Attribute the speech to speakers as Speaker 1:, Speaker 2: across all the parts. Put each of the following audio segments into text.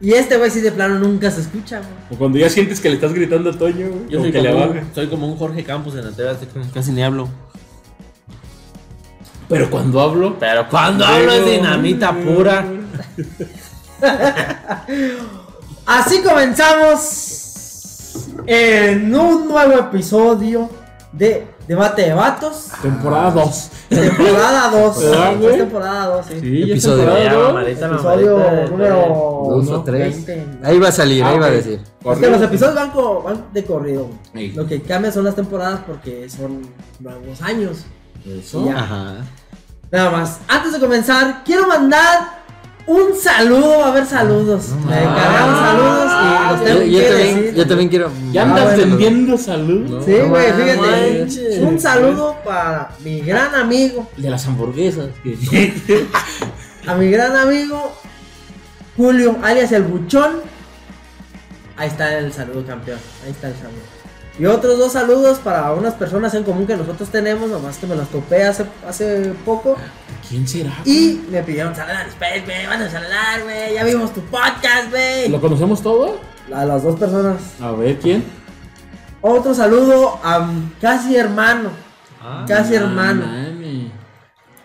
Speaker 1: Y este güey sí de plano nunca se escucha, güey.
Speaker 2: O cuando ya sientes que le estás gritando a Toño, güey.
Speaker 3: Yo
Speaker 2: o
Speaker 3: soy
Speaker 2: que le
Speaker 3: como,
Speaker 2: baja.
Speaker 3: un, soy como un Jorge Campos en la TV, así que casi ni hablo.
Speaker 2: Pero cuando hablo.
Speaker 3: Pero cuando hablo es dinamita pura.
Speaker 1: Así comenzamos en un nuevo episodio de Debate de Vatos.
Speaker 2: Temporada 2.
Speaker 1: Temporada 2.
Speaker 2: ¿Verdad, güey?
Speaker 1: temporada 2, sí.
Speaker 2: Sí, ya
Speaker 4: Episodio.
Speaker 2: temporada
Speaker 3: Ya,
Speaker 2: dos.
Speaker 3: mamadita,
Speaker 1: Episodio
Speaker 3: mamadita.
Speaker 1: número
Speaker 4: Dos
Speaker 2: Uno,
Speaker 4: o tres.
Speaker 1: 20.
Speaker 4: Ahí va a salir,
Speaker 2: Ah,
Speaker 4: ahí va a
Speaker 2: ok.
Speaker 4: decir.
Speaker 1: Es que los episodios van, co- van de corrido. güey.
Speaker 2: Ey.
Speaker 1: Lo que cambia son las temporadas porque son nuevos años.
Speaker 2: Eso.
Speaker 1: Ya.
Speaker 4: Ajá.
Speaker 1: Nada más. Antes de comenzar, quiero mandar un saludo. Va a haber saludos.
Speaker 4: No
Speaker 1: Me
Speaker 4: mames.
Speaker 1: cargaron saludos y los
Speaker 4: Yo,
Speaker 1: tengo
Speaker 4: yo
Speaker 1: que
Speaker 4: también,
Speaker 1: decir.
Speaker 4: yo también quiero.
Speaker 2: Ya
Speaker 4: Ah,
Speaker 2: andas
Speaker 4: bueno.
Speaker 2: vendiendo salud.
Speaker 4: No.
Speaker 1: Sí, güey, fíjate.
Speaker 4: manches.
Speaker 1: Un saludo para mi gran amigo,
Speaker 2: De las hamburguesas. que-
Speaker 1: a mi gran amigo Julio, alias el Buchón. Ahí está el saludo, campeón. Ahí está el saludo. Y otros dos saludos para unas personas en común que nosotros tenemos, nomás que me las topé hace, hace poco.
Speaker 2: ¿Quién será?
Speaker 1: Y me pidieron saludar, Space, güey, van a saludar, güey. Ya vimos tu podcast, güey.
Speaker 2: ¿Lo conocemos todo? Ah,
Speaker 1: A las dos personas.
Speaker 2: A ver, ¿quién?
Speaker 1: Otro saludo a mi casi hermano. Casi hermano.
Speaker 2: Mami.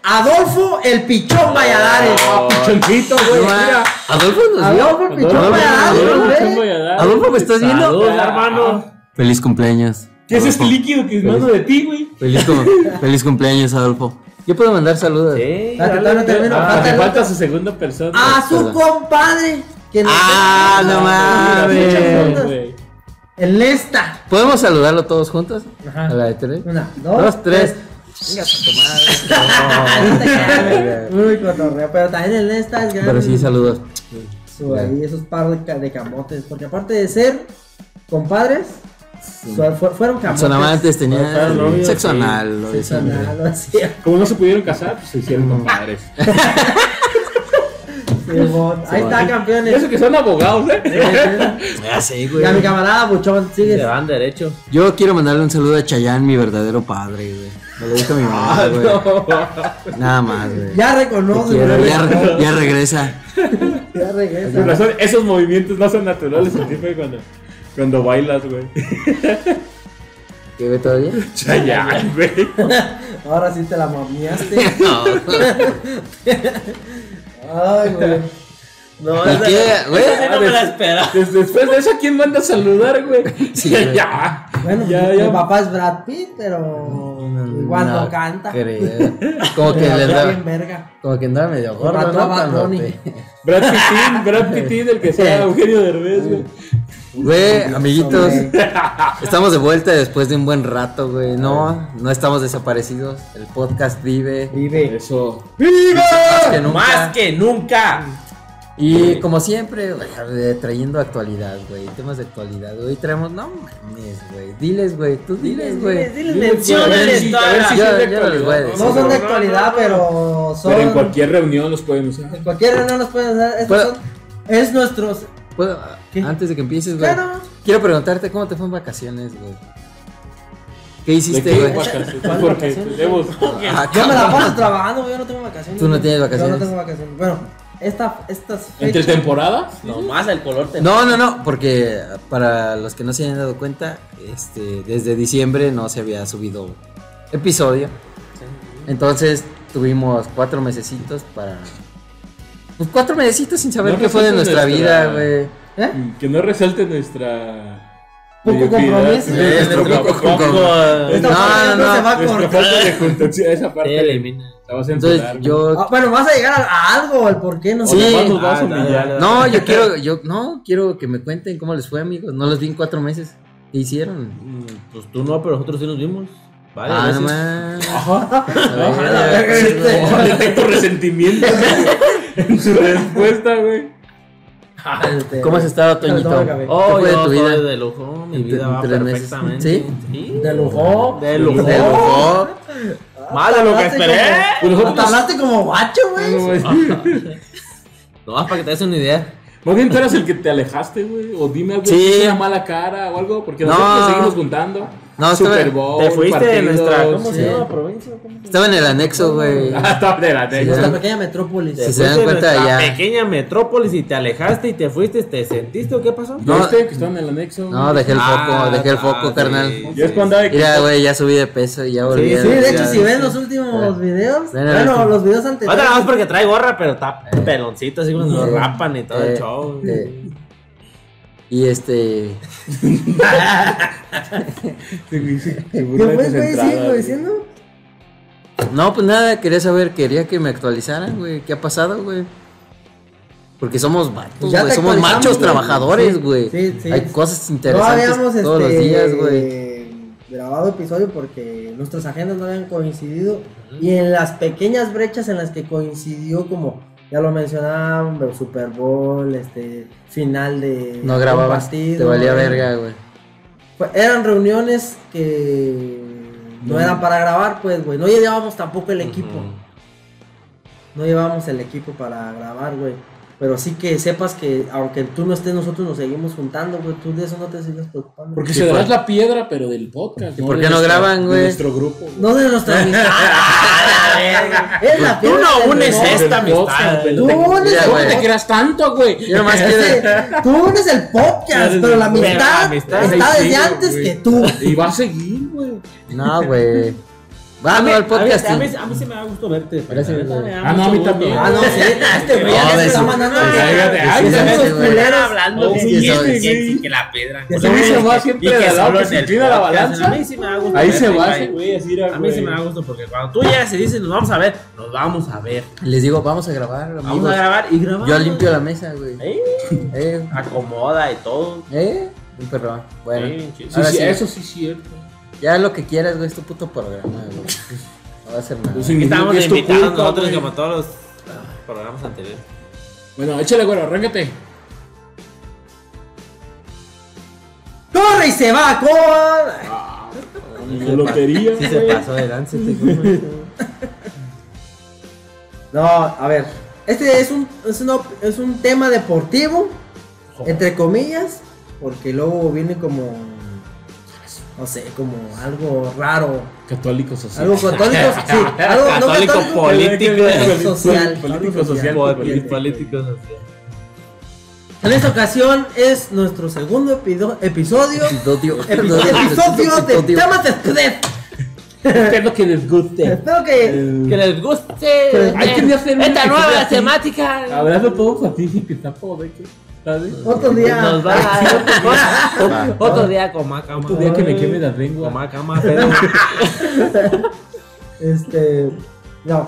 Speaker 1: Adolfo el Pichón Valladares.
Speaker 2: Ah,
Speaker 4: Oh.
Speaker 2: pichoncito, güey.
Speaker 4: No, ah,
Speaker 2: Mira.
Speaker 4: Adolfo nos vio.
Speaker 1: Adolfo el Pichón
Speaker 4: Adolfo, Adolfo,
Speaker 1: Valladares,
Speaker 2: Pichón
Speaker 1: güey.
Speaker 2: Valladares.
Speaker 4: Adolfo, ¿me estás viendo?
Speaker 2: Saludos, hermano.
Speaker 4: Feliz cumpleaños.
Speaker 2: ¿Qué es este
Speaker 4: Adolfo.
Speaker 2: líquido que mando de ti, güey?
Speaker 4: Feliz, cum- feliz cumpleaños, Adolfo. Yo puedo mandar saludos.
Speaker 3: Sí,
Speaker 1: Espérate,
Speaker 3: dale.
Speaker 1: todavía no termino,
Speaker 2: Ah,
Speaker 1: falta
Speaker 2: te
Speaker 1: el
Speaker 2: falta Ah,
Speaker 1: otro.
Speaker 2: su segunda persona.
Speaker 1: A su
Speaker 4: Perdón.
Speaker 1: compadre. Que nos-
Speaker 4: Ah, no
Speaker 2: Mira,
Speaker 4: mames.
Speaker 1: Muchas
Speaker 2: güey,
Speaker 1: juntas.
Speaker 2: güey.
Speaker 1: En esta.
Speaker 4: ¿Podemos saludarlo todos juntos?
Speaker 1: Ajá.
Speaker 4: A la de tres.
Speaker 1: Una, dos,
Speaker 4: dos, tres.
Speaker 1: Muy cotorreo. Pero también en esta es grande.
Speaker 4: Pero sí, saludos.
Speaker 1: Su- ahí esos par de, ca- de camotes. Porque aparte de ser compadres, su- fu- fueron camotes.
Speaker 4: Son amantes,
Speaker 2: Papá,
Speaker 4: tenían
Speaker 2: novio,
Speaker 4: sexo
Speaker 2: sí.
Speaker 4: anal. lo
Speaker 1: Sí, son
Speaker 4: dicen.
Speaker 1: algo así.
Speaker 2: Como no se pudieron casar, pues se hicieron compadres.
Speaker 1: Simón. Ahí está,
Speaker 2: Y Eso
Speaker 1: campeones.
Speaker 2: que son abogados, ¿eh?
Speaker 4: Ah, sí,
Speaker 1: Y
Speaker 4: güey.
Speaker 1: a mi camarada Buchón,
Speaker 3: Se
Speaker 1: sigue.
Speaker 3: van derecho.
Speaker 4: Yo quiero mandarle un saludo a Chayanne, mi verdadero padre, güey. Me lo dijo mi mamá, güey. Nada más, güey.
Speaker 1: Ya
Speaker 4: Te
Speaker 1: reconoce,
Speaker 4: quiero,
Speaker 1: güey.
Speaker 4: ya, re- ya regresa.
Speaker 1: Ya
Speaker 2: Con
Speaker 1: regresa.
Speaker 2: razón, esos movimientos no son naturales así fue cuando, cuando bailas, güey.
Speaker 4: ¿Qué ve todavía?
Speaker 2: Chayanne, güey.
Speaker 1: Ahora sí te la mamiaste. Ay, güey.
Speaker 3: No,
Speaker 4: ¿Y qué, güey?
Speaker 3: esa sí no me la esperaba.
Speaker 2: Des- Después de eso, ¿a quién manda a saludar, güey?
Speaker 4: Sí,
Speaker 2: ya,
Speaker 4: güey.
Speaker 2: ya.
Speaker 1: Bueno,
Speaker 2: ya,
Speaker 1: mi,
Speaker 2: ya.
Speaker 1: mi papá es Brad Pitt, pero igual no,
Speaker 4: No
Speaker 1: canta.
Speaker 4: creo. Como que
Speaker 1: Pero
Speaker 4: le
Speaker 1: está bien
Speaker 4: andaba,
Speaker 1: verga.
Speaker 4: como que andaba medio
Speaker 1: Mató
Speaker 4: gordo,
Speaker 1: a
Speaker 4: ¿no?
Speaker 1: Bad
Speaker 4: Cuando
Speaker 1: Bunny.
Speaker 4: te-
Speaker 2: Brad Pittin, Brad Pittin, el que sea Eugenio Derbez, güey.
Speaker 4: Güey, amiguitos,
Speaker 1: Hombre.
Speaker 4: estamos de vuelta después de un buen rato, güey. No, no estamos desaparecidos. El podcast vive.
Speaker 1: Vive.
Speaker 2: Eso.
Speaker 4: Más que nunca.
Speaker 3: Más que nunca.
Speaker 4: Y como siempre, güey, eh, trayendo actualidad, güey, temas de actualidad. Hoy traemos, no mames, güey, diles, güey, tú diles, güey.
Speaker 1: Diles,
Speaker 2: Diles,
Speaker 1: menciones.
Speaker 2: a ver si- a ver si
Speaker 4: Yo-
Speaker 2: son de
Speaker 4: yo no les voy a decir.
Speaker 1: No son de
Speaker 2: actualidad,
Speaker 1: actualidad, pero son.
Speaker 2: Pero en cualquier reunión los pueden usar.
Speaker 1: en cualquier no los pueden hacer. Estos
Speaker 4: Puedo-
Speaker 1: son- es nuestros.
Speaker 4: ¿Puedo-
Speaker 1: ¿Qué?
Speaker 4: Pues, Antes de que empieces, güey,
Speaker 1: Claro.
Speaker 4: quiero preguntarte cómo te fue en vacaciones, güey. ¿Qué
Speaker 2: ¿De
Speaker 4: hiciste,
Speaker 2: qué
Speaker 4: güey?
Speaker 2: vacaciones?
Speaker 1: ¿Cuál
Speaker 2: Porque
Speaker 1: vacaciones?
Speaker 2: tenemos.
Speaker 4: Ah,
Speaker 1: Yo me la
Speaker 4: cabrón.
Speaker 1: paso trabajando, güey, yo no tengo vacaciones.
Speaker 4: Tú no
Speaker 1: güey.
Speaker 4: tienes
Speaker 1: Yo
Speaker 4: vacaciones.
Speaker 1: no tengo vacaciones. Bueno, esta, estas
Speaker 2: ¿Entre
Speaker 1: fechas.
Speaker 2: temporadas?
Speaker 3: Nomás el color te.
Speaker 4: No, no, no, porque para los que no se hayan dado cuenta, este, desde diciembre no se había subido episodio. Entonces tuvimos cuatro mesecitos para... Pues cuatro mesecitos sin saber
Speaker 2: No
Speaker 4: qué fue de
Speaker 2: resuelve nuestra-
Speaker 4: nuestra, vida, güey.
Speaker 1: ¿Eh?
Speaker 2: Que no resalte nuestra.
Speaker 1: Poco
Speaker 2: mediocridad.
Speaker 1: compromiso.
Speaker 2: Eh,
Speaker 4: Nuestro
Speaker 2: nuestro
Speaker 4: poco
Speaker 2: poco-
Speaker 4: compromiso.
Speaker 1: Esta
Speaker 4: No,
Speaker 1: parte
Speaker 4: no,
Speaker 1: se va a
Speaker 2: Nuestra
Speaker 1: cortar.
Speaker 2: falta de contención. Esa
Speaker 3: eh, Sí,
Speaker 2: parte
Speaker 3: elimina.
Speaker 2: la vas a
Speaker 4: Entonces
Speaker 2: entonar.
Speaker 1: Ah,
Speaker 4: yo...
Speaker 1: bueno, vas a llegar a, a algo, al por qué no
Speaker 2: O
Speaker 4: Sí.
Speaker 1: sé.
Speaker 2: nomás nos vas a
Speaker 3: Ah, dale,
Speaker 2: humillar.
Speaker 3: dale,
Speaker 4: No, yo quiero, yo no, quiero que me cuenten cómo les fue, amigos. No los vi en cuatro meses. ¿Qué hicieron?
Speaker 3: Mm, Pues tú no, pero nosotros sí nos vimos. Vale,
Speaker 4: Ah,
Speaker 3: veces.
Speaker 4: no más.
Speaker 1: la verga, este.
Speaker 2: Oh, Detecto resentimiento güey, en su respuesta, güey.
Speaker 1: Este,
Speaker 4: ¿Cómo has estado,
Speaker 1: Perdón,
Speaker 4: Toñito?
Speaker 1: Gaby.
Speaker 4: ¿Qué
Speaker 3: Oh,
Speaker 4: fue de
Speaker 3: yo
Speaker 4: tu
Speaker 3: soy
Speaker 4: vida?
Speaker 3: de lujo, mi
Speaker 4: Entre-
Speaker 3: vida va
Speaker 4: entre meses.
Speaker 3: perfectamente.
Speaker 4: ¿Sí?
Speaker 1: De lujo.
Speaker 3: De lujo.
Speaker 4: ¿Te enojó?
Speaker 3: Más de lo que
Speaker 1: Hablaste
Speaker 3: esperé.
Speaker 1: como-
Speaker 2: Pues nosotros-
Speaker 1: hasta hablaste como guacho, güey.
Speaker 2: No, güey.
Speaker 3: No, para que te des una idea.
Speaker 2: Más bien tú eras el que te alejaste, güey. O dime algo.
Speaker 4: Sí.
Speaker 2: Sí. Una mala cara o algo. Porque
Speaker 4: No.
Speaker 2: nosotros nos seguimos juntando.
Speaker 4: No, estaba,
Speaker 2: Super Bowl,
Speaker 5: te fuiste de nuestra-
Speaker 2: partidos,
Speaker 5: ¿cómo
Speaker 4: se llama?
Speaker 2: ¿Provincia? ¿Cómo se
Speaker 4: estaba en el anexo, güey.
Speaker 2: llama? Ah, estaba de la
Speaker 4: Sí,
Speaker 2: negra.
Speaker 1: Nuestra
Speaker 4: ya.
Speaker 1: pequeña metrópolis.
Speaker 4: Sí,
Speaker 3: Te
Speaker 4: se dan
Speaker 3: fuiste de
Speaker 4: cuenta,
Speaker 3: nuestra
Speaker 4: ya.
Speaker 3: pequeña metrópolis y te alejaste y te fuiste, ¿te sentiste o qué pasó?
Speaker 4: No.
Speaker 2: ¿Viste ¿Este que estaban en el anexo?
Speaker 4: No, dejé el
Speaker 3: Ah,
Speaker 4: foco, dejé el
Speaker 3: ah,
Speaker 4: foco,
Speaker 3: sí,
Speaker 4: carnal.
Speaker 2: Yo es cuando hay que.
Speaker 4: Mira, güey, ya subí de peso y ya volví.
Speaker 1: Sí,
Speaker 4: a-
Speaker 1: de hecho,
Speaker 4: ya-
Speaker 1: si ven los últimos videos,
Speaker 4: Ven a
Speaker 1: bueno,
Speaker 4: ver.
Speaker 1: los videos
Speaker 3: Ahorita nada más
Speaker 1: anteriores,
Speaker 3: porque trae gorra, pero está peloncito, así como lo rapan y todo el
Speaker 4: Eh,
Speaker 3: show.
Speaker 4: eh. Y este.
Speaker 1: ¿qué
Speaker 2: ¿Qué
Speaker 1: fue, güey? ¿Sigo diciendo? pues
Speaker 4: No, pues nada, quería saber, quería que me actualizaran, güey. ¿Qué ha pasado, güey? Porque somos vatos,
Speaker 1: Pues Ya te
Speaker 4: Pues güey, Somos
Speaker 1: actualizamos,
Speaker 4: machos
Speaker 1: güey.
Speaker 4: trabajadores,
Speaker 1: Sí,
Speaker 4: güey.
Speaker 1: sí, sí.
Speaker 4: Hay cosas
Speaker 1: No
Speaker 4: interesantes
Speaker 1: habíamos
Speaker 4: todos
Speaker 1: este,
Speaker 4: los días, güey.
Speaker 1: grabado episodio porque nuestras agendas no habían coincidido y en las pequeñas brechas en las que coincidió, como ya lo mencionaban, el Super Bowl, este final de
Speaker 4: No
Speaker 1: de
Speaker 4: grababas,
Speaker 1: partido,
Speaker 4: te valía
Speaker 1: eh,
Speaker 4: verga, güey.
Speaker 1: fue- Pues, eran reuniones que no
Speaker 2: No.
Speaker 1: eran para grabar, pues, güey. No llevábamos tampoco el equipo.
Speaker 3: Ujú.
Speaker 1: No llevábamos el equipo para grabar, güey. Pero sí que sepas que aunque tú no estés, nosotros nos seguimos juntando, güey. Tú de eso no te sigas preocupando.
Speaker 2: Porque
Speaker 4: Sí,
Speaker 2: se
Speaker 3: pues.
Speaker 2: darás
Speaker 4: fue.
Speaker 2: la piedra, pero del podcast.
Speaker 4: ¿Y por
Speaker 2: De
Speaker 4: qué no
Speaker 2: nuestra-
Speaker 4: graban,
Speaker 2: de
Speaker 4: güey?
Speaker 2: Nuestro grupo. güey.
Speaker 1: No de nuestra amistad. es la piedra
Speaker 3: Tú no
Speaker 1: del
Speaker 3: unes este
Speaker 1: reloj.
Speaker 2: del
Speaker 3: esta
Speaker 2: podcast,
Speaker 3: amistad.
Speaker 2: güey.
Speaker 1: Tú unes
Speaker 4: Ya,
Speaker 1: el
Speaker 2: ¿Cómo
Speaker 4: güey.
Speaker 2: te
Speaker 1: podcast.
Speaker 2: quieras tanto, güey?
Speaker 4: Yo nomás quiero.
Speaker 1: Sí, Tú unes el podcast, pero la
Speaker 2: Pero
Speaker 3: la
Speaker 1: amistad
Speaker 3: amistad
Speaker 1: está
Speaker 2: ahí
Speaker 1: desde
Speaker 2: sigue,
Speaker 1: antes
Speaker 2: güey.
Speaker 1: que tú.
Speaker 2: Y va a seguir, güey.
Speaker 4: No, güey. Vamos Ah, al podcast.
Speaker 3: A mí, a mí- a mí sí me da gusto verte.
Speaker 4: Gracias,
Speaker 3: la neta,
Speaker 4: güey.
Speaker 3: me da
Speaker 2: Ah, no, a
Speaker 3: mucho
Speaker 2: mí
Speaker 3: gusto.
Speaker 2: también.
Speaker 1: Ah, no, sí, este güey
Speaker 4: No,
Speaker 1: ya se
Speaker 4: de
Speaker 1: está
Speaker 4: su-
Speaker 1: mandando.
Speaker 3: Ah,
Speaker 2: cállate,
Speaker 1: que-
Speaker 2: ay,
Speaker 1: que
Speaker 4: sí,
Speaker 1: somos
Speaker 4: sí,
Speaker 1: los
Speaker 4: güey.
Speaker 1: culeros.
Speaker 3: hablando
Speaker 2: Oh,
Speaker 3: de
Speaker 4: sí,
Speaker 3: que-
Speaker 4: sí,
Speaker 3: que-
Speaker 2: sí.
Speaker 3: que la pedra.
Speaker 1: Que
Speaker 2: Por
Speaker 1: somos
Speaker 2: eso
Speaker 1: los
Speaker 2: se va
Speaker 1: más-
Speaker 2: siempre de lado que se inclina la balanza.
Speaker 3: A mí sí me da gusto.
Speaker 2: Ahí se
Speaker 3: verte,
Speaker 2: va,
Speaker 3: güey.
Speaker 2: ese güey, así era,
Speaker 3: A mí sí me da
Speaker 2: güey.
Speaker 3: gusto porque cuando tú llegas y dices, nos vamos a ver, nos vamos a ver.
Speaker 4: Les digo, vamos a grabar, amigos.
Speaker 3: Vamos a grabar y grabamos.
Speaker 4: Yo limpio la mesa, güey.
Speaker 3: Ey,
Speaker 4: Eh,
Speaker 3: Acomoda y todo.
Speaker 4: eh, un perrón. Bueno,
Speaker 3: Ey, chido.
Speaker 2: Sí,
Speaker 4: Ahora
Speaker 2: sí,
Speaker 4: sí.
Speaker 2: eso sí es cierto.
Speaker 4: ya lo que quieras, güey, es tu puto programa, güey. No va a hacer nada.
Speaker 2: Eso significa
Speaker 3: Estábamos
Speaker 2: que es tu
Speaker 3: invitados
Speaker 2: culpa,
Speaker 3: nosotros
Speaker 2: güey.
Speaker 3: como todos los ah, programas anteriores.
Speaker 2: Bueno, échale, güey, arráncate.
Speaker 1: Corre y se va, con.
Speaker 2: La lotería,
Speaker 3: Sí se
Speaker 2: güey.
Speaker 3: pasó de lanza este güey.
Speaker 1: No, a ver. Este es un, es, una- es un tema deportivo, entre comillas, porque luego viene como. No sé, como algo raro.
Speaker 2: Católicos así.
Speaker 1: Algo católico, sí. Algo no
Speaker 3: Católico
Speaker 1: católico,
Speaker 3: político.
Speaker 1: pero social.
Speaker 2: Político social.
Speaker 3: Pol-
Speaker 2: Político.
Speaker 3: Políticos así.
Speaker 1: En esta ocasión es nuestro segundo epido- episodio.
Speaker 4: Episodio.
Speaker 1: episodio episodio de temas de estrés.
Speaker 2: es lo que les guste.
Speaker 1: Espero que.
Speaker 3: Que
Speaker 2: El-
Speaker 3: les guste. este,
Speaker 2: Hay que hacer una
Speaker 3: Esta
Speaker 2: actividad
Speaker 3: nueva
Speaker 2: así.
Speaker 3: temática.
Speaker 2: Abrazo a todos así sin que está pobre, que- ¿sabes?
Speaker 1: Otro día.
Speaker 3: Nos va a
Speaker 4: Va.
Speaker 3: dar otro, otro día con más cama.
Speaker 2: Otro día que me queme la lengua.
Speaker 3: Con más cama, Pedro.
Speaker 1: Este. No.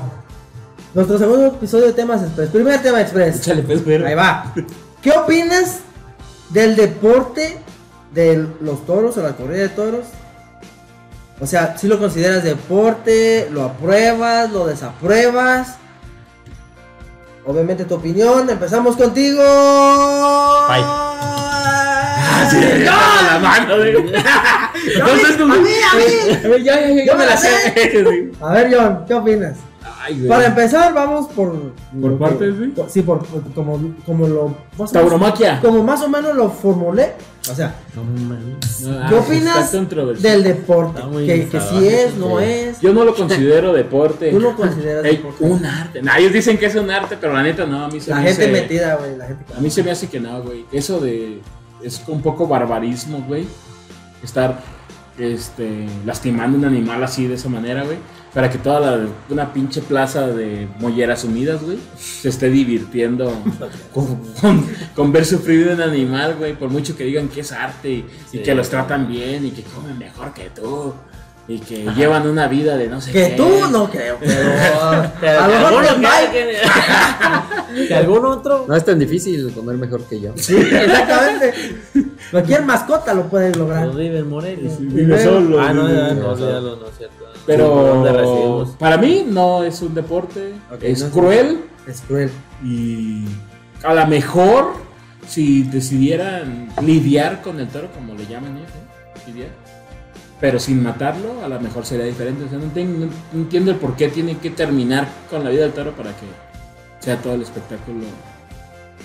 Speaker 1: Nuestro segundo episodio de temas express. Primer tema express.
Speaker 2: Échale, pues, güey.
Speaker 1: Ahí va. ¿Qué opinas del deporte de los toros o la corrida de toros? O sea, si lo consideras deporte, lo apruebas, lo desapruebas. Obviamente tu opinión. Empezamos contigo.
Speaker 3: Bye.
Speaker 1: ¡No!
Speaker 2: La mano, güey. Entonces,
Speaker 1: a mí, a mí.
Speaker 2: A ver, ya, ya, ya,
Speaker 1: Yo
Speaker 2: ya me la sé.
Speaker 1: A ver, John, ¿qué opinas?
Speaker 2: Ay, güey.
Speaker 1: Para empezar, vamos por.
Speaker 2: ¿Por
Speaker 1: lo
Speaker 2: partes,
Speaker 1: que-
Speaker 2: sí?
Speaker 1: por- Sí, por, por- como, como lo. más o menos-
Speaker 2: Tauromaquia.
Speaker 1: Como más o menos lo formulé. O sea,
Speaker 2: No,
Speaker 1: ¿Qué
Speaker 2: ah,
Speaker 1: opinas
Speaker 2: está controversial.
Speaker 1: del deporte?
Speaker 3: Está muy
Speaker 1: Que, que si
Speaker 3: salvaje,
Speaker 1: es, no
Speaker 4: sí.
Speaker 1: es.
Speaker 2: Yo no lo considero deporte.
Speaker 1: Tú lo consideras
Speaker 2: Ey,
Speaker 1: deporte.
Speaker 2: un arte. Nah, ellos dicen que es un arte, pero la neta no, a mí se
Speaker 1: La
Speaker 2: me
Speaker 1: gente
Speaker 2: hace-
Speaker 1: metida, güey. La gente.
Speaker 2: A mí se me hace que no, güey. Eso de. Es un poco barbarismo, güey. Estar este, lastimando un animal así de esa manera, güey. Para que toda la, una pinche plaza de molleras unidas, güey, se esté divirtiendo con, con- con ver sufrir un animal, güey. Por mucho que digan que es arte y, y
Speaker 3: Sí.
Speaker 2: que los tratan bien y que comen mejor que tú. Y que llevan una vida de no sé
Speaker 1: Que
Speaker 2: qué.
Speaker 1: tú no creo, pero. ah,
Speaker 3: Pero
Speaker 1: a
Speaker 3: que
Speaker 1: lo mejor
Speaker 3: alguno
Speaker 1: los Mike.
Speaker 3: que- que algún otro.
Speaker 4: No es tan difícil comer mejor que yo.
Speaker 1: Sí, exactamente. Cualquier mascota lo puede lograr.
Speaker 3: Los River Morelis.
Speaker 1: Sí.
Speaker 2: Vive solo.
Speaker 3: Ah, no,
Speaker 2: vive
Speaker 3: ya,
Speaker 2: solo.
Speaker 3: no, ya no, no es cierto. ¿Dónde
Speaker 2: Pero
Speaker 3: recibimos?
Speaker 2: para mí no es un deporte,
Speaker 1: Ok,
Speaker 2: es
Speaker 1: no es
Speaker 2: cruel
Speaker 1: Es cruel.
Speaker 2: y a lo mejor si decidieran lidiar con el toro como le llaman ellos, ¿eh? lidiar, pero sin matarlo, a lo mejor sería diferente. O sea, no, ten- no entiendo el por qué tiene que terminar con la vida del toro para que sea todo el espectáculo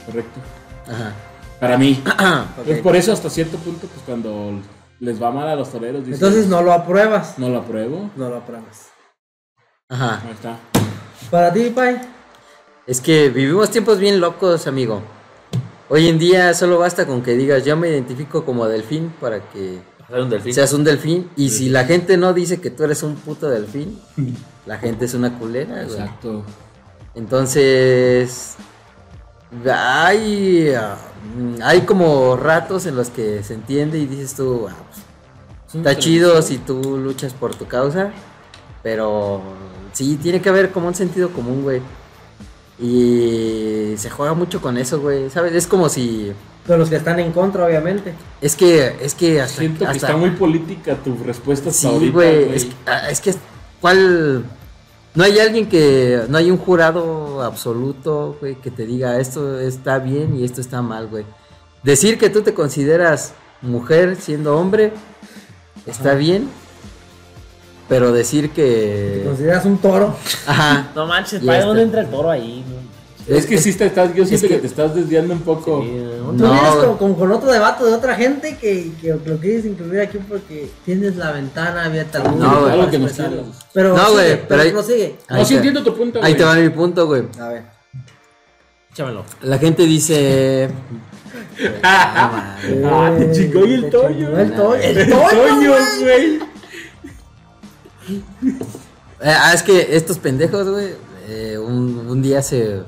Speaker 2: correcto.
Speaker 4: Ajá.
Speaker 2: Para mí.
Speaker 4: Ok.
Speaker 2: Pues por eso hasta cierto punto, pues cuando les va mal a los toreros. dice.
Speaker 1: Entonces no lo apruebas.
Speaker 2: No lo apruebo.
Speaker 1: No lo apruebas.
Speaker 4: Ajá.
Speaker 2: Ahí está.
Speaker 1: Eh, Para ti, Pai.
Speaker 4: Es que vivimos tiempos bien locos, amigo. Hoy en día solo basta con que digas, yo me identifico como delfín para que
Speaker 3: Hacer un delfín.
Speaker 4: seas un delfín. Y si la gente no dice que tú eres un puto delfín, la gente es una culera, güey.
Speaker 2: Exacto.
Speaker 4: Entonces, hay, ah, mm, hay como ratos en los que se entiende y dices tú, "Ah, pues, está chido si tú luchas por tu causa, pero sí, tiene que haber como un sentido común, güey. Y se juega mucho con eso, güey, ¿sabes? Es como si...
Speaker 1: Con los que están en contra, obviamente.
Speaker 4: Es que, es que hasta...
Speaker 2: Siento que
Speaker 4: hasta-
Speaker 2: está muy política tu respuesta hasta
Speaker 4: Sí,
Speaker 2: ahorita,
Speaker 4: güey.
Speaker 2: güey.
Speaker 4: Es, que- ah, es que, ¿cuál? No hay alguien que. No hay un jurado absoluto, güey, que te diga esto está bien y esto está mal, güey. Decir que tú te consideras mujer siendo hombre está bien, pero decir
Speaker 1: Te
Speaker 4: que.
Speaker 1: consideras un toro.
Speaker 4: Ajá.
Speaker 5: No manches,
Speaker 4: Y
Speaker 5: ¿para
Speaker 4: este-
Speaker 5: dónde entra el toro ahí?
Speaker 2: Es que sí te estás, yo siento
Speaker 4: que-
Speaker 2: que, te estás desviando un poco.
Speaker 1: Tú
Speaker 4: No,
Speaker 1: vienes
Speaker 4: güey.
Speaker 1: con, con- con otro debate de otra gente que, que lo quieres incluir aquí porque tienes la ventana abierta. al mundo
Speaker 4: No,
Speaker 1: para
Speaker 4: güey.
Speaker 2: Algo que nos
Speaker 1: expresarlo.
Speaker 2: quieras.
Speaker 1: Pero
Speaker 4: No,
Speaker 1: sigue,
Speaker 4: güey,
Speaker 1: pero,
Speaker 4: pero ahí-
Speaker 1: prosigue.
Speaker 4: Ahí
Speaker 2: No, sí
Speaker 4: te-
Speaker 2: entiendo tu punto,
Speaker 4: Ahí
Speaker 2: güey.
Speaker 4: te va mi punto, güey.
Speaker 1: A ver.
Speaker 3: Échamelo.
Speaker 4: La gente dice. Ah, madre.
Speaker 2: Ah, te
Speaker 1: Eh,
Speaker 2: chingó y el
Speaker 1: te
Speaker 2: Toño.
Speaker 1: chingó El toño. El
Speaker 2: El
Speaker 1: toño.
Speaker 2: Toño, güey.
Speaker 4: Eh, ah, es que estos pendejos, güey, eh, un, un día se,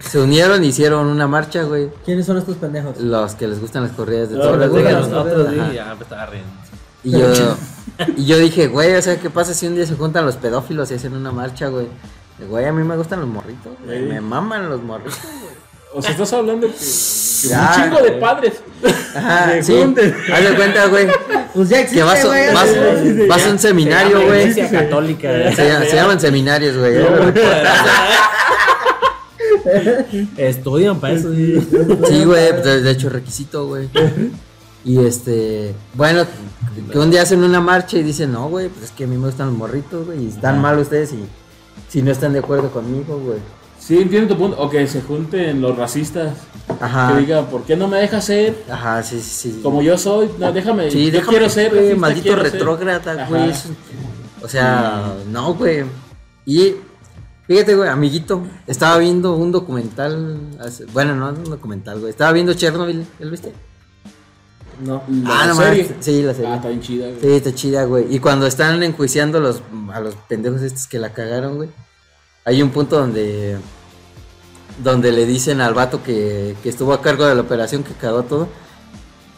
Speaker 4: se unieron y hicieron una marcha, güey.
Speaker 1: ¿Quiénes son estos pendejos?
Speaker 4: Los que les gustan las corridas de
Speaker 1: Los
Speaker 4: todas
Speaker 1: que les
Speaker 4: las
Speaker 1: gustan las
Speaker 4: güey.
Speaker 1: corridas.
Speaker 3: Nosotros
Speaker 4: Ajá.
Speaker 3: sí, ya me "Ah, pues estaba riendo.
Speaker 4: Y yo, y yo dije, güey, o sea, ¿qué pasa si un día se juntan los pedófilos y hacen una marcha, güey? Güey, a mí me gustan los morritos, güey,
Speaker 2: Ey.
Speaker 4: me maman los morritos.
Speaker 2: O sea, estás hablando que, que
Speaker 4: Ya,
Speaker 2: un chingo de padres.
Speaker 4: Ajá,
Speaker 2: Se
Speaker 4: sí.
Speaker 2: junten.
Speaker 4: Haz de cuenta, güey,
Speaker 1: Pues ya existe,
Speaker 4: que vas, a-
Speaker 1: güey,
Speaker 4: vas-
Speaker 1: así-
Speaker 2: güey.
Speaker 4: vas a un seminario, güey.
Speaker 3: Iglesia católica.
Speaker 4: Se, llama- se llaman seminarios, güey.
Speaker 3: Estudian para eso. sí.
Speaker 4: Sí, güey, pues, de, de hecho requisito, güey. Y este, bueno, que un día hacen una marcha y dicen, no, güey, pues es que a mí me gustan los morritos, güey, y
Speaker 2: Ah.
Speaker 4: están mal ustedes y si no están de acuerdo conmigo, güey.
Speaker 2: Sí, entiendo tu punto. O que se junten los racistas.
Speaker 4: Ajá.
Speaker 2: Que digan, ¿por qué no me dejas ser
Speaker 4: Ajá, sí, sí, sí.
Speaker 2: como yo soy? No, déjame.
Speaker 4: Ah, sí,
Speaker 2: yo
Speaker 4: déjame,
Speaker 2: quiero ser.
Speaker 4: güey,
Speaker 2: racista,
Speaker 4: maldito
Speaker 2: quiero ser.
Speaker 4: retrógrada,
Speaker 2: Ajá.
Speaker 4: güey. eso- O sea, no, güey. Y fíjate, güey, amiguito, estaba viendo un documental, hace- bueno, no un documental, güey, estaba viendo Chernobyl, ¿lo viste?
Speaker 1: No.
Speaker 2: La
Speaker 4: ah, no
Speaker 2: serie.
Speaker 4: mames, sí, la serie.
Speaker 2: Ah, está bien chida, güey.
Speaker 4: Sí, está chida, güey. Y cuando están enjuiciando a los, a los pendejos estos que la cagaron, güey. Hay un punto donde. Donde le dicen al vato que, que estuvo a cargo de la operación que cagó todo.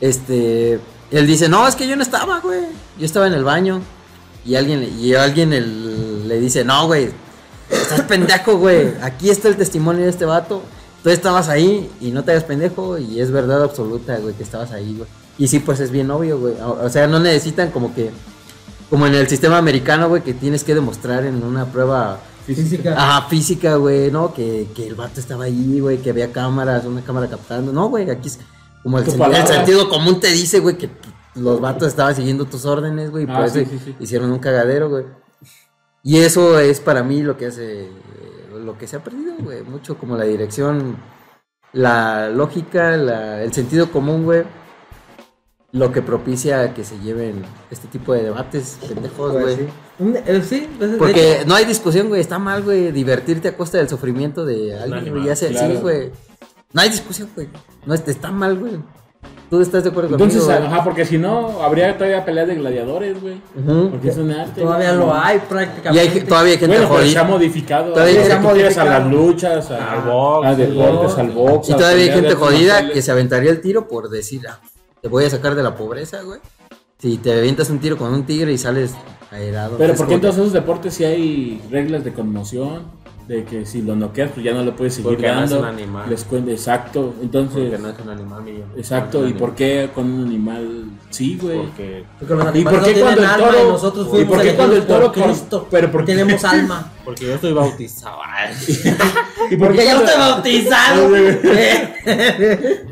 Speaker 4: Este. Él dice, no, es que yo no estaba, güey. Yo estaba en el baño. Y alguien, le- y alguien el- le dice, no, güey. Estás pendejo, güey. Aquí está el testimonio de este vato. Tú estabas ahí y no te hagas pendejo. Y es verdad absoluta, güey, que estabas ahí, güey. Y sí, pues es bien obvio, güey. O, o sea, no necesitan como que. Como en el sistema americano, güey, que tienes que demostrar en una prueba.
Speaker 1: Física.
Speaker 4: Ajá, física, güey, ¿no? Que, que el vato estaba ahí, güey, que había cámaras, una cámara captando. No, güey, aquí es como el,
Speaker 2: Tu
Speaker 4: sen-
Speaker 2: palabra.
Speaker 4: el sentido común te dice, güey, que los vatos estaban siguiendo tus órdenes, güey, y
Speaker 2: Ah,
Speaker 4: por
Speaker 2: sí,
Speaker 4: eso
Speaker 2: sí, sí.
Speaker 4: hicieron un cagadero, güey. Y eso es para mí lo que hace, eh, lo que se ha perdido, güey, mucho como la dirección, la lógica, la- el sentido común, güey. Lo que propicia que se lleven este tipo de debates pendejos,
Speaker 1: Pues
Speaker 4: güey.
Speaker 1: sí. Un- eh, sí, pues, de
Speaker 4: Porque no hay discusión, güey. Está mal, güey, divertirte a costa del sufrimiento de alguien, güey.
Speaker 3: animal,
Speaker 4: Ya sea, sí,
Speaker 2: claro.
Speaker 4: güey. No hay discusión, güey. No, este, está mal, güey. Tú estás de acuerdo
Speaker 2: Entonces, ah,
Speaker 4: conmigo.
Speaker 2: ajá, porque si no, habría todavía peleas de gladiadores, güey.
Speaker 4: Ujú.
Speaker 2: Porque es un arte.
Speaker 1: Todavía
Speaker 2: güey.
Speaker 1: lo hay
Speaker 4: Y
Speaker 1: prácticamente.
Speaker 4: hay ge- todavía hay gente
Speaker 2: Bueno, pero se
Speaker 4: jodida.
Speaker 2: ha modificado.
Speaker 4: Todavía
Speaker 2: o sea,
Speaker 1: se ha
Speaker 2: tú quieres a
Speaker 1: modificado.
Speaker 2: las luchas, a,
Speaker 3: Al box,
Speaker 2: a deportes,
Speaker 1: sí.
Speaker 2: al box.
Speaker 4: Y
Speaker 2: a
Speaker 4: todavía
Speaker 2: pelear
Speaker 4: hay
Speaker 2: de
Speaker 4: gente
Speaker 2: artes
Speaker 4: jodida
Speaker 2: marciales.
Speaker 4: que se aventaría el tiro por decir, ah, te voy a sacar de la pobreza, güey. Si te avientas un tiro con un tigre y sales aerado.
Speaker 2: Pero
Speaker 4: es
Speaker 2: ¿por qué
Speaker 4: como que-
Speaker 2: entonces esos deportes si hay reglas de conmoción? De que si lo noqueas, pues ya no lo puedes seguir
Speaker 3: Porque no es
Speaker 2: dando.
Speaker 3: un animal.
Speaker 2: Les cuenta, exacto.
Speaker 3: Porque
Speaker 2: Entonces,
Speaker 3: no es un animal, Miguel.
Speaker 2: exacto.
Speaker 3: No
Speaker 2: ¿Y
Speaker 3: es un
Speaker 2: por qué con un animal sí, güey?
Speaker 3: animal. Porque,
Speaker 1: Porque los
Speaker 2: ¿Y
Speaker 1: animales
Speaker 2: por
Speaker 1: no
Speaker 2: qué
Speaker 1: tienen
Speaker 2: cuando el
Speaker 1: alma
Speaker 2: toro-
Speaker 1: y nosotros
Speaker 2: ¿Y
Speaker 1: fuimos
Speaker 2: por qué
Speaker 1: elegidos
Speaker 2: cuando el toro
Speaker 1: por
Speaker 2: cor-
Speaker 1: Cristo?
Speaker 2: pero por qué?
Speaker 1: tenemos alma.
Speaker 3: porque yo estoy bautizado.
Speaker 2: Ah, ¿Y por qué cuando- Ah,
Speaker 1: bautizado.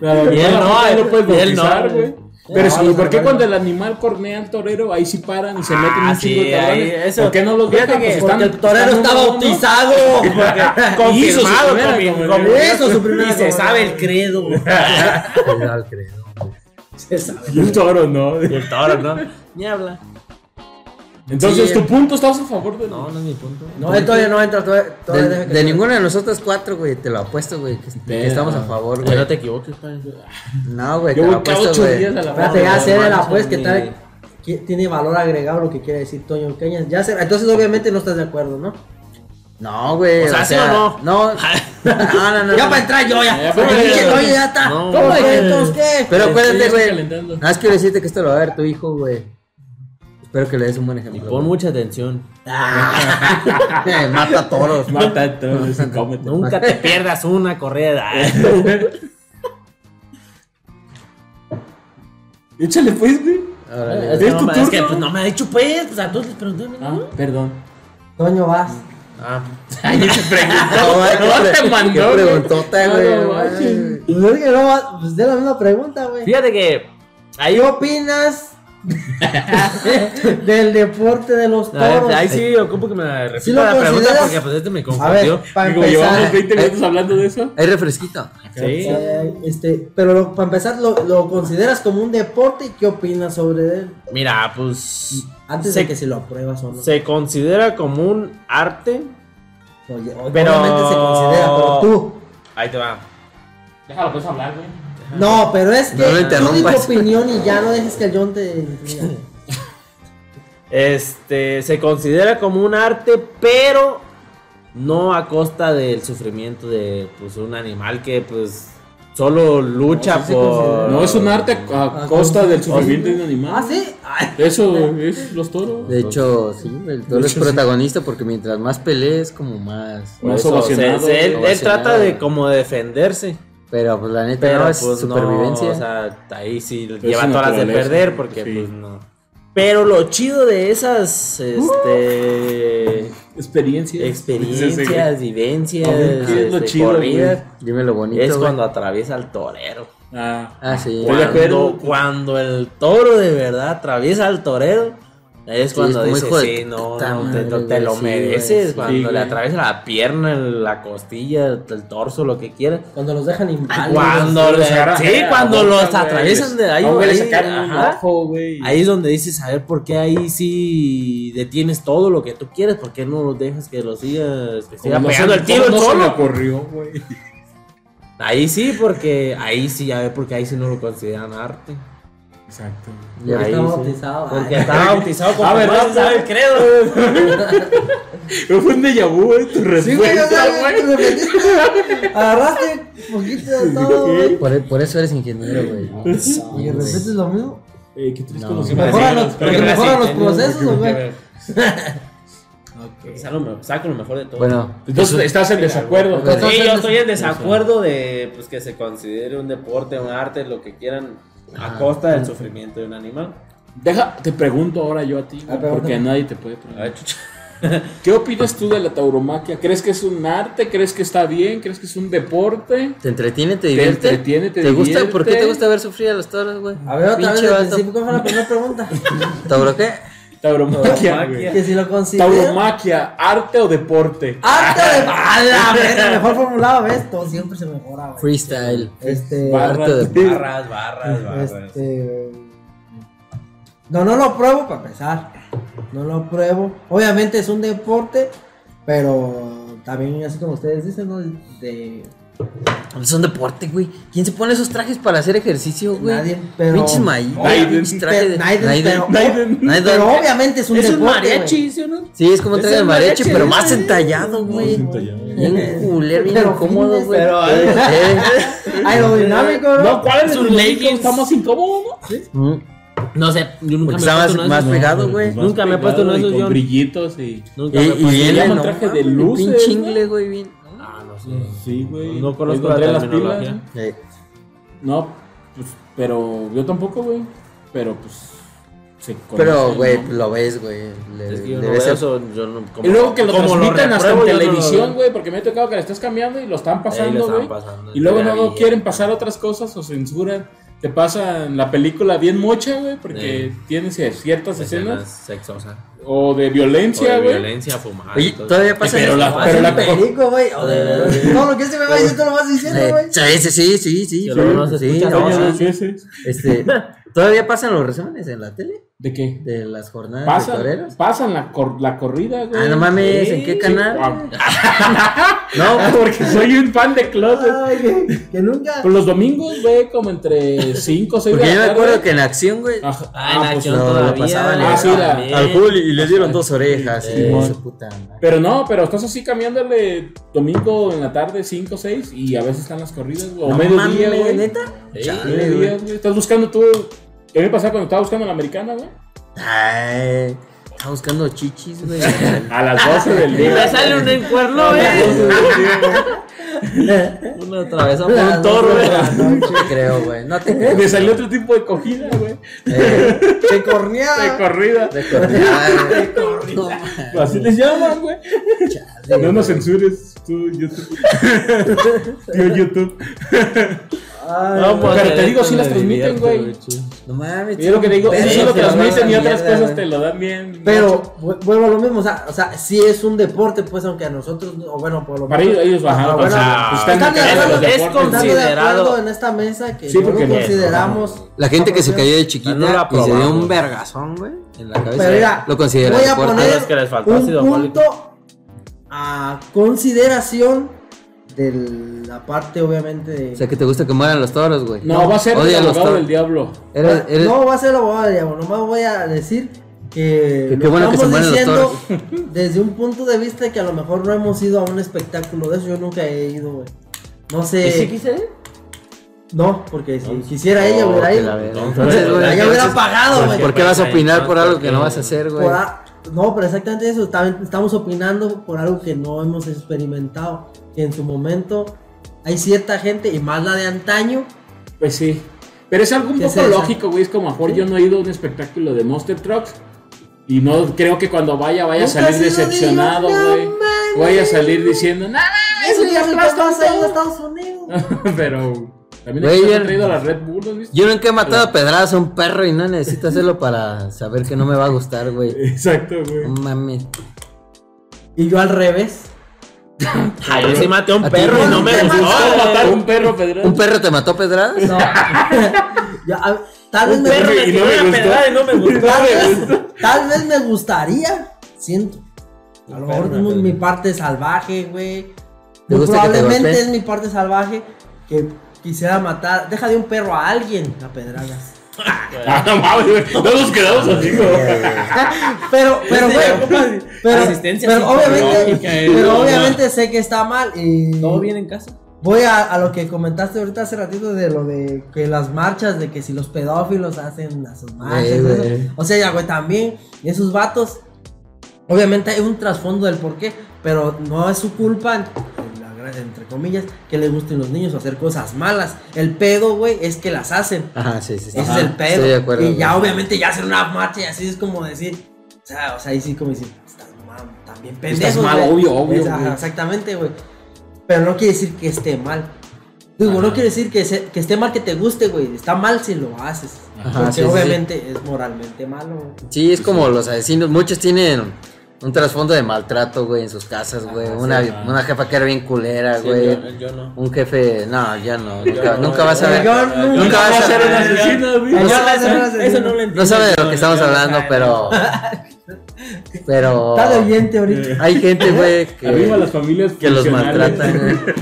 Speaker 2: Claro,
Speaker 3: Y él
Speaker 2: no,
Speaker 3: no,
Speaker 2: no lo puedes
Speaker 3: y él no,
Speaker 2: bautizar,
Speaker 3: güey.
Speaker 2: güey. Pero
Speaker 1: No,
Speaker 2: sí,
Speaker 1: los
Speaker 2: ¿por qué
Speaker 1: animales
Speaker 2: cuando el animal cornea al torero, ahí sí paran y se meten
Speaker 3: Ah,
Speaker 2: un chingo
Speaker 3: sí,
Speaker 2: de
Speaker 3: ahí,
Speaker 2: talones?
Speaker 3: eso.
Speaker 2: ¿Por qué no los
Speaker 3: Fíjate
Speaker 2: dejan?
Speaker 3: que-
Speaker 2: Pues
Speaker 1: Porque el torero
Speaker 2: están
Speaker 1: está
Speaker 2: uno a uno.
Speaker 1: bautizado.
Speaker 3: Confirmado,
Speaker 2: Hizo su primera
Speaker 3: comi-
Speaker 2: comunión.
Speaker 3: comi-
Speaker 1: Eso, su primera
Speaker 3: Y se
Speaker 1: comunión.
Speaker 3: sabe el credo.
Speaker 4: Cuidado al credo, "Ah, güey.
Speaker 1: Se sabe.
Speaker 2: Y el toro, ¿no?
Speaker 3: Y el toro, ¿no? Ni habla.
Speaker 2: Entonces,
Speaker 4: Sí,
Speaker 2: ¿tu
Speaker 4: eh.
Speaker 2: punto estás a favor de
Speaker 3: No, no es mi punto.
Speaker 1: No, él todavía no entra. Todavía, todavía
Speaker 4: De,
Speaker 1: deja que
Speaker 4: de
Speaker 1: entre.
Speaker 4: ninguno de nosotros cuatro, güey, te lo apuesto, güey, que, que
Speaker 2: Verga.
Speaker 4: estamos a favor,
Speaker 3: Que
Speaker 4: güey.
Speaker 3: no te equivoques, pa.
Speaker 4: No, güey, te
Speaker 2: Yo
Speaker 4: lo
Speaker 2: voy cada
Speaker 4: apuesto,
Speaker 2: ocho
Speaker 4: güey.
Speaker 2: días a la
Speaker 1: Espérate,
Speaker 2: verga.
Speaker 1: ya
Speaker 3: No,
Speaker 1: sé
Speaker 3: no
Speaker 1: de la
Speaker 3: manches,
Speaker 1: pues que
Speaker 3: ni-
Speaker 1: tal. que Tiene valor agregado lo que quiere decir Toño Cañas. Ya sé, entonces obviamente no estás de acuerdo, ¿no?
Speaker 4: No, güey.
Speaker 3: O sea, ¿sí o no?
Speaker 4: No, no, no. no,
Speaker 1: ya
Speaker 4: no.
Speaker 1: para entrar yo ya.
Speaker 2: Ya, pero-
Speaker 1: Pinche Toño ya está.
Speaker 3: No, pues.
Speaker 1: ¿Cómo
Speaker 3: güey.
Speaker 1: que entonces qué?
Speaker 4: Pero acuérdate,
Speaker 2: Estoy
Speaker 4: güey.
Speaker 2: calentando.
Speaker 4: Nada más quiero decirte que esto lo va a ver tu hijo, güey. Espero que le des un buen
Speaker 3: Y
Speaker 4: ejemplo.
Speaker 3: pon mucha atención.
Speaker 4: Eh, Mata toros.
Speaker 2: Mata a todos, cómete.
Speaker 3: Nunca te pierdas una corrida.
Speaker 2: Échale pues, güey.
Speaker 4: Órale,
Speaker 2: Es
Speaker 4: güey.
Speaker 2: tu
Speaker 3: no, es que
Speaker 2: turno.
Speaker 3: pues, no me ha dicho pues. Pues entonces les pregunté a mí,
Speaker 2: Ah,
Speaker 3: ¿no?
Speaker 2: perdón.
Speaker 1: Toño vas.
Speaker 3: Ah.
Speaker 2: Ay, se
Speaker 4: No,
Speaker 2: preguntó.
Speaker 4: güey, qué
Speaker 2: No,
Speaker 4: pre-
Speaker 2: te mandó,
Speaker 4: Qué
Speaker 2: güey.
Speaker 4: preguntota,
Speaker 2: No,
Speaker 4: güey.
Speaker 2: no
Speaker 4: güey.
Speaker 2: manches.
Speaker 1: Pues es que no vas. Pues de la misma pregunta, güey.
Speaker 3: Fíjate que ahí
Speaker 1: ¿Qué opinas del deporte de los
Speaker 3: A ver,
Speaker 1: toros?
Speaker 3: ahí sí ocupo que me repita
Speaker 1: lo
Speaker 3: la pregunta
Speaker 1: consideras?
Speaker 3: porque pues este me
Speaker 1: A ver,
Speaker 3: confundió.
Speaker 1: para
Speaker 2: Digo, llevamos
Speaker 1: empezar.
Speaker 2: 20
Speaker 3: Eh.
Speaker 2: minutos hablando de eso.
Speaker 4: Hay refresquito.
Speaker 3: Sí.
Speaker 1: eh, este, pero lo- para empezar, lo, lo consideras como un deporte y qué opinas sobre él?
Speaker 3: Mira, pues
Speaker 1: Antes
Speaker 3: Se-
Speaker 1: de que si lo apruebas o no.
Speaker 3: se considera como un arte.
Speaker 1: Oye, o-
Speaker 3: Pero-
Speaker 1: Obviamente se considera, pero tú.
Speaker 3: Ahí te va.
Speaker 2: Déjalo, puedes hablar, güey.
Speaker 1: No, pero es que
Speaker 4: No lo
Speaker 1: tú di tu
Speaker 4: interrumpas.
Speaker 1: opinión y ya no dejes que el John te. influya.
Speaker 3: Este, se considera como un arte, pero no a costa del sufrimiento de pues un animal que pues solo lucha
Speaker 1: No, sí se
Speaker 3: por
Speaker 1: considera.
Speaker 2: No, es un arte
Speaker 3: Ah,
Speaker 2: a, a costa del sufrimiento de un animal.
Speaker 1: ah, sí. Ay,
Speaker 2: Eso es los toros.
Speaker 4: De hecho, sí, el toro
Speaker 2: De
Speaker 4: es
Speaker 2: hecho, sí.
Speaker 4: protagonista porque mientras más pelees, como más.
Speaker 3: Por
Speaker 2: Más
Speaker 3: eso, o sea,
Speaker 2: ovacionado,
Speaker 3: se- él, él
Speaker 4: ovacionado.
Speaker 3: trata de como defenderse,
Speaker 4: Pero pues la neta
Speaker 3: pero
Speaker 4: no, es
Speaker 3: pues no,
Speaker 4: supervivencia.
Speaker 3: o sea, ahí sí
Speaker 2: su
Speaker 3: lleva todas las de
Speaker 2: naturaleza,
Speaker 3: perder porque
Speaker 2: sí.
Speaker 3: pues no. Pero lo chido de esas este
Speaker 2: Experiencias. Sí, sí, güey.
Speaker 3: experiencias, vivencias,
Speaker 2: A ver, ¿qué es lo
Speaker 3: este,
Speaker 2: chido, güey?
Speaker 3: corridas,
Speaker 4: Dime lo bonito.
Speaker 3: es
Speaker 4: güey.
Speaker 3: cuando atraviesa al torero.
Speaker 2: Ah,
Speaker 4: Ah, sí.
Speaker 2: Estoy de
Speaker 3: Cuando,
Speaker 2: acuerdo.
Speaker 3: cuando el toro de verdad atraviesa al torero, es
Speaker 4: Sí,
Speaker 3: cuando
Speaker 4: es como
Speaker 3: dice,
Speaker 4: hijo de
Speaker 3: sí,
Speaker 4: tu
Speaker 3: no,
Speaker 4: puta
Speaker 3: no, te,
Speaker 4: madre,
Speaker 3: no te lo
Speaker 4: güey, sí,
Speaker 3: mereces.
Speaker 4: güey, sí,
Speaker 3: cuando le
Speaker 2: güey.
Speaker 3: atraviesa la pierna, la costilla, el torso, lo que quieras.
Speaker 1: Cuando los dejan inválidos.
Speaker 3: cuando le,
Speaker 2: los agarra-
Speaker 3: sí,
Speaker 2: la
Speaker 3: cuando
Speaker 2: boca,
Speaker 3: los
Speaker 2: güey,
Speaker 3: atraviesan
Speaker 2: les-
Speaker 3: de ahí,
Speaker 2: a un güey le
Speaker 3: ahí,
Speaker 2: sacaron un
Speaker 3: ajá.
Speaker 2: ojo, güey.
Speaker 3: Ahí es donde dices, a ver, ¿por qué ahí sí detienes todo lo que tú quieres? ¿Por qué no los dejas que lo sigas, que siga
Speaker 2: Como no
Speaker 3: pegando
Speaker 2: se-
Speaker 3: el tiro
Speaker 2: como
Speaker 3: el
Speaker 2: no se me
Speaker 3: solo?
Speaker 2: ocurrió, güey.
Speaker 3: Ahí sí, porque ahí sí, a ver, porque ahí sí no lo consideran arte.
Speaker 2: Exacto.
Speaker 4: Ya
Speaker 1: Porque
Speaker 3: Ahí
Speaker 1: está
Speaker 3: sí.
Speaker 1: bautizado.
Speaker 3: Porque
Speaker 1: ay.
Speaker 3: está bautizado como
Speaker 2: Ah, ¿verdad?
Speaker 3: más sabe el credo.
Speaker 2: Fue un déjà vu, güey, tu
Speaker 1: Sí, güey, o
Speaker 2: respuesta,
Speaker 1: sea,
Speaker 2: güey.
Speaker 1: de repente Agarraste un poquito de todo, güey.
Speaker 4: Por, e, por eso eres ingeniero, güey.
Speaker 1: Y de repente es lo mismo.
Speaker 2: Eh, qué triste
Speaker 4: No.
Speaker 2: los
Speaker 4: Mejora
Speaker 1: Mejoran
Speaker 2: brasileños.
Speaker 1: los, porque
Speaker 2: Pero
Speaker 1: mejoran los
Speaker 2: brasileños,
Speaker 1: procesos, güey.
Speaker 3: Saco lo- saco lo mejor de todo.
Speaker 4: Bueno,
Speaker 2: Entonces estás en desacuerdo.
Speaker 1: Pero
Speaker 3: Sí,
Speaker 1: entonces-
Speaker 3: yo estoy en desacuerdo de pues, que se considere un deporte, un arte, lo que quieran, a
Speaker 4: Ah.
Speaker 3: costa del sufrimiento de un animal.
Speaker 2: Deja, te pregunto ahora yo a ti,
Speaker 1: Ah,
Speaker 2: güey, porque
Speaker 1: pregúntame.
Speaker 2: a nadie te puede
Speaker 3: Ay,
Speaker 2: preguntar.
Speaker 3: chucha.
Speaker 2: ¿Qué opinas tú de la tauromaquia? ¿Crees que es un arte? ¿Crees que está bien? ¿Crees que es un deporte?
Speaker 4: ¿te entretiene, te divierte?
Speaker 2: entretiene, te
Speaker 4: gusta? ¿Por qué te
Speaker 2: divierte?
Speaker 4: gusta ver sufrir a los toros, güey?
Speaker 1: A ver, otra vez,
Speaker 4: Pinche
Speaker 1: desde el
Speaker 4: vato.
Speaker 1: principio, ¿cuál fue la primera pregunta?
Speaker 4: ¿Tauro qué?
Speaker 2: Tauromaquia.
Speaker 3: Tauromaquia. ¿eh?
Speaker 2: güey.
Speaker 1: que si lo considero.
Speaker 2: Tauromaquia, arte o deporte.
Speaker 1: ¡Arte de bala! verga, Mejor formulado, ¿ves? Todo siempre se mejora, güey.
Speaker 4: Freestyle.
Speaker 1: Este.
Speaker 3: Ah,
Speaker 2: Barra.
Speaker 4: Arte de-
Speaker 3: Barras, barras, barras.
Speaker 1: Este. No, no lo pruebo para empezar. No lo pruebo. Obviamente es un deporte, pero también así como ustedes dicen, ¿no? De
Speaker 4: Es un deporte, güey. ¿Quién se pone esos trajes para hacer ejercicio, güey?
Speaker 1: nadie, pero.
Speaker 4: Pinches maíz. güey,
Speaker 2: Naiden.
Speaker 4: pinche traje de-
Speaker 1: Naiden, pero-
Speaker 2: Naiden.
Speaker 4: Naiden.
Speaker 1: Pero obviamente es un
Speaker 3: Es un
Speaker 1: deporte. güey.
Speaker 3: mariachi, ¿sí o no?
Speaker 4: Sí, es como
Speaker 2: Es
Speaker 4: traje de
Speaker 2: el
Speaker 4: mareche,
Speaker 2: mariachi,
Speaker 4: pero
Speaker 2: ¿no?
Speaker 4: más entallado, güey. Bien
Speaker 1: eh.
Speaker 4: culero, bien
Speaker 1: Pero
Speaker 4: incómodo,
Speaker 1: fines,
Speaker 4: güey.
Speaker 1: pero- Aerodinámico, ¿no?
Speaker 2: No, ¿cuál es
Speaker 3: Sus
Speaker 2: el
Speaker 3: leggings.
Speaker 2: Estamos incómodos, ¿no?
Speaker 4: Mm,
Speaker 3: No sé, yo
Speaker 4: Porque
Speaker 3: nunca me he
Speaker 4: está más,
Speaker 3: puesto uno de
Speaker 4: más
Speaker 3: esos.
Speaker 4: pegado, güey.
Speaker 3: Nunca me he puesto uno de esos,
Speaker 2: y
Speaker 3: John.
Speaker 2: Con brillitos y.
Speaker 3: Nunca me
Speaker 4: Y,
Speaker 3: he puesto uno pues,
Speaker 4: y
Speaker 3: de
Speaker 4: viene
Speaker 3: esos.
Speaker 2: llaman traje de luces,
Speaker 4: Pinche
Speaker 2: ¿no?
Speaker 4: ingle, güey, bien.
Speaker 3: Ah, no sé.
Speaker 2: Sí, güey.
Speaker 3: No conozco
Speaker 2: Encontré
Speaker 3: la
Speaker 2: las pilas,
Speaker 3: terminología.
Speaker 2: ¿no?
Speaker 4: Eh,
Speaker 2: No, pues, pero yo tampoco, güey. Pero pues. se
Speaker 4: Pero,
Speaker 2: conocen,
Speaker 4: güey,
Speaker 2: ¿no?
Speaker 4: lo ves, güey. Le,
Speaker 3: Es que yo
Speaker 4: le
Speaker 3: no
Speaker 4: ves
Speaker 3: veo
Speaker 4: el-
Speaker 3: eso, yo no- como-
Speaker 2: pues, Y luego que lo
Speaker 3: como
Speaker 2: transmitan hasta en
Speaker 3: repruebo, yo no lo
Speaker 2: televisión,
Speaker 3: veo.
Speaker 2: güey, porque me ha tocado que la estás cambiando y lo están
Speaker 3: Ahí lo
Speaker 2: pasando,
Speaker 3: estaban
Speaker 2: güey.
Speaker 3: pasando,
Speaker 2: Y luego no,
Speaker 3: ahí.
Speaker 2: quieren pasar otras cosas o censuran. Te pasan la película bien mocha, güey, porque
Speaker 3: Sí.
Speaker 2: tienes ciertas escenas.
Speaker 3: sexosas.
Speaker 2: o de
Speaker 3: O de
Speaker 2: violencia, güey.
Speaker 3: violencia, fumar.
Speaker 4: Oye,
Speaker 3: todo.
Speaker 4: todavía pasa
Speaker 2: Pero
Speaker 4: eso?
Speaker 2: la-
Speaker 1: Vas
Speaker 2: pero
Speaker 1: en
Speaker 2: la-
Speaker 1: perico, güey. o de- Todo lo que se me va diciendo, tú lo vas diciendo,
Speaker 4: Eh,
Speaker 1: güey.
Speaker 4: Sí, sí, sí, sí, sí.
Speaker 3: Que luego no se
Speaker 4: sí,
Speaker 3: escucha,
Speaker 4: no,
Speaker 2: Oye,
Speaker 4: sí.
Speaker 2: ¿de qué se-
Speaker 4: Este, ¿Todavía pasan los resúmenes en la tele?
Speaker 2: ¿De qué?
Speaker 4: De las jornadas de
Speaker 2: Pasan,
Speaker 4: toreros.
Speaker 2: pasan la, cor- la corrida, güey.
Speaker 4: Ah, no mames,
Speaker 2: Sí,
Speaker 4: ¿en qué
Speaker 2: sí.
Speaker 4: canal?
Speaker 2: Ah,
Speaker 4: No,
Speaker 2: porque soy un fan de Closet.
Speaker 1: Ay, que- Que nunca.
Speaker 2: Pues los domingos, güey, como entre 5 o 6
Speaker 4: porque yo me acuerdo que en acción, güey. eh,
Speaker 2: Ajá.
Speaker 3: Ah, en
Speaker 2: pues,
Speaker 3: acción
Speaker 4: no, lo
Speaker 3: todavía.
Speaker 4: pasaban
Speaker 2: en- Ah, sí, la-
Speaker 3: también.
Speaker 4: Al Juli y le dieron dos orejas.
Speaker 2: Sí,
Speaker 4: y
Speaker 2: mon.
Speaker 4: su puta madre.
Speaker 2: Pero no, pero estás así cambiándole domingo en la tarde 5 o 6 y a veces están las corridas, güey. O
Speaker 4: No
Speaker 2: mediodía,
Speaker 4: mames,
Speaker 2: güey.
Speaker 4: ¿Neta?
Speaker 3: Sí,
Speaker 4: Chale, güey.
Speaker 2: Mediodía, güey. Estás buscando tú. ¿Qué me pasaba cuando estaba buscando la americana, güey?
Speaker 4: Ay, estaba buscando chichis, güey.
Speaker 2: A las 12 del
Speaker 3: Y
Speaker 2: día.
Speaker 3: me sale un encuerno, eh. Una atravesada por
Speaker 4: Las
Speaker 3: un
Speaker 4: dos
Speaker 3: toro,
Speaker 4: de
Speaker 3: eh.
Speaker 4: la noche, creo, güey. No te creo.
Speaker 2: Me salió otro tipo de cogida, güey.
Speaker 4: Eh,
Speaker 1: Te
Speaker 2: De
Speaker 1: corneaba.
Speaker 2: corrida.
Speaker 4: recordar, güey. No,
Speaker 2: Así les llaman, güey.
Speaker 4: güey.
Speaker 2: No nos censures, tú, YouTube. Tío, YouTube.
Speaker 1: Ay,
Speaker 3: No, pues,
Speaker 2: Pero te
Speaker 3: esto
Speaker 2: digo, sí
Speaker 3: me
Speaker 2: las transmiten,
Speaker 3: divierte,
Speaker 2: güey.
Speaker 4: No mames.
Speaker 2: Yo lo que te digo, eso sí
Speaker 4: Pero
Speaker 2: lo
Speaker 4: te
Speaker 2: transmiten y
Speaker 4: mandan
Speaker 2: otras
Speaker 4: mierda,
Speaker 2: cosas te
Speaker 4: güey.
Speaker 2: lo dan bien.
Speaker 1: Pero vu- vuelvo a lo mismo, o sea, o sea, sí es un deporte, pues, aunque a nosotros, no- o bueno, por lo
Speaker 2: Para ellos, ellos bajan.
Speaker 1: Ah,
Speaker 2: o
Speaker 1: bueno,
Speaker 2: sea,
Speaker 3: pues,
Speaker 2: están
Speaker 1: están de
Speaker 2: en
Speaker 1: acuerdo,
Speaker 2: los
Speaker 1: es
Speaker 2: deportes.
Speaker 3: con-
Speaker 1: Estamos de acuerdo
Speaker 3: Considerado-
Speaker 1: en esta mesa que
Speaker 2: Sí,
Speaker 1: no
Speaker 2: porque
Speaker 1: lo
Speaker 2: no,
Speaker 1: consideramos.
Speaker 4: La gente que se cayó de chiquita
Speaker 3: No la
Speaker 4: y se dio
Speaker 3: aprobamos.
Speaker 4: un vergazón, güey, en la cabeza.
Speaker 1: Pero mira,
Speaker 4: lo considera
Speaker 1: voy a
Speaker 4: deporte.
Speaker 1: poner-
Speaker 3: A los que les faltó
Speaker 1: un
Speaker 3: ácido fólico.
Speaker 1: punto a consideración de la parte, obviamente, de.
Speaker 4: O sea, que te gusta que mueran los toros, güey.
Speaker 2: No, va a ser el
Speaker 4: Odia a los
Speaker 2: abogado del
Speaker 4: toros.
Speaker 2: diablo.
Speaker 4: Eres- eres-
Speaker 1: Ah, No va a ser el abogado del diablo, nomás voy a decir que.
Speaker 4: Que qué
Speaker 1: lo
Speaker 4: bueno que se
Speaker 1: estamos
Speaker 4: mueren los
Speaker 1: diciendo Desde un punto de vista que a lo mejor no hemos ido a un espectáculo de eso, yo nunca he ido, güey. No sé. No, porque si quisiera ella
Speaker 3: Oh,
Speaker 1: hubiera
Speaker 3: que
Speaker 1: ido.
Speaker 3: la verga.
Speaker 4: Entonces, güey,
Speaker 1: Ella hubiera pagado, güey.
Speaker 4: ¿Por qué vas a
Speaker 3: Entonces,
Speaker 4: opinar por algo
Speaker 3: ¿por
Speaker 4: que
Speaker 3: qué?
Speaker 4: no vas a hacer, güey?
Speaker 1: Por a- no, pero exactamente eso. tam- Estamos opinando por algo que no hemos experimentado. Que en su momento hay cierta gente, y más la de antaño,
Speaker 2: Pues sí. Pero es algo un
Speaker 1: ¿Qué es
Speaker 2: poco
Speaker 1: eso?
Speaker 2: lógico, güey. Es como, a lo mejor yo no he ido a un espectáculo de Monster Trucks. Y no creo que cuando vaya, vaya a
Speaker 1: Nunca
Speaker 2: salir
Speaker 1: has ido,
Speaker 2: decepcionado,
Speaker 1: digo, no
Speaker 2: güey.
Speaker 1: mames.
Speaker 2: Vaya a salir diciendo, nada,
Speaker 1: eso ya se
Speaker 2: aplastan
Speaker 1: pasa en
Speaker 2: todo".
Speaker 1: Estados Unidos.
Speaker 2: Pero también
Speaker 4: Güey,
Speaker 2: aquí se
Speaker 4: yo-
Speaker 2: han traído a las Red Bull, ¿no?
Speaker 4: Yo nunca he matado a pedradas a un perro y no necesito hacerlo para saber que no me va a gustar, güey.
Speaker 2: Exacto, güey.
Speaker 4: No mames.
Speaker 1: Y yo al revés.
Speaker 3: Ay, yo sí maté a un
Speaker 4: A ti,
Speaker 3: perro y
Speaker 4: güey,
Speaker 3: no me
Speaker 1: te
Speaker 3: gustó.
Speaker 2: ¿Cómo
Speaker 3: güey.
Speaker 2: matar a Ah, un perro, Pedro?
Speaker 4: ¿Un perro te mató a pedradas?
Speaker 1: No. Yo, a- tal, vez
Speaker 3: Un perro
Speaker 1: me,
Speaker 3: me
Speaker 2: Y no
Speaker 3: tiró
Speaker 2: me
Speaker 3: una
Speaker 2: gustó.
Speaker 3: pedrada y no me gustó.
Speaker 1: tal, vez, tal vez me gustaría. Siento. A lo mejor
Speaker 3: perro,
Speaker 1: es
Speaker 3: güey.
Speaker 1: mi parte salvaje, güey.
Speaker 4: ¿Te
Speaker 1: Muy
Speaker 4: gusta que te
Speaker 1: Probablemente
Speaker 4: golpeen?
Speaker 1: es mi parte salvaje que quisiera matar. Deja de un perro a alguien a pedradas.
Speaker 2: Ah, no mames, güey. No nos quedamos así, güey.
Speaker 1: Pero, pero,
Speaker 3: Sí,
Speaker 1: güey,
Speaker 3: ocupa
Speaker 1: pero,
Speaker 3: asistencia
Speaker 1: pero obviamente,
Speaker 3: psicológica, eh,
Speaker 1: pero
Speaker 3: no,
Speaker 1: obviamente sé que está mal y
Speaker 3: Todo bien en casa.
Speaker 1: voy a, a lo que comentaste ahorita hace ratito de lo de que las marchas, de que si los pedófilos hacen a sus marchas,
Speaker 4: Güey,
Speaker 1: eso.
Speaker 4: güey.
Speaker 1: o sea, ya, güey, también esos vatos, obviamente hay un trasfondo del por qué, pero no es su culpa, en- en la gran- entre comillas, que les gusten los niños o hacer cosas malas, el pedo, güey, es que las hacen.
Speaker 4: Ajá, sí, sí, sí.
Speaker 1: Ese
Speaker 4: Ajá,
Speaker 1: es el pedo.
Speaker 4: Estoy de acuerdo.
Speaker 1: y ya
Speaker 4: güey.
Speaker 1: obviamente ya hacer una marcha y así es como decir, o sea, o sea, ahí sí como decir, estás mal, también pendejo.
Speaker 2: Estás mal, obvio, obvio, güey.
Speaker 1: exactamente, güey. Pero no quiere decir que esté mal. Digo, no quiere decir que, se- que esté mal que te guste, güey. Está mal si lo haces.
Speaker 4: Ajá,
Speaker 1: porque
Speaker 4: sí, sí, sí.
Speaker 1: obviamente es moralmente malo, güey.
Speaker 4: Sí, es como los asesinos. Muchos tienen un trasfondo de maltrato, güey, en sus casas, güey.
Speaker 1: Ah,
Speaker 4: Una,
Speaker 2: ajá.
Speaker 4: una jefa que era bien culera,
Speaker 3: Sí,
Speaker 4: güey.
Speaker 3: yo- yo no.
Speaker 4: Un jefe, no, ya no. Nunca,
Speaker 3: no,
Speaker 4: nunca vas a
Speaker 1: yo-
Speaker 4: ver.
Speaker 1: yo
Speaker 4: nunca
Speaker 1: nunca
Speaker 4: vas a
Speaker 2: ser un
Speaker 4: ver.
Speaker 2: asesino, güey.
Speaker 1: Yo
Speaker 3: Yo
Speaker 1: no sé, no
Speaker 3: eso,
Speaker 1: sé.
Speaker 3: eso no lo entiendo.
Speaker 4: No sabe de lo que estamos
Speaker 3: yo no
Speaker 4: hablando,
Speaker 3: sé.
Speaker 4: pero. Pero.
Speaker 1: Está de oyente ahorita.
Speaker 4: Hay gente, güey, que,
Speaker 2: Arriba las familias
Speaker 4: que los
Speaker 2: funcionales.
Speaker 4: maltratan, güey.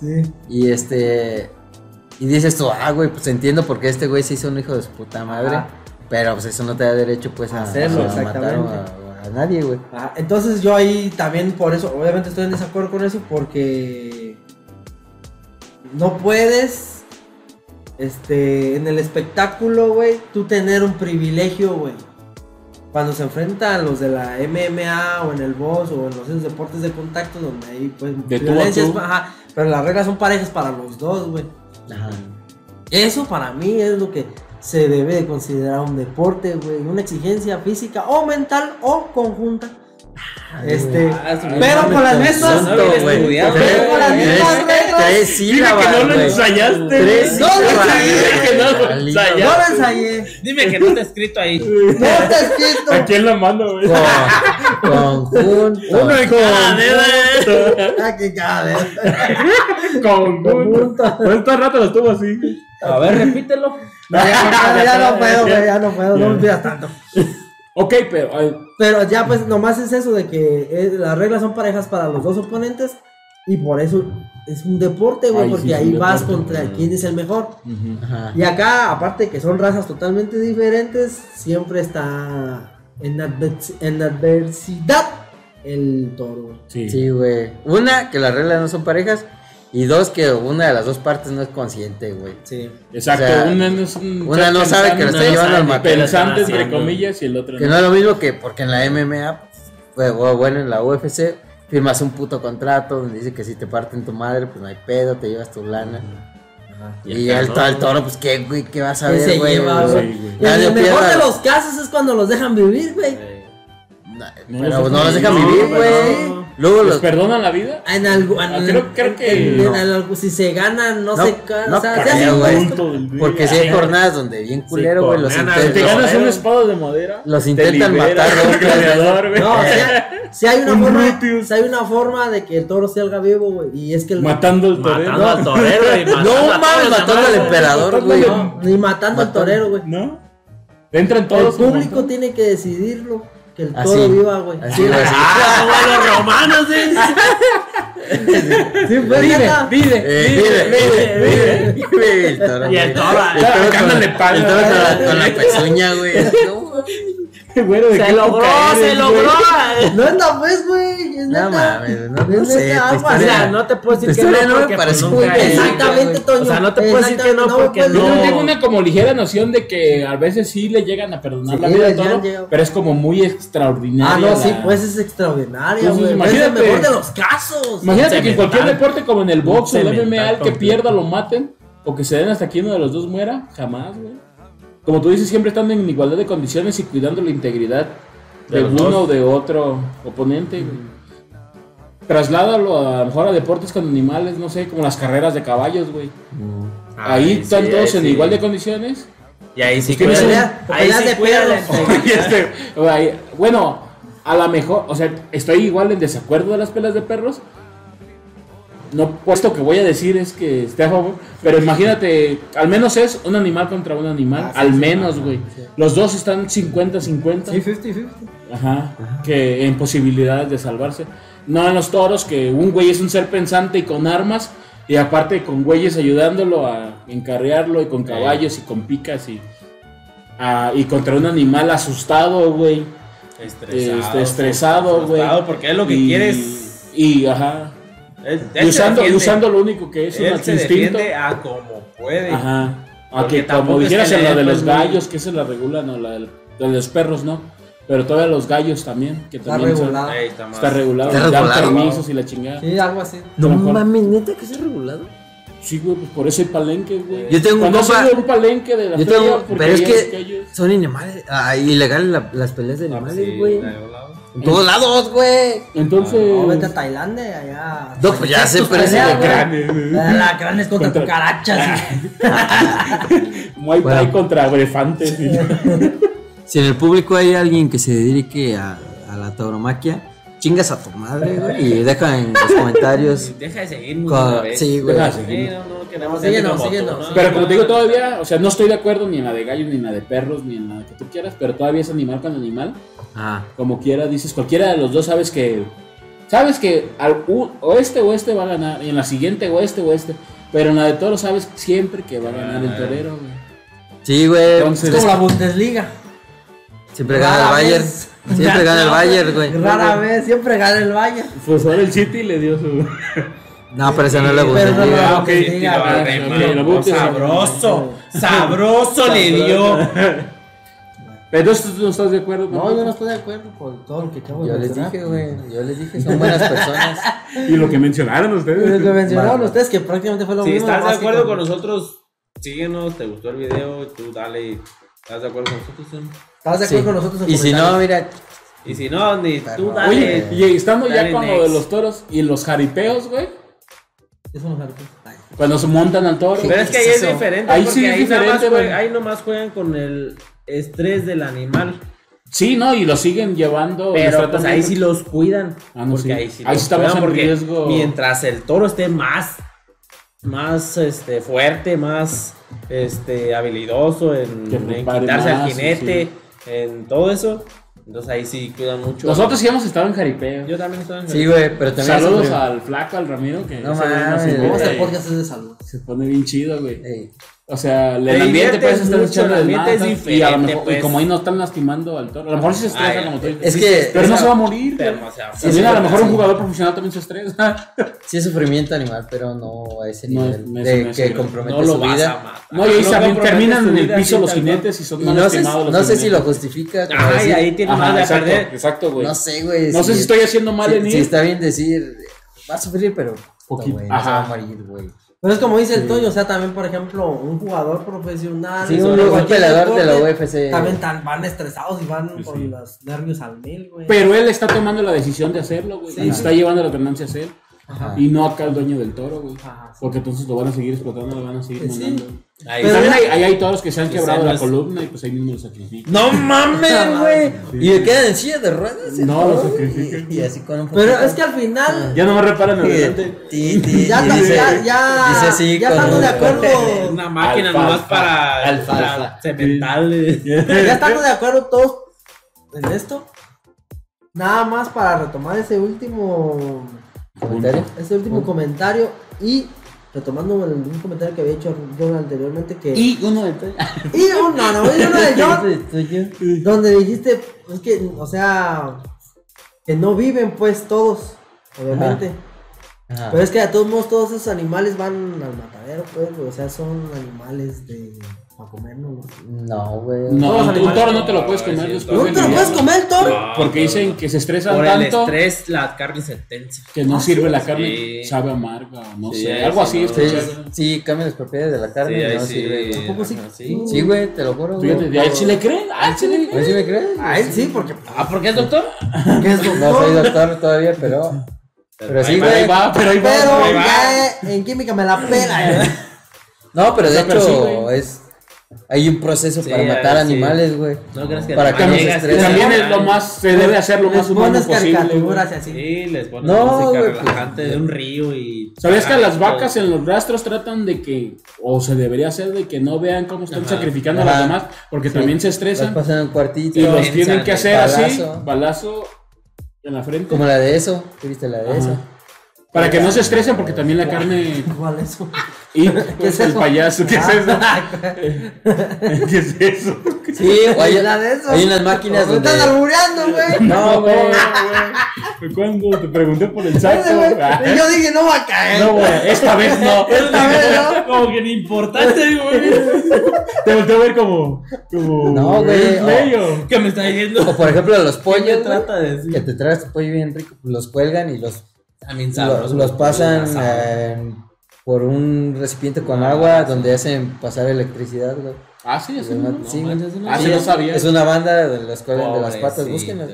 Speaker 1: Sí.
Speaker 4: Y este. Y dices tú, ah, güey, pues entiendo por qué este güey se hizo un hijo de su puta madre.
Speaker 1: Ajá.
Speaker 4: Pero pues eso no te da derecho, pues, a,
Speaker 1: Hacerlo,
Speaker 4: a matar o a- a nadie, güey.
Speaker 1: Ah, entonces yo ahí también por eso, obviamente estoy en desacuerdo con eso porque no puedes, este, en el espectáculo, güey, tú tener un privilegio, güey. Cuando se enfrentan los de la MMA o en el box o en los esos deportes de contacto donde hay pues
Speaker 2: De tú a
Speaker 1: violencias,
Speaker 2: tú.
Speaker 1: ajá, pero las reglas son parejas para los dos, güey.
Speaker 4: Ajá.
Speaker 1: Eso para mí es lo que se debe de considerar un deporte, güey. Una exigencia física o mental o conjunta. Este,
Speaker 5: Ah, es un-
Speaker 1: pero con las mismas.
Speaker 5: Son bien estudiado,
Speaker 1: Pero con las
Speaker 5: güey.
Speaker 1: mismas
Speaker 4: Tres-
Speaker 1: reglas.
Speaker 4: Tres
Speaker 2: Dime
Speaker 4: sílabas,
Speaker 2: que no lo
Speaker 4: güey.
Speaker 2: ensayaste.
Speaker 4: Tres
Speaker 1: No,
Speaker 4: sílabas.
Speaker 1: güey,
Speaker 2: dime que no lo
Speaker 4: Dale.
Speaker 2: ensayaste.
Speaker 1: No lo ensayé.
Speaker 5: Dime que no está escrito ahí.
Speaker 1: No está escrito.
Speaker 2: Aquí en la mano, güey.
Speaker 4: Con- Conjunto.
Speaker 1: Ah, qué cabeza.
Speaker 2: Con Por Todo el rato lo estuvo así.
Speaker 3: A ver, repítelo.
Speaker 1: No, ya, ya, ya no puedo, güey, ya no puedo, no me pidas tanto.
Speaker 2: Ok, pero. ay,
Speaker 1: Pero ya pues nomás es eso de que eh, las reglas son parejas para los dos oponentes y por eso es un deporte, güey,
Speaker 2: Ay, sí,
Speaker 1: porque
Speaker 2: es
Speaker 1: ahí
Speaker 2: un
Speaker 1: vas
Speaker 2: deporte,
Speaker 1: contra
Speaker 2: güey.
Speaker 1: quién es el mejor.
Speaker 4: Ajá.
Speaker 1: Y acá, aparte que son razas totalmente diferentes, siempre está en, adver- en adversidad el toro. güey.
Speaker 2: Sí.
Speaker 4: Sí, güey. Una, que las reglas no son parejas. Y dos, que una de las dos partes no es consciente, güey.
Speaker 1: Sí.
Speaker 2: Exacto.
Speaker 4: O sea,
Speaker 2: una no, es un-
Speaker 4: una no sabe que lo
Speaker 2: pensando-
Speaker 4: está llevando al matar.
Speaker 2: Pensante,
Speaker 3: Están
Speaker 2: entre
Speaker 3: haciendo.
Speaker 2: comillas, y el otro
Speaker 4: Que no es lo mismo que porque en la MMA, pues, o bueno, en la UFC, firmas un puto contrato donde dice que si te parten tu madre, pues no hay pedo, te llevas tu lana. Y
Speaker 3: acá
Speaker 4: el,
Speaker 3: no,
Speaker 4: to- el toro, pues qué, güey, qué vas a
Speaker 1: ¿Qué se
Speaker 4: ver, güey.
Speaker 1: lleva,
Speaker 4: O sea,
Speaker 1: güey?
Speaker 2: Sí, güey.
Speaker 1: Y en
Speaker 4: Nadie
Speaker 1: el mejor
Speaker 4: pierda.
Speaker 1: de los casos es cuando los dejan vivir, güey.
Speaker 4: no,
Speaker 2: No
Speaker 4: pero
Speaker 2: los
Speaker 4: no los
Speaker 2: dejan
Speaker 4: dejan
Speaker 2: vivir,
Speaker 4: vivir,
Speaker 1: no,
Speaker 4: güey.
Speaker 1: no.
Speaker 4: Luego
Speaker 2: ¿Les
Speaker 4: los.
Speaker 2: perdona la vida?
Speaker 1: En algo, en-
Speaker 2: Ah, creo- creo que
Speaker 1: en- en
Speaker 2: no.
Speaker 1: algo- si se ganan, no,
Speaker 4: No,
Speaker 1: se cansan.
Speaker 4: no
Speaker 1: o sea,
Speaker 4: creo,
Speaker 1: se hacen
Speaker 4: güey.
Speaker 1: esto.
Speaker 4: Porque si hay jornadas donde bien culero, güey, los,
Speaker 3: cornean a-
Speaker 4: inten-
Speaker 2: Te
Speaker 3: Te
Speaker 2: ganas
Speaker 3: ganas
Speaker 2: un
Speaker 3: un
Speaker 2: espada de madera.
Speaker 4: los intentan matar dos, tres
Speaker 1: No, si
Speaker 4: Eh.
Speaker 1: hay, si hay una
Speaker 2: Un
Speaker 1: forma,
Speaker 2: Ruteus.
Speaker 1: si hay una forma de que el toro salga vivo, güey, y es que el
Speaker 2: Matando al torero.
Speaker 3: Matando al torero y matando a
Speaker 4: No
Speaker 3: todos
Speaker 4: mames,
Speaker 3: los
Speaker 4: matando
Speaker 3: demás,
Speaker 4: al
Speaker 3: güey.
Speaker 4: emperador, güey.
Speaker 1: No, ni matando al
Speaker 4: Matando.
Speaker 1: torero, güey.
Speaker 2: ¿No? Entran
Speaker 1: El
Speaker 2: todos. como-
Speaker 1: público tiene que decidirlo, que el
Speaker 4: Así.
Speaker 1: toro viva, güey.
Speaker 4: Ah, Así, güey, así.
Speaker 3: Ah, como los romanos, ¿eh?
Speaker 1: Sí, pues, neta.
Speaker 4: Eh, Vive, vive, vive, vive el toro.
Speaker 3: Y el
Speaker 4: güey.
Speaker 3: toro,
Speaker 4: El toro con-
Speaker 2: Sacándole palo.
Speaker 4: el toro con la- con la pezuña, güey. No,
Speaker 2: Güero, ¿de
Speaker 3: Se
Speaker 2: qué
Speaker 3: logró,
Speaker 2: época
Speaker 3: se
Speaker 2: eres,
Speaker 3: logró.
Speaker 1: No es la vez, güey. Es neta.
Speaker 4: No mames, no- no
Speaker 1: Es
Speaker 4: sé,
Speaker 1: neta,
Speaker 4: tu
Speaker 1: aguas.
Speaker 4: historia-
Speaker 3: O sea, no te puedo
Speaker 4: Pues
Speaker 3: decir que
Speaker 4: historia no
Speaker 3: no,
Speaker 4: me
Speaker 3: porque pues
Speaker 4: parece
Speaker 3: nunca
Speaker 4: muy
Speaker 3: he-
Speaker 1: Exactamente, Toño.
Speaker 3: O sea, no te puedo decir que no,
Speaker 1: Exactamente, pues,
Speaker 3: porque
Speaker 1: güey.
Speaker 2: Yo
Speaker 3: No.
Speaker 2: tengo una como ligera noción de que a veces sí le llegan a perdonar
Speaker 1: Sí,
Speaker 2: la vida al
Speaker 1: ya
Speaker 2: toro,
Speaker 1: han llegado.
Speaker 2: pero es como muy extraordinaria.
Speaker 1: Ah, no,
Speaker 2: la-
Speaker 1: sí, pues es
Speaker 4: Pues
Speaker 1: extraordinaria,
Speaker 2: Entonces,
Speaker 1: güey. Pues Es el
Speaker 2: imagínate.
Speaker 1: mejor de los casos.
Speaker 2: Imagínate
Speaker 3: Un
Speaker 2: que en cualquier
Speaker 3: cemental.
Speaker 2: deporte, como en el box o el
Speaker 3: Un
Speaker 2: MMA,
Speaker 3: cemental
Speaker 2: al que
Speaker 3: completo.
Speaker 2: pierda lo maten o que se den hasta que uno de los dos muera, jamás, güey. Como tú dices, siempre estando en igualdad de condiciones y cuidando la integridad
Speaker 3: De
Speaker 2: de,
Speaker 3: los
Speaker 2: uno
Speaker 3: dos.
Speaker 2: o de otro oponente, güey. Trasládalo a, lo mejor a deportes con animales, no sé, como las carreras de caballos, güey. ahí
Speaker 3: sí,
Speaker 2: están todos
Speaker 3: ahí
Speaker 2: en
Speaker 3: sí.
Speaker 2: igual de condiciones.
Speaker 3: Y ahí sí
Speaker 2: Pues,
Speaker 3: cuidan-
Speaker 1: pelea-
Speaker 3: Ahí
Speaker 1: pelea
Speaker 3: sí
Speaker 1: de
Speaker 3: cuidan la
Speaker 1: perros.
Speaker 3: integridad.
Speaker 2: Y este, güey, bueno, a lo mejor, o sea, estoy igual en desacuerdo de las pelas de perros. No, puesto que voy a decir es que esté a favor, pero imagínate, al menos es un animal contra un animal, al menos, güey. Los dos están 50-50.
Speaker 1: Sí, 50-50.
Speaker 2: Ajá, que en posibilidades de salvarse. No en los toros, que un güey es un ser pensante y con armas, y aparte con güeyes ayudándolo a encarrearlo, y con caballos, y con picas, y, ah, y contra un animal asustado, güey.
Speaker 5: Estresado.
Speaker 2: Este, estresado, güey.
Speaker 5: frustrado, Porque es lo que
Speaker 2: Y-
Speaker 5: quieres.
Speaker 2: Y, ajá. Y usando, y usando lo único que es un
Speaker 5: Él se
Speaker 2: instinto.
Speaker 5: defiende a como puede.
Speaker 2: Ajá. A
Speaker 5: Porque
Speaker 2: que como
Speaker 5: tampoco es
Speaker 2: dijeras
Speaker 5: que
Speaker 2: en
Speaker 5: le
Speaker 2: la de
Speaker 5: den,
Speaker 2: los
Speaker 5: pues, muy-
Speaker 2: gallos, que se la regulan, o la del- la de los perros, no. Pero todavía los gallos también, que
Speaker 1: Está
Speaker 2: también son-
Speaker 1: regulada.
Speaker 5: Ahí está más.
Speaker 2: Está regulado,
Speaker 4: Está
Speaker 2: dan
Speaker 4: regulado.
Speaker 2: permisos y la chingada.
Speaker 1: Sí, algo así.
Speaker 4: No
Speaker 2: A lo mejor-
Speaker 4: mames, neta que es regulado.
Speaker 2: Sí, güey, pues por eso hay palenques, güey.
Speaker 4: Yo tengo un
Speaker 2: Cuando
Speaker 4: compa-
Speaker 2: ha sido un palenque de la
Speaker 4: Yo
Speaker 2: feria,
Speaker 4: tengo,
Speaker 2: porque
Speaker 4: pero es
Speaker 2: hay unos
Speaker 4: que
Speaker 2: gallos.
Speaker 4: son animales, ah, ilegales la- las peleas de
Speaker 5: Ah, pues
Speaker 4: animales,
Speaker 5: sí,
Speaker 4: güey.
Speaker 5: está regulado.
Speaker 4: en todos lados, güey.
Speaker 2: Entonces.
Speaker 4: Ah,
Speaker 1: O vete a Tailandia, allá.
Speaker 4: No, pues ya se parece
Speaker 1: pelea,
Speaker 4: de Ah,
Speaker 1: güey.
Speaker 2: cráneo, güey.
Speaker 1: La gran es contra cucarachas.
Speaker 2: Muay Thai
Speaker 4: Bueno.
Speaker 2: contra elefantes. y-
Speaker 4: Si en el público hay alguien que se dedique a, a la tauromaquia, chingas a tu madre, güey. Y deja en los
Speaker 1: Pues,
Speaker 4: comentarios.
Speaker 5: Deja de seguirnos.
Speaker 4: Con-
Speaker 5: una vez.
Speaker 4: sí, güey.
Speaker 2: Deja de
Speaker 5: Sí,
Speaker 2: seguirnos.
Speaker 5: no, no, queremos
Speaker 1: síguenos,
Speaker 5: ser como tú,
Speaker 1: síguenos.
Speaker 5: ¿no?
Speaker 2: Pero como te digo, todavía, o sea, no estoy de acuerdo ni en la de gallos, ni en la de perros, ni en la que tú quieras, pero todavía es animal con animal.
Speaker 4: Ah,
Speaker 2: Como quiera, dices, cualquiera de los dos sabes que. Sabes que al u- o este o este va a ganar, y en la siguiente o este o este. Pero en la de toro sabes siempre que va a ganar el torero, güey.
Speaker 4: sí, güey.
Speaker 2: Entonces-
Speaker 1: Es como la Bundesliga.
Speaker 4: Siempre gana el
Speaker 1: Rara
Speaker 4: Bayern.
Speaker 1: vez. pues,
Speaker 4: Siempre gana el Bayern, güey.
Speaker 1: Rara vez, siempre gana el Bayern.
Speaker 2: Pues ahora el City le dio su.
Speaker 4: No, pero esa no es la
Speaker 1: Pero
Speaker 4: Bundesliga.
Speaker 1: no,
Speaker 5: Ah,
Speaker 1: no,
Speaker 5: ok.
Speaker 1: que
Speaker 5: Y lo
Speaker 1: diga,
Speaker 5: arremató.
Speaker 2: ok, lo botes.
Speaker 5: Sabroso. Sabroso le dio.
Speaker 2: Pero tú no estás de acuerdo.
Speaker 1: No, yo no estoy de acuerdo con todo lo que acabo de
Speaker 4: Yo les
Speaker 1: mencionar.
Speaker 4: dije, güey. Yo les dije, son buenas personas.
Speaker 2: Y lo que mencionaron
Speaker 1: Lo que
Speaker 2: ustedes.
Speaker 1: mencionaron
Speaker 4: Vale.
Speaker 1: ustedes que prácticamente fue lo
Speaker 5: Si
Speaker 1: mismo.
Speaker 5: estás
Speaker 1: nomás
Speaker 5: de
Speaker 1: que
Speaker 5: acuerdo con nosotros, síguenos. ¿Te gustó el video? Tú dale. ¿Estás de acuerdo con nosotros? ¿eh? Sam?
Speaker 1: ¿Estás de
Speaker 4: Sí.
Speaker 1: acuerdo con nosotros? en
Speaker 4: Y si no,
Speaker 1: comentarios?
Speaker 4: mira,
Speaker 3: Y si no, ni
Speaker 4: Pero-
Speaker 3: tú dale.
Speaker 2: Oye, y estando ya
Speaker 3: Dale,
Speaker 2: con lo
Speaker 3: next.
Speaker 2: de los toros y los jaripeos, güey.
Speaker 1: Es un jaripeo.
Speaker 2: Cuando se montan al toro.
Speaker 3: Pero es que ahí
Speaker 4: ¿Qué
Speaker 3: es
Speaker 4: es eso?
Speaker 3: diferente.
Speaker 2: Ahí
Speaker 3: porque
Speaker 2: sí es
Speaker 3: nada más
Speaker 2: diferente,
Speaker 3: juegan-
Speaker 2: güey.
Speaker 3: ahí nomás juegan con el estrés del animal.
Speaker 2: Sí, no, y lo siguen llevando. los
Speaker 3: Pero
Speaker 2: tratan
Speaker 3: pues
Speaker 2: bien.
Speaker 3: ahí sí los cuidan.
Speaker 2: Ah, no,
Speaker 3: porque
Speaker 2: sí.
Speaker 3: ahí sí,
Speaker 2: Ahí
Speaker 3: los
Speaker 2: sí estamos
Speaker 3: cuidan
Speaker 2: en
Speaker 3: porque
Speaker 2: riesgo.
Speaker 3: Mientras el toro esté más, más este, fuerte, más este, habilidoso en,
Speaker 2: Que
Speaker 3: en
Speaker 2: prepare
Speaker 3: quitarse al
Speaker 2: más,
Speaker 3: jinete,
Speaker 2: sí.
Speaker 3: en todo eso. Entonces ahí sí cuidan mucho.
Speaker 2: Nosotros sí hemos estado en jaripeo.
Speaker 3: Yo también estoy en
Speaker 4: Sí, güey, pero también.
Speaker 2: Saludos
Speaker 4: se-
Speaker 2: al flaco, al Ramiro, que
Speaker 4: No
Speaker 2: ese güey
Speaker 4: mames,
Speaker 2: hace
Speaker 4: güey.
Speaker 1: Vamos
Speaker 2: nada,
Speaker 1: a
Speaker 4: Ey.
Speaker 1: este podcast es de salud.
Speaker 2: Se pone bien chido, güey.
Speaker 4: Ey,
Speaker 2: O sea, el
Speaker 3: Te
Speaker 2: ambiente
Speaker 3: diviertes
Speaker 2: pues estar
Speaker 3: mucho,
Speaker 2: echando
Speaker 3: el
Speaker 2: de
Speaker 3: ambiente es
Speaker 2: y, a lo
Speaker 3: diferente,
Speaker 2: mejor- y
Speaker 3: pues.
Speaker 2: como ahí no están lastimando al toro. A lo mejor sí se estresa
Speaker 3: Ay,
Speaker 2: como tú dices.
Speaker 4: es
Speaker 2: Sí,
Speaker 4: que-
Speaker 2: Pero no
Speaker 4: esa-
Speaker 2: se va a morir. güey.
Speaker 3: o sea,
Speaker 4: Sí,
Speaker 2: También
Speaker 4: es
Speaker 2: a lo mejor un
Speaker 4: sí.
Speaker 2: jugador profesional también se estresa.
Speaker 4: Sí, es sufrimiento animal, pero no a ese
Speaker 2: No,
Speaker 4: nivel
Speaker 2: no es-
Speaker 4: de
Speaker 2: no es
Speaker 4: que
Speaker 2: nivel.
Speaker 4: compromete
Speaker 3: no lo
Speaker 4: su
Speaker 3: vas a
Speaker 4: vida.
Speaker 3: matar.
Speaker 2: No, y ahí
Speaker 3: No
Speaker 2: también
Speaker 3: comprometes
Speaker 2: terminan
Speaker 3: tu
Speaker 2: en el
Speaker 3: vida
Speaker 2: piso
Speaker 3: así,
Speaker 2: los
Speaker 3: tal cual.
Speaker 2: jinetes y son
Speaker 4: Y
Speaker 2: mal
Speaker 4: no sé,
Speaker 2: lastimados los
Speaker 4: no sé si
Speaker 2: jinetes.
Speaker 4: lo justifica. como
Speaker 3: Ajá, y
Speaker 4: decir,
Speaker 3: ahí tiene
Speaker 2: Ajá,
Speaker 3: más de
Speaker 2: exacto,
Speaker 3: perder.
Speaker 2: exacto, güey.
Speaker 4: No sé, güey.
Speaker 2: Pues, No sé si estoy haciendo mal
Speaker 4: si-
Speaker 2: en
Speaker 4: si
Speaker 2: ir.
Speaker 4: está bien decir, va a sufrir, pero.
Speaker 2: Poquito.
Speaker 4: Poquito. Güey, no se va
Speaker 2: Ajá.
Speaker 4: a morir, güey.
Speaker 1: Pero es como dice el Toño, o sea, también, por ejemplo, un jugador profesional.
Speaker 4: Sí,
Speaker 1: o
Speaker 4: un-
Speaker 1: de
Speaker 4: un
Speaker 1: cualquier
Speaker 4: peleador de la
Speaker 1: deporte,
Speaker 4: UFC.
Speaker 1: También tan- van estresados y van
Speaker 2: Sí, sí.
Speaker 1: con los nervios al mil, güey.
Speaker 4: Pues,
Speaker 2: Pero él está tomando la decisión de hacerlo, güey.
Speaker 1: Sí,
Speaker 2: y
Speaker 1: sí.
Speaker 2: está llevando las ganancias él.
Speaker 4: Ajá.
Speaker 2: Y no acá el dueño del toro, güey.
Speaker 1: Ajá, sí.
Speaker 2: Porque entonces lo van a seguir explotando, lo van a seguir
Speaker 4: Pues
Speaker 1: Sí.
Speaker 2: mandando.
Speaker 3: Ahí
Speaker 2: Y
Speaker 1: Pero-
Speaker 3: está.
Speaker 2: también hay, ahí hay toros que se han
Speaker 3: Sí,
Speaker 2: quebrado
Speaker 3: sí,
Speaker 2: la
Speaker 3: no es-
Speaker 2: columna y pues ahí mismo lo sacrifican.
Speaker 4: No mames, güey. Y le quedan en silla de ruedas. el
Speaker 2: No, lo
Speaker 4: cabrón,
Speaker 2: sacrifican.
Speaker 4: Y, y así con un
Speaker 1: Pero es que al final.
Speaker 2: Ya no me reparan adelante.
Speaker 1: Ya, ta- ya, ya,
Speaker 4: Ah. dice así
Speaker 1: ya
Speaker 4: con-
Speaker 1: estamos de acuerdo.
Speaker 3: Una máquina
Speaker 2: Alfalfa.
Speaker 3: nomás para
Speaker 4: Alfalfa.
Speaker 3: para cementarle.
Speaker 1: ya estamos de acuerdo todos en esto. Nada más para retomar ese último
Speaker 4: ¿Comentario?
Speaker 1: ese este último comentario y retomando el- un comentario que había hecho John anteriormente que y,
Speaker 2: Y uno de
Speaker 1: un no, no, y uno de John
Speaker 4: Tuyo.
Speaker 1: donde dijiste es que o sea que no viven pues todos obviamente.
Speaker 4: Ajá.
Speaker 1: Pero es que de todos modos todos esos animales van al matadero, pues, o sea, son animales de para comernos. ¿no?
Speaker 4: No, güey.
Speaker 2: No,
Speaker 1: Todos
Speaker 2: un- un
Speaker 1: animales.
Speaker 2: toro no te lo puedes comer
Speaker 3: Ay, sí,
Speaker 2: después.
Speaker 1: No
Speaker 2: del
Speaker 1: te lo
Speaker 2: día,
Speaker 1: puedes
Speaker 2: güey.
Speaker 1: comer el toro.
Speaker 2: Porque dicen que se estresan
Speaker 3: por el
Speaker 2: tanto
Speaker 3: estrés la carne se tensa.
Speaker 2: que no sirve la carne,
Speaker 3: Sí.
Speaker 2: sabe amarga, no
Speaker 3: Sí,
Speaker 2: sé,
Speaker 3: ahí
Speaker 2: algo así.
Speaker 3: sí, no.
Speaker 4: Sí,
Speaker 2: escuché.
Speaker 4: sí, cambia las propiedades de la carne.
Speaker 3: Sí, ahí
Speaker 4: no
Speaker 3: sí.
Speaker 4: sirve, güey.
Speaker 1: Tampoco sí.
Speaker 3: Ajá, sí.
Speaker 4: Sí, güey, te lo juro. güey.
Speaker 2: Fíjate, a él sí le creen, a él sí le
Speaker 4: A ver
Speaker 2: creen.
Speaker 4: si me crees.
Speaker 1: A él sí, porque
Speaker 3: Ah, ¿por qué es doctor?
Speaker 1: porque es
Speaker 4: No soy
Speaker 1: doctor.
Speaker 4: doctor todavía, pero. Pero
Speaker 3: Ahí
Speaker 4: sí,
Speaker 3: va,
Speaker 2: Pero
Speaker 4: güey.
Speaker 2: ahí va, pero ahí va.
Speaker 1: Pero
Speaker 3: Ahí va.
Speaker 1: ya eh, en química me la pela. ¿eh?
Speaker 4: No, pero de
Speaker 2: sea, pero sí,
Speaker 4: hecho,
Speaker 2: güey.
Speaker 4: es. Hay un proceso
Speaker 3: Sí,
Speaker 4: para
Speaker 3: a ver,
Speaker 4: matar
Speaker 3: sí.
Speaker 4: animales, güey.
Speaker 3: No creas que
Speaker 4: Para
Speaker 3: te
Speaker 4: que no se
Speaker 3: llegas,
Speaker 4: estresen.
Speaker 3: te
Speaker 2: También
Speaker 3: ponen-
Speaker 2: es lo más, se debe hacer lo
Speaker 1: Les
Speaker 2: más humano
Speaker 1: pones
Speaker 2: posible. güey.
Speaker 1: caricaturas eh. y así.
Speaker 3: Sí, les ponen
Speaker 4: No,
Speaker 3: música
Speaker 4: güey,
Speaker 3: relajante
Speaker 4: pues,
Speaker 3: de un río y.
Speaker 2: ¿Sabías que a las
Speaker 3: Ah,
Speaker 2: vacas en los rastros tratan de que, o se debería hacer de que no vean cómo están
Speaker 3: Ajá.
Speaker 2: sacrificando a
Speaker 4: Ajá.
Speaker 2: las demás? Porque también se
Speaker 4: Las
Speaker 2: estresan
Speaker 4: pasan en un cuartito.
Speaker 2: y los
Speaker 3: piensan,
Speaker 2: tienen que
Speaker 3: el
Speaker 2: hacer así,
Speaker 4: balazo.
Speaker 2: balazo en la frente.
Speaker 4: Como la de eso. ¿Qué viste la de
Speaker 2: Ajá.
Speaker 4: eso?
Speaker 2: Para que no se estresen porque también la carne...
Speaker 1: Igual eso.
Speaker 2: Y pues, el payaso, ¿qué es eso?
Speaker 4: Ah.
Speaker 2: ¿Qué es eso?
Speaker 4: Sí, o hay,
Speaker 1: La de eso.
Speaker 4: hay unas máquinas
Speaker 1: Me
Speaker 4: donde.
Speaker 1: están albureando, güey.
Speaker 4: No, güey.
Speaker 2: güey. Cuando te pregunté por el saco,
Speaker 1: Ese güey. Y
Speaker 2: ah,
Speaker 1: yo dije, no va a caer.
Speaker 2: no, güey, esta vez no.
Speaker 1: Esta vez no.
Speaker 2: Como que ni importante, güey. Te volteo a ver como. como
Speaker 4: No, güey,
Speaker 2: ¿eres
Speaker 4: o-
Speaker 2: güey o-
Speaker 3: Que me está diciendo.
Speaker 4: O por ejemplo, los pollos.
Speaker 3: ¿Qué
Speaker 4: güey,
Speaker 3: trata de
Speaker 4: Que
Speaker 3: decir?
Speaker 4: te traes tu pollo bien rico. pues, Los cuelgan y los
Speaker 3: También
Speaker 4: Lo- los pasan eh, por un recipiente con agua donde hacen pasar electricidad, güey.
Speaker 2: Ah, sí, es una.
Speaker 4: Sí,
Speaker 3: no
Speaker 4: güey.
Speaker 3: manches, no
Speaker 4: Sí,
Speaker 2: manches. Ah, sí, no sabía.
Speaker 4: Es una banda de los cuelgan de las
Speaker 3: Pobrecito.
Speaker 4: patas, búsquenla.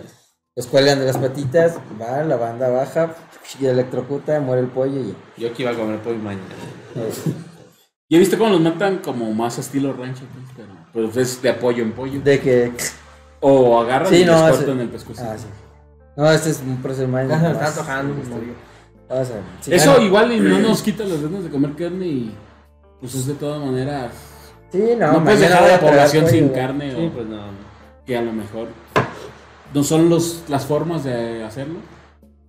Speaker 4: Los cuelgan de las patitas, va, la banda baja y electrocuta, muere el pollo y
Speaker 3: Yo que iba a comer pollo mañana.
Speaker 2: Y he visto cómo los matan como más estilo rancho, pues, pero. Pues es de apoyo en pollo.
Speaker 4: de que
Speaker 2: O agarran
Speaker 4: Sí,
Speaker 2: y les
Speaker 4: no,
Speaker 2: cortan
Speaker 4: sí.
Speaker 2: el pescuezo.
Speaker 4: ah, sí. No, este es un proceso más.
Speaker 1: Ya se me está
Speaker 4: más-
Speaker 1: antojando.
Speaker 4: o sea, sí,
Speaker 2: Eso
Speaker 4: bueno,
Speaker 2: igual y no nos quita las ganas de comer carne y. Pues es de todas maneras.
Speaker 4: sí, no,
Speaker 2: No, puedes dejar a la
Speaker 4: mañana voy a tragar
Speaker 2: población
Speaker 4: pollo,
Speaker 2: sin
Speaker 4: güey.
Speaker 2: carne
Speaker 3: Sí,
Speaker 2: o.
Speaker 3: pues no.
Speaker 2: que a lo mejor no son los, las formas de hacerlo,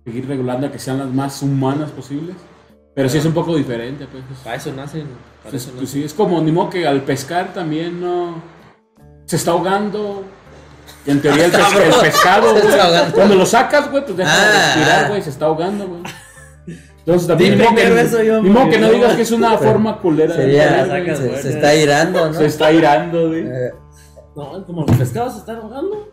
Speaker 2: seguir regulando a que sean las más humanas posibles, pero sí es un poco diferente, pues.
Speaker 3: Para eso nacen. Para
Speaker 2: Es,
Speaker 3: eso
Speaker 2: pues,
Speaker 3: nacen.
Speaker 2: sí, es como ni modo que al pescar también no se está ahogando. Y en teoría el, pes- el pescado,
Speaker 4: Se está
Speaker 2: güey,
Speaker 4: ahogando.
Speaker 2: cuando lo sacas, güey, pues deja de
Speaker 4: Ah,
Speaker 2: respirar,
Speaker 4: ah.
Speaker 2: güey, se está ahogando, güey. Entonces también
Speaker 3: Di
Speaker 2: ni modo que,
Speaker 3: primero eso, yo,
Speaker 2: ni modo
Speaker 3: porque
Speaker 2: que no
Speaker 3: no.
Speaker 2: digas que es una
Speaker 4: Pero
Speaker 2: forma culera de
Speaker 4: Sería,
Speaker 3: la
Speaker 2: comer,
Speaker 3: sacas,
Speaker 2: güey.
Speaker 4: se,
Speaker 3: güey.
Speaker 4: se está irando, ¿no?
Speaker 2: se está irando, güey.
Speaker 4: Eh,
Speaker 3: No, como los pescados se están ahogando.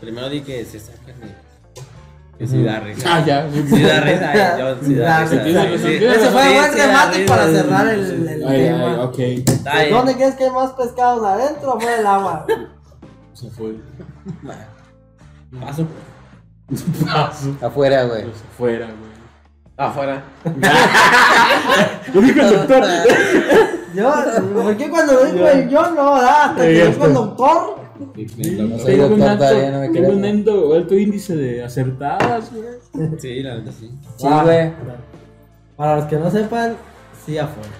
Speaker 3: Primero di que se sacan de- Que sí da risa.
Speaker 2: Ah, ya.
Speaker 3: Sí da risa, eh, yo- sí da
Speaker 1: Da
Speaker 3: risa.
Speaker 2: risa.
Speaker 3: Sí, sí.
Speaker 2: Ese
Speaker 1: fue
Speaker 3: Sí,
Speaker 1: buen
Speaker 3: sí da
Speaker 1: remate
Speaker 3: risa,
Speaker 1: para
Speaker 3: sí,
Speaker 1: cerrar
Speaker 3: sí,
Speaker 1: el-
Speaker 3: sí, sí.
Speaker 1: el-
Speaker 2: Ay, ay, ok.
Speaker 3: Está bien.
Speaker 1: ¿Dónde crees que hay más pescados adentro o fuera del agua?
Speaker 2: Se fue.
Speaker 5: Paso
Speaker 2: Paso.
Speaker 4: Afuera, güey.
Speaker 2: Pues afuera, güey.
Speaker 5: afuera.
Speaker 2: Único sector.
Speaker 1: Yo, ¿por qué cuando lo digo el yo no? da? Hasta que
Speaker 2: Ya
Speaker 1: es con
Speaker 2: está.
Speaker 1: doctor.
Speaker 4: No soy
Speaker 2: Tengo un
Speaker 4: doctor
Speaker 2: alto,
Speaker 4: todavía, no me
Speaker 2: tengo un
Speaker 4: creo.
Speaker 2: alto- alto índice de acertadas, güey.
Speaker 5: Sí, la neta sí.
Speaker 4: Sí, güey.
Speaker 1: Para los que no sepan, sí afuera.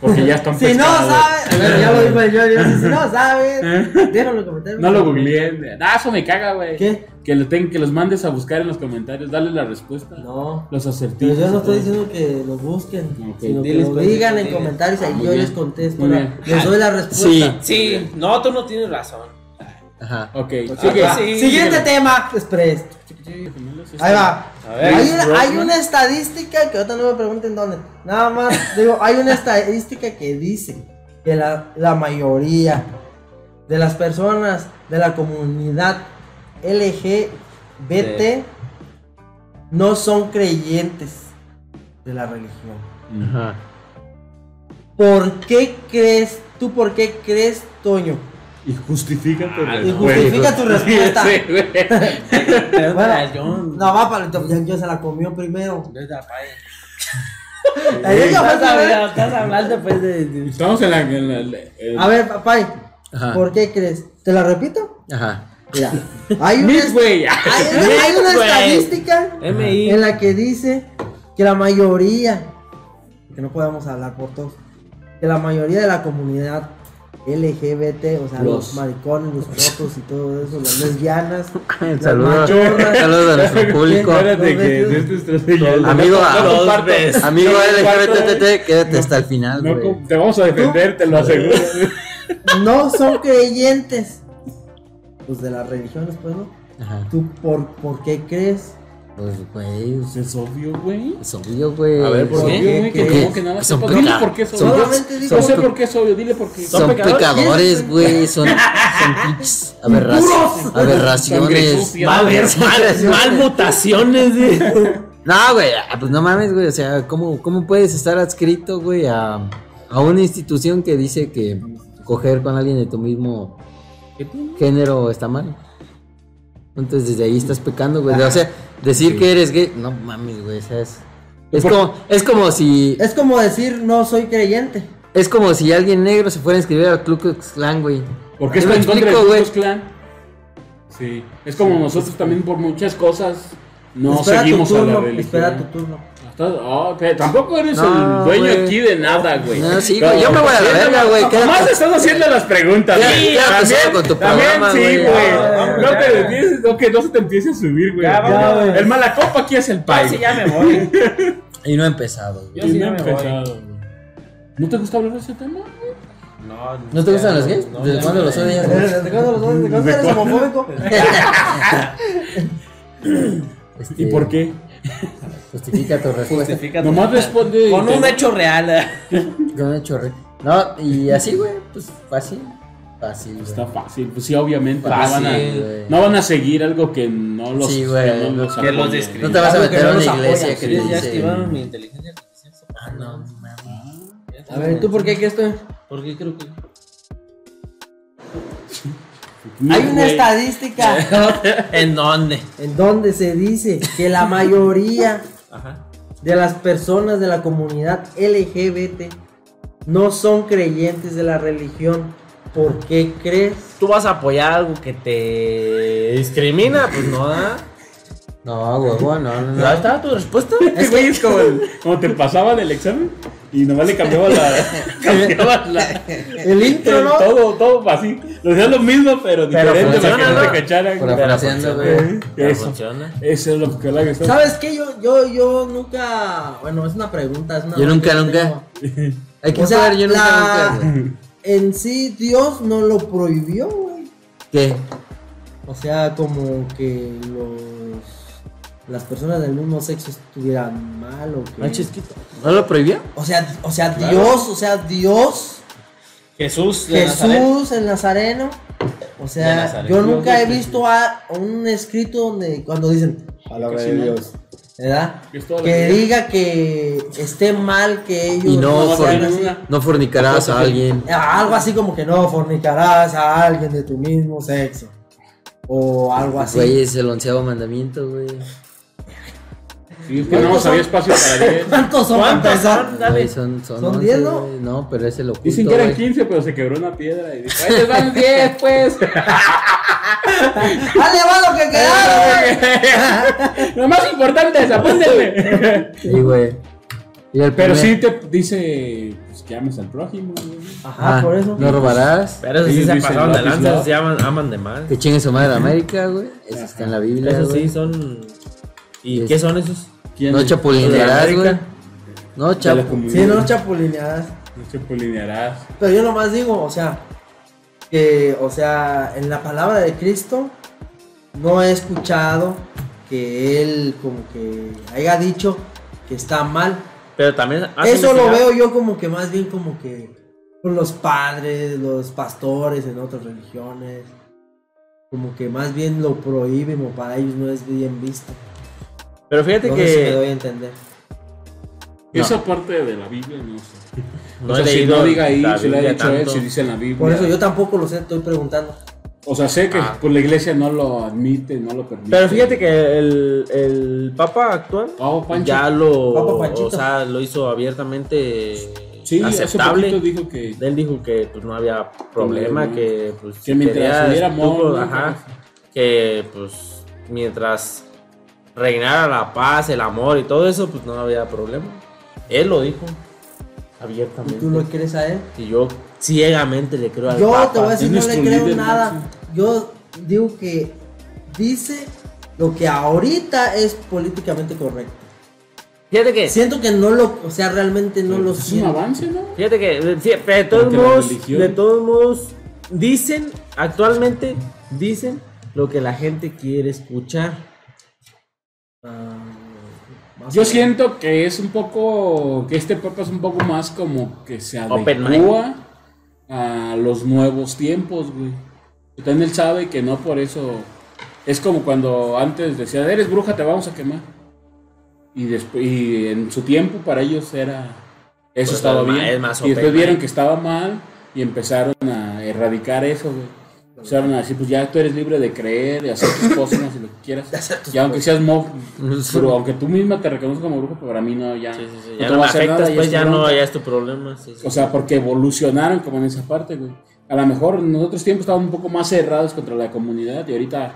Speaker 2: Porque ya están
Speaker 1: Si no
Speaker 2: pescados.
Speaker 1: saben, a ver, ya lo dijo el yo, yo, si no saben, déjenlo en los comentarios.
Speaker 2: No lo googleé. Ah, eso me caga, güey.
Speaker 1: ¿Qué?
Speaker 2: Que, lo ten- que los mandes a buscar en los comentarios. Dale la respuesta.
Speaker 1: No.
Speaker 2: Los
Speaker 1: Pero
Speaker 2: acertijos.
Speaker 1: yo no
Speaker 2: y todo.
Speaker 1: estoy diciendo que lo busquen,
Speaker 2: "Ah". Ok.
Speaker 1: sino que
Speaker 5: Diles
Speaker 1: lo
Speaker 5: cuál
Speaker 1: digan
Speaker 5: es.
Speaker 1: en comentarios
Speaker 2: Ah,
Speaker 1: y
Speaker 2: muy
Speaker 1: yo
Speaker 2: bien.
Speaker 1: les contesto.
Speaker 2: Muy
Speaker 1: la-
Speaker 2: bien.
Speaker 1: Les doy la respuesta.
Speaker 4: Sí.
Speaker 5: Sí, no, tú no tienes razón.
Speaker 4: Ajá.
Speaker 2: Ok,
Speaker 5: Sigue.
Speaker 2: sigue.
Speaker 1: Siguiente tema, Express. Ahí va.
Speaker 5: A ver.
Speaker 1: Hay, una- hay una estadística que ahorita no me pregunten dónde. Nada más, digo, hay una estadística que dice que la, la mayoría de las personas de la comunidad LGBT
Speaker 5: Sí.
Speaker 1: no son creyentes de la religión.
Speaker 4: Ajá.
Speaker 1: ¿Por qué crees, tú por qué crees, Toño?
Speaker 2: Y justifica tu
Speaker 1: Y justifica tu respuesta.
Speaker 2: Ah, Sí, güey.
Speaker 1: Bueno,
Speaker 5: Yo no.
Speaker 1: No, va para el top, ya- yo se la comió primero.
Speaker 5: Desde la pared.
Speaker 1: Ahí ya vas a ver.
Speaker 5: Estás hablando pues de. de-
Speaker 2: Estamos en la. en la- en la- en-
Speaker 1: A ver, papá,
Speaker 2: Ah.
Speaker 4: Ajá.
Speaker 1: ¿por qué crees? ¿Te la repito?
Speaker 4: Ajá.
Speaker 1: Mira, hay una,
Speaker 2: Mid, güey.
Speaker 1: hay- hay una
Speaker 3: Güey.
Speaker 1: estadística
Speaker 3: MI.
Speaker 1: en la que dice que la mayoría, que no podemos hablar por todos, que la mayoría de la comunidad LGBT, o sea, los,
Speaker 4: Los.
Speaker 1: maricones, los rotos y todo eso, las lesbianas, las
Speaker 4: Saludos.
Speaker 1: machorras,
Speaker 4: Saludos a nuestro público.
Speaker 2: Espérate
Speaker 1: No,
Speaker 2: que
Speaker 1: no,
Speaker 2: de esta estrategia.
Speaker 4: Amigo, a
Speaker 2: no
Speaker 4: dos
Speaker 2: comparto.
Speaker 3: veces.
Speaker 4: Amigo
Speaker 2: No comparto,
Speaker 4: LGBTT, quédate hasta el final,
Speaker 2: No,
Speaker 4: güey.
Speaker 2: com- te vamos a defender, te lo aseguro.
Speaker 1: no son creyentes. Pues de las religiones, pues, ¿no?
Speaker 4: Ajá.
Speaker 1: ¿Tú por, por qué crees?
Speaker 4: Pues, güey,
Speaker 2: Pues es obvio, güey.
Speaker 4: es obvio, güey.
Speaker 3: A ver, ¿por
Speaker 2: Es
Speaker 3: qué?
Speaker 2: obvio, güey, que
Speaker 1: ¿Qué?
Speaker 2: como que nada
Speaker 4: Son
Speaker 2: sepas. Dile
Speaker 4: peca-
Speaker 2: por qué es
Speaker 4: son-
Speaker 2: obvio.
Speaker 1: Solamente digo
Speaker 2: No sé
Speaker 4: son-
Speaker 2: por qué es obvio, dile por qué.
Speaker 4: Son pecadores, güey. Son, son pinches aberra-
Speaker 1: Impuros.
Speaker 2: Sangre
Speaker 4: aberraciones.
Speaker 2: sucia.
Speaker 3: Va a haber mal, mal mutaciones. De...
Speaker 4: No, güey, ah, pues no mames, güey. O sea, ¿cómo, cómo puedes estar adscrito, güey, a, a una institución que dice que coger con alguien de tu mismo género está mal? Entonces desde ahí estás pecando, güey. O sea, decir que eres gay, no mames, güey. O sea, es, es como, es como si
Speaker 1: Es como decir, no soy creyente.
Speaker 4: es como si alguien negro se fuera a inscribir al Ku Klux Klan, güey.
Speaker 2: ¿Por qué
Speaker 4: No
Speaker 2: está en contra
Speaker 4: explico,
Speaker 2: de
Speaker 4: güey.
Speaker 2: Ku Klux Klan? Sí. Es como nosotros también por muchas cosas no
Speaker 1: espera
Speaker 2: seguimos
Speaker 1: tu
Speaker 2: a la
Speaker 1: turno,
Speaker 2: religión.
Speaker 1: espera tu turno.
Speaker 2: Estás- oh, ok, Tampoco eres
Speaker 4: No,
Speaker 2: el dueño
Speaker 4: güey.
Speaker 2: aquí de nada, güey.
Speaker 4: No, sí, güey, yo me voy a la
Speaker 2: Nomás-
Speaker 4: verga, güey, quédate.
Speaker 2: Nomás estás haciendo las preguntas,
Speaker 4: Ya-
Speaker 2: güey.
Speaker 4: ya empezaste
Speaker 2: También,
Speaker 4: con tu
Speaker 2: también
Speaker 4: programa,
Speaker 2: sí,
Speaker 4: güey.
Speaker 2: güey. No
Speaker 5: Ya,
Speaker 2: te
Speaker 5: ya.
Speaker 2: empieces, no, que no se te empiece a subir, güey.
Speaker 5: Ya,
Speaker 1: Ya, güey.
Speaker 2: El malacopa aquí es el
Speaker 5: Yo sí
Speaker 2: país.
Speaker 5: ya me voy.
Speaker 4: Y no ha empezado, güey.
Speaker 5: Yo sí ya me voy.
Speaker 2: ¿No te gusta hablar de ese tema?
Speaker 5: No,
Speaker 4: ¿No te
Speaker 5: ya
Speaker 4: gustan los gays? Pues
Speaker 5: no,
Speaker 4: ¿Desde
Speaker 5: ya
Speaker 4: cuándo
Speaker 5: no.
Speaker 4: los odias? güey?
Speaker 1: ¿Desde cuándo los dos? ¿Desde cuándo eres homofóbico?
Speaker 4: Este,
Speaker 2: ¿Y por qué?
Speaker 4: Justifica tu respuesta.
Speaker 5: Justifica tu-
Speaker 2: Nomás responde.
Speaker 5: Con un
Speaker 2: te-
Speaker 5: hecho real. eh.
Speaker 4: Yo me chorré. No, y así, güey, pues fácil. Fácil, güey.
Speaker 2: Está fácil, pues sí, obviamente.
Speaker 4: Fácil,
Speaker 2: no, van a,
Speaker 4: güey.
Speaker 2: no van a seguir algo que no los.
Speaker 4: Sí, güey.
Speaker 2: que no
Speaker 5: Que los
Speaker 2: apoye.
Speaker 5: describe.
Speaker 4: No te vas a
Speaker 1: Algo que
Speaker 4: meter
Speaker 1: no
Speaker 4: a una
Speaker 1: nos apoya,
Speaker 4: iglesia que
Speaker 2: sí,
Speaker 4: te
Speaker 5: Ya
Speaker 4: dice.
Speaker 5: activaron mi inteligencia artificial.
Speaker 4: Ah, no, mames.
Speaker 1: A ver, ¿tú por qué crees esto?
Speaker 5: ¿Por qué creo que.?
Speaker 1: Hay una
Speaker 2: Güey.
Speaker 1: estadística
Speaker 3: ¿En dónde?
Speaker 1: en donde se dice que la mayoría
Speaker 5: Ajá.
Speaker 1: de las personas de la comunidad LGBT no son creyentes de la religión. ¿Por qué crees?
Speaker 3: ¿Tú vas a apoyar algo que te discrimina? Pues no, ¿ah?
Speaker 4: No, güey, güey, no, no,
Speaker 3: ¿Ya
Speaker 4: no.
Speaker 3: está tu respuesta?
Speaker 2: Este güey es como, el- como te pasaba del examen y nomás le cambiaba la. cambiaba la.
Speaker 1: El intro, ¿no?
Speaker 2: Todo, todo así. Lo hacía lo mismo, pero
Speaker 3: Pero
Speaker 2: diferente para que
Speaker 3: funciona,
Speaker 2: no te
Speaker 3: ¿no?
Speaker 2: cacharan.
Speaker 4: Por afraseando, güey.
Speaker 3: Ya
Speaker 2: Eso.
Speaker 3: funciona.
Speaker 2: Eso es lo que la que está.
Speaker 1: ¿Sabes qué? Yo, yo, yo nunca. Bueno, es una pregunta. Es una
Speaker 4: Yo nunca,
Speaker 1: que
Speaker 4: nunca.
Speaker 1: tengo.
Speaker 4: Hay que
Speaker 1: O sea,
Speaker 4: saber, yo nunca,
Speaker 1: la-
Speaker 4: nunca, güey.
Speaker 1: En sí, Dios no lo prohibió, güey.
Speaker 4: ¿Qué?
Speaker 1: O sea, como que los. Las personas del mismo sexo estuvieran mal o que.
Speaker 4: ¿No lo prohibió?
Speaker 1: O sea, o sea, Dios, o sea, Dios,
Speaker 5: Jesús. de Nazaret.
Speaker 1: Jesús, el Nazareno. O
Speaker 5: De
Speaker 1: sea,
Speaker 5: Nazaret.
Speaker 1: yo nunca he visto a un escrito donde cuando dicen palabra
Speaker 2: Casi
Speaker 1: de
Speaker 2: no.
Speaker 1: Dios, ¿verdad?
Speaker 2: Que es toda la
Speaker 1: Que
Speaker 2: vida.
Speaker 1: diga que esté mal que ellos
Speaker 4: Y no,
Speaker 2: No,
Speaker 4: for-
Speaker 1: sean
Speaker 2: no,
Speaker 1: así.
Speaker 2: no.
Speaker 4: no fornicarás a alguien.
Speaker 1: Algo así como que no fornicarás a alguien de tu mismo sexo. o algo así.
Speaker 4: Güey, es el onceavo mandamiento, güey.
Speaker 2: Sí, pues, es que no había espacio para 10.
Speaker 1: ¿Cuántos son? para
Speaker 3: ¿Cuántos
Speaker 1: empezar?
Speaker 3: son?
Speaker 4: Güey,
Speaker 3: Dale.
Speaker 4: Son, son,
Speaker 1: Son
Speaker 4: once,
Speaker 1: diez, ¿no?
Speaker 4: güey. No, pero es el oculto,
Speaker 2: Dicen que eran
Speaker 4: güey.
Speaker 2: 15, pero se quebró una piedra. Y dijo, ¡ay, les van 10, pues!
Speaker 1: ¡Dale, va lo que
Speaker 2: Ah,
Speaker 1: quedaron!
Speaker 2: Lo más importante es apúntenle.
Speaker 4: Sí, güey. Y el
Speaker 2: Pero
Speaker 4: primer-
Speaker 2: sí te dice pues, que ames al prójimo. güey.
Speaker 1: Ajá,
Speaker 4: Ah,
Speaker 1: por eso.
Speaker 4: No robarás.
Speaker 3: Pero eso sí
Speaker 2: Ellos
Speaker 3: se
Speaker 2: dicen,
Speaker 3: pasaron de
Speaker 2: no, pues,
Speaker 3: lanza,
Speaker 2: no.
Speaker 3: se llaman, aman de mal.
Speaker 4: Que chingue su madre América, güey. Eso está en la Biblia,
Speaker 3: Eso sí,
Speaker 4: güey.
Speaker 3: son. ¿Y
Speaker 4: Es-
Speaker 3: qué son esos?
Speaker 2: ¿Quién?
Speaker 4: No chapulinearás,
Speaker 3: De la
Speaker 4: güey.
Speaker 3: América.
Speaker 4: No,
Speaker 2: De la
Speaker 4: chapu.
Speaker 2: comunidad.
Speaker 1: Sí, no chapulineadas.
Speaker 2: No chapulinearás.
Speaker 1: Pero yo nomás digo, o sea, que, o sea, en la palabra de Cristo no he escuchado que él como que haya dicho que está mal.
Speaker 3: Pero también. ¿has
Speaker 1: Eso lo
Speaker 3: investigado?
Speaker 1: veo yo como que más bien como que con los padres, los pastores en otras religiones, como que más bien lo prohíben o para ellos no es bien visto.
Speaker 3: Pero fíjate
Speaker 1: No sé si me
Speaker 3: que.
Speaker 1: doy a entender.
Speaker 3: No.
Speaker 2: Esa parte de la Biblia no sé.
Speaker 3: No
Speaker 2: o
Speaker 3: he
Speaker 2: sea, si
Speaker 3: leído
Speaker 2: no diga ahí,
Speaker 3: la
Speaker 2: si le ha
Speaker 3: Biblia
Speaker 2: dicho él,
Speaker 3: tanto.
Speaker 2: si dice en la Biblia.
Speaker 1: Por eso yo tampoco lo sé, estoy preguntando.
Speaker 2: O sea, sé que
Speaker 3: Ah.
Speaker 2: pues, la iglesia no lo admite, no lo permite.
Speaker 3: Pero fíjate que el, el Papa actual
Speaker 2: Pavo Pancho.
Speaker 3: ya lo,
Speaker 1: Papa Panchito.
Speaker 3: o sea, lo hizo abiertamente
Speaker 2: sí,
Speaker 3: aceptable.
Speaker 2: hace poquito dijo que.
Speaker 3: Él dijo que pues, no había problema,
Speaker 2: Problema.
Speaker 3: que pues si
Speaker 2: Que mientras
Speaker 3: querías,
Speaker 2: hubiera
Speaker 3: tú, pues,
Speaker 2: amor, ¿no?
Speaker 3: ajá, que pues mientras reinara la paz, el amor y todo eso, pues no había problema. Él lo dijo
Speaker 1: ¿Y
Speaker 3: abiertamente.
Speaker 1: tú lo crees a él?
Speaker 3: Y yo ciegamente le creo al
Speaker 1: Yo
Speaker 3: Papa.
Speaker 1: te voy a decir,
Speaker 2: es
Speaker 1: no le
Speaker 2: nuestro
Speaker 1: creo
Speaker 2: líder
Speaker 1: nada.
Speaker 2: máximo.
Speaker 1: Yo digo que dice lo que ahorita es políticamente correcto.
Speaker 3: Fíjate que
Speaker 1: Siento que no lo, o sea, realmente no
Speaker 2: Pero,
Speaker 1: lo
Speaker 2: pues, es un
Speaker 1: siento.
Speaker 2: avance, ¿no?
Speaker 3: Fíjate que de, sí, pero de todos
Speaker 2: Porque la
Speaker 3: modos,
Speaker 2: religión-
Speaker 3: de todos modos, dicen, actualmente dicen lo que la gente quiere escuchar.
Speaker 1: Ah, más
Speaker 2: Yo
Speaker 1: o menos.
Speaker 2: siento que es un poco, que este papa es un poco más como que se
Speaker 3: Open
Speaker 2: adecua a los nuevos tiempos, güey. Pero También él sabe que no por eso, es como cuando antes decía, eres bruja, te vamos a quemar. Y, después, y en su tiempo para ellos era, eso
Speaker 3: Pues
Speaker 2: estaba
Speaker 3: es más-
Speaker 2: bien.
Speaker 3: es más
Speaker 2: y después
Speaker 3: open
Speaker 2: vieron
Speaker 3: mind.
Speaker 2: que estaba mal y empezaron a erradicar eso, güey. Empezaron a decir, pues ya tú eres libre de creer, de hacer tus cosas, y lo que quieras. Y aunque seas mo pero aunque tú misma te reconozcas como brujo, para mí no, ya.
Speaker 3: Sí, sí, sí,
Speaker 2: no
Speaker 3: ya
Speaker 2: te
Speaker 3: no
Speaker 2: va
Speaker 3: me
Speaker 2: a hacer
Speaker 3: afectas,
Speaker 2: nada, ya
Speaker 3: pues
Speaker 2: es
Speaker 3: ya
Speaker 2: tu
Speaker 3: no,
Speaker 2: bronca.
Speaker 3: ya es tu problema. sí, sí.
Speaker 2: O sea, porque evolucionaron como en esa parte, güey. A lo mejor en otros tiempos estaban un poco más cerrados contra la comunidad y ahorita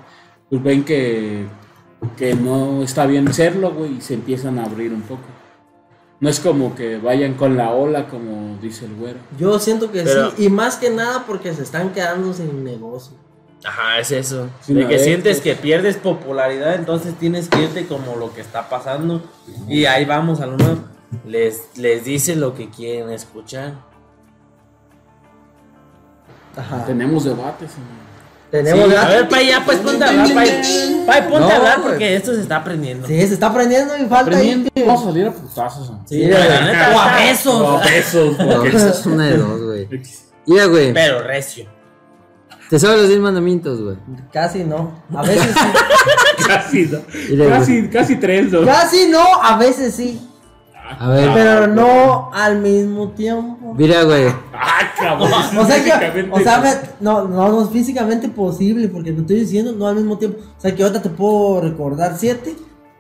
Speaker 2: pues ven que, que no está bien serlo, güey, y se empiezan a abrir un poco. No es como que vayan con la ola, como dice el güero.
Speaker 1: Yo siento que
Speaker 3: Pero-
Speaker 1: sí, y más que nada porque se están quedando sin negocio.
Speaker 3: Ajá, es eso.
Speaker 2: Sí,
Speaker 3: de
Speaker 2: la
Speaker 3: que
Speaker 2: ves,
Speaker 3: sientes
Speaker 2: pues.
Speaker 3: que pierdes popularidad, entonces tienes que irte como lo que está pasando. Y ahí vamos, alumnos. Les, les dice lo que quieren escuchar.
Speaker 1: Ajá.
Speaker 2: Tenemos debates. güey.
Speaker 1: Tenemos
Speaker 3: Sí,
Speaker 1: gran-
Speaker 3: a ver, pa' ya, pues ponte a hablar, pa' pa' ponte a
Speaker 4: No,
Speaker 3: hablar
Speaker 4: güey.
Speaker 3: porque esto se está aprendiendo.
Speaker 1: Sí, se está aprendiendo y falta ahí.
Speaker 2: Aprendiendo, vamos a salir a putazos. güey.
Speaker 1: Sí,
Speaker 3: la
Speaker 1: güey.
Speaker 3: neta,
Speaker 1: o a
Speaker 3: está-
Speaker 1: besos.
Speaker 2: No, pesos,
Speaker 4: No,
Speaker 2: porque-
Speaker 4: eso es una de dos, güey. Mira, güey.
Speaker 3: Pero recio.
Speaker 4: Te sabes los diez mandamientos, güey.
Speaker 1: Casi no. A veces sí.
Speaker 2: Casi, ¿no?
Speaker 4: Mira,
Speaker 2: casi, casi tres, ¿no?
Speaker 1: Casi no, a veces sí.
Speaker 4: A ver,
Speaker 1: Pero no al mismo tiempo.
Speaker 4: mira, güey.
Speaker 2: Ah, cabrón.
Speaker 1: O sea que,
Speaker 2: Básicamente,
Speaker 1: o sea, me- no, no, no es físicamente posible, porque te estoy diciendo, no al mismo tiempo. O sea que ahorita te puedo recordar siete.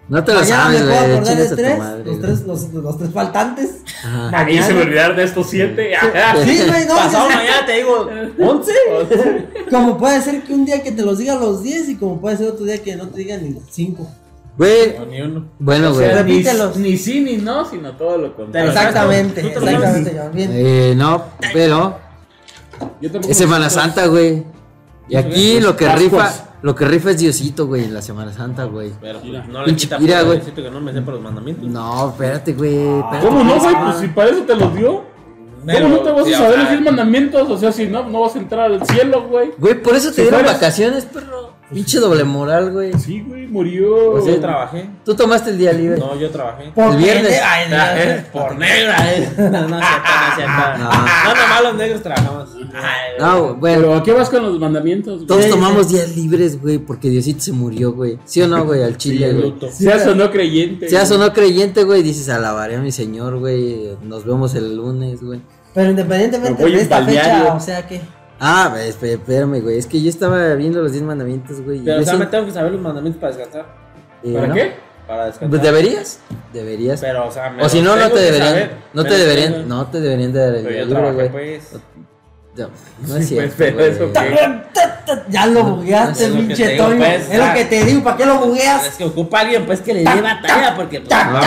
Speaker 4: No te lo
Speaker 1: mañana
Speaker 4: sabes,
Speaker 1: me puedo
Speaker 4: güey.
Speaker 1: acordar de
Speaker 4: Chingas a tu
Speaker 1: tres,
Speaker 4: madre.
Speaker 1: los
Speaker 4: güey.
Speaker 1: tres, los, los tres faltantes.
Speaker 4: Ajá.
Speaker 2: a mí se me olvidaron de estos siete. Ajá.
Speaker 1: Sí, güey, no,
Speaker 3: Pasado
Speaker 1: o sea,
Speaker 3: mañana te digo, ¿11?
Speaker 1: como puede ser que un día que te los diga los diez y como puede ser otro día que no te digan ni cinco.
Speaker 4: Güey,
Speaker 3: No, ni uno.
Speaker 4: bueno,
Speaker 2: O sea,
Speaker 4: güey.
Speaker 1: de- repítelos.
Speaker 2: Ni, ni sí ni no, sino todo lo contrario.
Speaker 1: Exactamente,
Speaker 3: tú te lo sabes.
Speaker 1: exactamente, Joan, bien.
Speaker 4: Eh, no, pero
Speaker 2: Yo tampoco
Speaker 4: es Semana
Speaker 2: me-
Speaker 4: Santa, güey. Y aquí
Speaker 2: Pues,
Speaker 4: lo que
Speaker 2: Pascuas.
Speaker 4: rifa, lo que rifa es Diosito, güey, en la Semana Santa, güey.
Speaker 3: Pero
Speaker 2: Mira.
Speaker 3: no le
Speaker 4: Pinche
Speaker 3: quita
Speaker 4: pira,
Speaker 3: por
Speaker 4: güey.
Speaker 3: decirte que no me sé por los mandamientos.
Speaker 4: No, espérate, güey. espérate.
Speaker 2: ¿Cómo no, güey? Pues si para eso te los dio.
Speaker 3: Pero,
Speaker 2: ¿Cómo no te vas
Speaker 3: sí,
Speaker 2: a
Speaker 3: o
Speaker 2: saber
Speaker 3: sea,
Speaker 2: los diez mandamientos? O sea, si no, no vas a entrar al cielo, güey.
Speaker 4: Güey, por eso te
Speaker 2: Si
Speaker 4: dieron
Speaker 2: fueras-
Speaker 4: vacaciones, perro. Pinche doble moral, güey.
Speaker 2: Sí, güey, murió.
Speaker 3: Pues yo trabajé.
Speaker 4: Tú tomaste el día libre.
Speaker 3: No, yo trabajé.
Speaker 1: Por
Speaker 4: viernes.
Speaker 1: pende- ay, no,
Speaker 3: Trabajé por negra, eh. No, no, no, no, no,
Speaker 4: No.
Speaker 3: no, nomás los negros trabajamos. Ay,
Speaker 4: Ah. No, bueno.
Speaker 2: Pero ¿a qué vas con los mandamientos?
Speaker 4: Todos
Speaker 2: güey?
Speaker 4: tomamos días libres, güey, porque Diosito se murió, güey. ¿Sí o no, güey? Al chile,
Speaker 2: Sí,
Speaker 4: güey.
Speaker 3: luto.
Speaker 2: Seas o no creyente.
Speaker 4: Seas o no creyente, güey, dices alabaré a mi señor, güey. Nos vemos el lunes, güey.
Speaker 1: Pero independientemente
Speaker 2: Me voy
Speaker 1: de
Speaker 2: en
Speaker 1: esta
Speaker 2: balneario.
Speaker 1: fecha, o sea que.
Speaker 4: Ah, ve, esp- espérame, güey. Es que yo estaba viendo los 10 mandamientos, güey. y
Speaker 3: Pero
Speaker 4: yo
Speaker 3: o sea, me
Speaker 4: siento-
Speaker 3: tengo que saber los mandamientos para descansar.
Speaker 4: eh,
Speaker 2: ¿Para
Speaker 4: ¿no?
Speaker 2: qué?
Speaker 3: Para descansar.
Speaker 4: Pues deberías. Deberías.
Speaker 3: Pero, o sea, me
Speaker 4: o si
Speaker 3: los
Speaker 4: no, no
Speaker 3: tengo
Speaker 4: te
Speaker 3: que
Speaker 4: deberían.
Speaker 3: saber.
Speaker 4: no
Speaker 3: Me
Speaker 4: te
Speaker 3: los
Speaker 4: deberían.
Speaker 3: tengo-
Speaker 4: No te deberían de dar el
Speaker 3: Pero yo
Speaker 4: libro,
Speaker 3: trabajé,
Speaker 4: güey.
Speaker 3: pues.
Speaker 4: No, no es
Speaker 3: Sí, pues,
Speaker 4: cierto.
Speaker 3: pero
Speaker 4: güey.
Speaker 3: eso qué.
Speaker 1: Ya lo bugueaste,
Speaker 3: Es lo que
Speaker 1: pinche
Speaker 3: te digo,
Speaker 1: Toño.
Speaker 3: pues,
Speaker 1: es lo
Speaker 3: ah.
Speaker 1: que te digo, ¿para qué lo bugueas?
Speaker 3: Es que ocupa alguien, pues, que le dé batalla, porque pues, va-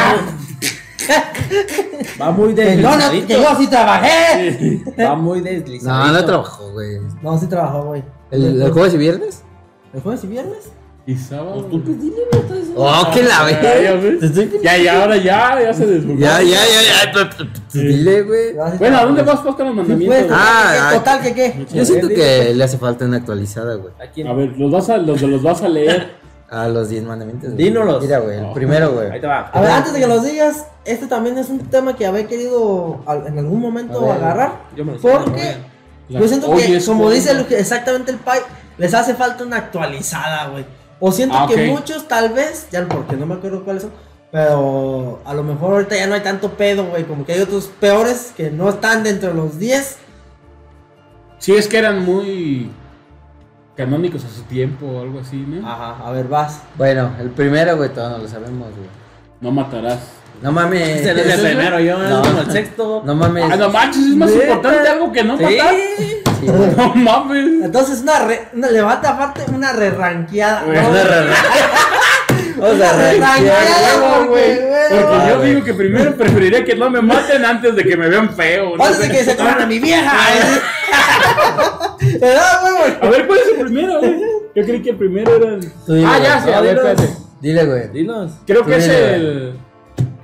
Speaker 3: va muy
Speaker 1: Que yo, no, que yo
Speaker 3: deslizadito.
Speaker 1: sí trabajé.
Speaker 3: Va muy deslizadito.
Speaker 4: No, no trabajó, güey.
Speaker 1: No, sí trabajó, güey.
Speaker 4: ¿El, el jueves y viernes?
Speaker 1: ¿El jueves y viernes?
Speaker 2: Y sábado.
Speaker 3: Tú, pues, dile, no estás diciendo.
Speaker 4: Oh, que la
Speaker 2: Ya, ya,
Speaker 4: ve.
Speaker 2: güey.
Speaker 4: Te estoy-
Speaker 2: Ya, ya, ahora ya, ya se desbugó.
Speaker 4: Ya, ya, ya, ya. Dile, güey.
Speaker 1: Ah, sí
Speaker 2: Bueno, ¿a
Speaker 1: trabajó.
Speaker 2: dónde vas, pues, con los
Speaker 1: Sí,
Speaker 2: mandamientos?
Speaker 1: pues,
Speaker 2: güey?
Speaker 4: Ah, ah.
Speaker 1: total, que qué.
Speaker 4: Yo siento que le hace falta una actualizada, güey.
Speaker 3: ¿A quién?
Speaker 2: A ver, los vas a, los, los vas a leer.
Speaker 4: A los 10 mandamientos. güey.
Speaker 3: Dínolos. Oh.
Speaker 4: Mira, güey. El
Speaker 2: No.
Speaker 4: primero, güey.
Speaker 3: Ahí te va.
Speaker 1: A ver, antes de que los digas, este también es un tema que había querido al- en algún momento
Speaker 4: A ver.
Speaker 1: agarrar.
Speaker 3: Yo me lo sé,
Speaker 1: ¿Por
Speaker 3: no,
Speaker 1: qué?
Speaker 4: eh,
Speaker 3: bien.
Speaker 1: Yo siento
Speaker 2: Oye,
Speaker 1: que,
Speaker 2: es
Speaker 1: como
Speaker 2: bueno.
Speaker 1: dice lo que- exactamente el Pai, les hace falta una actualizada, güey. O siento
Speaker 2: Ah,
Speaker 1: que
Speaker 2: ok.
Speaker 1: muchos, tal vez, ya porque no me acuerdo cuáles son, pero a lo mejor ahorita ya no hay tanto pedo, güey. Como que hay otros peores que no están dentro de los 10.
Speaker 2: Sí, es que eran muy canónicos a su tiempo o algo así, ¿no?
Speaker 1: Ajá, a ver, vas.
Speaker 4: Bueno, el primero, güey, todavía no lo sabemos, güey.
Speaker 2: No matarás.
Speaker 4: No mames.
Speaker 3: Ese es el primero, yo
Speaker 4: No.
Speaker 3: como el sexto.
Speaker 4: No mames.
Speaker 2: Ah, no manches, es más
Speaker 1: Neta.
Speaker 2: importante algo que no
Speaker 3: Sí.
Speaker 2: matar.
Speaker 4: Sí, güey.
Speaker 2: No mames.
Speaker 1: Entonces, una re- una- le falta aparte una re-ranqueada.
Speaker 2: Güey,
Speaker 1: ¿no?
Speaker 2: una
Speaker 4: Vamos a rankear.
Speaker 1: Ranqueada,
Speaker 2: Huevo, güey.
Speaker 1: porque, güey,
Speaker 2: Porque yo
Speaker 4: güey.
Speaker 2: digo que primero preferiría que no me maten antes de que me vean feo. ¿no?
Speaker 1: Antes de que se coman a mi vieja. ¿Verdad, güey?
Speaker 2: A ver, ¿cuál es el primero, güey? Yo creí que el primero era el.
Speaker 4: Tú dile,
Speaker 2: ah,
Speaker 4: güey.
Speaker 2: ya, sí,
Speaker 4: No,
Speaker 2: a ver,
Speaker 4: dilo.
Speaker 2: espérate.
Speaker 4: Dile, güey.
Speaker 3: Dinos.
Speaker 2: Creo que es
Speaker 4: Dile,
Speaker 2: el.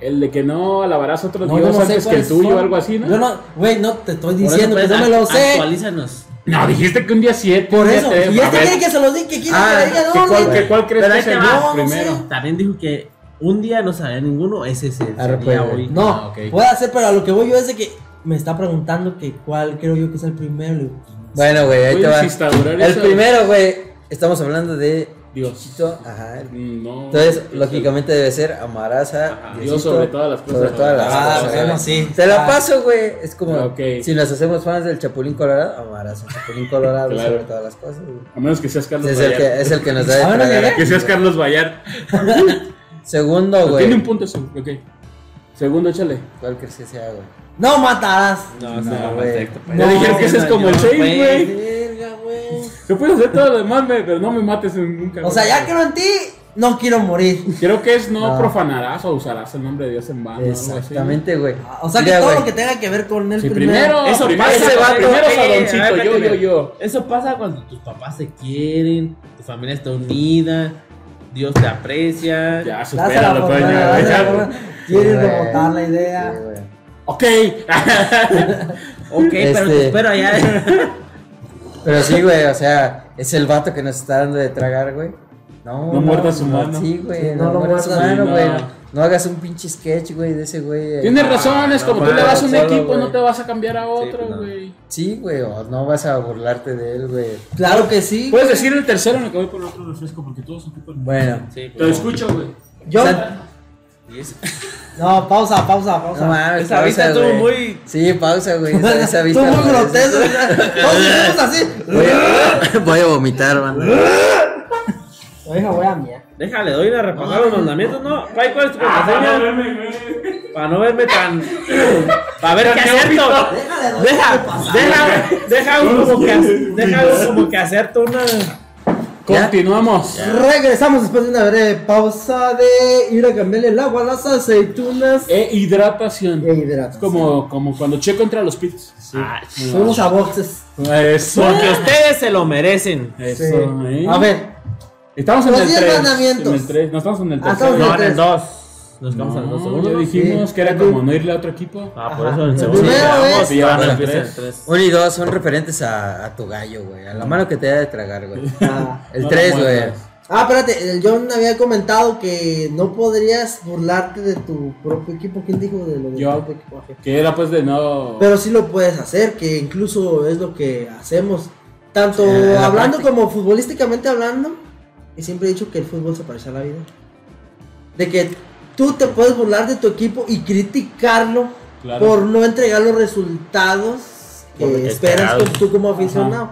Speaker 2: El de que no alabarás a otro
Speaker 1: No, yo
Speaker 2: Dios
Speaker 1: no sé
Speaker 2: antes que el
Speaker 1: cuáles
Speaker 2: tuyo o
Speaker 1: son.
Speaker 2: algo así, ¿no?
Speaker 1: Yo no, güey, no te estoy
Speaker 3: Por eso,
Speaker 1: diciendo que
Speaker 3: pues,
Speaker 1: no me lo sé.
Speaker 3: Actualízanos.
Speaker 2: No, dijiste que un día siete.
Speaker 1: Por
Speaker 2: un día
Speaker 1: eso,
Speaker 2: tres,
Speaker 1: y
Speaker 2: a
Speaker 1: este
Speaker 2: ver,
Speaker 1: quiere que se los diga, que quiere
Speaker 4: Ah,
Speaker 1: que le diga
Speaker 2: ¿que
Speaker 1: no,
Speaker 2: cuál,
Speaker 1: güey.
Speaker 2: que cuál crees
Speaker 3: Pero
Speaker 2: que
Speaker 3: ahí
Speaker 2: es
Speaker 3: te
Speaker 2: el
Speaker 3: va,
Speaker 1: no, no
Speaker 2: primero?
Speaker 1: sé.
Speaker 3: También dijo que un día no sabía ninguno, ese es el
Speaker 4: Arre, pues,
Speaker 3: día hoy.
Speaker 1: No,
Speaker 4: Ah, ok.
Speaker 1: puede hacer, pero a lo que voy yo es de que me está preguntando que cuál creo yo que es el primero. le digo,
Speaker 4: Bueno, güey, ahí
Speaker 2: Voy
Speaker 4: te
Speaker 2: a
Speaker 4: va.
Speaker 2: instaurar
Speaker 4: El
Speaker 2: eso.
Speaker 4: primero, güey. Estamos hablando de
Speaker 2: Dios. Mm,
Speaker 4: Ajá.
Speaker 2: No.
Speaker 4: Entonces, lógicamente debe ser amarás a
Speaker 3: Ajá.
Speaker 2: Dios sobre todas las cosas.
Speaker 4: Sobre todas las
Speaker 1: Ah,
Speaker 4: cosas.
Speaker 1: bueno,
Speaker 4: güey.
Speaker 1: sí.
Speaker 4: Te la
Speaker 1: Ah.
Speaker 4: paso, güey. Es como
Speaker 2: Ah, ok.
Speaker 4: si nos hacemos fans del Chapulín Colorado, amarás al Chapulín Colorado
Speaker 2: Claro.
Speaker 4: sobre todas las cosas, güey.
Speaker 2: A menos que seas Carlos
Speaker 4: Es el,
Speaker 2: Vallarta.
Speaker 4: que, es el que nos da de
Speaker 1: Ahora
Speaker 4: tragar.
Speaker 1: mira.
Speaker 2: Que seas Carlos Vallar.
Speaker 4: Segundo,
Speaker 2: Tiene un
Speaker 4: güey.
Speaker 2: punto, sí. Ok. Segundo, échale.
Speaker 4: ¿Cuál crees que sea, güey?
Speaker 1: No matarás.
Speaker 3: No,
Speaker 4: No,
Speaker 3: ese no,
Speaker 4: güey.
Speaker 3: perfecto, pues.
Speaker 2: Ya dijeron que ese es
Speaker 3: no,
Speaker 2: como el
Speaker 3: no,
Speaker 2: 6,
Speaker 3: pues.
Speaker 2: güey.
Speaker 1: Verga, güey.
Speaker 2: Se puede hacer todo lo demás, güey, pero no me mates en- nunca.
Speaker 1: O sea, ya
Speaker 2: que.
Speaker 1: creo en ti, no quiero morir.
Speaker 2: Creo que es no,
Speaker 4: No.
Speaker 2: profanarás o usarás el nombre de Dios en vano. algo así.
Speaker 4: Exactamente, güey.
Speaker 1: Ah, O sea, que
Speaker 4: Mira,
Speaker 1: todo
Speaker 4: güey.
Speaker 1: lo que tenga que ver con él
Speaker 2: Sí, primero.
Speaker 3: Eso
Speaker 2: primero,
Speaker 3: pasa,
Speaker 2: ese
Speaker 3: vato.
Speaker 2: Primero
Speaker 3: Eh, a
Speaker 2: sadoncito,
Speaker 3: ver,
Speaker 2: yo, yo,
Speaker 3: espérame.
Speaker 2: yo.
Speaker 3: Eso pasa cuando tus papás se quieren, tu familia está unida, Dios te aprecia.
Speaker 1: Pues
Speaker 2: Ya, supéralo,
Speaker 1: Dásela por
Speaker 2: coño.
Speaker 1: buena,
Speaker 2: güey,
Speaker 1: dásela por
Speaker 2: pues, ya.
Speaker 1: buena. Quiere
Speaker 4: güey.
Speaker 1: rebotar la
Speaker 4: Sí,
Speaker 1: idea.
Speaker 4: güey.
Speaker 2: Ok.
Speaker 3: Ok, pero
Speaker 4: Este-
Speaker 3: te espero allá.
Speaker 4: Pero sí, güey, o sea, es el vato que nos está dando de tragar, güey. No,
Speaker 2: No muerdas su
Speaker 4: no,
Speaker 2: mano.
Speaker 4: Sí, güey,
Speaker 1: Sí,
Speaker 4: no,
Speaker 1: no lo
Speaker 4: muerdas su
Speaker 1: muerdas.
Speaker 4: mano,
Speaker 2: Sí,
Speaker 4: güey.
Speaker 2: no.
Speaker 4: No hagas un pinche sketch, güey, de ese güey. eh.
Speaker 2: Tienes razón, es
Speaker 3: no
Speaker 2: como tú le
Speaker 3: mames,
Speaker 2: das un
Speaker 4: solo,
Speaker 2: equipo,
Speaker 4: güey.
Speaker 2: no te vas a cambiar a otro,
Speaker 3: pues, no.
Speaker 2: güey.
Speaker 4: Ah, Sí, güey, o no vas a burlarte de él, güey.
Speaker 1: Claro que sí.
Speaker 2: Puedes decir el tercero, me acabo por otro refresco porque todos ocupan.
Speaker 4: Bueno,
Speaker 3: Sí, pues,
Speaker 2: Te escucho, güey.
Speaker 1: Yo.
Speaker 4: San-
Speaker 3: Y es-
Speaker 1: No, pausa, pausa,
Speaker 4: no
Speaker 1: pausa.
Speaker 4: mames,
Speaker 3: Esa vista
Speaker 4: pausa,
Speaker 3: estuvo
Speaker 4: güey.
Speaker 3: muy-
Speaker 4: Sí, pausa, güey, esa, esa vista.
Speaker 1: Tú muy
Speaker 4: güey,
Speaker 1: grotesco. o sea, Todos hicimos así.
Speaker 4: Voy a, voy a vomitar, man.
Speaker 1: Oiga, voy a mía.
Speaker 3: Déjale, doy una repasada a los mandamientos, ¿no? Pai, ¿cuál es tu
Speaker 2: Ah,
Speaker 3: contraseña? Para no verme tan. Para ver qué acierto.
Speaker 1: Déjale, no
Speaker 3: Deja, deja, deja uno como que, deja uno como que acierto una.
Speaker 4: ¿Ya?
Speaker 2: Continuamos.
Speaker 1: Regresamos después de una breve pausa de ir a cambiarle el agua a las aceitunas
Speaker 2: E hidratación.
Speaker 1: e hidratos.
Speaker 2: Es como, como cuando Checo entra a los pits.
Speaker 3: Ah,
Speaker 1: Fuimos a boxes.
Speaker 2: Eso.
Speaker 3: Porque ustedes se lo merecen.
Speaker 1: Sí.
Speaker 2: Eso, eh.
Speaker 1: A ver,
Speaker 2: Estamos en
Speaker 1: Los
Speaker 2: el
Speaker 1: diez
Speaker 2: 3.
Speaker 1: mandamientos.
Speaker 2: En el tres. No estamos en el
Speaker 1: Ah,
Speaker 2: 3.
Speaker 1: estamos
Speaker 3: No,
Speaker 1: Entonces-
Speaker 3: en el 2. Nos quedamos en el 2
Speaker 2: ya dijimos que era como no irle a otro equipo.
Speaker 3: Ah, por
Speaker 1: Ajá.
Speaker 3: eso en el
Speaker 1: El
Speaker 3: segundo.
Speaker 1: primero
Speaker 3: llegamos
Speaker 1: es-
Speaker 3: y ahora
Speaker 2: Bueno,
Speaker 3: empieza el
Speaker 2: tres.
Speaker 3: 3.
Speaker 4: Uno y dos son referentes a, a tu gallo, güey. A la mano que te da de tragar, güey.
Speaker 1: ah,
Speaker 4: El
Speaker 2: No
Speaker 4: tres,
Speaker 2: lo
Speaker 4: güey.
Speaker 2: muerdas.
Speaker 1: ah, espérate, el John había comentado que no podrías burlarte de tu propio equipo. ¿Quién dijo de lo de
Speaker 2: Yo.
Speaker 1: tu propio equipo? Ok.
Speaker 2: Que era pues de no.
Speaker 1: Pero sí lo puedes hacer, que incluso es lo que hacemos. Tanto
Speaker 4: en la
Speaker 1: hablando
Speaker 4: práctica.
Speaker 1: como futbolísticamente hablando, y siempre he dicho que el fútbol se parece a la vida. De que tú te puedes burlar de tu equipo y criticarlo
Speaker 2: Claro.
Speaker 1: por no entregar los resultados que esperas
Speaker 3: esperados.
Speaker 1: tú, tú como aficionado.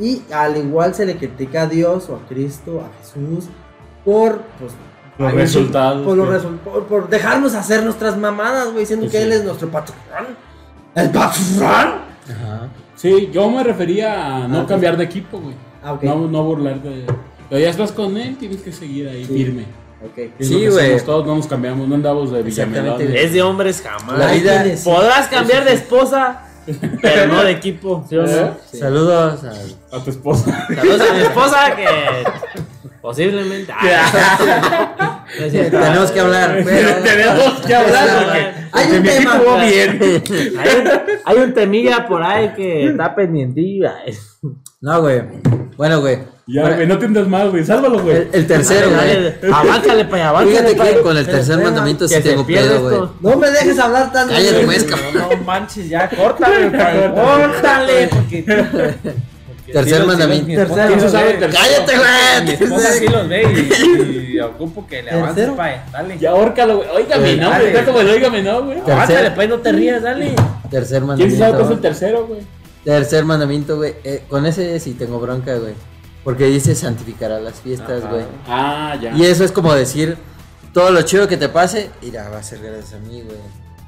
Speaker 1: Y al igual se le critica a Dios o a Cristo, a Jesús, por pues,
Speaker 2: Los
Speaker 1: algún-
Speaker 2: resultados,
Speaker 1: Por, los
Speaker 2: güey.
Speaker 1: resu- por, por dejarnos hacer nuestras mamadas, güey, diciendo
Speaker 2: Sí,
Speaker 1: que
Speaker 2: sí.
Speaker 1: Él es nuestro patrón. ¿El patrón?
Speaker 4: Ajá.
Speaker 2: Sí, yo me refería a no
Speaker 1: Ah, ok.
Speaker 2: cambiar de equipo, güey.
Speaker 1: Ah, ok.
Speaker 2: No, no burlarte de. Pero ya estás con él, tienes que seguir ahí
Speaker 1: Sí.
Speaker 2: firme.
Speaker 1: Ok.
Speaker 2: Es lo
Speaker 4: Sí,
Speaker 2: que
Speaker 4: güey.
Speaker 2: hacemos Todos no nos cambiamos, no andamos de ¿Eh? Villamelón.
Speaker 1: Exactamente.
Speaker 3: Es de hombres jamás.
Speaker 4: La
Speaker 1: Ahí
Speaker 4: vida-
Speaker 1: tienes.
Speaker 3: Podrás cambiar de esposa, pero no de equipo. ¿sí o
Speaker 4: Eh.
Speaker 3: no?
Speaker 1: Sí.
Speaker 4: Saludos a,
Speaker 2: A tu esposa.
Speaker 3: Saludos a mi esposa que posiblemente. Ah, no es cierto.
Speaker 4: Tenemos que hablar. pero-
Speaker 2: Tenemos que hablar porque.
Speaker 1: Hay
Speaker 2: porque
Speaker 1: un
Speaker 2: mi
Speaker 1: tema.
Speaker 2: equipo va bien.
Speaker 3: Hay un, hay un temilla por ahí que está pendientillo.
Speaker 4: No, güey. Bueno, güey.
Speaker 2: Ya, güey, no tiendas más, güey. Sálvalo, güey.
Speaker 4: El, el tercero, güey.
Speaker 3: Avánzale para allá,
Speaker 4: Fíjate
Speaker 3: avánzale pa'
Speaker 4: que
Speaker 3: allá.
Speaker 4: con el tercer
Speaker 1: espera,
Speaker 4: mandamiento sí
Speaker 3: que se
Speaker 4: tengo
Speaker 3: pierda
Speaker 4: pedo, güey.
Speaker 3: esto.
Speaker 1: No me dejes hablar tanto.
Speaker 4: Cállate,
Speaker 1: güey.
Speaker 4: güey.
Speaker 5: No, no manches, ya, córtale, cabrón, córtale. Porque, porque
Speaker 4: Tercer
Speaker 5: sí los-
Speaker 4: mandamiento.
Speaker 5: sí los- mi esposa-
Speaker 1: Tercero.
Speaker 2: Eso sabe el tercero.
Speaker 4: ¡Cállate,
Speaker 5: Mi
Speaker 4: güey!
Speaker 5: esposa sí los ve y, y ocupo que le avances
Speaker 1: ¿Tercero?
Speaker 3: pues,
Speaker 5: pa' dale.
Speaker 2: Ya, ahórcalo, güey. Óigame,
Speaker 4: Güey,
Speaker 2: no, güey.
Speaker 5: dale.
Speaker 2: Está como el óigame, no, güey.
Speaker 5: Avántale,
Speaker 4: Tercer,
Speaker 5: pues no te rías, dale.
Speaker 4: tercer
Speaker 2: ¿Quién sabe
Speaker 4: mandamiento.
Speaker 2: cuál es el
Speaker 4: güey.
Speaker 2: tercero, güey?
Speaker 4: Tercer mandamiento, güey. Eh, con ese sí tengo bronca, güey. Porque dice santificará las fiestas,
Speaker 5: Ajá.
Speaker 4: güey.
Speaker 2: Ah, ya.
Speaker 4: Y eso es como decir, todo lo chido que te pase, irá, va a ser gracias a mí, güey.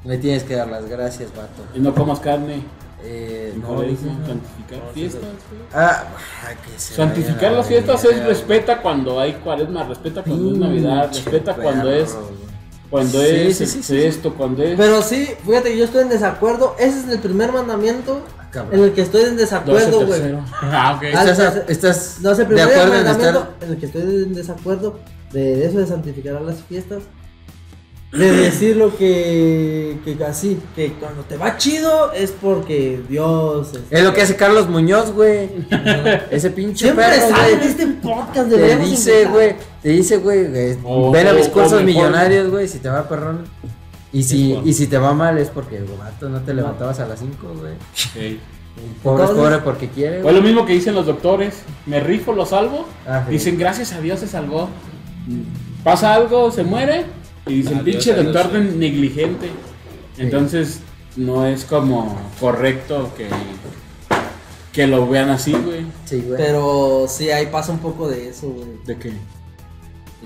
Speaker 4: Me tienes que dar las gracias, vato.
Speaker 2: Y no comas carne.
Speaker 4: Eh, no,
Speaker 2: No,
Speaker 4: dice, no.
Speaker 2: santificar fiestas, güey.
Speaker 4: Ah, ah, que se
Speaker 2: Santificar
Speaker 4: vaya
Speaker 2: las
Speaker 4: la
Speaker 2: fiestas
Speaker 4: verga,
Speaker 2: es
Speaker 4: güey.
Speaker 2: respeta cuando hay cuaresma, respeta cuando es
Speaker 4: Pinche
Speaker 2: Navidad, respeta cuando
Speaker 4: perro,
Speaker 2: es
Speaker 4: güey.
Speaker 2: cuando
Speaker 4: Sí,
Speaker 2: es
Speaker 4: sí, sí,
Speaker 2: este,
Speaker 4: sí, sí.
Speaker 2: esto, cuando es
Speaker 1: Pero sí, fíjate que yo estoy en desacuerdo. Ese es el primer mandamiento
Speaker 4: Ah, Cabrón.
Speaker 1: en el que estoy en
Speaker 2: No, es el
Speaker 1: desacuerdo, güey.
Speaker 2: tercero. Ah, ok.
Speaker 1: Ah,
Speaker 4: ¿Estás,
Speaker 1: no sé-
Speaker 4: estás
Speaker 1: No sé,
Speaker 4: de
Speaker 1: primero el
Speaker 4: acuerdo en
Speaker 1: mandamiento
Speaker 4: estar
Speaker 1: en el que estoy en desacuerdo de eso de santificar a las fiestas. De decir lo que, que así, que cuando te va chido es porque Dios. este,
Speaker 4: Es lo que hace Carlos Muñoz, güey. Ese pinche
Speaker 1: Siempre
Speaker 4: perro,
Speaker 1: sale en
Speaker 4: güey.
Speaker 1: este podcast de
Speaker 4: Te dice, güey, te dice, güey, eh,
Speaker 2: O-
Speaker 4: ven a
Speaker 2: o-
Speaker 4: mis
Speaker 2: o
Speaker 4: cursos
Speaker 2: mejor-
Speaker 4: millonarios, güey, si te va perrón. Y si,
Speaker 2: Mejor.
Speaker 4: y si te va mal es porque, güey, vato, no te levantabas a las 5, güey.
Speaker 2: Ok.
Speaker 4: Pobre es
Speaker 1: Entonces-
Speaker 4: pobre porque quiere,
Speaker 2: Fue
Speaker 4: güey.
Speaker 2: lo mismo que dicen los doctores. Me rifo, lo salvo.
Speaker 4: Ah, sí.
Speaker 2: Dicen, gracias a Dios se salvó. Pasa algo, se muere. Y dicen,
Speaker 5: Adiós,
Speaker 2: pinche
Speaker 5: adiós,
Speaker 2: doctor
Speaker 5: sí.
Speaker 2: negligente. Entonces, no es como correcto que, que lo vean así, güey.
Speaker 4: Sí, güey.
Speaker 1: Pero sí, ahí pasa un poco de eso, güey.
Speaker 2: ¿De qué?
Speaker 1: de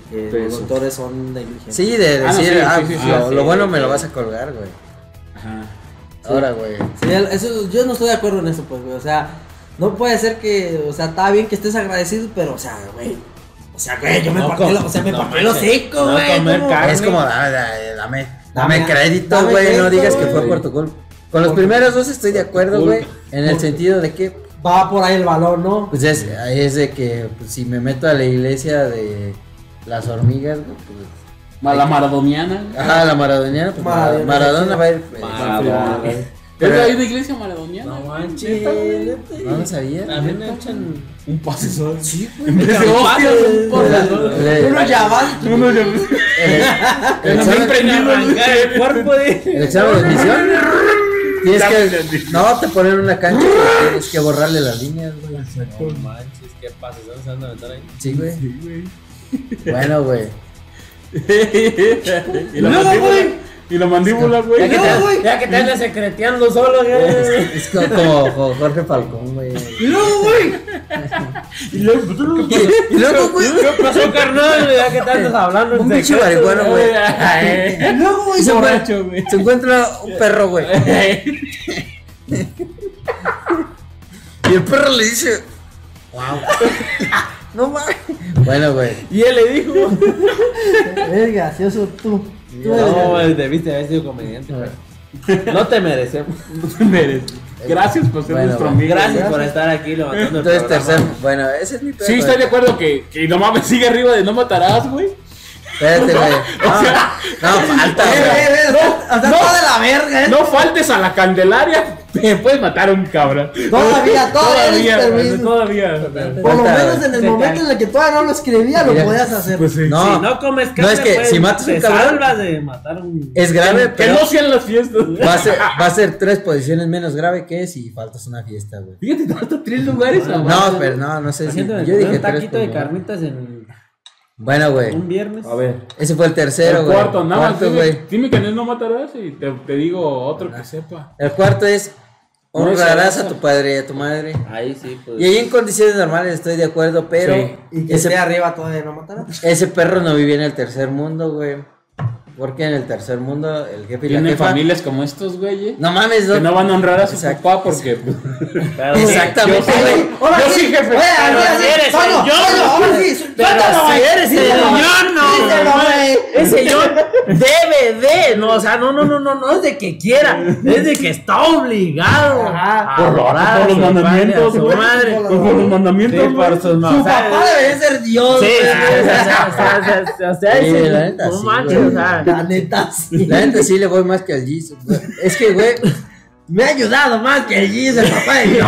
Speaker 1: que
Speaker 2: de
Speaker 1: los
Speaker 2: eso.
Speaker 1: doctores son negligentes.
Speaker 4: Sí, de
Speaker 2: Ah, no,
Speaker 4: decir,
Speaker 2: sí,
Speaker 4: ah,
Speaker 2: sí, sí, sí,
Speaker 4: lo,
Speaker 2: sí,
Speaker 4: lo bueno
Speaker 2: sí,
Speaker 4: me lo
Speaker 2: sí.
Speaker 4: vas a colgar, güey.
Speaker 2: Ajá.
Speaker 4: Ahora, güey.
Speaker 1: Sí, el- eso, yo no estoy de acuerdo en eso, pues, güey. O sea, no puede ser que, o sea, está bien que estés agradecido, pero, o sea, güey. O sea, güey, yo me
Speaker 5: No
Speaker 1: partí
Speaker 5: com-
Speaker 1: lo- o sea, me
Speaker 5: no
Speaker 1: partí el
Speaker 5: manches,
Speaker 1: hocico,
Speaker 5: no
Speaker 1: güey.
Speaker 5: comer
Speaker 1: ¿cómo?
Speaker 5: carne.
Speaker 4: Es como, ah, da- dame,
Speaker 1: Dame-
Speaker 4: dame crédito,
Speaker 1: dame
Speaker 4: güey,
Speaker 1: crédito,
Speaker 4: no digas que fue
Speaker 1: güey.
Speaker 4: por tu culpa. Con los primeros dos estoy de acuerdo,
Speaker 2: culpa.
Speaker 4: güey, en el sentido de que,
Speaker 1: Va por ahí el balón, ¿no?
Speaker 4: pues es, es de que pues, si me meto a la iglesia de las hormigas, güey, pues,
Speaker 2: Ma- La maradoniana. güey.
Speaker 4: ajá, la maradoniana, pues
Speaker 1: Maradona.
Speaker 4: Maradona, Maradona va a ir, eh,
Speaker 5: Maradona.
Speaker 2: ¿Es
Speaker 4: Pero-
Speaker 2: de ahí de iglesia maradoniana?
Speaker 5: Ah, No
Speaker 2: güey?
Speaker 5: manches.
Speaker 2: ¿Neta, güey?
Speaker 4: no lo sabía.
Speaker 5: También le echan
Speaker 2: Un pase solo. Sí,
Speaker 5: Echan pasos,
Speaker 1: güey.
Speaker 5: por
Speaker 4: Le-
Speaker 5: favor.
Speaker 4: le-
Speaker 1: Uno ya va.
Speaker 2: Uno ya-
Speaker 4: el- el
Speaker 2: Ya
Speaker 4: examen-
Speaker 2: me impregnado,
Speaker 5: Arrancar el cuerpo eh. de.
Speaker 4: El examen de admisión. Tienes
Speaker 2: Ya me
Speaker 4: que.
Speaker 2: entendí.
Speaker 4: No, te ponen una cancha. pero Tienes que borrarle las líneas, güey.
Speaker 5: No manches, ¿qué pasa? ¿Se van a meter ahí?
Speaker 4: Sí, güey. Bueno, güey.
Speaker 2: y la
Speaker 1: Luego,
Speaker 2: mandíbula,
Speaker 1: güey.
Speaker 2: Y la mandíbula, güey.
Speaker 1: que te- güey.
Speaker 5: Ya que te andas secreteando solo, güey.
Speaker 4: Es co- como jo- Jorge Falcón, güey.
Speaker 1: Y luego, güey.
Speaker 4: Y luego, güey.
Speaker 5: ¿Qué pasó, carnal? Ya que te andas hablando en
Speaker 4: Un pinche
Speaker 5: secreto,
Speaker 4: marihuana, güey.
Speaker 2: Ay,
Speaker 1: Y luego, güey.
Speaker 4: Se,
Speaker 1: se fue.
Speaker 4: encuentra- se encuentra un perro, güey. Y el perro le dice. ¡Wow! No mames. Bueno, güey.
Speaker 5: Y él le dijo.
Speaker 1: Eres gracioso tú. Tú eres
Speaker 5: No,
Speaker 1: gracioso.
Speaker 5: güey, debiste haber sido comediante, güey. No te merecemos.
Speaker 2: mereces. Gracias por ser
Speaker 4: Bueno,
Speaker 2: nuestro
Speaker 4: güey.
Speaker 2: amigo.
Speaker 5: Gracias por estar aquí levantando el
Speaker 4: Entonces,
Speaker 5: programa.
Speaker 4: tercer. Bueno, ese es mi perro.
Speaker 2: Sí, estoy de acuerdo que, que no mames, sigue arriba de no matarás, güey.
Speaker 4: Espérate, güey. No, no, falta,
Speaker 1: Eh,
Speaker 4: güey.
Speaker 1: eh, eh, está- está
Speaker 2: no.
Speaker 1: toda de la verga, eh.
Speaker 2: No faltes a la Candelaria, me puedes matar a un cabrón.
Speaker 1: Todavía, todavía, es
Speaker 2: güey,
Speaker 1: permiso.
Speaker 2: todavía.
Speaker 1: Por lo
Speaker 4: Falta-
Speaker 1: menos en el
Speaker 5: se
Speaker 1: momento
Speaker 5: cae.
Speaker 1: en el que todavía no lo escribía, lo
Speaker 4: Mira,
Speaker 1: podías hacer.
Speaker 2: Pues sí.
Speaker 4: No.
Speaker 5: si no comes
Speaker 4: No,
Speaker 5: carne,
Speaker 4: es que
Speaker 5: pues,
Speaker 4: si matas
Speaker 5: te
Speaker 4: un cabrón-
Speaker 5: salvas de matar un.
Speaker 4: Es grave,
Speaker 2: Que
Speaker 4: pero.
Speaker 2: no sean las fiestas.
Speaker 4: Va a, ser, va a ser tres posiciones menos grave que si faltas una fiesta, güey.
Speaker 2: Fíjate, te hasta tres lugares.
Speaker 5: No,
Speaker 2: abajo.
Speaker 4: No, pero no, no sé si.
Speaker 5: Haciendo
Speaker 4: Yo dije
Speaker 5: un
Speaker 4: tres.
Speaker 5: taquito
Speaker 4: pues,
Speaker 5: de
Speaker 4: no.
Speaker 5: carnitas en
Speaker 4: Bueno, güey.
Speaker 5: un viernes.
Speaker 2: A ver.
Speaker 4: Ese fue el tercero,
Speaker 2: el
Speaker 4: güey.
Speaker 2: cuarto, nada más.
Speaker 4: Cuarto,
Speaker 2: Dime,
Speaker 4: güey.
Speaker 2: dime que no es no matarás y te, te digo otro que sepa.
Speaker 4: El cuarto es Honrarás a tu padre y a tu madre.
Speaker 5: Ahí sí, pues.
Speaker 4: Y ahí en condiciones normales estoy de acuerdo, pero
Speaker 2: Sí.
Speaker 1: Y que esté
Speaker 4: ese,
Speaker 1: arriba todavía no matará.
Speaker 4: ese perro no vivía en el tercer mundo, güey. Porque en el tercer mundo el jefe y la
Speaker 2: Tienen
Speaker 4: jefa...
Speaker 2: familias como estos, güey. eh,
Speaker 4: No mames,
Speaker 2: Que no van a honrar a su
Speaker 4: Exacto.
Speaker 2: papá porque. pues,
Speaker 3: Pero sí,
Speaker 4: Exactamente,
Speaker 2: Yo sí,
Speaker 4: güey.
Speaker 1: Ahora
Speaker 2: Yo sí, jefe.
Speaker 1: Oye,
Speaker 2: Pero
Speaker 1: ahora sí,
Speaker 3: si eres
Speaker 1: Toño,
Speaker 3: el yo,
Speaker 1: Toño, ahora sí, suéltalo,
Speaker 4: si
Speaker 1: güey.
Speaker 4: eres el
Speaker 1: Díselo, güey.
Speaker 3: yo no,
Speaker 1: Díselo, güey.
Speaker 3: Ese yo debe de, no, o sea, no, no, no, no, no es de que quiera, es de que está obligado.
Speaker 1: Ajá.
Speaker 3: a
Speaker 2: Por lo-
Speaker 3: honrar
Speaker 2: por
Speaker 3: a
Speaker 2: los
Speaker 3: su padre,
Speaker 2: mandamientos,
Speaker 3: a su
Speaker 2: güey.
Speaker 3: madre.
Speaker 1: Por
Speaker 2: Pues por los mandamientos,
Speaker 3: Sí, por
Speaker 2: güey.
Speaker 3: sus
Speaker 1: Su
Speaker 3: mamás.
Speaker 1: papá debería ser Dios,
Speaker 3: Sí,
Speaker 1: güey.
Speaker 3: sí,
Speaker 5: ah,
Speaker 3: o sea, o sea, o sea, o sea, o sea,
Speaker 4: Sí,
Speaker 3: ese-
Speaker 4: la neta,
Speaker 3: no
Speaker 4: sí,
Speaker 3: manches,
Speaker 4: güey.
Speaker 3: o sea.
Speaker 1: La neta, sí.
Speaker 4: La gente sí le voy más que al Jesus. güey. Es que, güey,
Speaker 1: Me ha ayudado más que el Giz, el papá de Dios.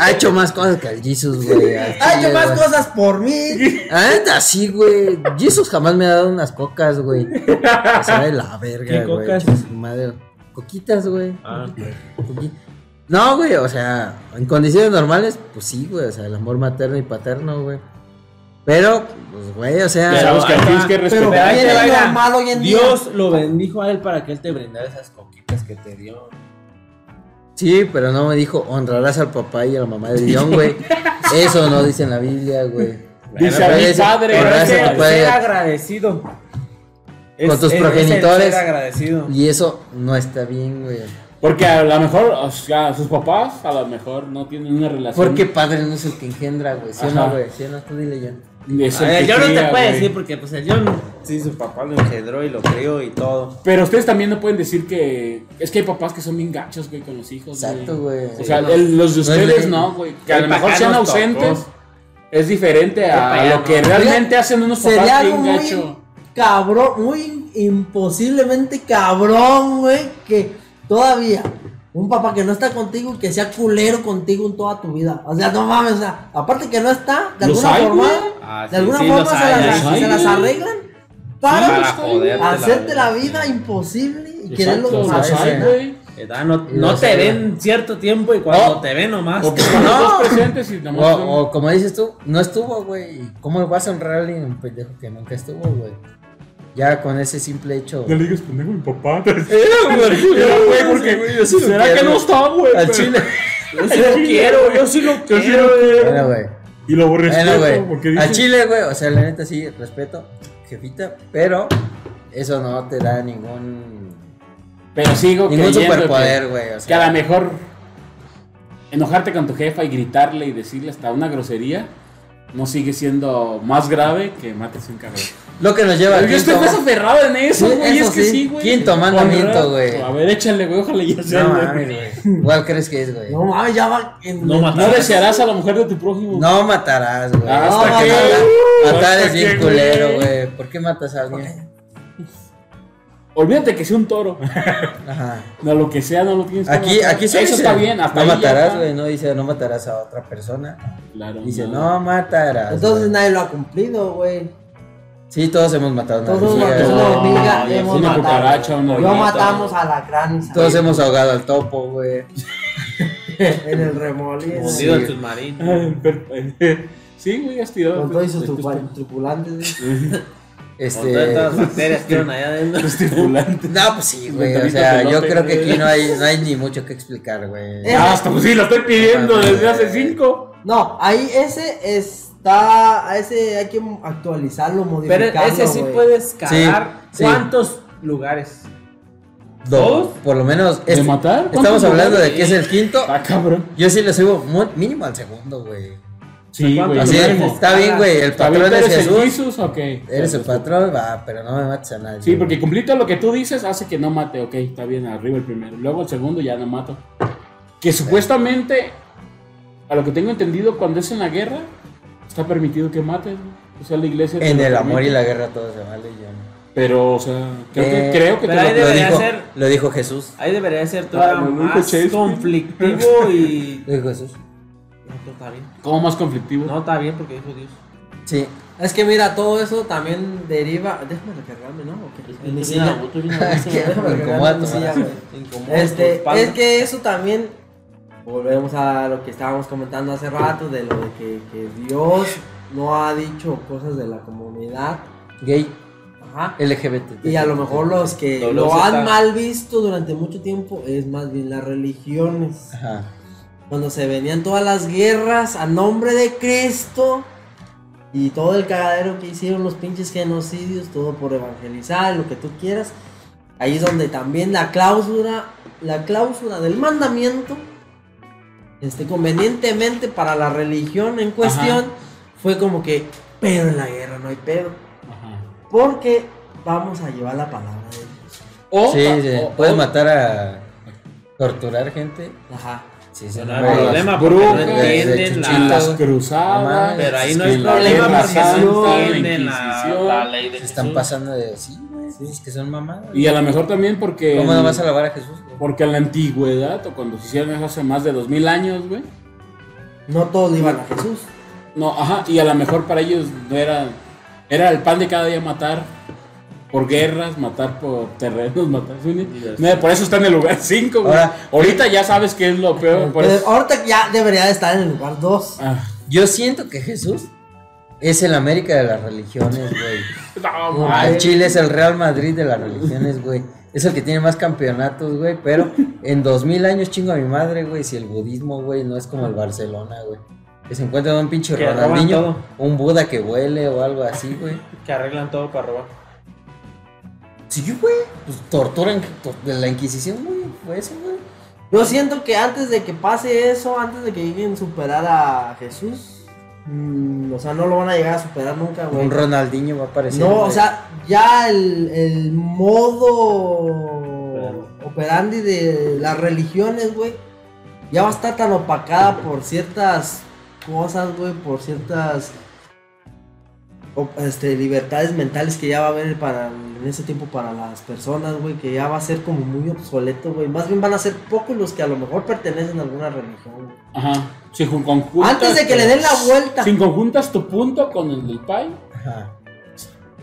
Speaker 4: ha hecho más cosas que al Jesus, güey. al
Speaker 1: Ha hecho
Speaker 4: chile,
Speaker 1: más
Speaker 4: güey.
Speaker 1: cosas por mí.
Speaker 4: La neta sí, güey. Jesus jamás me ha dado unas cocas, güey. O sea, de la verga,
Speaker 3: ¿Qué
Speaker 4: güey.
Speaker 3: cocas?
Speaker 4: Chinga su madre. Coquitas, güey.
Speaker 3: Ah,
Speaker 4: Coqui- No, güey, o sea, en condiciones normales, pues sí, güey. O sea, el amor materno y paterno, güey. Pero, pues, güey, o sea.
Speaker 2: O sea, los que
Speaker 3: Ajá.
Speaker 2: tienes que
Speaker 1: Pero
Speaker 2: respetar.
Speaker 5: ahí te
Speaker 1: bien
Speaker 5: va,
Speaker 1: es
Speaker 5: mira.
Speaker 1: normal hoy en día.
Speaker 5: Dios lo bendijo a él para que él te brindara esas coquitas que te dio.
Speaker 4: Sí, pero no me dijo, honrarás al papá y a la mamá de Dion, güey. Eso no dice en la Biblia, güey.
Speaker 2: Dice a
Speaker 4: Pero
Speaker 2: mi
Speaker 4: ese-
Speaker 2: padre.
Speaker 4: pero
Speaker 5: es
Speaker 4: ese-
Speaker 5: el
Speaker 4: tu padre.
Speaker 5: ser agradecido.
Speaker 4: Con
Speaker 5: es-
Speaker 4: tus
Speaker 5: es el
Speaker 4: progenitores.
Speaker 5: ser agradecido.
Speaker 4: Y eso no está bien, güey.
Speaker 2: Porque a lo mejor, o sea, sus papás a lo mejor no tienen una relación.
Speaker 4: Porque padre no es el que engendra, güey. ¿Sí o no,
Speaker 2: Ajá. Pues
Speaker 4: güey? ¿Sí o no? Tú dile ya.
Speaker 2: es el
Speaker 5: A ver,
Speaker 2: que
Speaker 5: yo no
Speaker 2: cría,
Speaker 5: te puedo
Speaker 2: güey.
Speaker 5: decir porque pues el yo sí su papá lo engendró y lo crió y todo.
Speaker 2: Pero ustedes también no pueden decir que. Es que hay papás que son bien gachos, güey, con los hijos.
Speaker 4: Exacto, güey.
Speaker 2: O sea,
Speaker 4: No.
Speaker 2: el- los de
Speaker 4: No es
Speaker 2: ustedes
Speaker 4: ley.
Speaker 2: no, güey. Que a
Speaker 5: El
Speaker 2: lo mejor
Speaker 5: papá
Speaker 2: sean
Speaker 5: nos tocó.
Speaker 2: ausentes. Es diferente
Speaker 5: papá
Speaker 2: a
Speaker 5: ya
Speaker 2: lo que
Speaker 5: no.
Speaker 2: realmente hacen unos papás
Speaker 1: Sería algo
Speaker 2: bien
Speaker 1: muy
Speaker 2: gacho.
Speaker 1: cabrón, muy imposiblemente cabrón, güey, que todavía un papá que no está contigo y que sea culero contigo en toda tu vida. O sea, no mames, o sea, aparte que no está, de
Speaker 2: Los
Speaker 1: alguna
Speaker 2: hay,
Speaker 1: forma,
Speaker 2: güey.
Speaker 5: Ah, sí,
Speaker 1: de alguna
Speaker 5: sí,
Speaker 1: forma
Speaker 5: los
Speaker 1: se,
Speaker 5: hay,
Speaker 1: las,
Speaker 2: los hay,
Speaker 1: se las
Speaker 2: güey.
Speaker 1: arreglan
Speaker 5: Para,
Speaker 1: para pues,
Speaker 5: joderte la
Speaker 1: hacerte la
Speaker 5: vida.
Speaker 1: vida imposible y
Speaker 2: Exacto,
Speaker 1: quererlo
Speaker 2: los
Speaker 1: más.
Speaker 4: sabe,
Speaker 2: hay,
Speaker 4: sí.
Speaker 2: güey.
Speaker 5: Eh, da, no no
Speaker 4: Los
Speaker 5: te
Speaker 4: hay.
Speaker 5: ven cierto tiempo y cuando te ven nomás.
Speaker 2: O que están los dos presentes y nomás son-
Speaker 4: O, o como dices tú, no estuvo, güey. ¿Y ¿Cómo vas a honrar a alguien, un pendejo que nunca estuvo, güey? Ya con ese simple hecho.
Speaker 2: le digas pendejo a mi papá.
Speaker 4: Era,
Speaker 2: güey, porque- ¿Será que no está, güey?
Speaker 4: Al chile.
Speaker 5: Yo sí lo quiero, yo sí lo
Speaker 2: Yo sí
Speaker 5: quiero.
Speaker 2: lo quiero.
Speaker 4: Bueno, güey.
Speaker 2: Y lo
Speaker 4: Bueno,
Speaker 2: respeto porque
Speaker 4: güey.
Speaker 2: dice-
Speaker 4: Al chile, güey. O sea, la neta sí, respeto, jefita. Pero eso no te da ningún.
Speaker 2: Pero sigo
Speaker 4: Ningún
Speaker 2: creyendo
Speaker 4: superpoder,
Speaker 2: que-
Speaker 4: güey. O
Speaker 2: Que
Speaker 4: sea,
Speaker 2: a lo mejor enojarte con tu jefa y gritarle y decirle hasta una grosería no sigue siendo más grave que mates a un cabrón.
Speaker 4: lo que nos lleva al
Speaker 2: Pero yo estoy
Speaker 4: quinto-
Speaker 2: más aferrado en eso,
Speaker 4: Sí,
Speaker 2: güey.
Speaker 4: eso
Speaker 2: es que
Speaker 4: sí.
Speaker 2: sí, güey.
Speaker 4: Quinto
Speaker 2: Por
Speaker 4: mandamiento,
Speaker 2: rato.
Speaker 4: güey.
Speaker 2: A ver, échale, güey. Ojalá ya sea,
Speaker 4: No
Speaker 2: güey.
Speaker 4: mames, güey. ¿Cuál crees que es, güey?
Speaker 1: No mames, ya va en
Speaker 5: No mames.
Speaker 2: No desearás a la mujer de tu prójimo.
Speaker 4: No matarás, güey.
Speaker 2: Ah,
Speaker 4: Hasta
Speaker 1: hasta
Speaker 4: que-
Speaker 2: que-
Speaker 4: Matar
Speaker 2: hasta
Speaker 4: es bien
Speaker 2: que-
Speaker 4: culero, güey. ¿Por qué matas a alguien?
Speaker 2: Olvídate que sea un toro.
Speaker 4: Ajá.
Speaker 2: No, lo que sea, no lo tienes que
Speaker 4: Aquí,
Speaker 2: matar.
Speaker 4: aquí se
Speaker 2: Eso
Speaker 4: dice,
Speaker 2: está bien. Hasta
Speaker 4: no
Speaker 2: ahí ya
Speaker 4: matarás,
Speaker 2: está.
Speaker 4: güey. No dice, no matarás a otra persona.
Speaker 2: Claro.
Speaker 4: Dice, no matarás.
Speaker 1: Entonces
Speaker 4: güey.
Speaker 1: nadie lo ha cumplido, güey.
Speaker 4: Sí, todos hemos matado a una
Speaker 1: Todos hemos
Speaker 4: hormiga,
Speaker 1: matado
Speaker 4: güey.
Speaker 1: una hormiga,
Speaker 2: No, ya
Speaker 1: hemos
Speaker 2: sé, una
Speaker 1: matado.
Speaker 2: cucaracha, una
Speaker 1: No
Speaker 2: hormiguita.
Speaker 1: matamos a la gran
Speaker 4: Todos hemos ahogado al topo, güey.
Speaker 1: en el remolino.
Speaker 5: Hundido
Speaker 4: Sí.
Speaker 5: el submarino.
Speaker 2: eh, Sí, güey, has tirado.
Speaker 1: Con todos sus
Speaker 2: tus- tus-
Speaker 1: trupa- tripulantes. güey.
Speaker 5: Con todas
Speaker 4: Este. Pues,
Speaker 5: estas bacterias que eran allá adentro.
Speaker 2: tus tripulantes.
Speaker 4: No, pues sí, güey. O
Speaker 2: Mentalitos
Speaker 4: sea,
Speaker 2: pelotes,
Speaker 4: yo creo que
Speaker 2: güey.
Speaker 4: aquí no hay, no hay ni mucho que explicar, güey.
Speaker 1: Eh,
Speaker 2: Ah, hasta pues sí, lo estoy pidiendo desde hace cinco.
Speaker 1: No, ahí ese está. A ese hay que actualizarlo,
Speaker 5: Pero
Speaker 1: modificarlo.
Speaker 5: ese sí
Speaker 1: güey.
Speaker 5: puedes cagar.
Speaker 4: sí.
Speaker 5: ¿Cuántos lugares?
Speaker 4: Dos. Por lo menos.
Speaker 2: ¿De
Speaker 4: este-
Speaker 2: matar? ¿Cuántos
Speaker 4: Estamos hablando
Speaker 2: lugares?
Speaker 4: de que es el quinto.
Speaker 2: Ah, cabrón.
Speaker 4: Yo sí le subo mu- mínimo al segundo, güey.
Speaker 2: Sí, güey.
Speaker 4: Así es,
Speaker 2: mínimo.
Speaker 4: está bien, güey. El
Speaker 2: ¿Está bien
Speaker 4: patrón
Speaker 2: que
Speaker 4: es
Speaker 2: eres el
Speaker 4: Jesús.
Speaker 2: Jesús o qué?
Speaker 4: Eres el patrón, va, pero no me mates a nadie.
Speaker 2: Sí, porque cumplir todo lo que tú dices hace que no mate. Ok, está bien, arriba el primero. Luego el segundo ya no mato. Que supuestamente, a lo que tengo entendido, cuando es en la guerra, está permitido que mates. güey. O sea, la iglesia. te
Speaker 4: En
Speaker 2: lo
Speaker 4: el amor y
Speaker 2: permite.
Speaker 4: la guerra todo se vale, yo no.
Speaker 2: Pero, o sea, creo
Speaker 4: Eh,
Speaker 2: que, creo que te
Speaker 5: pero
Speaker 2: lo-
Speaker 5: ahí
Speaker 4: Lo
Speaker 5: Debería
Speaker 4: dijo,
Speaker 5: ser-
Speaker 4: lo dijo Jesús.
Speaker 5: Ahí debería ser
Speaker 2: Ah,
Speaker 5: todavía
Speaker 2: lo dijo
Speaker 5: más
Speaker 2: Shakespeare.
Speaker 5: conflictivo y.
Speaker 4: Lo dijo Jesús.
Speaker 5: No, pero está bien.
Speaker 2: como más conflictivo.
Speaker 5: No, está bien porque dijo Dios.
Speaker 4: Sí.
Speaker 1: Es que mira, todo eso también deriva. Déjame recargarme, ¿no? ¿O qué? En mi silla.
Speaker 4: Qué
Speaker 1: Déjame
Speaker 4: me
Speaker 1: recargarme
Speaker 4: incomoda
Speaker 1: en mi
Speaker 4: tu
Speaker 1: silla,
Speaker 4: brazo.
Speaker 1: güey. Este, es que eso también, volvemos a lo que estábamos comentando hace rato, de lo de que, que Dios no ha dicho cosas de la comunidad.
Speaker 4: Gay.
Speaker 1: Ajá.
Speaker 4: LGBT.
Speaker 1: Y a lo mejor los que
Speaker 5: Doble
Speaker 1: lo
Speaker 5: Z.
Speaker 1: han mal visto durante mucho tiempo es más bien las religiones.
Speaker 4: Ajá.
Speaker 1: Cuando se venían todas las guerras a nombre de Cristo y todo el cagadero que hicieron los pinches genocidios, todo por evangelizar, lo que tú quieras. Ahí es donde también la cláusula, la cláusula del mandamiento, este, convenientemente para la religión en cuestión, fue como que, pero en la guerra no hay pedo,
Speaker 2: Ajá.
Speaker 1: porque vamos a llevar la palabra de Dios.
Speaker 2: O,
Speaker 4: Sí,
Speaker 2: ta-
Speaker 4: sí,
Speaker 2: o-
Speaker 4: puedes
Speaker 2: o-
Speaker 4: matar a. torturar gente.
Speaker 1: Ajá.
Speaker 4: Sí, sí,
Speaker 5: No,
Speaker 4: no,
Speaker 5: no,
Speaker 4: güey.
Speaker 5: problema.
Speaker 2: las
Speaker 5: porque no
Speaker 2: brujas,
Speaker 5: entienden
Speaker 2: que
Speaker 5: la-
Speaker 2: las
Speaker 4: No
Speaker 2: cruzadas,
Speaker 4: mames.
Speaker 5: Pero ahí no
Speaker 2: que
Speaker 5: es
Speaker 2: la
Speaker 5: problema
Speaker 2: Guerra
Speaker 5: porque no
Speaker 2: Santa, la
Speaker 5: entienden la,
Speaker 2: Inquisición.
Speaker 5: la ley de
Speaker 4: Se están
Speaker 5: Jesús.
Speaker 4: pasando de. Sí, güey. Es que son mamadas.
Speaker 2: Y eh, a lo mejor también porque.
Speaker 4: ¿Cómo no vas a alabar a Jesús? güey?
Speaker 2: Porque en la antigüedad, o cuando se hicieron eso hace más de 2000 años, güey.
Speaker 1: No todos le iban a Jesús.
Speaker 2: No, ajá, y a lo mejor para ellos no era. Era el pan de cada día matar por guerras, matar por terrenos, matar. ¿sí? No, por eso está en el lugar 5, güey.
Speaker 4: Ahora-
Speaker 2: Ahorita ya sabes que es lo peor. Por
Speaker 1: Pero
Speaker 2: eso-
Speaker 1: ahorita ya debería de estar en el lugar 2.
Speaker 2: Ah,
Speaker 4: Yo siento que Jesús es el América de las religiones, güey.
Speaker 2: no,
Speaker 4: Ah, el
Speaker 2: mames.
Speaker 4: Chile es el Real Madrid de las religiones, güey. Es el que tiene más campeonatos, güey. Pero en 2000 años chingo a mi madre, güey. Si el budismo, güey, no es como el Barcelona, güey. Que se encuentra un pinche
Speaker 5: Que roban todo.
Speaker 4: Ronaldinho, un Buda que huele o algo así, güey.
Speaker 5: Que arreglan todo para robar.
Speaker 4: Sí, güey. Pues torturan tor- de la Inquisición, güey. Fue eso, güey.
Speaker 1: Yo siento que antes de que pase eso, antes de que lleguen a superar a Jesús, mm, o sea, no lo van a llegar a superar nunca, güey.
Speaker 4: Un Ronaldinho va a aparecer.
Speaker 1: No, o
Speaker 4: güey.
Speaker 1: sea, ya el, el modo operandi de las religiones, güey, ya va a estar tan opacada por ciertas cosas, güey, por ciertas o- este, libertades mentales que ya va a haber para, en ese tiempo para las personas, güey, que ya va a ser como muy obsoleto, güey. Más bien van a ser pocos los que a lo mejor pertenecen a alguna religión. güey.
Speaker 2: Ajá. Si jun- conjuntas
Speaker 1: Antes de que
Speaker 2: tu-
Speaker 1: le den la vuelta.
Speaker 2: Si conjuntas tu punto con el del Pai,
Speaker 4: Ajá.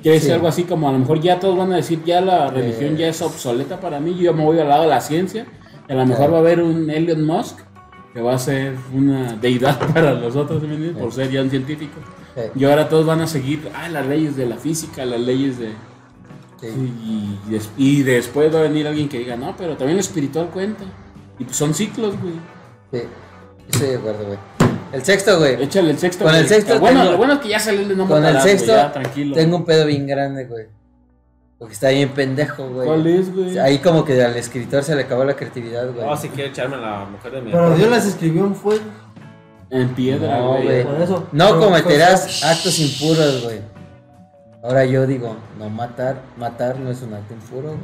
Speaker 2: quiere
Speaker 4: Sí.
Speaker 2: decir algo así como a lo mejor ya todos van a decir ya la religión ya es obsoleta para mí, yo me voy al lado de la ciencia, y a lo mejor va a haber un Elon Musk que va a ser una deidad para los otros ¿me entiendes? por ser ya un científico.
Speaker 4: Eh,
Speaker 2: Y ahora todos van a seguir ah, las leyes de la física, las leyes de...
Speaker 4: sí.
Speaker 2: Y, des- y después va a venir alguien que diga, no, pero también lo espiritual cuenta. Y pues son ciclos, güey.
Speaker 4: Sí, estoy de acuerdo, güey. El sexto, güey.
Speaker 2: Échale el sexto.
Speaker 4: Con el
Speaker 2: güey.
Speaker 4: sexto
Speaker 2: Lo bueno,
Speaker 4: tengo-
Speaker 2: lo bueno es que ya salió el de no
Speaker 4: Con el
Speaker 2: matarás, güey,
Speaker 4: sexto
Speaker 2: ya, tranquilo.
Speaker 4: Tengo un pedo bien grande, güey. Porque está bien pendejo, güey.
Speaker 2: ¿Cuál es, güey?
Speaker 4: Ahí como que al escritor se le acabó la creatividad, güey.
Speaker 2: Ah,
Speaker 5: No, Oh, si quiero echarme a la mujer de mi
Speaker 1: Pero
Speaker 5: hermano.
Speaker 1: Dios las escribió en fuego,
Speaker 2: En piedra,
Speaker 4: No,
Speaker 2: güey.
Speaker 4: güey.
Speaker 1: por eso.
Speaker 4: No
Speaker 2: pues,
Speaker 1: Pero-
Speaker 4: cometerás actos impuros, güey. Ahora yo digo, no matar, matar no es un acto impuro, güey.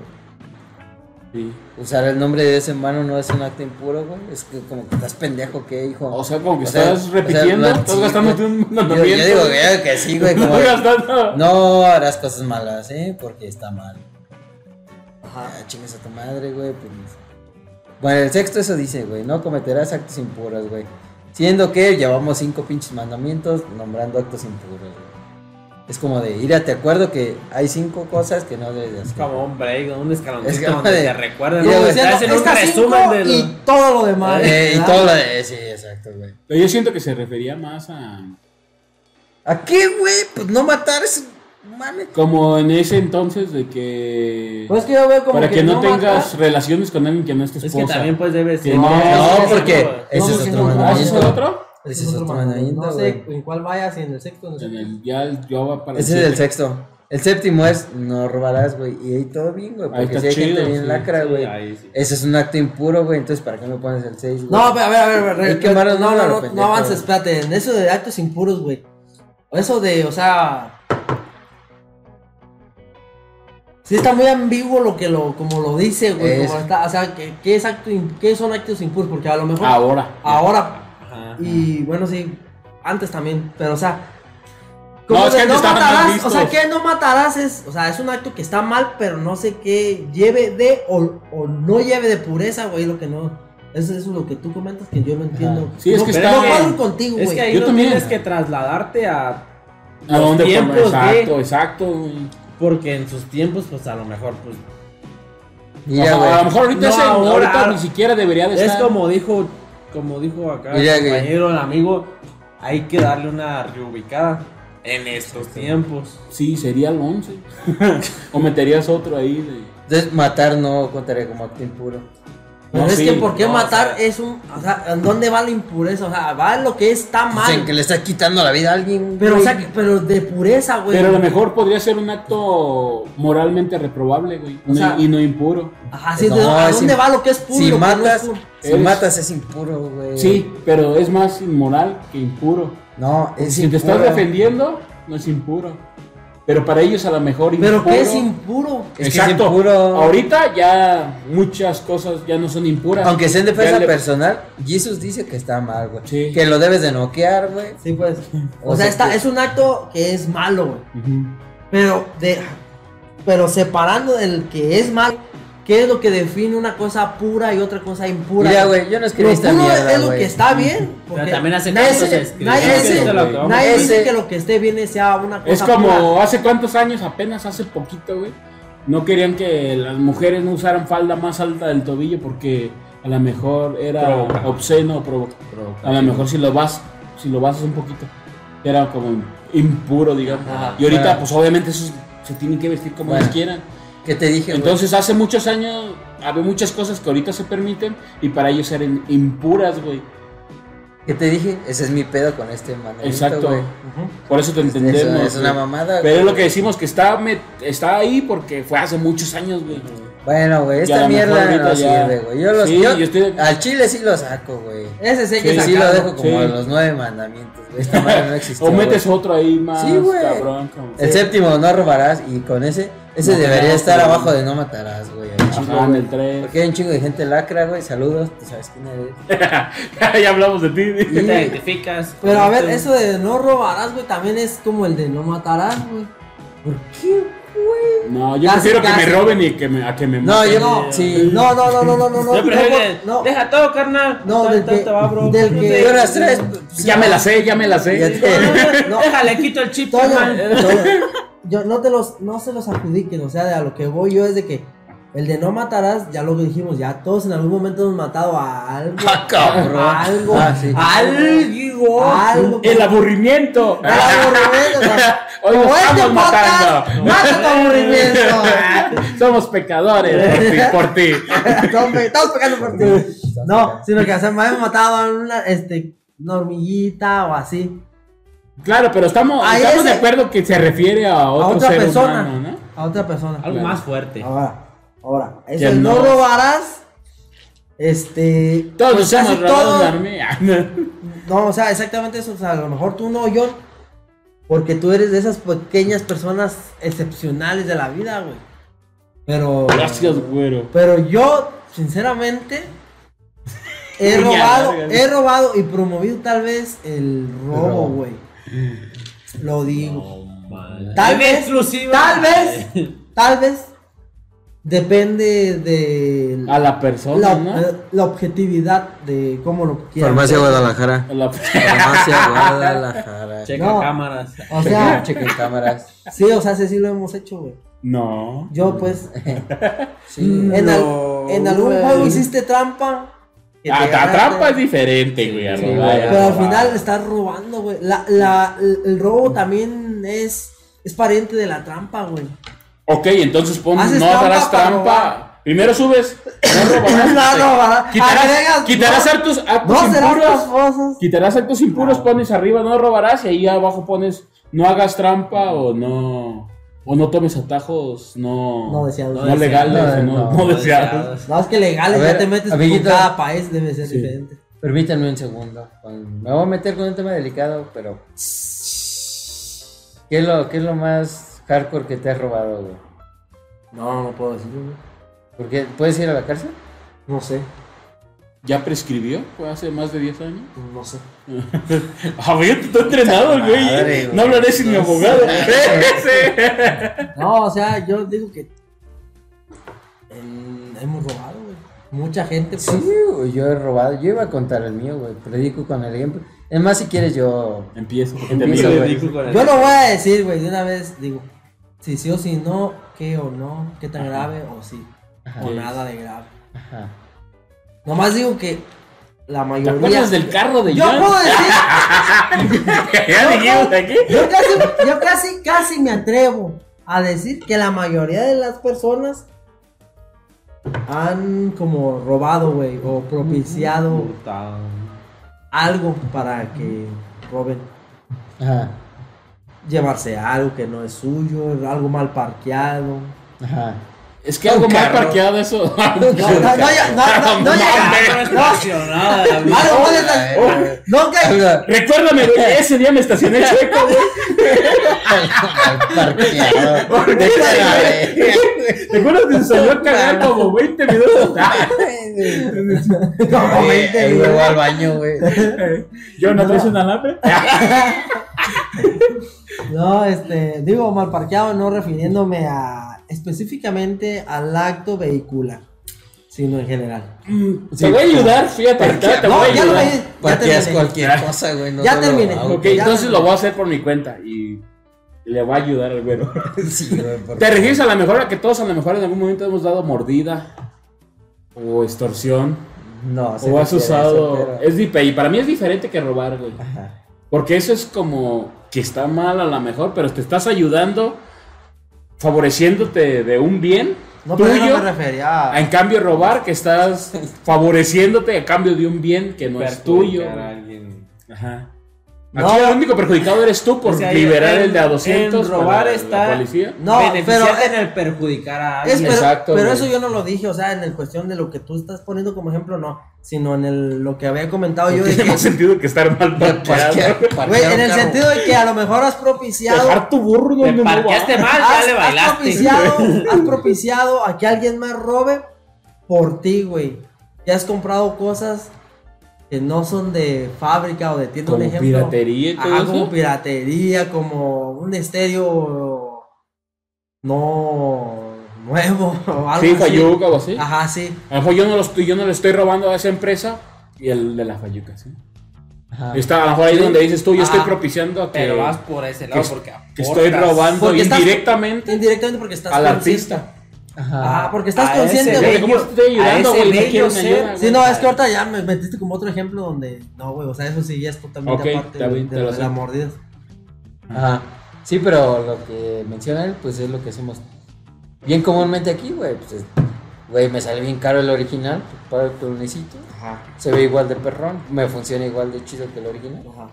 Speaker 2: Sí.
Speaker 4: Usar el nombre de ese hermano no es un acto impuro, güey. Es que como que estás pendejo, ¿qué, hijo?
Speaker 2: O sea, como que
Speaker 4: O sea,
Speaker 2: estás
Speaker 4: o sea,
Speaker 2: repitiendo,
Speaker 4: no,
Speaker 2: estás
Speaker 4: sí,
Speaker 2: gastándote
Speaker 4: güey.
Speaker 2: un
Speaker 4: yo,
Speaker 2: mandamiento.
Speaker 4: yo digo que, que sí, güey. como-
Speaker 2: Estás gastando.
Speaker 4: no harás cosas malas, ¿eh? Porque está mal.
Speaker 1: Ajá.
Speaker 4: Ah, chingas a tu madre, güey. pues. Bueno, el sexto eso dice, güey, no cometerás actos impuros, güey. Siendo que llevamos cinco pinches mandamientos nombrando actos impuros, güey. Es como de, ir a te acuerdo que hay cinco cosas que no debes de
Speaker 5: Es
Speaker 4: hacer.
Speaker 5: como un break, un escaloncito
Speaker 4: Es que,
Speaker 5: donde
Speaker 4: madre,
Speaker 5: te recuerdan.
Speaker 4: yo
Speaker 5: ¿no?
Speaker 4: decía,
Speaker 5: Te
Speaker 1: Diciendo,
Speaker 5: hacen un
Speaker 1: "Estas cinco
Speaker 5: resumen de
Speaker 1: y
Speaker 5: lo...
Speaker 1: todo lo demás.
Speaker 4: Eh, y
Speaker 1: ¿verdad?
Speaker 4: todo lo de... Sí, exacto, güey.
Speaker 2: Pero yo siento que se refería más a.
Speaker 4: ¿A qué, güey? Pues no matar es... Mames.
Speaker 2: Como en ese entonces de que.
Speaker 1: Pues es que yo veo como
Speaker 2: para que, no, tengas
Speaker 1: matar.
Speaker 2: relaciones con alguien que no es tu
Speaker 5: Es
Speaker 2: esposa.
Speaker 5: que también pues debes...
Speaker 2: Que no-
Speaker 4: No, pues,
Speaker 2: ese
Speaker 4: porque
Speaker 1: es
Speaker 4: ese
Speaker 1: otro.
Speaker 4: es
Speaker 1: No,
Speaker 4: otro
Speaker 1: porque no.
Speaker 2: ¿Ah, ese es el
Speaker 4: mandamiento.
Speaker 2: otro?
Speaker 4: Ese es otro
Speaker 1: No
Speaker 4: mandamiento,
Speaker 1: sé
Speaker 4: güey.
Speaker 1: en cuál vaya, si en el sexto o en el
Speaker 2: En
Speaker 1: séptimo.
Speaker 2: el, ya, el- yo va para
Speaker 4: Ese es el
Speaker 2: siete.
Speaker 4: sexto. El séptimo es no robarás, güey. Y ahí todo bien, güey.
Speaker 2: Ahí
Speaker 4: Porque
Speaker 2: está
Speaker 4: si hay gente
Speaker 2: chido,
Speaker 4: bien
Speaker 2: sí,
Speaker 4: lacra, güey.
Speaker 5: Ahí sí.
Speaker 4: Ese es un acto impuro, güey. Entonces, ¿para qué me pones el 6, güey?
Speaker 1: No, pero a ver, a ver, a ver,
Speaker 4: Hay
Speaker 1: re-
Speaker 4: que amarlo,
Speaker 1: no,
Speaker 4: no,
Speaker 1: no,
Speaker 4: lo
Speaker 1: no, no
Speaker 4: pendejo,
Speaker 1: avances,
Speaker 4: güey.
Speaker 1: espérate, en eso de actos impuros, güey. O Eso de, o sea, sí está muy ambiguo lo que lo, como lo dice, güey, como
Speaker 4: Es-
Speaker 1: está, o sea, que, que es acto, im- qué son actos impuros, porque a lo
Speaker 4: Ah,
Speaker 1: mejor
Speaker 2: Ahora.
Speaker 1: ahora
Speaker 5: Ajá.
Speaker 1: Y bueno, sí, antes también, pero o sea,
Speaker 2: No,
Speaker 1: como
Speaker 2: es
Speaker 1: de
Speaker 2: que
Speaker 1: no
Speaker 2: antes estaban mal
Speaker 1: matarás, o
Speaker 2: vistos.
Speaker 1: sea, que no matarás es, o sea, es un acto que está mal, pero no sé qué lleve de o, o no lleve de pureza, güey, lo que no. Eso, eso es lo que tú comentas que yo no entiendo.
Speaker 2: Sí, es
Speaker 1: no,
Speaker 2: que
Speaker 1: pero
Speaker 2: está-
Speaker 1: no cuadro contigo,
Speaker 5: Es
Speaker 1: güey.
Speaker 5: que ahí
Speaker 2: Yo
Speaker 5: no
Speaker 2: también.
Speaker 5: tienes que trasladarte a...
Speaker 2: ¿A
Speaker 5: Los
Speaker 2: dónde
Speaker 5: tiempos de-
Speaker 2: Exacto, exacto. güey.
Speaker 5: Porque en sus tiempos pues a lo mejor pues...
Speaker 2: Ajá,
Speaker 4: Mira,
Speaker 2: a lo
Speaker 4: güey.
Speaker 2: mejor ahorita,
Speaker 5: No,
Speaker 2: ese-
Speaker 5: ahora-
Speaker 2: ahorita ni siquiera debería de
Speaker 5: Es
Speaker 2: estar.
Speaker 5: como dijo, como dijo acá
Speaker 4: Mira,
Speaker 5: el
Speaker 4: güey.
Speaker 5: compañero, el amigo, hay que darle una reubicada. En estos tiempos.
Speaker 2: Sí, sería el 11. o meterías otro ahí. De...
Speaker 4: Entonces, matar no contaría como acto impuro.
Speaker 1: Pero
Speaker 2: No,
Speaker 1: es
Speaker 2: sí,
Speaker 1: que ¿por qué
Speaker 5: no,
Speaker 1: matar
Speaker 5: o sea-
Speaker 1: es un... O sea, ¿en dónde va la impureza? O sea, va en lo que está
Speaker 4: Dicen
Speaker 1: mal.
Speaker 4: que le estás quitando la vida a alguien.
Speaker 1: Pero, o
Speaker 4: güey.
Speaker 1: sea, que- pero de pureza, güey.
Speaker 2: Pero a lo mejor podría ser un acto moralmente reprobable, güey.
Speaker 1: O sea-
Speaker 2: y no impuro.
Speaker 1: Ajá, sí,
Speaker 4: No,
Speaker 1: ¿de- ¿a
Speaker 4: es
Speaker 1: dónde
Speaker 4: im-
Speaker 1: va lo que es puro? y
Speaker 4: si
Speaker 1: lo que no es
Speaker 4: matas,
Speaker 1: puro?
Speaker 4: si
Speaker 2: Eres-
Speaker 4: matas es impuro, güey.
Speaker 2: Sí, pero es más inmoral que impuro.
Speaker 4: No, es
Speaker 2: si te
Speaker 4: impuro.
Speaker 2: estás defendiendo, no es impuro. Pero para ellos a lo mejor
Speaker 1: Pero
Speaker 2: impuro-
Speaker 1: que es impuro.
Speaker 4: Es que es
Speaker 2: Exacto.
Speaker 4: impuro.
Speaker 2: Ahorita ya muchas cosas ya no son impuras.
Speaker 4: Aunque sea en defensa
Speaker 2: Ya le-
Speaker 4: personal, Jesus dice que está mal, güey.
Speaker 2: Sí.
Speaker 4: Que lo debes de noquear, güey.
Speaker 1: Sí, pues. O,
Speaker 4: O
Speaker 1: sea,
Speaker 4: sea,
Speaker 1: está,
Speaker 4: que-
Speaker 1: es un acto que es malo, güey.
Speaker 2: Ujú.
Speaker 1: Pero de pero separando del que es malo, ¿qué es lo que define una cosa pura y otra cosa impura?
Speaker 4: Mira, güey, yo no escribí
Speaker 1: Lo
Speaker 4: esta
Speaker 1: puro
Speaker 4: mierda,
Speaker 1: es lo
Speaker 4: güey.
Speaker 1: que está bien.
Speaker 5: Pero
Speaker 1: porque
Speaker 5: también hace
Speaker 1: nadie,
Speaker 5: cuánto se
Speaker 1: dice-
Speaker 5: escribió
Speaker 1: nadie,
Speaker 4: eso,
Speaker 1: dice,
Speaker 4: güey.
Speaker 1: nadie
Speaker 4: Ese-
Speaker 1: dice que lo que esté bien sea una cosa
Speaker 2: Es como
Speaker 1: pura.
Speaker 2: hace cuántos años, apenas hace poquito, güey. No querían que las mujeres no usaran falda más alta del tobillo porque a lo mejor era
Speaker 5: Provoca.
Speaker 2: obsceno o provo- A lo mejor si lo vas, si lo vas un poquito, era como impuro, digamos.
Speaker 1: Ajá.
Speaker 2: y ahorita,
Speaker 4: Claro.
Speaker 2: pues obviamente eso se tienen que vestir como
Speaker 4: Bueno.
Speaker 2: les quieran.
Speaker 4: ¿Qué te dije, güey?
Speaker 2: Entonces, hace muchos años había muchas cosas que ahorita se permiten y para ellos eran impuras, güey.
Speaker 4: ¿Qué te dije? Ese es mi pedo con este manolito,
Speaker 2: Exacto.
Speaker 4: güey.
Speaker 2: Por eso te
Speaker 4: Eso
Speaker 2: entendemos.
Speaker 4: es una
Speaker 2: güey.
Speaker 4: mamada.
Speaker 2: Pero es
Speaker 4: güey.
Speaker 2: lo que decimos que está, met- está ahí porque fue hace muchos años, güey.
Speaker 4: Bueno, güey,
Speaker 2: Y a
Speaker 4: esta
Speaker 2: lo mejor
Speaker 4: mierda
Speaker 2: ahorita
Speaker 4: no
Speaker 2: ya-
Speaker 4: sirve, güey. Yo los
Speaker 2: Sí,
Speaker 4: yo-
Speaker 2: yo estoy-
Speaker 4: al chile sí lo saco, güey.
Speaker 1: Ese sí hay que
Speaker 2: Sí,
Speaker 4: Sí,
Speaker 1: sacarlo.
Speaker 4: sí lo dejo como
Speaker 2: Sí.
Speaker 4: los nueve mandamientos, güey. Esta madre no existió.
Speaker 2: O metes
Speaker 4: güey.
Speaker 2: otro ahí más,
Speaker 4: Sí, güey.
Speaker 2: cabrón. como-
Speaker 4: El séptimo, no robarás. Y con ese, ese
Speaker 2: No
Speaker 4: debería
Speaker 2: matarás,
Speaker 4: estar
Speaker 2: güey.
Speaker 4: abajo de no matarás, güey. al
Speaker 2: Ajá,
Speaker 4: chile,
Speaker 2: en
Speaker 4: güey.
Speaker 2: el tres.
Speaker 4: Porque hay un chingo de gente lacra, güey. Saludos, tú sabes quién eres.
Speaker 2: ya hablamos de ti.
Speaker 5: ¿Qué te identificas?
Speaker 1: Pero a
Speaker 5: con
Speaker 1: ver,
Speaker 5: esto?
Speaker 1: eso de no robarás, güey, también es como el de no matarás, güey. ¿Por qué, güey?
Speaker 2: No, yo
Speaker 1: Casi,
Speaker 2: prefiero que
Speaker 1: casi.
Speaker 2: me roben y que me, a que me
Speaker 4: No,
Speaker 2: maten.
Speaker 4: yo
Speaker 1: No,
Speaker 4: no. Sí.
Speaker 1: no, no, no, no, no, no, no.
Speaker 5: Yo prefiero que-
Speaker 1: no, no.
Speaker 5: Deja todo, carnal.
Speaker 1: No,
Speaker 5: Todo-
Speaker 1: del
Speaker 5: todo
Speaker 1: que-
Speaker 5: te va, bro.
Speaker 1: del
Speaker 5: No
Speaker 1: que-
Speaker 5: sé.
Speaker 4: Yo las tres. pues,
Speaker 2: Ya me la sé, ya me la
Speaker 4: ya
Speaker 2: sé.
Speaker 4: te-
Speaker 1: No.
Speaker 5: Déjale, quito el chip,
Speaker 1: Toño,
Speaker 5: carnal.
Speaker 1: Toño, yo no te los, no se los adjudiquen, o sea, de a lo que voy yo es de que el de no matarás, ya lo dijimos, ya todos en algún momento hemos matado a algo,
Speaker 4: Ah, cabrón.
Speaker 1: a algo,
Speaker 4: Ah, sí.
Speaker 1: algo, a algo,
Speaker 2: El aburrimiento. Ah,
Speaker 1: El aburrimiento, o sea,
Speaker 2: Hoy nos
Speaker 1: como este
Speaker 2: estamos
Speaker 1: podcast,
Speaker 2: matando.
Speaker 1: mata tu aburrimiento.
Speaker 2: Somos pecadores por ti, por ti.
Speaker 1: Estamos pe- estamos pegando por ti. No, sino que o sea, me han matado a una, este, una hormiguita o así,
Speaker 2: Claro, pero estamos,
Speaker 1: Ahí
Speaker 2: estamos
Speaker 1: ese-
Speaker 2: de acuerdo que se refiere a
Speaker 1: a
Speaker 2: otro
Speaker 1: otra
Speaker 2: ser
Speaker 1: persona,
Speaker 2: humano, ¿no?
Speaker 1: a otra persona.
Speaker 5: Algo más fuerte.
Speaker 1: Ahora, ahora, eso
Speaker 2: Ya
Speaker 1: el no
Speaker 2: no.
Speaker 1: robarás. Este.
Speaker 2: Todos
Speaker 1: pues casi
Speaker 2: somos
Speaker 1: todos-
Speaker 2: todos.
Speaker 1: No, o sea, exactamente eso. O sea, a lo mejor tú no, yo. Porque tú eres de esas pequeñas personas excepcionales de la vida, güey. Pero.
Speaker 2: Gracias, güero.
Speaker 1: Pero yo, sinceramente. He
Speaker 2: Uña,
Speaker 1: robado,
Speaker 2: larga,
Speaker 1: he robado y promovido tal vez el robo,
Speaker 4: robo.
Speaker 1: güey. Lo digo. Tal
Speaker 5: Tal
Speaker 1: vez,
Speaker 5: vez exclusiva.
Speaker 1: Tal vez, tal vez. Depende de
Speaker 2: A la
Speaker 1: la,
Speaker 2: persona, Ah, ¿no?
Speaker 1: eh, la objetividad de cómo lo quieran.
Speaker 4: Farmacia Guadalajara.
Speaker 2: A la-
Speaker 4: Farmacia Guadalajara.
Speaker 5: Checa
Speaker 1: No.
Speaker 5: cámaras.
Speaker 1: O sea,
Speaker 4: chequen cámaras.
Speaker 1: sí, o sea, sí, sí lo hemos hecho, güey.
Speaker 2: No.
Speaker 1: Yo, pues,
Speaker 4: Sí.
Speaker 1: en, al-
Speaker 2: Mm, No,
Speaker 1: en algún
Speaker 2: güey.
Speaker 1: juego hiciste trampa. que te
Speaker 2: Ah, la
Speaker 1: ganaste,
Speaker 2: trampa es diferente, güey. a
Speaker 4: Sí,
Speaker 2: robar,
Speaker 4: güey,
Speaker 2: a
Speaker 1: Pero al
Speaker 2: robar.
Speaker 1: final estás robando, güey. La, la, el el robo también es, es pariente de la trampa, güey.
Speaker 2: Ok, entonces pon, no
Speaker 1: Haces trampa
Speaker 2: harás
Speaker 1: para
Speaker 2: trampa. Primero subes, no robarás,
Speaker 1: No, no, ¿verdad?
Speaker 2: quitarás,
Speaker 1: Agregas
Speaker 2: quitarás
Speaker 1: dos-
Speaker 2: actos, actos
Speaker 1: dos de las
Speaker 2: Ah, pues, impuros,
Speaker 1: dos cosas.
Speaker 2: quitarás actos impuros, pones arriba no robarás y ahí abajo pones no hagas trampa o no o no tomes atajos no
Speaker 1: No deseados.
Speaker 2: no
Speaker 5: No
Speaker 2: legales,
Speaker 4: deseados.
Speaker 2: no,
Speaker 4: No,
Speaker 2: no deseados.
Speaker 1: No, es que legales
Speaker 4: A
Speaker 1: ya
Speaker 4: ver,
Speaker 1: te metes con
Speaker 4: amiguito.
Speaker 1: cada país, debe ser
Speaker 2: Sí.
Speaker 1: diferente.
Speaker 4: Permítanme un segundo. Con- Me voy a meter con un tema delicado, pero. ¿Qué es lo, qué es lo más hardcore que te has robado, güey?
Speaker 1: No, no puedo decirlo, güey.
Speaker 4: Porque puedes ir a la cárcel.
Speaker 1: No sé,
Speaker 2: ¿Ya prescribió? ¿Fue hace más de 10 años?
Speaker 1: no sé.
Speaker 2: A ver, tú entrenado, güey.
Speaker 4: Madre,
Speaker 2: No
Speaker 4: güey.
Speaker 2: hablaré sin mi abogado.
Speaker 1: No, o sea, yo digo que el- hemos robado, güey. Mucha gente, pues.
Speaker 4: Sí, güey, yo he robado. Yo iba a contar el mío, güey. Predico con el ejemplo. Es más, si quieres, yo.
Speaker 2: Empiezo. porque te
Speaker 4: Empiezo,
Speaker 2: miro.
Speaker 4: güey.
Speaker 1: Yo no voy a decir, güey, de una vez digo, si sí o si no, qué o no, qué tan grave o sí.
Speaker 4: Ajá.
Speaker 1: O nada de grave.
Speaker 4: Ajá.
Speaker 1: Nomás digo que la
Speaker 2: ¿Te
Speaker 1: mayoría.
Speaker 2: acuerdas del carro de
Speaker 1: Yo
Speaker 2: Jan?
Speaker 1: puedo decir,
Speaker 2: Ya dijimos aquí.
Speaker 1: Yo casi, yo casi, casi me atrevo a decir que la mayoría de las personas han como robado, güey, o propiciado algo para que roben.
Speaker 4: Ajá,
Speaker 1: Llevarse algo que no es suyo, algo mal parqueado.
Speaker 4: ajá.
Speaker 2: Es que algo mal parqueado eso.
Speaker 1: No, no, no, no, no, no, no
Speaker 5: Ah,
Speaker 1: llega. Ah, No, algo mal está- No, que-
Speaker 4: Algo
Speaker 2: Recuérdame, güey, ese día me estacioné chueco, güey.
Speaker 4: mal parqueado.
Speaker 2: ¿Te acuerdas que se salió a cagar como Ah, 20 minutos?
Speaker 1: como
Speaker 4: Güey,
Speaker 1: 20
Speaker 4: el huevo
Speaker 1: minutos.
Speaker 4: al baño, güey.
Speaker 2: Yo no traes un alambre.
Speaker 1: No, este, digo mal parqueado, no refiriéndome a específicamente al acto vehicular, sino en general.
Speaker 2: Te voy a ayudar, fíjate, ahorita te
Speaker 1: No,
Speaker 2: voy a
Speaker 1: ya lo
Speaker 2: ayudar.
Speaker 1: voy- ya
Speaker 4: Parqueas
Speaker 1: terminé.
Speaker 4: cualquier cosa, güey. no
Speaker 1: Ya
Speaker 4: solo
Speaker 1: terminé.
Speaker 4: auto.
Speaker 2: Ok,
Speaker 1: Ya.
Speaker 2: entonces lo voy a hacer por mi cuenta y le voy a ayudar al güero.
Speaker 4: Sí, güey, por
Speaker 2: ¿Te refieres a la mejor a que todos a lo mejor en algún momento hemos dado mordida o extorsión
Speaker 4: No, se
Speaker 2: o has
Speaker 4: refiere a
Speaker 2: usado
Speaker 4: eso, pero-
Speaker 2: es dife- y para mí es diferente que robar, güey.
Speaker 4: Ajá.
Speaker 2: Porque eso es como que está mal a lo mejor, pero te estás ayudando favoreciéndote de un bien
Speaker 1: No, pero yo
Speaker 2: tuyo.
Speaker 1: no me refería a...
Speaker 2: en cambio robar que estás favoreciéndote a cambio de un bien que no es tuyo. Ajá.
Speaker 1: No.
Speaker 2: Aquí el único perjudicado eres tú por
Speaker 5: O sea,
Speaker 2: liberar
Speaker 5: en-
Speaker 2: el de a 200
Speaker 5: en robar
Speaker 2: para
Speaker 5: está-
Speaker 2: la policía.
Speaker 1: No, pero
Speaker 5: en el perjudicar a
Speaker 1: es-
Speaker 5: alguien.
Speaker 1: pero,
Speaker 2: Exacto,
Speaker 1: pero
Speaker 2: güey.
Speaker 1: eso yo no lo dije, o sea, en el cuestión de lo que tú estás poniendo como ejemplo, no, sino en el, lo que había comentado yo de que,
Speaker 2: Tiene más sentido que estar mal
Speaker 4: Parquear-
Speaker 2: parqueado.
Speaker 4: parquear
Speaker 1: güey,
Speaker 4: un
Speaker 1: en el
Speaker 4: carro.
Speaker 1: sentido de que a lo mejor has propiciado
Speaker 2: Dejar tu burro
Speaker 5: Te
Speaker 2: donde no
Speaker 5: parqueaste
Speaker 2: va.
Speaker 3: Ah,
Speaker 5: mal, ya
Speaker 1: has,
Speaker 5: le
Speaker 1: has
Speaker 5: bailaste.
Speaker 1: propiciado, has propiciado a que alguien más robe por ti, güey. Y has comprado cosas que no son de fábrica o de tienda, un
Speaker 2: Como
Speaker 1: ejemplo.
Speaker 2: piratería y todo
Speaker 1: Ajá, como
Speaker 2: eso.
Speaker 1: piratería, como un estéreo no nuevo o algo
Speaker 2: Sí,
Speaker 1: así.
Speaker 2: Fayuca o así.
Speaker 1: Ajá, sí.
Speaker 2: A lo mejor yo no, lo estoy, yo no le estoy robando a esa empresa y el de la Fayuca, ¿sí?
Speaker 4: Ajá.
Speaker 2: Está a lo mejor ahí donde dices tú, yo estoy
Speaker 1: Ah.
Speaker 2: propiciando a que,
Speaker 5: Pero vas por ese lado porque
Speaker 2: Eh, que estoy
Speaker 5: aportas.
Speaker 2: robando
Speaker 1: Porque estás-
Speaker 2: indirectamente
Speaker 1: Indirectamente porque estás
Speaker 2: al
Speaker 1: consciente.
Speaker 2: artista.
Speaker 4: Ajá.
Speaker 1: Ah, porque estás
Speaker 5: A
Speaker 1: consciente,
Speaker 5: ese
Speaker 1: güey.
Speaker 2: Fíjate ¿Cómo te estoy
Speaker 5: A
Speaker 2: ayudando,
Speaker 5: ese
Speaker 2: güey? No
Speaker 5: bello
Speaker 2: quiero una
Speaker 5: ser.
Speaker 2: ayuda, güey.
Speaker 1: Sí, no, es que ahorita ya me metiste como otro ejemplo donde. No, güey, o sea, eso sí ya es totalmente
Speaker 2: Ok,
Speaker 1: aparte
Speaker 2: está
Speaker 1: de,
Speaker 2: bien, te lo
Speaker 1: de las
Speaker 2: acepto.
Speaker 1: mordidas.
Speaker 4: Ajá. Sí, pero lo que menciona él, pues es lo que hacemos bien comúnmente aquí, güey. Pues es- güey, me sale bien caro el original, pues, pago que lo necesito.
Speaker 1: Ajá,
Speaker 4: Se ve igual de perrón, me funciona igual de chido que el original.
Speaker 1: ajá.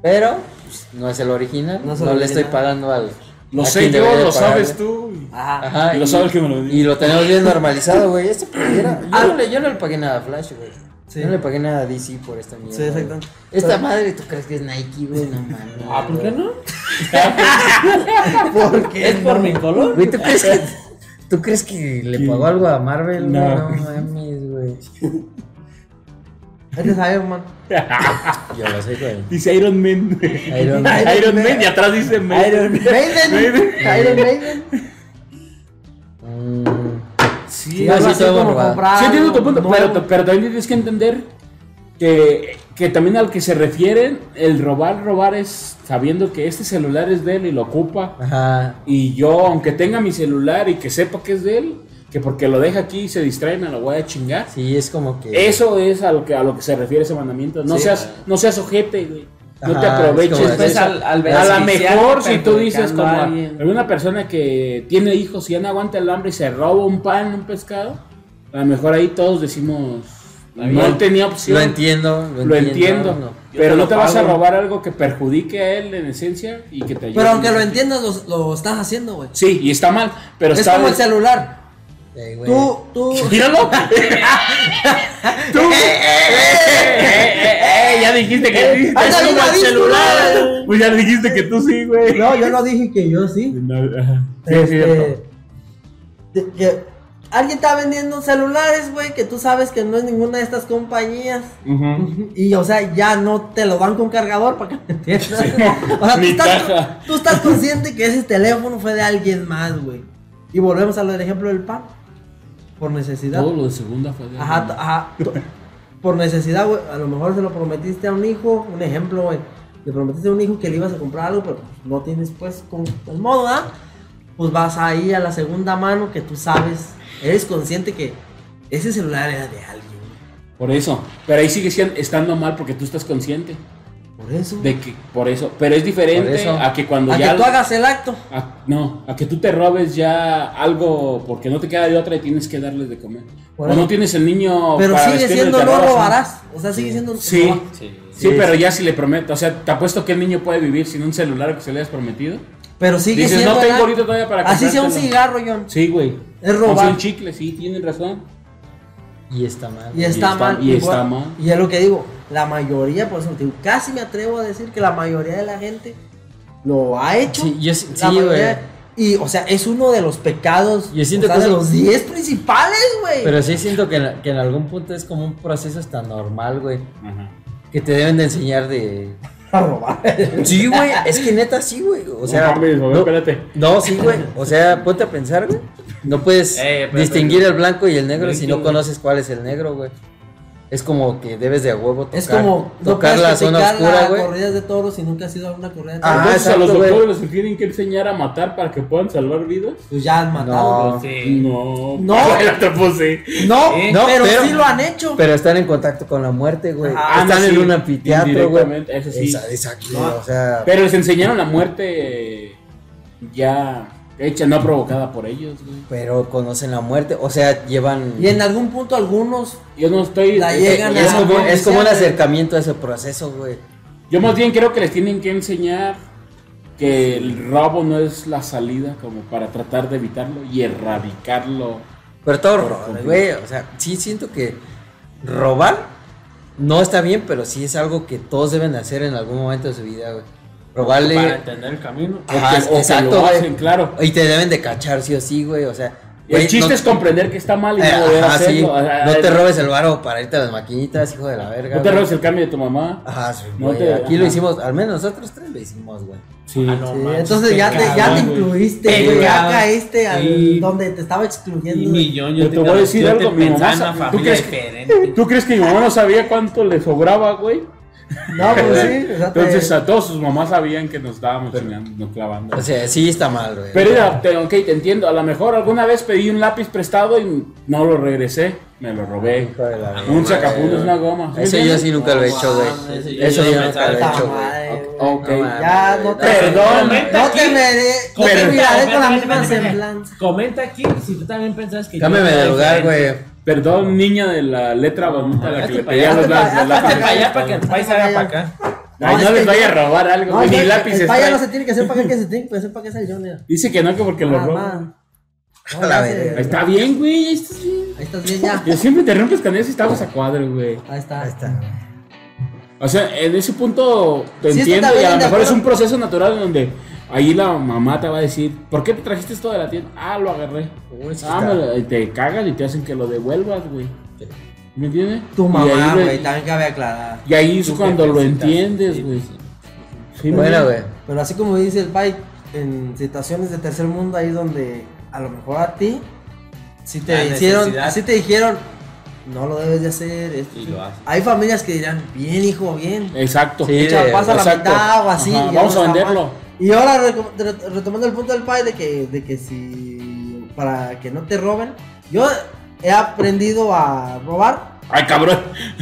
Speaker 4: Pero pues, no es el original,
Speaker 1: No
Speaker 4: no,
Speaker 1: es el
Speaker 4: le
Speaker 1: original.
Speaker 4: estoy pagando al.
Speaker 2: Lo
Speaker 4: a
Speaker 2: sé
Speaker 4: quien
Speaker 2: yo,
Speaker 4: debería
Speaker 2: lo
Speaker 4: de pagarle.
Speaker 2: sabes tú. y-
Speaker 1: Ajá.
Speaker 4: Ajá.
Speaker 2: Y lo sabes que me lo digas.
Speaker 4: y lo tenemos bien normalizado, güey. Este era-
Speaker 1: Ah.
Speaker 4: yo, no le, yo no le pagué nada a Flash, güey.
Speaker 1: Sí.
Speaker 4: Yo no le pagué nada a DC por esta mierda.
Speaker 1: Sí, exacto.
Speaker 4: güey. Esta madre, ¿tú crees que es Nike, güey? No mames.
Speaker 5: Ah, ¿por qué
Speaker 4: güey.
Speaker 5: no?
Speaker 1: ¿Por qué?
Speaker 5: Es por mi color.
Speaker 4: Güey, ¿tú crees que, ¿tú crees que le pagó algo a Marvel? No,
Speaker 2: No.
Speaker 4: no, mames, güey.
Speaker 1: Este es Iron Man.
Speaker 4: Yo lo sé, güey.
Speaker 2: Dice Iron Man.
Speaker 4: Iron Man.
Speaker 2: Iron Man y atrás dice Man.
Speaker 1: Maiden. Iron Maiden.
Speaker 4: Mm,
Speaker 2: Sí,
Speaker 4: No,
Speaker 2: o
Speaker 4: sí,
Speaker 2: sea,
Speaker 4: sí, todo robado.
Speaker 1: comprar
Speaker 2: Sí, entiendo tu
Speaker 1: algo
Speaker 2: punto,
Speaker 1: nuevo.
Speaker 2: pero, pero también tienes que entender que, que también al que se refieren, el robar, robar es sabiendo que este celular es de él y lo ocupa.
Speaker 4: Ajá.
Speaker 2: Y yo, aunque tenga mi celular y que sepa que es de él, que porque lo deja aquí y se distrae, me lo voy a chingar.
Speaker 4: Sí, es como que.
Speaker 2: Eso es a lo que, a lo que se refiere ese mandamiento. No,
Speaker 5: Sí,
Speaker 2: seas,
Speaker 5: claro.
Speaker 2: no seas ojete, güey. No
Speaker 4: Ajá,
Speaker 2: te
Speaker 4: es
Speaker 2: aproveches.
Speaker 4: como
Speaker 2: de
Speaker 4: eso.
Speaker 2: eso.
Speaker 5: Pues Al- al
Speaker 2: Pues a lo
Speaker 5: beneficiar,
Speaker 2: mejor si tú dices
Speaker 5: perjudicando
Speaker 2: como
Speaker 5: a
Speaker 2: a-
Speaker 5: alguien.
Speaker 2: alguna persona que tiene hijos y ya no aguanta el hambre y se roba un pan, un pescado, a lo mejor ahí todos decimos, no
Speaker 4: bien.
Speaker 2: tenía opción.
Speaker 4: Lo entiendo, lo,
Speaker 2: Lo entiendo,
Speaker 4: no.
Speaker 5: Yo
Speaker 2: pero
Speaker 5: te
Speaker 2: no
Speaker 5: lo
Speaker 2: te vas a
Speaker 5: pago.
Speaker 2: robar algo que perjudique a él en esencia y que te ayude.
Speaker 1: Pero aunque lo entiendas, los- lo, estás haciendo, güey.
Speaker 2: Sí, y está mal, pero
Speaker 1: Es
Speaker 2: está...
Speaker 1: como el celular.
Speaker 4: Eh, güey.
Speaker 1: Tú, tú.
Speaker 2: Míralo. Tú. ya dijiste que sí,
Speaker 1: anda
Speaker 2: es
Speaker 1: bien
Speaker 2: como el
Speaker 1: adicto,
Speaker 2: celular. Pues ya dijiste que tú sí, güey.
Speaker 1: No, yo no dije que yo sí.
Speaker 2: No, ajá. Sí, es cierto.
Speaker 1: Este, de que alguien está vendiendo celulares, güey, que tú sabes que no es ninguna de estas compañías.
Speaker 2: Ujú.
Speaker 1: Y, o sea, ya no te lo dan con cargador para que te entiendas. O sea, tú
Speaker 2: Ni
Speaker 1: estás,
Speaker 2: caja.
Speaker 1: tú estás consciente que ese teléfono fue de alguien más, güey. Y volvemos a lo del ejemplo del pan. Por necesidad.
Speaker 2: Todo lo de segunda fue de-
Speaker 1: Ajá, t- ajá. t- Por necesidad, güey. A lo mejor se lo prometiste a un hijo, un ejemplo, güey. Le prometiste a un hijo que le ibas a comprar algo, pero no tienes pues con el modo, ¿ah? Pues vas ahí a la segunda mano que tú sabes, eres consciente que ese celular era de alguien.
Speaker 2: Por eso. Pero ahí sigue siendo, estando mal porque tú estás consciente.
Speaker 4: Por eso.
Speaker 2: De que, por eso. Pero es diferente
Speaker 4: Por eso.
Speaker 2: a que cuando
Speaker 1: A
Speaker 2: ya.
Speaker 1: que tú hagas el acto.
Speaker 2: a- no, a que tú te robes ya algo porque no te queda de otra y tienes que darles de comer.
Speaker 1: Por
Speaker 2: o
Speaker 1: eso.
Speaker 2: no tienes el niño.
Speaker 1: Pero
Speaker 2: para
Speaker 1: sigue
Speaker 2: vestirlo y
Speaker 1: siendo
Speaker 2: te
Speaker 1: no
Speaker 2: robas un-
Speaker 1: robarás. O sea, sigue siendo.
Speaker 2: Sí.
Speaker 1: no.
Speaker 5: Sí.
Speaker 2: Sí, pero ya si le prometo, o sea, te apuesto que el niño puede vivir sin un celular que se le hayas prometido.
Speaker 1: Pero sigue
Speaker 2: Dices,
Speaker 1: siendo.
Speaker 2: no tengo
Speaker 1: la-
Speaker 2: ahorita todavía para
Speaker 1: Así sea un
Speaker 2: comprártelo.
Speaker 1: cigarro, John.
Speaker 2: Sí, güey.
Speaker 1: Es
Speaker 2: O sea,
Speaker 1: robar.
Speaker 2: un chicle, sí, tienen razón.
Speaker 4: Y está mal.
Speaker 1: Y está
Speaker 2: está-
Speaker 1: mal.
Speaker 2: y
Speaker 1: igual.
Speaker 2: está mal.
Speaker 1: Y es lo que digo. La mayoría, por eso te digo, casi me atrevo a decir que la mayoría de la gente lo ha hecho.
Speaker 4: Sí, yo, sí,
Speaker 1: La
Speaker 4: sí,
Speaker 1: mayoría-
Speaker 4: güey.
Speaker 1: Y, o sea, es uno de los pecados.
Speaker 4: Yo siento
Speaker 1: o sea,
Speaker 4: que
Speaker 1: de
Speaker 4: eso-
Speaker 1: los 10 principales, güey.
Speaker 4: Pero sí siento que en, que en algún punto es como un proceso hasta normal, güey.
Speaker 2: Ajá.
Speaker 4: Que te deben de enseñar de...
Speaker 1: A robar.
Speaker 4: Sí, güey. Es que neta sí, güey. O sea...
Speaker 2: no, mames, a ver,
Speaker 4: no-
Speaker 2: espérate.
Speaker 4: No, sí, güey. O sea, ponte a pensar, güey. No puedes
Speaker 5: Eh, pero-
Speaker 4: distinguir el blanco y el negro si no
Speaker 5: Blanco.
Speaker 4: conoces cuál es el negro, güey. Es como que debes de a huevo tocar,
Speaker 1: Es como no
Speaker 4: tocar
Speaker 1: puedes
Speaker 4: la zona
Speaker 1: criticar
Speaker 4: oscura,
Speaker 1: las
Speaker 4: güey.
Speaker 1: corridas de toros si nunca has ido a una corrida de
Speaker 4: Ah,
Speaker 1: toros.
Speaker 2: Entonces, a
Speaker 4: exacto,
Speaker 2: los
Speaker 4: güey.
Speaker 2: doctores les tienen que enseñar a matar para que puedan salvar vidas.
Speaker 1: Pues ya han matado.
Speaker 4: No,
Speaker 5: Sí.
Speaker 2: No. Ah,
Speaker 1: No.
Speaker 2: La tapo, sí.
Speaker 1: No,
Speaker 5: Eh,
Speaker 4: no,
Speaker 1: pero,
Speaker 4: pero-
Speaker 1: sí lo han hecho.
Speaker 4: Pero están en contacto con la muerte, güey.
Speaker 1: Ah,
Speaker 4: están
Speaker 2: no,
Speaker 4: en
Speaker 2: sí,
Speaker 4: un anfiteatro, güey.
Speaker 2: indirectamente, eso sí.
Speaker 4: Esa- Exacto, o sea...
Speaker 2: Pero les enseñaron la muerte ya hecha, no provocada por ellos, güey.
Speaker 4: Pero conocen la muerte, o sea, llevan...
Speaker 1: y en algún punto algunos
Speaker 2: Yo no estoy.
Speaker 1: La
Speaker 2: eh,
Speaker 1: llegan
Speaker 2: eh,
Speaker 4: es,
Speaker 1: a-
Speaker 4: como,
Speaker 1: no,
Speaker 4: es como un
Speaker 1: sí,
Speaker 4: acercamiento a ese proceso, güey.
Speaker 2: Yo más bien creo que les tienen que enseñar que el robo no es la salida como para tratar de evitarlo y erradicarlo.
Speaker 4: Pero todo
Speaker 2: Por
Speaker 4: robar,
Speaker 2: completo.
Speaker 4: güey. O sea, sí siento que robar no está bien, pero sí es algo que todos deben de hacer en algún momento de su vida, güey.
Speaker 5: Para
Speaker 4: Robarle.
Speaker 5: entender el camino.
Speaker 2: O que-
Speaker 4: Ajá,
Speaker 2: o que lo
Speaker 4: exacto, güey.
Speaker 2: hacen, claro.
Speaker 4: Y te deben de cachar sí o sí, güey. O sea. güey,
Speaker 2: el chiste
Speaker 4: no-
Speaker 2: es comprender que está mal y
Speaker 4: eh,
Speaker 2: no poder
Speaker 4: ajá, sí.
Speaker 2: hacerlo. Ah,
Speaker 4: No
Speaker 2: ah,
Speaker 4: te robes el varo para irte a las maquinitas, hijo de la verga.
Speaker 2: No te
Speaker 4: güey.
Speaker 2: robes el cambio de tu mamá.
Speaker 4: Ajá, sí,
Speaker 2: No
Speaker 4: güey,
Speaker 2: te-
Speaker 4: Aquí lo
Speaker 2: ajá.
Speaker 4: hicimos, al menos nosotros tres lo hicimos, güey.
Speaker 2: Sí.
Speaker 5: Ah, no
Speaker 1: Sí,
Speaker 5: manches,
Speaker 1: eh, entonces ya te, ya
Speaker 5: pecado,
Speaker 1: te
Speaker 2: güey.
Speaker 1: incluiste, güey, ya
Speaker 5: Pecado.
Speaker 1: caíste al
Speaker 5: Sí.
Speaker 1: donde te estaba
Speaker 5: Y
Speaker 1: excluyendo.
Speaker 5: mi yo, yo
Speaker 2: Pero te voy a decir
Speaker 5: yo te
Speaker 2: algo, mi
Speaker 5: pensaba
Speaker 2: mamá
Speaker 5: en
Speaker 2: sa-
Speaker 5: una
Speaker 2: ¿tú
Speaker 5: familia
Speaker 2: crees que-
Speaker 5: diferente.
Speaker 2: ¿Tú crees que mi mamá no sabía cuánto le sobraba, güey?
Speaker 1: No, pues sí. o sea, te-
Speaker 2: Entonces a todos sus mamás sabían que nos estábamos chingando, nos clavando.
Speaker 4: O sea, sí está mal, güey.
Speaker 2: Pero mira, te, ok, te entiendo. A lo mejor alguna vez pedí un lápiz prestado y no lo regresé. Me lo robé.
Speaker 4: Hijo de la
Speaker 2: Un
Speaker 4: verga,
Speaker 2: sacapuntas,
Speaker 4: güey.
Speaker 2: una goma.
Speaker 4: Eso yo sí nunca lo he hecho, güey.
Speaker 5: No, ese yo-
Speaker 4: Eso
Speaker 5: yo
Speaker 4: yo
Speaker 5: no
Speaker 4: nunca lo he
Speaker 5: pensaba.
Speaker 4: hecho,
Speaker 1: Puta
Speaker 4: güey.
Speaker 1: madre, güey.
Speaker 2: Ok.
Speaker 1: Ya no te.
Speaker 2: Perdón.
Speaker 1: No te, mere- no te
Speaker 2: Perdón.
Speaker 1: miraré con la misma
Speaker 5: Espérate, espérate,
Speaker 1: semblanza.
Speaker 5: Comenta aquí si tú también pensabas que. yo
Speaker 4: Cámbiame
Speaker 5: era
Speaker 4: de lugar,
Speaker 5: diferente.
Speaker 4: güey.
Speaker 2: Perdón, niña de la letra bonita a la que
Speaker 5: hazte
Speaker 2: le
Speaker 5: para
Speaker 2: pedía
Speaker 1: allá,
Speaker 2: los
Speaker 1: hazte para-
Speaker 2: lápices.
Speaker 1: hazte
Speaker 5: Hazte para allá para que el
Speaker 2: prestados.
Speaker 5: país haga para acá.
Speaker 2: Ay,
Speaker 1: No,
Speaker 2: no
Speaker 1: es
Speaker 2: les
Speaker 1: que-
Speaker 2: vaya a robar algo,
Speaker 1: No,
Speaker 2: güey,
Speaker 1: es
Speaker 2: ni
Speaker 1: que
Speaker 2: lápices.
Speaker 1: El paya
Speaker 2: trae.
Speaker 1: no se Ah, tiene que hacer para qué que se tiene que hacer para qué es el Johnny.
Speaker 2: Dice que no, que porque lo
Speaker 1: Nada
Speaker 2: roban.
Speaker 1: más. No,
Speaker 4: A la
Speaker 1: ya se-
Speaker 4: verga.
Speaker 2: Ahí Está bien, güey. ahí estás bien.
Speaker 1: Ahí estás bien ya.
Speaker 2: Yo siempre te rompes con eso y estamos a cuadro, güey.
Speaker 1: Ahí está.
Speaker 4: Ahí está.
Speaker 2: O sea, en ese punto te
Speaker 1: Sí, estoy
Speaker 2: entiendo y
Speaker 1: también
Speaker 2: a lo
Speaker 1: de
Speaker 2: mejor es
Speaker 1: acuerdo.
Speaker 2: un proceso natural en donde ahí la mamá te va a decir, ¿por qué te trajiste esto de la tienda? Ah, lo agarré.
Speaker 4: Uy, sí
Speaker 2: Ah,
Speaker 4: está.
Speaker 2: me lo- y te cagan y te hacen que lo devuelvas, güey. ¿Me entiendes?
Speaker 1: Tu
Speaker 2: Y ahí
Speaker 1: mamá,
Speaker 2: lo-
Speaker 1: güey, también cabe aclarar.
Speaker 2: Y ahí es
Speaker 5: Tu
Speaker 2: cuando lo
Speaker 5: jefecita,
Speaker 2: entiendes,
Speaker 5: sí,
Speaker 2: güey.
Speaker 5: sí.
Speaker 2: Sí,
Speaker 4: bueno, güey.
Speaker 1: Pero así como dice el Pai, en situaciones de tercer mundo, ahí donde a lo mejor a ti, si te
Speaker 5: La
Speaker 1: hicieron,
Speaker 5: necesidad.
Speaker 1: así te dijeron, no lo debes de hacer. esto".
Speaker 5: Y lo hace.
Speaker 1: Hay familias que dirán, bien hijo, bien.
Speaker 2: Exacto.
Speaker 4: Sí,
Speaker 1: Echa-
Speaker 4: de-
Speaker 1: pasa la
Speaker 2: exacto.
Speaker 1: mitad o así.
Speaker 2: Ajá,
Speaker 1: ya
Speaker 2: vamos
Speaker 1: no
Speaker 2: a
Speaker 1: está
Speaker 2: venderlo.
Speaker 1: mal. Y ahora reco- re- retomando el punto del Pai de que, de que si, para que no te roben, yo he aprendido a robar
Speaker 2: Ay, cabrón.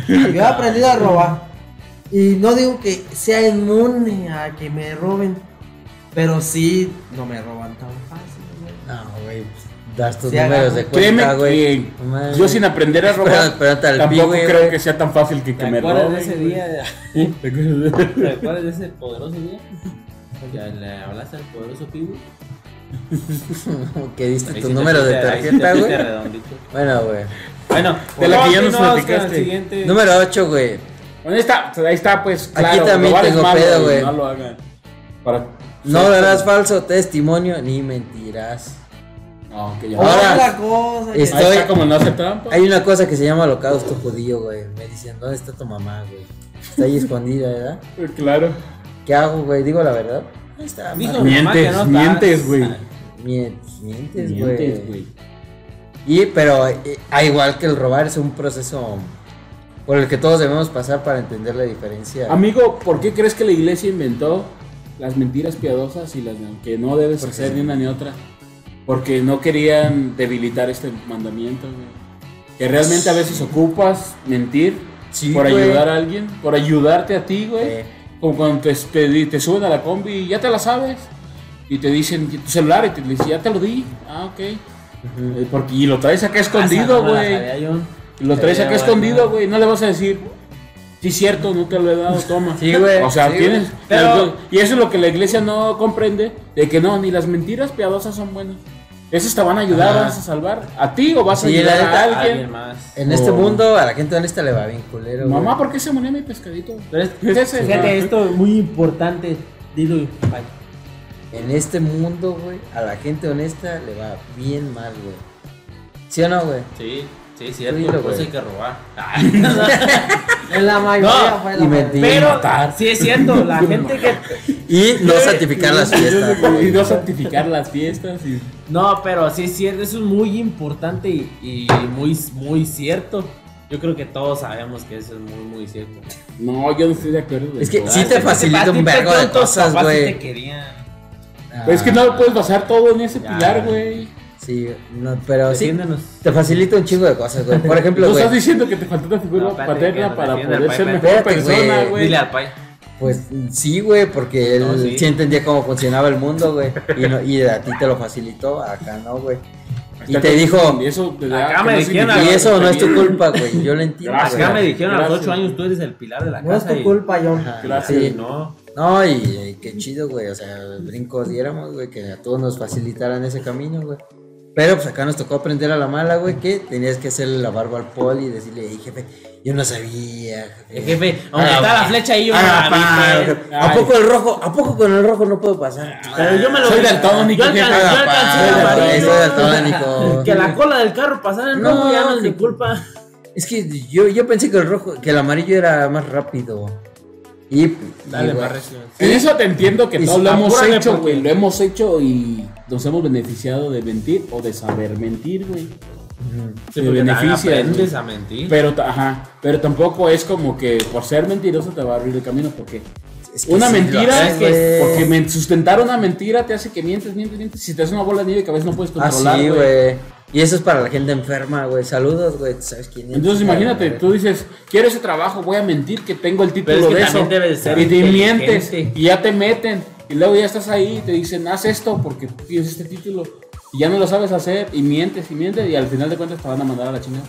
Speaker 1: Yo he aprendido a robar. Y no digo que sea inmune a que me roben. Pero sí, no me roban tan fácil. güey.
Speaker 4: No, güey. pues, Das tus
Speaker 1: Sí,
Speaker 4: números
Speaker 1: agarra.
Speaker 4: de cuenta,
Speaker 2: Créeme
Speaker 4: güey.
Speaker 2: que
Speaker 4: No mames.
Speaker 2: yo sin aprender a robar,
Speaker 4: Espérate, espérate al pi,
Speaker 2: tampoco
Speaker 4: güey,
Speaker 2: creo
Speaker 4: güey.
Speaker 2: que sea tan fácil que, que
Speaker 5: ¿Te
Speaker 2: me
Speaker 5: acuerdas
Speaker 2: roben.
Speaker 5: de ese
Speaker 2: güey.
Speaker 5: día? de-
Speaker 2: ¿Te acuerdas de-
Speaker 5: ¿Te acuerdas de ese poderoso día? Ya le hablaste al poderoso pibu.
Speaker 4: que diste
Speaker 5: Ahí
Speaker 4: tu
Speaker 5: sí te
Speaker 4: número de
Speaker 5: fuiste- ahí sí te
Speaker 4: tarjeta,
Speaker 5: fuiste
Speaker 4: güey.
Speaker 5: redondito.
Speaker 4: Bueno, güey.
Speaker 5: Bueno,
Speaker 2: De la que ya nos
Speaker 5: vámonos con el
Speaker 2: platicaste.
Speaker 5: siguiente.
Speaker 4: Número 8, güey.
Speaker 2: Bueno, ahí está, ahí está, pues claro.
Speaker 4: también
Speaker 2: robar es
Speaker 4: tengo
Speaker 2: malo,
Speaker 4: pedo, güey.
Speaker 2: No lo hagan. Para...
Speaker 4: No darás falso testimonio ni mentirás.
Speaker 2: Ah, ok, ya.
Speaker 4: Ahora,
Speaker 1: Otra cosa. que-
Speaker 4: este-
Speaker 2: Ahí
Speaker 4: Oh, estoy-
Speaker 2: está como no hace trampa.
Speaker 4: Hay una cosa que se llama holocausto judío, güey. Me dicen, ¿dónde está tu mamá, güey? Está ahí escondida, ¿verdad?
Speaker 2: Eh, Claro.
Speaker 4: ¿Qué hago, güey? Digo la verdad. Ahí está.
Speaker 5: Dijo
Speaker 4: madre.
Speaker 5: mi mamá que
Speaker 2: Mientes,
Speaker 5: no
Speaker 2: mientes,
Speaker 5: estás.
Speaker 2: güey.
Speaker 4: Mien- Mientes,
Speaker 2: Mientes,
Speaker 4: güey.
Speaker 2: güey.
Speaker 4: Y pero eh, a igual que el robar es un proceso por el que todos debemos pasar para entender la diferencia.
Speaker 2: Amigo, ¿por qué crees que la iglesia inventó las mentiras piadosas y las que no debes
Speaker 4: Porque
Speaker 2: hacer
Speaker 4: sí.
Speaker 2: ni una ni otra? Porque no querían debilitar este mandamiento, güey. Que realmente a veces ocupas mentir
Speaker 4: Sí,
Speaker 2: por
Speaker 4: güey.
Speaker 2: ayudar a alguien, por ayudarte a ti, güey.
Speaker 4: Eh,
Speaker 2: Como cuando te, te, te suben a la combi y ya te la sabes. Y te dicen "¿Y tu celular y te dicen, ya te lo di. Ah, ok. Eh, Porque, y lo traes acá
Speaker 5: Ah,
Speaker 2: escondido, güey. Lo traes acá escondido, güey. No le vas a decir, sí, cierto, no te lo he dado, toma.
Speaker 4: Sí, güey,
Speaker 2: O sea,
Speaker 4: sí,
Speaker 2: tienes.
Speaker 4: güey.
Speaker 2: Pero- y eso es lo que la iglesia no comprende: de que no, ni las mentiras piadosas son buenas. Esas te van a ayudar,
Speaker 4: Ajá.
Speaker 2: vas a salvar a ti o vas a
Speaker 4: Sí, la
Speaker 2: ayudar a
Speaker 4: neta,
Speaker 2: alguien.
Speaker 5: Alguien más.
Speaker 4: En este
Speaker 2: Oh.
Speaker 4: mundo a la gente honesta le va bien culero. güey.
Speaker 2: Mamá, ¿por qué se murió mi pescadito?
Speaker 5: Entonces,
Speaker 2: ¿Qué es ese?
Speaker 5: fíjate, esto es muy importante. Dilo, bye.
Speaker 4: En este mundo, güey, a la gente honesta le va bien mal, güey. ¿Sí o no, güey?
Speaker 5: Sí, sí,
Speaker 4: Dilo,
Speaker 5: cierto. Pues hay
Speaker 4: güey.
Speaker 5: que robar.
Speaker 1: En la mayoría
Speaker 5: No,
Speaker 1: fue
Speaker 4: y
Speaker 1: la mayoría.
Speaker 4: mentí.
Speaker 5: Pero sí es cierto, la gente que
Speaker 4: Y no santificar las fiestas.
Speaker 2: Y
Speaker 4: güey.
Speaker 2: no santificar las fiestas. Y...
Speaker 5: No, pero sí es cierto, eso es muy importante y, y muy, muy cierto. Yo creo que todos sabemos que eso es muy, muy cierto.
Speaker 2: No, yo no estoy de acuerdo. güey.
Speaker 4: Es que
Speaker 2: Ah,
Speaker 4: sí te facilita un vergo de cosas,
Speaker 5: Te
Speaker 4: güey.
Speaker 5: querían.
Speaker 2: Es que no lo puedes basar todo en ese
Speaker 5: Ya.
Speaker 2: pilar, güey.
Speaker 4: Sí, no, pero sí.
Speaker 5: Defiéndanos.
Speaker 4: Te facilita un chingo de cosas, güey. Por ejemplo,
Speaker 2: No
Speaker 4: güey.
Speaker 2: estás diciendo que te faltó una figura
Speaker 5: No, espérate, que
Speaker 2: paterna
Speaker 5: nos
Speaker 2: para
Speaker 5: defienda
Speaker 2: poder
Speaker 5: el
Speaker 2: ser
Speaker 5: pai,
Speaker 2: mejor
Speaker 4: espérate,
Speaker 2: persona,
Speaker 4: güey.
Speaker 2: güey.
Speaker 5: Dile al pai.
Speaker 4: Pues sí, güey, porque él
Speaker 5: No, sí.
Speaker 4: sí. entendía cómo funcionaba el mundo, güey. Y, no- y a ti te lo facilitó, acá no, güey. Y
Speaker 2: Está
Speaker 4: te
Speaker 2: con-
Speaker 4: dijo,
Speaker 2: y eso te da-
Speaker 5: Acá
Speaker 2: que
Speaker 5: me
Speaker 2: no
Speaker 5: dijeron
Speaker 2: significa-
Speaker 4: y eso no es tu culpa, güey. Yo lo entiendo,
Speaker 2: Gracias.
Speaker 5: Acá me
Speaker 4: güey.
Speaker 5: dijeron a los
Speaker 2: Gracias.
Speaker 5: 8 años tú eres el pilar de la
Speaker 1: No es
Speaker 5: casa.
Speaker 1: tu
Speaker 5: y-
Speaker 1: culpa, John.
Speaker 4: Ajá,
Speaker 2: Gracias.
Speaker 4: sí.
Speaker 5: No.
Speaker 4: No, y, y qué chido, güey. O sea, brincos diéramos, güey, que a todos nos facilitaran ese camino, güey. Pero pues acá nos tocó aprender a la mala, güey, que tenías que hacerle la barba al poli y decirle, "Ey, jefe, yo no sabía,
Speaker 5: El jefe, aunque está la flecha ahí, yo no
Speaker 4: Ah,
Speaker 5: la vi,
Speaker 4: pa,
Speaker 5: pues.
Speaker 4: jefe. ¿A
Speaker 2: Ay.
Speaker 4: poco el rojo? ¿A poco con el rojo no puedo pasar?
Speaker 5: Ah, Pero yo me lo
Speaker 2: Soy daltónico,
Speaker 5: Yo alcan-
Speaker 2: jefe.
Speaker 5: yo
Speaker 4: Ah,
Speaker 5: alcancé
Speaker 4: pa,
Speaker 5: el
Speaker 4: güey,
Speaker 5: amarillo.
Speaker 4: soy daltónico.
Speaker 5: Que la cola del carro pasara en
Speaker 4: No,
Speaker 5: rojo ya no es mi
Speaker 4: jefe.
Speaker 5: culpa.
Speaker 4: Es que yo, yo pensé que el rojo, que el amarillo era más rápido. Y, y, güey,
Speaker 2: En eso te entiendo que
Speaker 4: Y
Speaker 2: todos lo hemos
Speaker 4: apúrale
Speaker 2: hecho,
Speaker 4: porque-
Speaker 2: güey. Lo hemos hecho y nos hemos beneficiado de mentir o de saber mentir, güey.
Speaker 4: mm,
Speaker 2: Se beneficia.
Speaker 5: Aprendes
Speaker 2: güey.
Speaker 5: a mentir.
Speaker 2: Pero, ta- ajá, pero tampoco es como que por ser mentiroso te va a abrir el camino, porque
Speaker 4: es que
Speaker 2: una
Speaker 4: sí, lo
Speaker 2: mentira,
Speaker 4: haces,
Speaker 2: es que-
Speaker 4: güey.
Speaker 2: porque men- sustentar una mentira te hace que mientes, mientes, mientes. Si te hace una bola de nieve que a veces no puedes
Speaker 4: Ah,
Speaker 2: controlar,
Speaker 4: sí,
Speaker 2: güey.
Speaker 4: güey. Y eso es para la gente enferma, güey. Saludos, güey. ¿tú ¿Sabes quién es?
Speaker 2: Entonces imagínate,
Speaker 4: Güey.
Speaker 2: tú dices, quiero ese trabajo, voy a mentir que tengo el título
Speaker 5: Pero es que
Speaker 2: de
Speaker 5: también
Speaker 2: eso.
Speaker 5: debe de ser
Speaker 2: y te
Speaker 5: inteligente.
Speaker 2: mientes y ya te meten. Y luego ya estás ahí y te dicen, haz esto porque tienes este título. Y ya no lo sabes hacer y mientes y mientes y al final de cuentas te van a mandar a la chingada.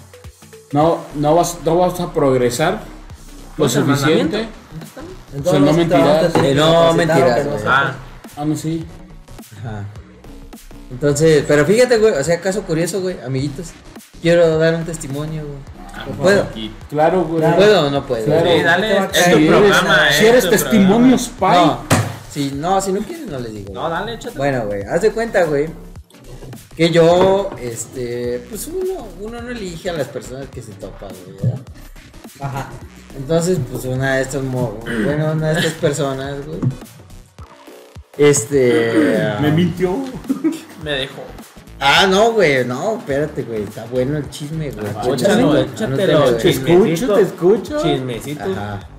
Speaker 2: No, no, vas, no vas a progresar lo
Speaker 5: Pues el
Speaker 2: suficiente.
Speaker 5: mandamiento.
Speaker 2: O sea, no mentirás.
Speaker 1: te tienes
Speaker 4: Eh,
Speaker 1: que
Speaker 4: no
Speaker 1: capacitar,
Speaker 4: mentiras,
Speaker 1: aunque no
Speaker 4: güey.
Speaker 1: sepas.
Speaker 5: Ah.
Speaker 2: Ah, no, sí.
Speaker 4: Ajá. Entonces, pero fíjate, güey. O sea, caso curioso, güey. Amiguitos, quiero dar un testimonio, güey. ¿Puedo?
Speaker 2: Claro, güey.
Speaker 4: ¿Puedo o no puedo?
Speaker 2: Claro.
Speaker 5: Sí, dale,
Speaker 1: Te va a
Speaker 5: es tu
Speaker 2: Si eres-
Speaker 5: programa. eh,
Speaker 2: si
Speaker 5: es
Speaker 2: eres
Speaker 5: tu
Speaker 2: testimonios, pai.
Speaker 4: No. Si no, si no quieres, no les digo.
Speaker 5: programa. No, dale, échate.
Speaker 4: Bueno, güey, haz de cuenta, güey, que yo, este, pues uno, uno no elige a las personas que se topa, güey, ¿verdad?
Speaker 1: Ajá.
Speaker 4: Entonces, pues una de estas, mo- bueno, una de estas personas, güey, este...
Speaker 2: Me mintió.
Speaker 5: Me dejó.
Speaker 4: Ah, no, güey, no, espérate, güey, está bueno el chisme, güey.
Speaker 5: Ah,
Speaker 4: Chécalo,
Speaker 5: échalo,
Speaker 4: güey,
Speaker 5: échatelo,
Speaker 4: anótalo, güey.
Speaker 5: chisme. Chismecito.
Speaker 2: escucho.
Speaker 5: Chismecito.
Speaker 4: Ajá.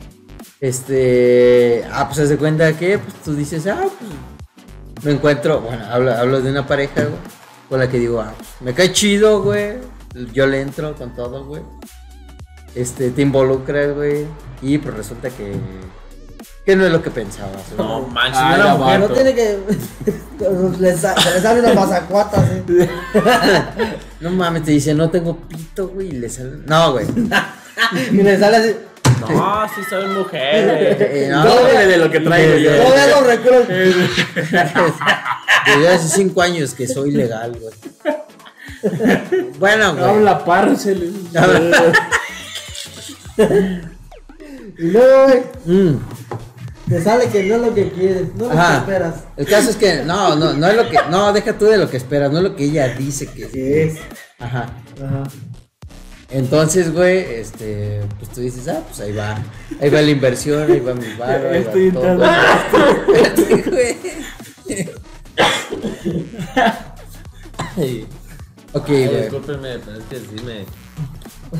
Speaker 4: Este, ah, pues haz de cuenta que pues, tú dices, ah, pues me encuentro, bueno, hablo, hablo de una pareja, güey, con la que digo, ah, pues, me cae chido, güey, yo le entro con todo, güey. Este, te involucras, güey, y pues resulta que que no es lo que pensabas, güey.
Speaker 5: No manches,
Speaker 2: Ah,
Speaker 5: no era
Speaker 2: la
Speaker 5: mujer.
Speaker 1: No
Speaker 2: Vato.
Speaker 1: tiene que. les, sa- se les sale una mazacuata, sí.
Speaker 4: No mames, te dice, no tengo pito, güey, y le sale, no, güey.
Speaker 1: Y le sale así.
Speaker 5: No, sí soy mujer. güey.
Speaker 4: Eh,
Speaker 1: No,
Speaker 4: güey.
Speaker 1: de
Speaker 2: lo que
Speaker 4: traigo yo.
Speaker 1: No veas los recuerdos.
Speaker 4: Desde hace cinco años que soy legal, güey. Bueno, güey.
Speaker 2: Habla párcel.
Speaker 1: Y luego, güey,
Speaker 4: Mm.
Speaker 1: te sale que no es lo que quieres, no es lo que
Speaker 4: Ajá.
Speaker 1: esperas.
Speaker 4: El caso es que no, no, no es lo que, no, deja tú de lo que esperas, no es lo que ella dice que es.
Speaker 1: Sí es.
Speaker 4: Ajá.
Speaker 1: Ajá.
Speaker 4: Entonces, güey, este, pues tú dices, ah, pues ahí va, ahí va la inversión, ahí va mi bar, ahí va
Speaker 2: Estoy
Speaker 4: todo. Sí, güey. Ay. Ok,
Speaker 5: Ay,
Speaker 4: güey.
Speaker 5: Discúlpenme, pero es que sí me.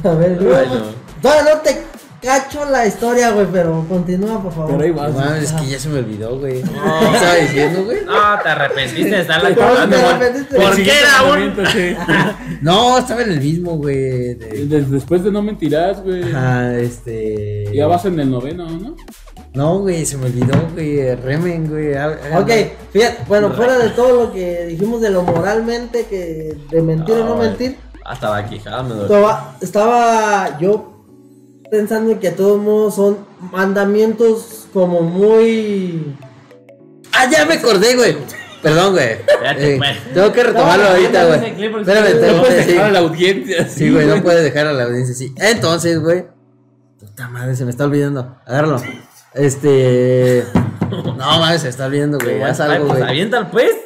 Speaker 1: A ver, luego,
Speaker 5: Ay,
Speaker 1: güey.
Speaker 5: no.
Speaker 1: Todavía no te cacho la historia, güey, pero continúa, por favor.
Speaker 2: Pero ahí
Speaker 4: No
Speaker 2: vas.
Speaker 4: mames, es que ya se me olvidó, güey. ¿Qué estaba diciendo, güey?
Speaker 5: No, te arrepentiste de estarla
Speaker 1: Te
Speaker 5: acabando.
Speaker 1: arrepentiste.
Speaker 5: ¿Por
Speaker 2: El
Speaker 5: qué
Speaker 2: siguiente
Speaker 5: era un
Speaker 2: mandamiento, sí.
Speaker 4: No, estaba en el mismo, güey. de-
Speaker 2: Des- Después de no mentirás, güey.
Speaker 4: Ajá, este.
Speaker 2: Ya vas en el noveno, ¿no?
Speaker 4: No, güey, se me olvidó, güey. Remen, güey. ha- háganlo.
Speaker 1: Ok, fíjate, bueno, fuera de todo lo que dijimos de lo moralmente, que de mentir o no
Speaker 3: Ay.
Speaker 1: mentir,
Speaker 3: Hasta vaquijada me duele.
Speaker 1: estaba, estaba yo pensando que a todos modos son mandamientos como muy...
Speaker 4: Ah, ya me acordé, güey. Perdón, güey.
Speaker 3: Espérate,
Speaker 4: Eh,
Speaker 3: pues.
Speaker 4: tengo que retomarlo
Speaker 5: No,
Speaker 4: ahorita,
Speaker 5: no,
Speaker 4: güey.
Speaker 5: ese clip, porque
Speaker 4: Espérame,
Speaker 5: no
Speaker 4: tengo que
Speaker 5: puedes
Speaker 4: decir.
Speaker 5: la audiencia.
Speaker 4: Sí, güey, no puedes dejar a la audiencia así. Entonces, güey. Puta madre, se me está olvidando. Agárralo. Este. No mames, se está olvidando, güey. Haz
Speaker 3: Ay,
Speaker 4: algo,
Speaker 3: pues,
Speaker 4: güey.
Speaker 3: avienta el pues.
Speaker 5: Ah,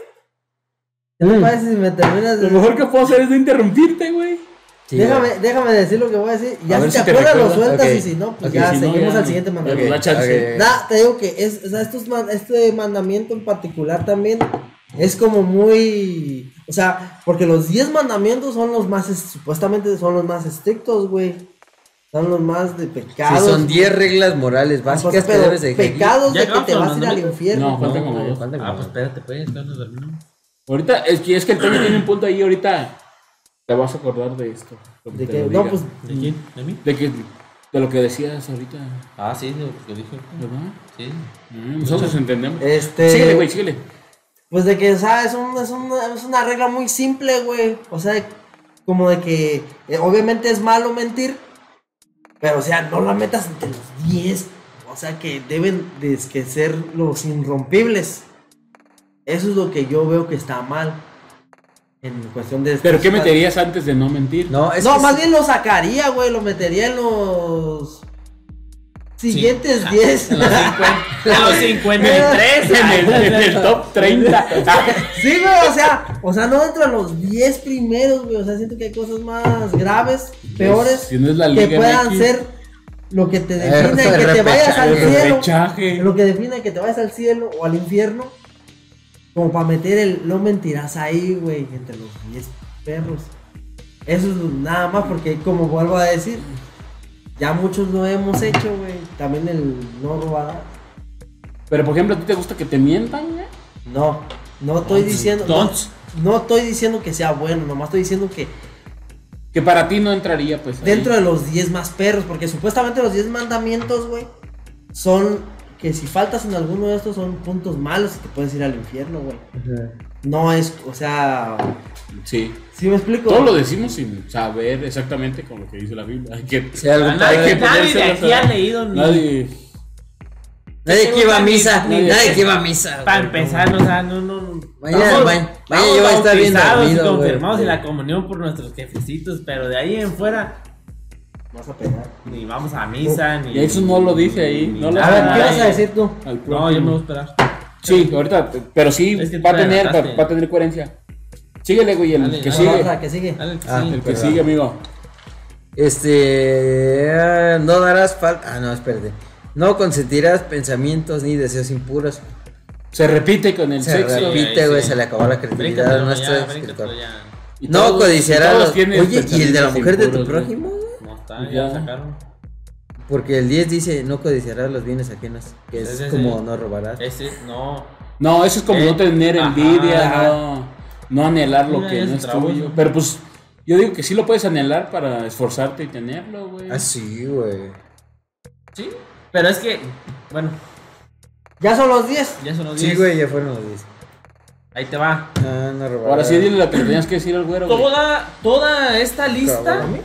Speaker 1: ¿Qué te parece si me terminas de...
Speaker 2: Lo mejor que puedo hacer es no interrumpirte, güey.
Speaker 4: Sí,
Speaker 1: déjame,
Speaker 4: güey.
Speaker 1: déjame decir lo que voy a decir. Ya
Speaker 2: A
Speaker 1: si
Speaker 2: ver
Speaker 1: te
Speaker 2: si te
Speaker 1: acuerdas lo
Speaker 2: recuerdas.
Speaker 1: sueltas
Speaker 4: Ok.
Speaker 1: y si no, pues
Speaker 2: Ok,
Speaker 1: ya
Speaker 2: si no,
Speaker 1: seguimos
Speaker 2: ya
Speaker 1: al
Speaker 2: no.
Speaker 1: siguiente
Speaker 2: Ok,
Speaker 1: mandamiento.
Speaker 2: la chance.
Speaker 4: ok.
Speaker 1: Da, te digo que es, o sea, estos man- este mandamiento en particular también es como muy. O sea, porque los 10 mandamientos son los más, es- supuestamente son los más estrictos, güey. Son los más de
Speaker 4: Sí,
Speaker 1: pecados.
Speaker 4: son 10 reglas morales
Speaker 1: Ah, pues,
Speaker 4: básicas que
Speaker 1: pero
Speaker 4: debes seguir.
Speaker 1: Pecados
Speaker 3: ¿Ya
Speaker 1: de que
Speaker 3: acabamos
Speaker 1: te
Speaker 3: con los
Speaker 1: vas a ir al
Speaker 3: mandamientos?
Speaker 1: infierno.
Speaker 2: No, falta
Speaker 4: No,
Speaker 2: como
Speaker 4: güey,
Speaker 2: dos.
Speaker 4: falta como
Speaker 3: Ah, pues
Speaker 4: dos.
Speaker 3: espérate, pues. no nos dormimos.
Speaker 2: Ahorita, es que, es que el Toño tiene un punto ahí ahorita. Te vas a acordar de esto. lo
Speaker 1: De
Speaker 2: te
Speaker 1: que-
Speaker 2: lo
Speaker 1: no,
Speaker 2: diga.
Speaker 1: pues.
Speaker 3: ¿De quién? ¿De mí?
Speaker 2: De, que, de lo que decías ahorita,
Speaker 3: Ah, sí, de lo que dije.
Speaker 2: ¿verdad?
Speaker 3: Sí.
Speaker 2: Mm, Nosotros entendemos.
Speaker 1: Este.
Speaker 2: síguele, güey, síguele.
Speaker 1: Pues de que, o sea, es, un- es una, es una regla muy simple, güey. O sea, como de que eh, obviamente es malo mentir, pero o sea, no la metas entre los 10. O sea, que deben de, que ser los irrompibles. Eso es lo que yo veo que está mal. En cuestión de...
Speaker 2: ¿Pero qué meterías antes de no mentir?
Speaker 4: No, es
Speaker 1: No,
Speaker 4: que
Speaker 1: más
Speaker 4: sí.
Speaker 1: bien lo sacaría, güey. Lo metería en los... Siguientes 10.
Speaker 3: A
Speaker 5: Ah,
Speaker 3: los 53.
Speaker 2: En el, en el top 30.
Speaker 1: Sí, güey, o sea, o sea, no dentro de los 10 primeros, güey. O sea, siento que hay cosas más graves, peores,
Speaker 2: Si no es la
Speaker 1: que
Speaker 2: Liga
Speaker 1: puedan
Speaker 2: MX.
Speaker 1: ser lo que te
Speaker 4: Eh,
Speaker 1: define que te
Speaker 4: repechaje,
Speaker 1: vayas al
Speaker 2: El
Speaker 1: cielo.
Speaker 2: repechaje.
Speaker 1: Lo que define que te vayas al cielo o al infierno. Como para meter el no mentirás ahí, güey, entre los 10 perros. Eso es nada más, porque como vuelvo a decir, ya muchos lo hemos hecho, güey. También el no robar.
Speaker 2: Pero, por ejemplo, ¿a ti te gusta que te mientan, güey?
Speaker 1: No, no estoy diciendo. no-
Speaker 3: Entonces.
Speaker 1: no estoy diciendo que sea bueno, nomás estoy diciendo que
Speaker 2: Que para ti no entraría, pues. ahí.
Speaker 1: dentro de los 10 más perros, porque supuestamente los 10 mandamientos, güey, son que si faltas en alguno de estos son puntos malos y te puedes ir al infierno, güey. No es, o sea,
Speaker 2: Sí.
Speaker 1: si me explico?
Speaker 2: Todo lo decimos sin saber exactamente con lo que dice la Biblia. Hay que,
Speaker 4: Sí, algo
Speaker 2: hay
Speaker 4: padre.
Speaker 2: que
Speaker 3: Nadie de aquí
Speaker 2: ponérselo a-
Speaker 3: ha leído ni.
Speaker 2: Nadie.
Speaker 4: Nadie que iba a misa.
Speaker 3: Ni-
Speaker 4: Nadie que iba a misa. güey.
Speaker 3: Para empezar, o sea, no, no. no.
Speaker 4: Mañana,
Speaker 3: Estamos-
Speaker 4: mañana,
Speaker 3: estamos
Speaker 4: mañana yo voy a estar bien
Speaker 3: bautizados y
Speaker 4: dormido, güey.
Speaker 3: confirmados en la comunión por nuestros jefecitos, pero de ahí en fuera
Speaker 1: Vas a pegar.
Speaker 3: ni vamos a misa, ni.
Speaker 2: Y eso no lo dice ahí,
Speaker 3: ni
Speaker 2: no lo
Speaker 1: A
Speaker 3: nada.
Speaker 1: ver, ¿qué vas a decir tú?
Speaker 2: Al prójimo.
Speaker 3: No, yo me voy a esperar.
Speaker 2: Sí, ahorita, te- pero sí,
Speaker 3: Es que tú
Speaker 2: va a
Speaker 3: te
Speaker 2: tener, va,
Speaker 3: adelantaste.
Speaker 2: va a tener coherencia. Síguele, güey, el
Speaker 3: Dale,
Speaker 2: que
Speaker 3: dale.
Speaker 2: sigue.
Speaker 1: La Ah, que sigue.
Speaker 3: Dale,
Speaker 4: Ah,
Speaker 3: sí.
Speaker 2: El que
Speaker 4: Perdón.
Speaker 2: sigue, amigo.
Speaker 4: Este. ah, No darás falta. Ah, no, espérate. No consentirás pensamientos ni deseos impuros.
Speaker 2: Se repite con el
Speaker 4: Se
Speaker 2: sexo.
Speaker 4: repite,
Speaker 3: ahí
Speaker 4: güey,
Speaker 3: sí.
Speaker 4: se le acabó la creatividad a
Speaker 3: Bríncatelo
Speaker 4: nuestro
Speaker 3: ya,
Speaker 4: escritor.
Speaker 3: bríncatelo ya.
Speaker 2: Y
Speaker 4: No
Speaker 2: todos- y
Speaker 4: codiciarás.
Speaker 2: todos
Speaker 4: los-
Speaker 2: tienen
Speaker 4: Oye, ¿y el de la
Speaker 2: pensamientos
Speaker 4: mujer de tu
Speaker 2: impuros, güey.
Speaker 4: prójimo? güey?
Speaker 3: No está, ya,
Speaker 2: Ya.
Speaker 3: lo sacaron.
Speaker 4: Porque el 10 dice: No codiciarás los bienes ajenos. Que es
Speaker 3: Ese es
Speaker 4: como
Speaker 3: el-
Speaker 4: no robarás.
Speaker 2: Eh.
Speaker 3: Ese, no.
Speaker 2: No, eso es como
Speaker 3: Eh,
Speaker 2: no tener
Speaker 3: ajá,
Speaker 2: envidia,
Speaker 3: ajá.
Speaker 2: no, no anhelar lo
Speaker 3: Mira,
Speaker 2: que
Speaker 3: ya
Speaker 2: no
Speaker 3: se
Speaker 2: es
Speaker 3: trabó,
Speaker 2: tuyo.
Speaker 3: ¿no?
Speaker 2: Pero pues, yo digo que sí lo puedes anhelar para esforzarte y tenerlo, güey.
Speaker 4: Ah, sí, güey.
Speaker 3: Sí, pero es que, bueno,
Speaker 1: Ya son los 10.
Speaker 3: ya son los
Speaker 4: Sí,
Speaker 3: 10.
Speaker 4: güey, ya fueron los 10.
Speaker 3: Ahí te va.
Speaker 4: Ah, no robarás.
Speaker 2: Ahora sí, dile lo que le tenías que decir al güero, güey.
Speaker 3: Toda, toda esta lista. ¿Ah,
Speaker 4: Cabrón.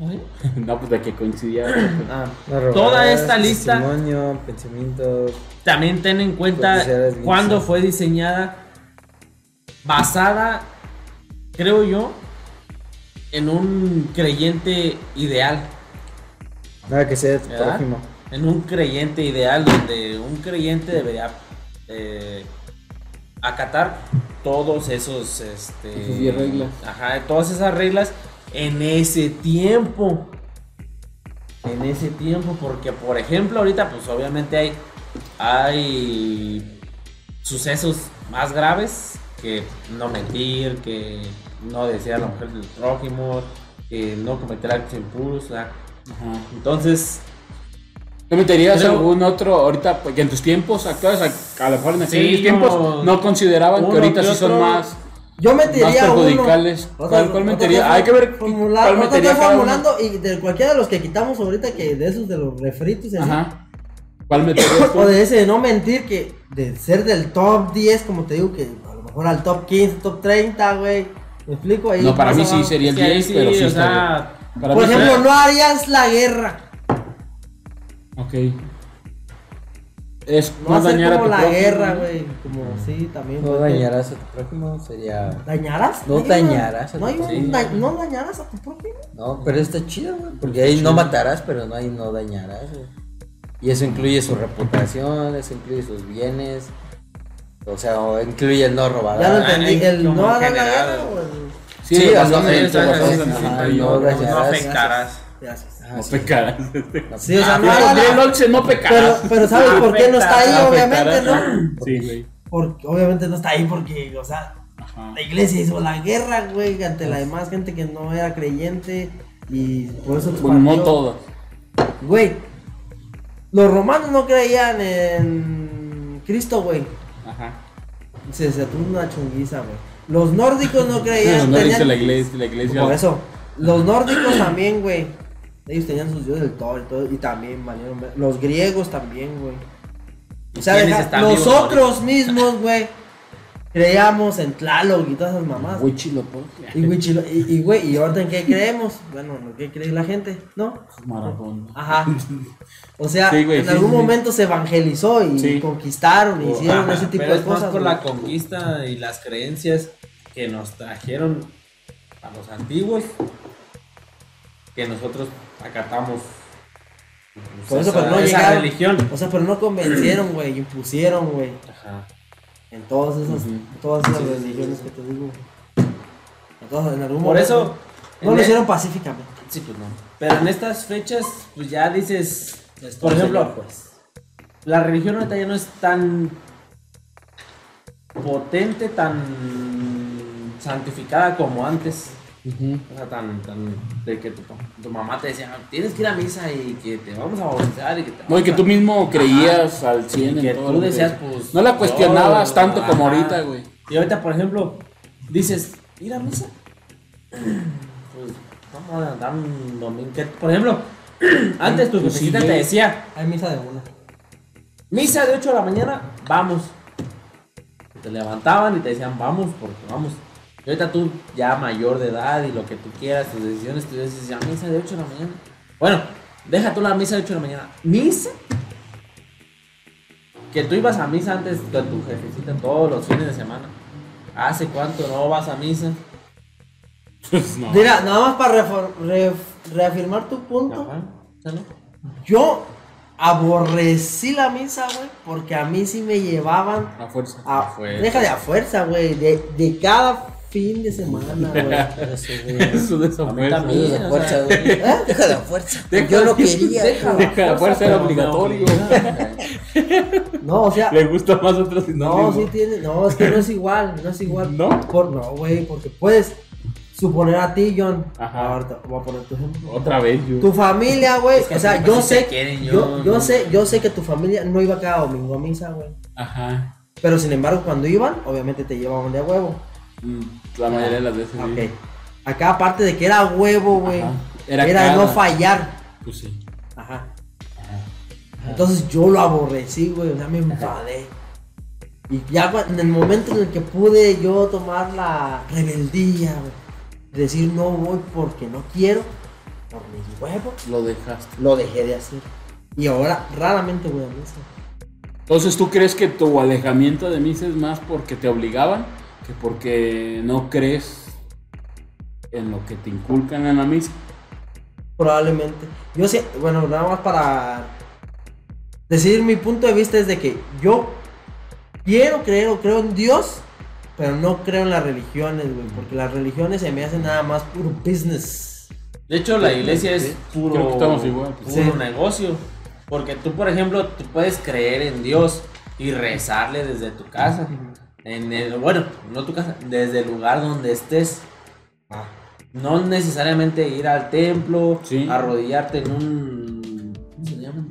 Speaker 2: No, pues de que coincidía. pues.
Speaker 1: Ah,
Speaker 4: No robarás,
Speaker 3: Toda esta lista-
Speaker 4: Testimonio, pensamientos.
Speaker 3: También ten en cuenta
Speaker 4: Cotizar es bien
Speaker 3: cuándo
Speaker 4: simple.
Speaker 3: fue diseñada, basada, creo yo, en un creyente ideal.
Speaker 4: Nada que sea de tu
Speaker 3: ¿Verdad?
Speaker 4: prójimo.
Speaker 3: En un creyente ideal donde un creyente debería eh, acatar todos esos, este,
Speaker 2: Esas diez reglas.
Speaker 3: Ajá, todas esas reglas en ese tiempo. En ese tiempo, porque por ejemplo ahorita pues obviamente hay, hay sucesos más graves que no mentir, que no desear a la mujer del prójimo, que no cometer actos impuros. o sea,
Speaker 2: Ajá.
Speaker 3: Entonces,
Speaker 2: ¿Te meterías
Speaker 3: Creo-
Speaker 2: algún otro ahorita? Porque en tus tiempos actuales, a, a lo mejor en
Speaker 3: Sí,
Speaker 2: aquellos
Speaker 3: no.
Speaker 2: tiempos, no consideraban que
Speaker 3: Uno
Speaker 2: ahorita
Speaker 3: que
Speaker 2: sí son
Speaker 3: otro.
Speaker 2: más,
Speaker 1: yo
Speaker 2: más
Speaker 1: metería uno.
Speaker 2: perjudicales.
Speaker 1: Otra-
Speaker 2: ¿Cuál, cuál
Speaker 1: otra
Speaker 2: metería?
Speaker 1: cosa,
Speaker 2: Hay que ver
Speaker 1: formular-
Speaker 2: cuál
Speaker 1: otra
Speaker 2: metería
Speaker 1: cosa
Speaker 2: cada uno.
Speaker 1: formulando y de cualquiera de los que quitamos ahorita que de esos de los refritos y así,
Speaker 2: Ajá. ¿Cuál meterías tú?
Speaker 1: O de ese de no mentir que de ser del top 10, como te digo, que a lo mejor al top 15, top 30, güey. ¿Me explico? Ahí
Speaker 2: No, para
Speaker 1: más
Speaker 2: mí sí
Speaker 1: abajo.
Speaker 2: sería el
Speaker 6: Es que ahí
Speaker 2: 10,
Speaker 6: sí,
Speaker 2: pero sí
Speaker 6: o
Speaker 2: está
Speaker 6: sea,
Speaker 2: bien. Para
Speaker 1: Por
Speaker 2: mí
Speaker 1: ejemplo, no harías la guerra.
Speaker 2: sí. Ok. Es
Speaker 1: No
Speaker 2: no
Speaker 1: hacer
Speaker 2: dañar a
Speaker 1: como
Speaker 2: tu
Speaker 1: la
Speaker 2: prójimo,
Speaker 1: guerra,
Speaker 2: ¿no?
Speaker 1: güey. Como sí, también.
Speaker 4: No
Speaker 1: pues,
Speaker 4: dañarás a tu prójimo, sería.
Speaker 1: ¿Dañarás?
Speaker 4: No
Speaker 1: Hay una-
Speaker 4: dañarás a
Speaker 1: No,
Speaker 4: tu
Speaker 1: hay un
Speaker 4: prójimo.
Speaker 1: da- no dañarás a tu propio.
Speaker 4: No, pero está chido, güey. Porque ahí no matarás, pero no ahí no dañarás, güey. Y eso incluye su reputación, eso incluye sus bienes. O sea, o incluye el no robar.
Speaker 1: Ya lo
Speaker 3: Ah,
Speaker 1: entendí.
Speaker 3: hay
Speaker 1: El
Speaker 3: como
Speaker 1: no harás la
Speaker 3: general.
Speaker 1: guerra, güey. pues,
Speaker 2: Sí,
Speaker 4: Sí,
Speaker 2: vas
Speaker 4: o sea,
Speaker 2: a hacer
Speaker 4: sí,
Speaker 2: el
Speaker 4: sí,
Speaker 2: trabajo
Speaker 4: sí,
Speaker 2: de
Speaker 4: sí,
Speaker 2: la
Speaker 4: sí,
Speaker 2: mamá,
Speaker 4: sí,
Speaker 2: no
Speaker 4: sí,
Speaker 2: dañar.
Speaker 3: No
Speaker 4: Gracias,
Speaker 3: afectarás.
Speaker 1: Gracias.
Speaker 4: Ah,
Speaker 2: No pecarás.
Speaker 1: Sí, o sea, no
Speaker 2: Ah,
Speaker 1: harás
Speaker 2: bien,
Speaker 1: la-
Speaker 2: Lonche, no
Speaker 1: Pero,
Speaker 2: pecarás.
Speaker 1: pero ¿sabes por qué no está ahí?
Speaker 2: No
Speaker 1: Obviamente,
Speaker 2: pecarás.
Speaker 1: ¿no?
Speaker 2: Sí, güey.
Speaker 1: Porque, obviamente no está ahí porque, o sea,
Speaker 2: Ajá.
Speaker 1: La iglesia hizo la guerra, güey, ante la demás gente que no era creyente y por eso
Speaker 2: Bueno, no
Speaker 1: expandió.
Speaker 2: todo.
Speaker 1: Güey, los romanos no creían en Cristo, güey.
Speaker 2: Ajá.
Speaker 1: Se se tuvo una chunguiza, güey. Los nórdicos no
Speaker 2: Bueno,
Speaker 1: creían.
Speaker 2: no
Speaker 1: tenían-
Speaker 2: dice la iglesia, la iglesia.
Speaker 1: Por eso, los nórdicos también, güey. Ellos tenían sus dioses del todo y todo, y también valieron. ver- Los griegos también, güey. O sea,
Speaker 3: ¿Quiénes
Speaker 1: deja-
Speaker 3: están vivos
Speaker 1: Ah, nosotros mismos, güey, creíamos en Tlaloc y todas esas mamás.
Speaker 2: Huichilopo.
Speaker 1: Y, güey, chilo- y, y, güey, ¿y ahorita en qué creemos? Bueno, en lo que cree la gente, ¿no?
Speaker 2: Maradona.
Speaker 1: Ajá. O sea,
Speaker 2: Sí, güey,
Speaker 1: en
Speaker 2: sí,
Speaker 1: algún
Speaker 2: sí, sí.
Speaker 1: momento se evangelizó y
Speaker 2: Sí.
Speaker 1: conquistaron y
Speaker 2: Oh,
Speaker 1: hicieron
Speaker 3: Ajá,
Speaker 1: ese tipo
Speaker 3: pero
Speaker 1: de
Speaker 3: es más
Speaker 1: cosas.
Speaker 3: por
Speaker 1: güey.
Speaker 3: la conquista y las creencias que nos trajeron a los antiguos que nosotros acatamos. pues,
Speaker 1: Por eso,
Speaker 3: esa-
Speaker 1: pero no
Speaker 3: esa
Speaker 1: llegaron.
Speaker 3: religión.
Speaker 1: O sea, pero no convencieron, güey, impusieron, güey,
Speaker 3: Ajá.
Speaker 1: en todas esas,
Speaker 2: Ujú.
Speaker 1: todas esas religiones que te digo. Entonces, en algún
Speaker 3: Por
Speaker 1: momento,
Speaker 3: eso.
Speaker 1: No
Speaker 3: en
Speaker 1: lo
Speaker 3: e-
Speaker 1: hicieron pacíficamente.
Speaker 3: Sí, pues no. Pero en estas fechas, pues ya dices. Por
Speaker 1: un
Speaker 3: ejemplo,
Speaker 1: señor,
Speaker 2: pues.
Speaker 3: la religión ahorita ya no es tan potente, tan santificada como antes. O sea, tan, tan de que tu, pa- tu mamá te decía, tienes que ir a misa y que te vamos a bautizar y que te
Speaker 2: No, y que tú
Speaker 3: vamos
Speaker 2: mismo creías al 100
Speaker 3: Y que
Speaker 2: en todo
Speaker 3: tú
Speaker 2: lo que
Speaker 3: decías,
Speaker 2: decías.
Speaker 3: pues,
Speaker 2: No la cuestionabas
Speaker 3: yo-
Speaker 2: tanto como
Speaker 3: ajá.
Speaker 2: ahorita, güey.
Speaker 3: a-". Y ahorita, por ejemplo, dices, ir a misa. Pues vamos a dar un domingo. Que, por ejemplo, antes tu
Speaker 2: Pues sí,
Speaker 3: jefecita
Speaker 2: yo-
Speaker 3: te decía,
Speaker 1: Hay misa de una.
Speaker 3: misa de 8 de la mañana, vamos. Te levantaban y te decían, vamos, porque vamos. Y ahorita tú, ya mayor de edad y lo que tú quieras, tus decisiones, tú dices, ya misa de 8 de la mañana. Bueno, deja tú la misa de 8 de la mañana. ¿Misa? Que tú ibas a misa antes con tu jefecita todos los fines de semana. ¿Hace cuánto no vas a misa?
Speaker 2: Pues no.
Speaker 1: Mira, nada más para refor- ref- reafirmar tu punto.
Speaker 3: Ajá, ya no.
Speaker 1: Yo aborrecí la misa, güey, porque a mí sí me llevaban
Speaker 2: A fuerza.
Speaker 1: a,
Speaker 3: fuerza.
Speaker 1: deja de a fuerza, güey, de, de cada fin de semana, güey.
Speaker 4: Eso, güey.
Speaker 2: Eso de esa
Speaker 3: A mí
Speaker 2: fuerza.
Speaker 3: también.
Speaker 4: Deja la fuerza, güey.
Speaker 1: ¿Eh?
Speaker 4: Deja la fuerza.
Speaker 2: Deja-
Speaker 4: Yo no quería.
Speaker 3: Deja
Speaker 4: güey.
Speaker 2: Deja, la fuerza
Speaker 3: pero
Speaker 2: era
Speaker 3: me
Speaker 2: obligatorio.
Speaker 3: obligaron.
Speaker 1: No, o sea,
Speaker 2: Le gusta más otro
Speaker 1: no, sí
Speaker 2: sinónimo.
Speaker 1: tiene, no, es que no es igual, no es igual.
Speaker 2: ¿No?
Speaker 1: Por, no, güey, porque puedes suponer a ti, John.
Speaker 2: Ajá.
Speaker 1: Ahorita voy a poner tu ejemplo.
Speaker 2: Otra vez, yo.
Speaker 1: Tu familia, güey,
Speaker 3: Es que
Speaker 1: o sea,
Speaker 3: siempre
Speaker 1: yo
Speaker 3: sí te
Speaker 1: sé,
Speaker 3: quieren,
Speaker 1: yo,
Speaker 3: John.
Speaker 1: yo sé, yo sé que tu familia no iba cada domingo a misa, güey.
Speaker 2: Ajá.
Speaker 1: Pero sin embargo, cuando iban, obviamente te llevaban de a huevo.
Speaker 2: Mm, La mayoría de las veces. sí.
Speaker 1: Ok. Acá aparte de que era huevo, güey.
Speaker 2: Ajá.
Speaker 1: Era,
Speaker 2: Era
Speaker 1: no
Speaker 2: cada-
Speaker 1: fallar.
Speaker 2: Pues sí.
Speaker 1: Ajá. Entonces yo lo aborrecí, güey. O sea, me enfadé. Y ya cua- en el momento en el que pude yo tomar la rebeldía, güey. Decir no voy porque no quiero. Por mis huevos.
Speaker 2: Lo dejaste.
Speaker 1: Lo dejé de hacer. Y ahora raramente voy a misa.
Speaker 2: Entonces, ¿tú crees que tu alejamiento de misa es más porque te obligaban que porque no crees en lo que te inculcan en la misa?
Speaker 1: Probablemente. Yo sé, bueno, nada más para decir mi punto de vista es de que yo quiero creer o creo en Dios, pero no creo en las religiones, güey, porque las religiones se me hacen nada más puro business.
Speaker 3: De hecho, la iglesia es puro,
Speaker 2: Creo que estamos igual,
Speaker 3: puro
Speaker 2: pues.
Speaker 1: Sí.
Speaker 3: negocio. Porque tú, por ejemplo, tú puedes creer en Dios y rezarle desde tu casa. En el, bueno, no tu casa, desde el lugar donde estés.
Speaker 1: Ah.
Speaker 3: No necesariamente ir al templo,
Speaker 2: Sí.
Speaker 3: arrodillarte en un. ¿Cómo se llama?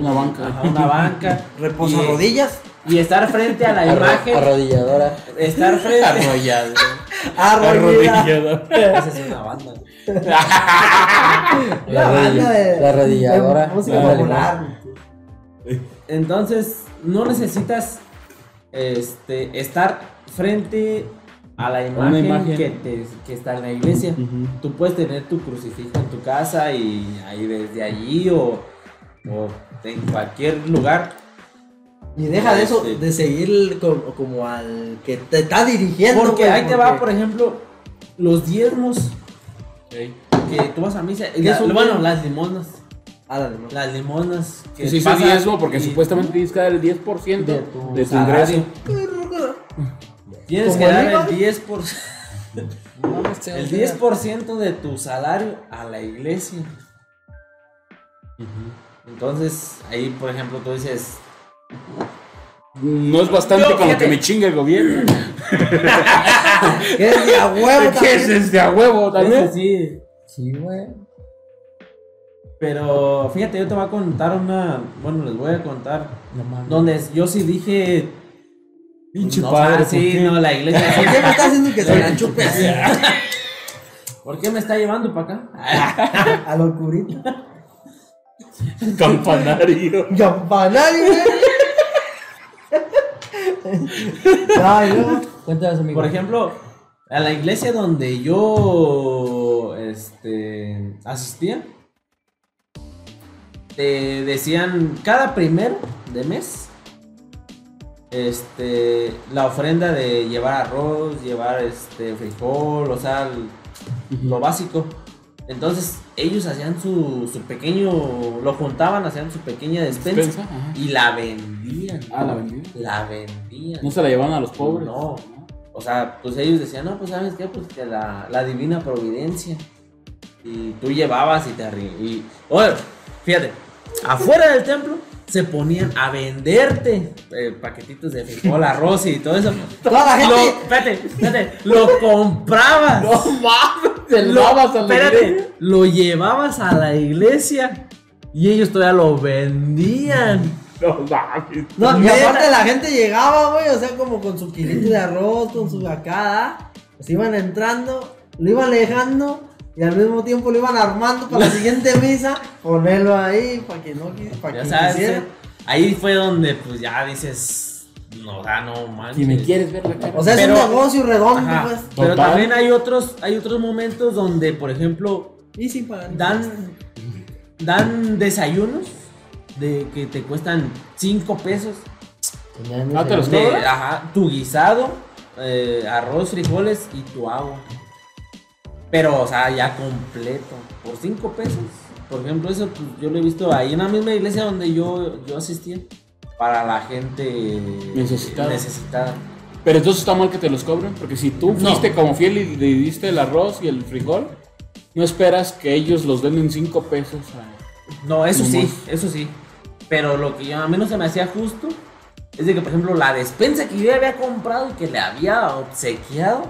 Speaker 2: Una banca.
Speaker 3: Ajá, una banca.
Speaker 1: Reposa
Speaker 3: Y-
Speaker 1: rodillas,
Speaker 3: Y estar frente a la
Speaker 4: Arro-
Speaker 3: imagen.
Speaker 4: Arrodilladora.
Speaker 3: Estar frente.
Speaker 1: arrodilla.
Speaker 3: Esa es una banda.
Speaker 1: La
Speaker 4: La, arrodi-
Speaker 1: banda de
Speaker 4: la arrodilladora.
Speaker 1: de música
Speaker 4: Ándale,
Speaker 1: popular.
Speaker 3: Entonces, no necesitas este, estar frente a la
Speaker 2: Una
Speaker 3: imagen,
Speaker 2: imagen.
Speaker 3: Que, te- que está en la iglesia.
Speaker 2: Ujú.
Speaker 3: Tú puedes tener tu crucifijo en tu casa y ahí desde allí o, o en cualquier lugar.
Speaker 1: Y deja de eso,
Speaker 3: Sí.
Speaker 1: de seguir co- como al que te está dirigiendo.
Speaker 3: Porque
Speaker 1: güey,
Speaker 3: ahí te va,
Speaker 1: porque-
Speaker 3: por ejemplo, los diezmos
Speaker 2: Ok.
Speaker 3: que tú vas a misa.
Speaker 1: ¿Qué
Speaker 3: la-
Speaker 1: es un
Speaker 3: bueno,
Speaker 1: diezmo?
Speaker 3: las limonas.
Speaker 1: Ándale, no.
Speaker 3: Las limonas
Speaker 2: Que se hizo
Speaker 3: pasan
Speaker 2: diezmo porque
Speaker 3: y
Speaker 2: supuestamente tienes que dar el 10% de
Speaker 3: de
Speaker 2: tu,
Speaker 3: tu
Speaker 2: ingreso.
Speaker 3: salario. Tienes
Speaker 1: ¿Como
Speaker 3: que
Speaker 1: el
Speaker 3: dar
Speaker 1: IVA?
Speaker 3: el 10%. Por... El 10% de tu salario a la iglesia. Entonces, ahí, por ejemplo, tú dices,
Speaker 2: No es bastante
Speaker 3: Yo,
Speaker 2: con lo que
Speaker 3: fíjate.
Speaker 2: me chinga el gobierno.
Speaker 1: Que es de a huevo
Speaker 2: ¿Qué es
Speaker 1: también.
Speaker 2: este a huevo
Speaker 3: "Eso
Speaker 2: también?
Speaker 3: sí,
Speaker 4: Sí, güey.
Speaker 3: pero fíjate, yo te voy a contar una, bueno, les voy a contar,
Speaker 4: No mames.
Speaker 3: donde yo sí dije,
Speaker 2: Pinche
Speaker 3: no,
Speaker 2: padre,
Speaker 3: ah,
Speaker 2: ¿por
Speaker 3: sí,
Speaker 2: qué?
Speaker 3: no, la iglesia,
Speaker 1: ¿Por qué me estás haciendo que se la chupe así?
Speaker 3: ¿por qué me está llevando para acá?
Speaker 1: A locurita.
Speaker 2: Campanario.
Speaker 1: Campanario, güey. Ay, no.
Speaker 4: Cuéntanos, amigo.
Speaker 3: Por ejemplo, a la iglesia donde yo este, asistía, te decían cada primero de mes este, la ofrenda de llevar arroz, llevar este, frijol, o sea, l- lo básico. Entonces ellos hacían su, su pequeño, lo juntaban, hacían su pequeña despensa
Speaker 2: Pensa, ajá.
Speaker 3: y la vendían.
Speaker 2: Ah, la vendida.
Speaker 3: La vendían.
Speaker 2: No se la llevan a los pobres.
Speaker 3: No. O sea, pues ellos decían, no, pues sabes qué, pues que la, la divina providencia. Y tú llevabas y te arri- y Oye, fíjate, afuera del templo se ponían a venderte eh, paquetitos de frijol, arroz y todo eso.
Speaker 1: Toda la
Speaker 3: Lo,
Speaker 1: gente.
Speaker 3: espérate, espérate, lo comprabas.
Speaker 2: No mames, te
Speaker 3: lo,
Speaker 2: lavas a la iglesia.
Speaker 3: espérate, lo llevabas a la iglesia y ellos todavía lo vendían.
Speaker 2: No mames.
Speaker 1: No, y
Speaker 3: Mira,
Speaker 1: aparte
Speaker 3: ahora-
Speaker 1: la gente llegaba, güey, o sea, como con su kilito de arroz, con su acada. Se iban entrando, lo iban dejando y al mismo tiempo lo iban armando para la siguiente misa. Ponerlo ahí para que no quis- para
Speaker 3: Ya
Speaker 1: que
Speaker 3: sabes,
Speaker 1: quisiera.
Speaker 3: eh, ahí fue donde pues ya dices, no, ah, no manches.
Speaker 2: Si me quieres ver la cara.
Speaker 1: O sea,
Speaker 3: Pero-
Speaker 1: es un negocio redondo,
Speaker 3: Ajá,
Speaker 1: pues.
Speaker 3: Pero
Speaker 2: Total.
Speaker 3: también hay otros, hay otros momentos donde, por ejemplo,
Speaker 1: Y sin pagar.
Speaker 3: dan, dan desayunos de que te cuestan 5 pesos.
Speaker 2: Ah, te los
Speaker 3: De,
Speaker 2: cobran.
Speaker 3: ajá, tu guisado, eh, arroz, frijoles y tu agua. Pero, o sea, ya completo. Por 5 pesos. Por ejemplo, eso pues, yo lo he visto ahí en la misma iglesia donde yo, yo asistía. Para la gente
Speaker 2: Necesitada.
Speaker 3: necesitada.
Speaker 2: Pero entonces está mal que te los cobren, porque si tú fuiste como fiel y le diste el arroz y el frijol, no esperas que ellos los den en 5 pesos. a-
Speaker 3: No, eso sí,
Speaker 2: Nomás.
Speaker 3: eso sí. Pero lo que yo, a mí no se me hacía justo es de que, por ejemplo, la despensa que yo ya había comprado y que le había obsequiado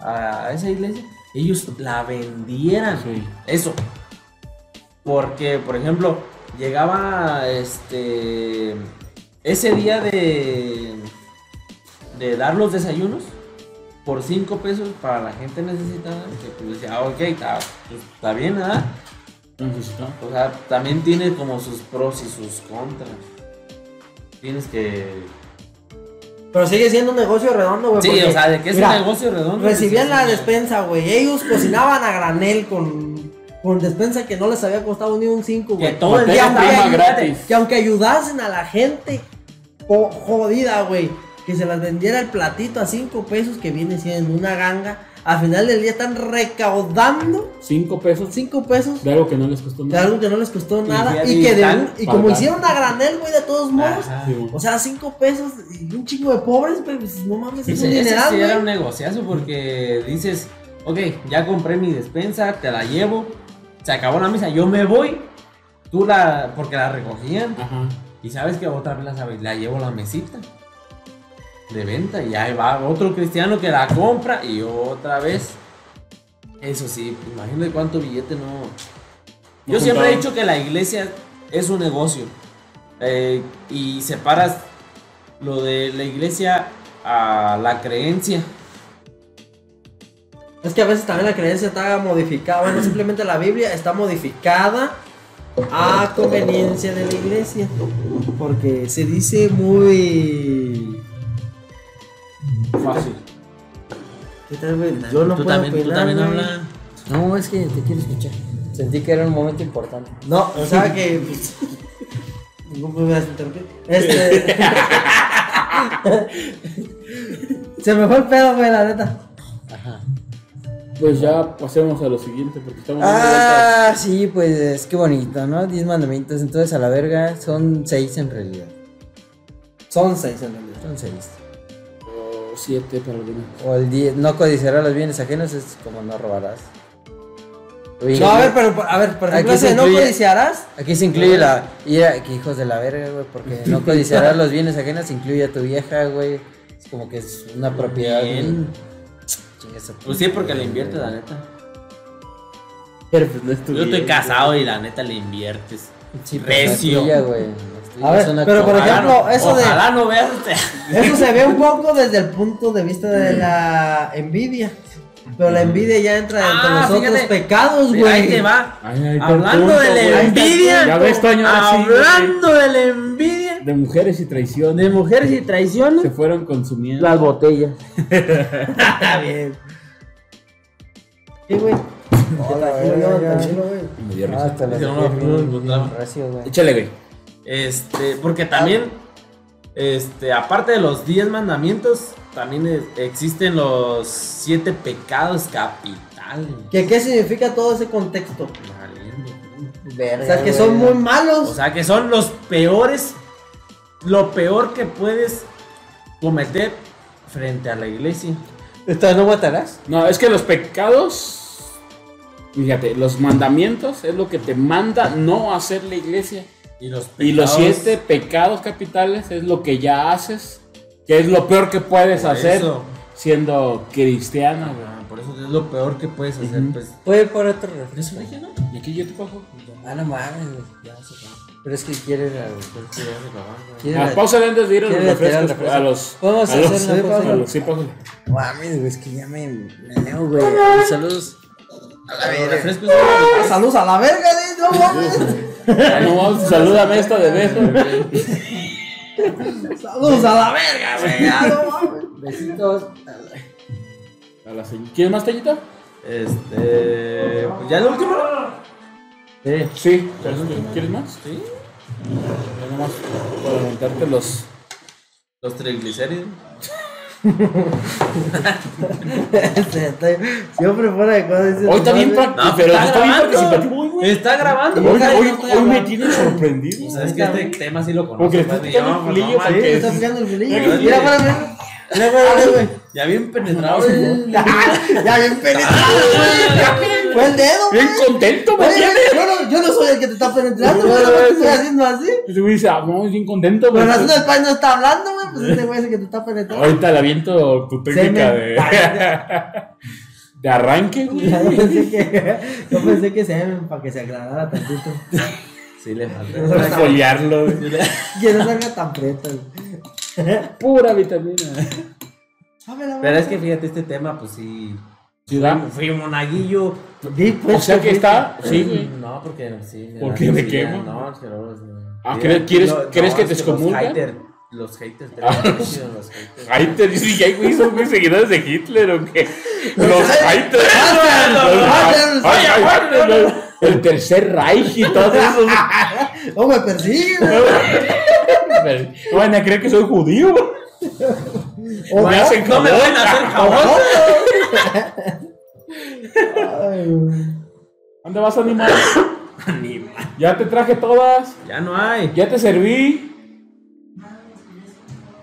Speaker 3: a esa iglesia, ellos la vendieran.
Speaker 2: Sí.
Speaker 3: Eso. Porque, por ejemplo, llegaba este. Ese día de. de dar los desayunos por 5 pesos para la gente necesitada. Que pues decía, "Ah, ok, está, pues, está bien, ¿verdad?
Speaker 2: Necesitado.
Speaker 3: O sea, también tiene como sus pros y sus contras. Tienes que.
Speaker 1: Pero sigue siendo un negocio redondo, güey.
Speaker 3: Sí,
Speaker 1: porque,
Speaker 3: o sea, de que es
Speaker 1: mira,
Speaker 3: un negocio redondo. pues,
Speaker 1: Recibían
Speaker 3: sí,
Speaker 1: la
Speaker 3: sí.
Speaker 1: despensa, güey. Ellos cocinaban a granel con, con despensa que no les había costado ni un 5,
Speaker 3: Que
Speaker 1: güey.
Speaker 3: todo el
Speaker 2: Materia
Speaker 3: día
Speaker 1: prima
Speaker 3: estaba ahí,
Speaker 2: gratis.
Speaker 1: Que aunque ayudasen a la gente jo- jodida, güey, que se las vendiera el platito a 5 pesos que viene siendo una ganga, al final del día están recaudando
Speaker 2: 5 pesos
Speaker 1: 5 pesos
Speaker 2: de algo que no les costó
Speaker 1: de
Speaker 2: nada.
Speaker 1: algo que no les costó nada.
Speaker 3: fíjate,
Speaker 1: Y, que de
Speaker 3: están
Speaker 1: un- y como
Speaker 2: pagando.
Speaker 1: hicieron a granel, güey, de todos modos.
Speaker 3: Ajá.
Speaker 2: Sí, güey.
Speaker 1: O sea, 5 pesos y un chingo de pobres, güey, pues no mames,
Speaker 3: Sí,
Speaker 1: es un
Speaker 3: ese
Speaker 1: dineral,
Speaker 3: sí
Speaker 1: güey.
Speaker 3: era un negociazo porque dices, ok, ya compré mi despensa, te la llevo, se acabó la misa, yo me voy, tú la, porque la recogían,
Speaker 2: Ajá.
Speaker 3: y sabes que otra vez la, sabes, la llevo a la mesita de venta, y ahí va otro cristiano que la compra, y otra vez, eso sí, imagínate cuánto billete no...
Speaker 2: No
Speaker 3: Yo siempre he
Speaker 2: juntaban.
Speaker 3: dicho que la iglesia es un negocio, eh, y separas lo de la iglesia a la creencia.
Speaker 1: Es que a veces también la creencia está modificada. Bueno, simplemente la Biblia está modificada a conveniencia de la iglesia. Porque se dice muy.
Speaker 2: Fácil.
Speaker 1: ¿Qué tal, güey? Yo no
Speaker 3: tú
Speaker 1: puedo
Speaker 3: también, tú
Speaker 1: opinar,
Speaker 3: también
Speaker 1: güey.
Speaker 3: habla.
Speaker 4: No, es que te quiero escuchar. Sentí que era un momento importante.
Speaker 1: No, o sea que. pues, No me vas a interrumpir. Este. Se me fue el pedo, güey, la neta.
Speaker 4: Ajá.
Speaker 2: Pues ya pasemos a lo siguiente porque estamos dando vueltas.
Speaker 4: Ah, sí, pues qué bonito, ¿no? Diez mandamientos, entonces a la verga son seis en realidad.
Speaker 1: Son seis en realidad.
Speaker 4: Son seis.
Speaker 2: O siete para algunos.
Speaker 4: O el 10, no codiciarás los bienes ajenos es como no robarás. Oye,
Speaker 1: No, a ver, pero a ver, por
Speaker 4: Aquí
Speaker 1: ejemplo,
Speaker 4: se
Speaker 1: ese no
Speaker 4: incluye-
Speaker 1: codiciarás.
Speaker 4: Aquí se incluye la. Mira, que hijos de la verga, güey, porque no codiciarás los bienes ajenos, incluye a tu vieja, güey. Es como que es una propiedad. güey.
Speaker 3: Bien.
Speaker 4: Chinga esa
Speaker 3: Pues sí, porque le invierte, la neta.
Speaker 2: Pero pues no es tu
Speaker 3: Yo estoy
Speaker 2: bien,
Speaker 3: casado y la neta le inviertes.
Speaker 4: Sí, pues, la
Speaker 3: Recio.
Speaker 4: tuya, güey. La
Speaker 1: A ver,
Speaker 4: tuya es una
Speaker 1: pero por
Speaker 4: cobra-
Speaker 1: ejemplo-
Speaker 3: Ojalá no-
Speaker 1: eso de-
Speaker 3: Ojalá no veas. este
Speaker 1: Eso se ve un poco desde el punto de vista de la envidia. Pero la envidia ya entra entre
Speaker 3: Ah,
Speaker 1: los otros
Speaker 3: fíjate.
Speaker 1: pecados, güey.
Speaker 3: Ahí te va.
Speaker 2: Ay, ahí está el
Speaker 3: Hablando
Speaker 2: punto,
Speaker 3: de
Speaker 2: güey.
Speaker 3: la
Speaker 2: Ahí está el
Speaker 3: envidia.
Speaker 2: punto. Ya ves, Toño, ahora sí,
Speaker 3: Hablando de la envidia.
Speaker 2: güey. de mujeres y
Speaker 3: De
Speaker 2: traiciones
Speaker 3: mujeres y traiciones.
Speaker 2: se fueron consumiendo.
Speaker 3: botellas.
Speaker 1: Está bien. Sí, güey.
Speaker 4: Hola,
Speaker 1: Tranquilo,
Speaker 4: güey,
Speaker 1: no,
Speaker 4: ya.
Speaker 1: tranquilo, güey.
Speaker 2: Me dio
Speaker 4: Ah,
Speaker 2: risa.
Speaker 4: hasta la
Speaker 3: Dice, no,
Speaker 4: dejé
Speaker 3: no,
Speaker 4: bien-
Speaker 3: no,
Speaker 4: bien
Speaker 3: no.
Speaker 4: recio, güey.
Speaker 2: Échale, güey.
Speaker 3: Este, porque también, este, aparte de los 10 mandamientos, también es- existen los siete pecados capitales.
Speaker 1: ¿Qué, ¿Qué significa todo ese contexto?
Speaker 3: Valiendo.
Speaker 1: O
Speaker 4: Verga,
Speaker 1: sea, que
Speaker 4: güey.
Speaker 1: son muy malos.
Speaker 3: O sea, que son los peores, lo peor que puedes cometer frente a la iglesia.
Speaker 4: ¿Entonces no matarás?
Speaker 2: No, es que los pecados, fíjate, los mandamientos es lo que te manda no hacer la iglesia.
Speaker 3: Y los,
Speaker 2: Y los
Speaker 3: pecados-
Speaker 2: siete pecados capitales es lo que ya haces, que es lo peor que puedes
Speaker 3: Por
Speaker 2: hacer
Speaker 3: eso.
Speaker 2: siendo cristiano. güey.
Speaker 3: Ah, Por eso es lo peor que puedes hacer,
Speaker 2: Ujú.
Speaker 3: pues.
Speaker 4: Puede por otro refresco.
Speaker 3: Por eso dije, ¿no?
Speaker 2: Y aquí yo te cojo.
Speaker 4: Ah, no mames, güey.
Speaker 3: Ya se acabó.
Speaker 4: Pero es que quiere ir al-
Speaker 3: Ya se acabó, güey.
Speaker 4: quiere ir
Speaker 2: Ah,
Speaker 4: al-
Speaker 2: pausa antes de ir a los
Speaker 4: ¿Quieres tirar
Speaker 2: refrescos.
Speaker 4: refresco?
Speaker 2: A los.
Speaker 4: Vamos
Speaker 2: a
Speaker 4: a
Speaker 2: los-
Speaker 4: hacer una
Speaker 2: sí,
Speaker 4: pausa.
Speaker 2: pájalo, sí, pájalo.
Speaker 4: Mames, güey, es que ya me meneo, güey. Ay, Saludos.
Speaker 3: Los refrescos-
Speaker 1: Ah, Saludos a la verga, güey, no mames.
Speaker 2: Ah, no, vamos, salúdame esta de beso.
Speaker 1: Saludos a la verga, güey. ah, no mames.
Speaker 4: Besitos.
Speaker 2: A la señ- ¿Quieres más tallita?
Speaker 3: Este. Pues ya el último, ¿no?
Speaker 2: Sí. Sí. ¿Quieres más? Sí. Nomás para aventarte los.
Speaker 3: Los triglicéridos.
Speaker 1: Este, estoy- Siempre fuera de cosas. dice,
Speaker 2: Hoy está
Speaker 1: no
Speaker 2: bien
Speaker 1: mames.
Speaker 2: práctico, pero
Speaker 3: está
Speaker 2: está bien
Speaker 3: grabando.
Speaker 2: participativo, hoy, güey.
Speaker 3: Está grabando.
Speaker 2: Hoy,
Speaker 1: Ahorita
Speaker 2: hoy-
Speaker 1: no estoy
Speaker 2: hoy me
Speaker 1: hablando.
Speaker 2: tiene sorprendido.
Speaker 3: Sabes que este tema sí lo
Speaker 2: Como que le
Speaker 3: conozco.
Speaker 2: estás
Speaker 3: pues, yo,
Speaker 2: picando el
Speaker 3: pues,
Speaker 2: culillo
Speaker 3: no
Speaker 2: para
Speaker 3: manches.
Speaker 1: Sí,
Speaker 2: que.
Speaker 1: está picando el filillo.
Speaker 3: Mira,
Speaker 1: Mira, para mira. Mira, para güey.
Speaker 3: Ya bien penetrado. güey.
Speaker 1: Ya bien penetrado, güey. Ya Fue el dedo, güey.
Speaker 2: Bien contento, me
Speaker 1: Oye,
Speaker 2: tiene.
Speaker 1: yo no, yo no soy el que te está penetrando, güey. No estoy haciendo así.
Speaker 2: Ese güey dice, ah, no, bien contento, güey.
Speaker 1: Pero haciendo el país no está hablando, güey. Pues este güey es el que te está penetrando.
Speaker 2: Ahorita le aviento tu técnica
Speaker 1: me-
Speaker 2: de. de arranque, güey.
Speaker 1: Yo pensé que, yo pensé que se me para que se aclarara tantito.
Speaker 3: Sí, le falta.
Speaker 2: Para foliarlo, güey.
Speaker 1: Que no salga tan prieto.
Speaker 2: Pura vitamina.
Speaker 3: Pero es que fíjate, este tema, pues sí.
Speaker 2: Ciudad.
Speaker 3: Fui monaguillo.
Speaker 1: pues,
Speaker 2: O sea que está. Sí, güey.
Speaker 3: No, porque sí. me
Speaker 2: ¿Por
Speaker 3: da
Speaker 2: qué me
Speaker 3: envidia.
Speaker 2: quemo?
Speaker 3: No, es que luego es-
Speaker 2: Ah,
Speaker 3: Mira,
Speaker 2: ¿crees- quieres- crees que
Speaker 3: es
Speaker 2: te excomulgan?
Speaker 3: Los haters, los haters, te
Speaker 2: Ah.
Speaker 3: precio, los haters.
Speaker 2: Ahí te dice, ya, güey, son mis seguidores de Hitler, ¿o qué? Los haters.
Speaker 1: haters,
Speaker 2: Ay, ay, ay, El tercer Reich y todo eso.
Speaker 1: Oh, me persigue, güey.
Speaker 2: Van a creer que soy judío.
Speaker 1: O
Speaker 2: Me
Speaker 1: no.
Speaker 2: hacen
Speaker 3: No me
Speaker 2: jabón.
Speaker 3: van a hacer jabón.
Speaker 1: Ay, güey.
Speaker 2: ¿Dónde vas, animal? Ya te traje todas.
Speaker 3: Ya no hay.
Speaker 2: Ya te serví.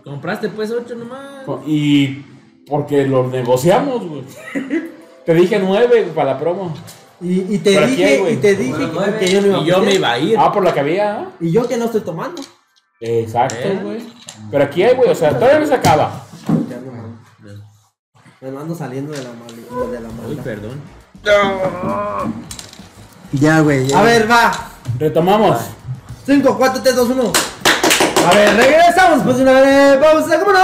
Speaker 3: Compraste pues ocho nomás.
Speaker 2: Y porque los negociamos, güey. Te dije nueve güey, para la promo.
Speaker 1: Y, y te
Speaker 2: ¿Para
Speaker 1: dije,
Speaker 2: quién, güey?
Speaker 1: y te dije que-
Speaker 3: Nueve.
Speaker 1: que yo no iba a
Speaker 3: y yo me
Speaker 1: pedir.
Speaker 3: iba a ir.
Speaker 2: Ah, por la que había. ¿ah?
Speaker 1: Y yo que no estoy tomando.
Speaker 2: Exacto,
Speaker 3: ¿Eh?
Speaker 2: güey. Pero aquí hay, güey. O sea, todavía no se acaba.
Speaker 1: Ya no mames. Me lo ando saliendo de la mal- de la
Speaker 3: Uy,
Speaker 1: maldad.
Speaker 3: perdón.
Speaker 4: Ya, güey.
Speaker 1: A ver, va.
Speaker 2: Retomamos.
Speaker 1: 5, 4, 3, 2, 1. A ver, regresamos pues de una vez. Vamos a cómo no.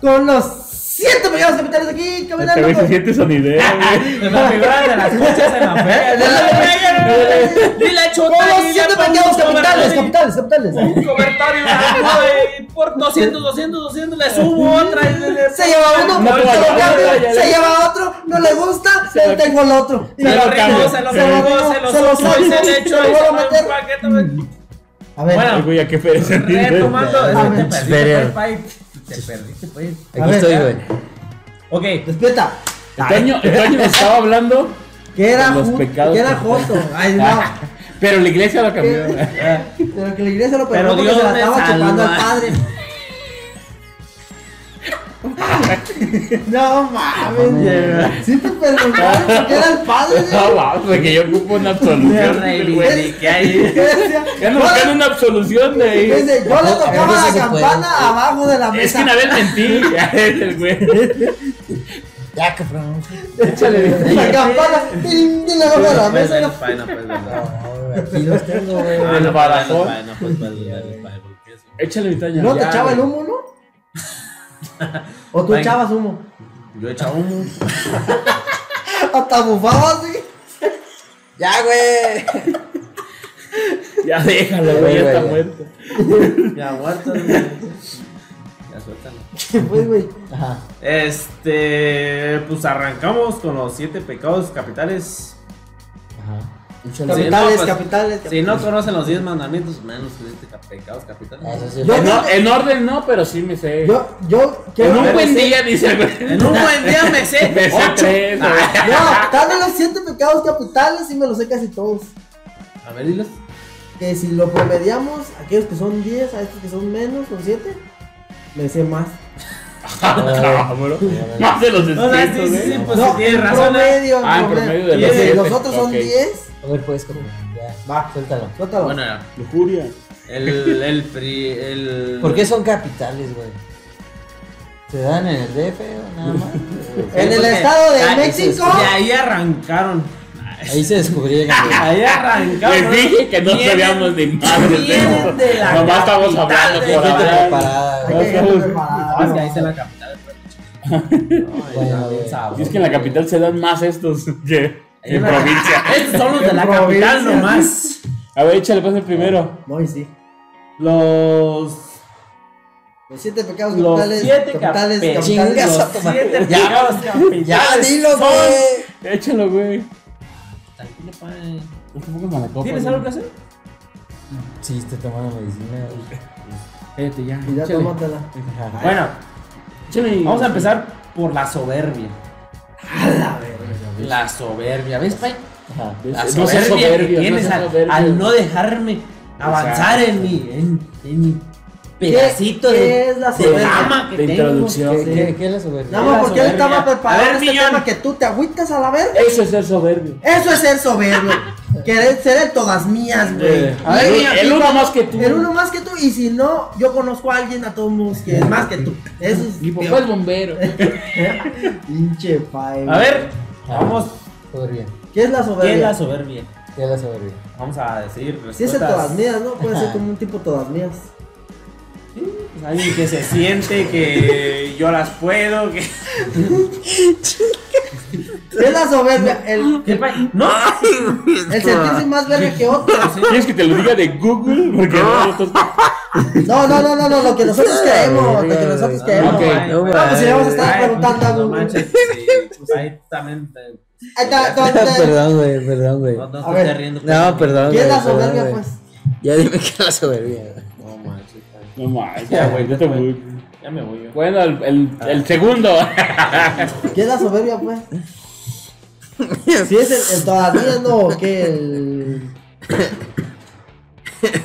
Speaker 1: Con los Siete pecados capitales aquí, caminando.
Speaker 2: Te sientes son idea, güey.
Speaker 3: Se me figuran de las cuchas en la feria.
Speaker 1: Ni la chota. Los siete pecados capitales, capitales, capitales.
Speaker 3: Un comentario barato de por 200, 200, 200, le subo otra y le- le-
Speaker 1: Se lleva uno,
Speaker 2: No,
Speaker 1: se lo
Speaker 2: no, no,
Speaker 1: cambio,
Speaker 2: ya, ya.
Speaker 1: se lleva otro, no le gusta, le tengo el otro. Y
Speaker 3: Se
Speaker 1: lo
Speaker 3: lo
Speaker 1: cambio.
Speaker 3: riego, se lo
Speaker 1: Se lo
Speaker 3: riego,
Speaker 1: digo,
Speaker 3: se lo
Speaker 1: se lo
Speaker 3: subo y
Speaker 1: saco,
Speaker 3: se le
Speaker 1: se
Speaker 3: echo
Speaker 1: lo
Speaker 3: y
Speaker 1: vuelvo
Speaker 3: se
Speaker 1: a
Speaker 3: me
Speaker 1: meter. A ver,
Speaker 3: Bueno.
Speaker 2: Ay, güey, ¿a qué feria se
Speaker 3: Retomando,
Speaker 1: Ah,
Speaker 3: este, te
Speaker 1: pinche
Speaker 4: feria.
Speaker 3: perdiste, pues, pa, y- te perdiste, pues.
Speaker 4: Aquí
Speaker 1: A ver,
Speaker 4: estoy,
Speaker 1: ya.
Speaker 4: güey.
Speaker 3: Ok,
Speaker 1: despierta.
Speaker 2: Toño, Toño este estaba hablando,
Speaker 1: Que era
Speaker 2: Los
Speaker 1: Ju-
Speaker 2: pecados.
Speaker 1: que era Joto. Ay, no.
Speaker 2: pero la iglesia lo cambió.
Speaker 1: Pero que la iglesia lo perdonó
Speaker 3: Pero
Speaker 1: porque
Speaker 3: Dios
Speaker 1: se la
Speaker 3: me
Speaker 1: estaba chupando
Speaker 3: salva.
Speaker 1: al padre. No mames, si te perdonaron porque era el padre.
Speaker 2: No, va, porque yo ocupo una
Speaker 3: yo
Speaker 2: absolución, güey.
Speaker 3: reivindiqué ahí.
Speaker 1: ¿Qué decía?
Speaker 2: Ya nos buscan una absolución de ahí.
Speaker 1: Dice, yo le tocaba
Speaker 4: Eso
Speaker 1: la
Speaker 4: se puede.
Speaker 1: campana abajo de la
Speaker 2: Es que
Speaker 1: mesa.
Speaker 2: una vez mentí. el güey.
Speaker 4: Ya, cabrón.
Speaker 1: La campana, tin, tin, abajo de la
Speaker 3: Pues,
Speaker 1: mesa. era-
Speaker 3: bueno, bueno, pues, bueno.
Speaker 4: Aquí los tengo, güey.
Speaker 3: Ah, no,
Speaker 2: barajón.
Speaker 3: bueno, bueno, pues, bueno, bueno, bueno, porque es-
Speaker 2: Échale mi Toño.
Speaker 1: No te
Speaker 2: Ya,
Speaker 1: echaba
Speaker 2: güey.
Speaker 1: el humo, ¿no? O tú
Speaker 3: Venga.
Speaker 1: echabas humo.
Speaker 3: Yo he echado humo.
Speaker 1: Hasta bufabas, sí.
Speaker 4: Ya, güey.
Speaker 2: Ya déjalo, güey, ya está muerto.
Speaker 3: Ya muerto. Ya suéltalo.
Speaker 1: Pues, güey.
Speaker 4: Ajá.
Speaker 3: Este, pues arrancamos con los siete pecados capitales.
Speaker 1: Capitales,
Speaker 3: pues,
Speaker 1: capitales,
Speaker 3: Si no
Speaker 1: capitales.
Speaker 3: conocen los diez mandamientos, menos los siete cap- pecados capitales.
Speaker 4: Eso sí.
Speaker 1: Yo-
Speaker 2: En, or- en orden no, pero sí me sé.
Speaker 1: Yo, yo
Speaker 2: en
Speaker 1: quiero
Speaker 2: un
Speaker 1: ver
Speaker 2: buen
Speaker 1: ese-
Speaker 2: día, dice el güey.
Speaker 3: En un buen día me sé
Speaker 2: Me sé
Speaker 3: ocho.
Speaker 2: tres, güey.
Speaker 1: No, dame los siete pecados capitales y me los sé casi todos.
Speaker 3: A ver, dilos.
Speaker 1: Que si lo promediamos, aquellos que son 10 a estos que son menos, son 7, me sé más.
Speaker 2: Cabrón. Más de los
Speaker 3: O sea, sí,
Speaker 2: escritos,
Speaker 3: sí, sí,
Speaker 2: güey.
Speaker 3: pues
Speaker 1: no,
Speaker 3: si tienes
Speaker 1: en
Speaker 3: razón. ¿eh?
Speaker 1: promedio, en
Speaker 2: Ah, en promedio de los
Speaker 1: Que si
Speaker 2: siete,
Speaker 1: los otros son
Speaker 2: ok.
Speaker 1: 10,
Speaker 4: A ver, pues, como. Ya. Va, suéltalo.
Speaker 1: suéltalo.
Speaker 3: Bueno, ya.
Speaker 2: Lujuria.
Speaker 3: el, el, pri- el...
Speaker 4: ¿Por qué son capitales, güey? ¿Se dan en el DF o nada más?
Speaker 1: en el
Speaker 3: Porque-
Speaker 1: estado de
Speaker 3: Ah,
Speaker 1: México,
Speaker 3: De ahí arrancaron.
Speaker 4: Ahí se descubrieron, güey.
Speaker 3: Ahí arrancaron.
Speaker 2: Les dije que no
Speaker 3: Vienen-
Speaker 2: sabíamos ni madre de eso.
Speaker 3: Vienen de la
Speaker 2: Nomás estamos
Speaker 3: capital
Speaker 2: hablando
Speaker 3: de-
Speaker 2: por
Speaker 4: Gente
Speaker 2: hablar.
Speaker 4: preparada,
Speaker 1: hay
Speaker 4: güey.
Speaker 1: que ir
Speaker 2: Vamos.
Speaker 1: preparado.
Speaker 3: Ah, es que ahí está la capital.
Speaker 4: Bueno,
Speaker 3: Ay, bien sabroso.
Speaker 2: Y es que en la capital se dan más estos que
Speaker 3: Ahí
Speaker 2: en
Speaker 3: la-
Speaker 2: provincia.
Speaker 3: Estos son los de la
Speaker 1: Provincia.
Speaker 3: capital nomás.
Speaker 2: A ver, échale pues el primero.
Speaker 1: No, y sí.
Speaker 3: Los.
Speaker 1: Los siete pecados
Speaker 3: Los
Speaker 1: capitales,
Speaker 3: siete
Speaker 1: capitales,
Speaker 3: cape-
Speaker 1: capitales,
Speaker 4: Chingas a
Speaker 1: los-
Speaker 4: tu madre.
Speaker 3: siete
Speaker 4: Ya,
Speaker 3: pecados capitales
Speaker 4: Ya, dilo,
Speaker 3: son-
Speaker 4: güey.
Speaker 2: Échalo, güey.
Speaker 3: Ah. Tranquilo, pa.
Speaker 2: No te pongas mala copa,
Speaker 3: ¿Tienes
Speaker 2: güey.
Speaker 3: algo que hacer?
Speaker 4: Sí, estoy tomando medicina, güey.
Speaker 2: Cállate ya.
Speaker 1: Y ya
Speaker 2: échale.
Speaker 1: tómatela.
Speaker 4: Ajá.
Speaker 3: Bueno,
Speaker 2: Échale.
Speaker 3: vamos a empezar por la soberbia.
Speaker 1: A la verga.
Speaker 3: La soberbia, ¿ves, Pai?
Speaker 4: Ajá.
Speaker 3: La
Speaker 2: No seas
Speaker 3: soberbia que
Speaker 2: soberbio, no
Speaker 3: tienes
Speaker 2: seas
Speaker 3: al,
Speaker 2: soberbio.
Speaker 3: al no dejarme avanzar en mi, en, en mi pedacito
Speaker 1: ¿Qué-
Speaker 3: de,
Speaker 1: qué es la
Speaker 3: de
Speaker 1: soberbia?
Speaker 3: dama que
Speaker 2: De
Speaker 3: tengo.
Speaker 2: introducción.
Speaker 1: Sí.
Speaker 4: ¿Qué, ¿Qué es la soberbia?
Speaker 1: Nada más porque él
Speaker 3: soberbia.
Speaker 1: estaba preparado
Speaker 3: A ver,
Speaker 1: en este
Speaker 3: Millón.
Speaker 1: tema que tú te agüitas a la verga.
Speaker 2: Eso es ser soberbio.
Speaker 1: Eso es ser soberbio. Querer ser el todas mías, güey.
Speaker 2: Eh, a ver,
Speaker 1: Y-
Speaker 2: mira,
Speaker 1: y
Speaker 2: el uno
Speaker 1: cuando-
Speaker 2: más que tú.
Speaker 1: El uno más que tú. Y si no, yo conozco a alguien a todos modos que es más que tú. Eso es.
Speaker 2: Mi papá
Speaker 1: peor.
Speaker 2: es bombero.
Speaker 1: Pinche pae.
Speaker 3: A ver,
Speaker 4: Ah.
Speaker 3: vamos.
Speaker 4: Soberbia.
Speaker 1: ¿Qué es la
Speaker 3: ¿Qué es
Speaker 1: soberbia?
Speaker 3: la soberbia?
Speaker 4: ¿Qué es la soberbia?
Speaker 3: Vamos a decir respuestas.
Speaker 1: Si es el todas
Speaker 3: ¿eh?
Speaker 1: mías, ¿no? Puede ser
Speaker 4: Ajá.
Speaker 1: como un tipo todas mías.
Speaker 3: Pues Alguien que se siente que yo las puedo, que...
Speaker 1: ¿Qué es la soberbia? El,
Speaker 3: ¿Qué pa- ¡No!
Speaker 1: el sentirse más verga que otro.
Speaker 2: ¿Quieres que te lo diga de Google? Porque no, no estás-
Speaker 1: No, no, no, no, no. Lo que nosotros creemos. Lo que nosotros creemos.
Speaker 2: Ok.
Speaker 3: bueno, eh,
Speaker 4: no,
Speaker 3: bueno.
Speaker 4: pues, si le
Speaker 1: vamos a estar
Speaker 3: Ay,
Speaker 1: preguntando a
Speaker 3: no
Speaker 1: Google.
Speaker 3: manches, sí, pues, ahí también te-
Speaker 1: Ahí está, entonces,
Speaker 4: perdón, güey, perdón, güey.
Speaker 3: No, no
Speaker 1: A
Speaker 3: te estés
Speaker 1: ver.
Speaker 3: riendo. pues.
Speaker 4: No, perdón.
Speaker 1: ¿Qué es la
Speaker 4: güey, perdón,
Speaker 1: soberbia,
Speaker 4: güey.
Speaker 1: pues?
Speaker 4: Ya dime qué es la soberbia. güey.
Speaker 3: No manches. ay,
Speaker 2: No más.
Speaker 3: Ya, güey,
Speaker 2: no
Speaker 3: ya
Speaker 2: te
Speaker 3: te voy.
Speaker 2: burles.
Speaker 3: Ya me voy yo. Ah.
Speaker 2: Bueno, el, el, el segundo.
Speaker 1: ¿Qué es la soberbia, pues? Si es el, el todas mías, ¿no? ¿O qué? El,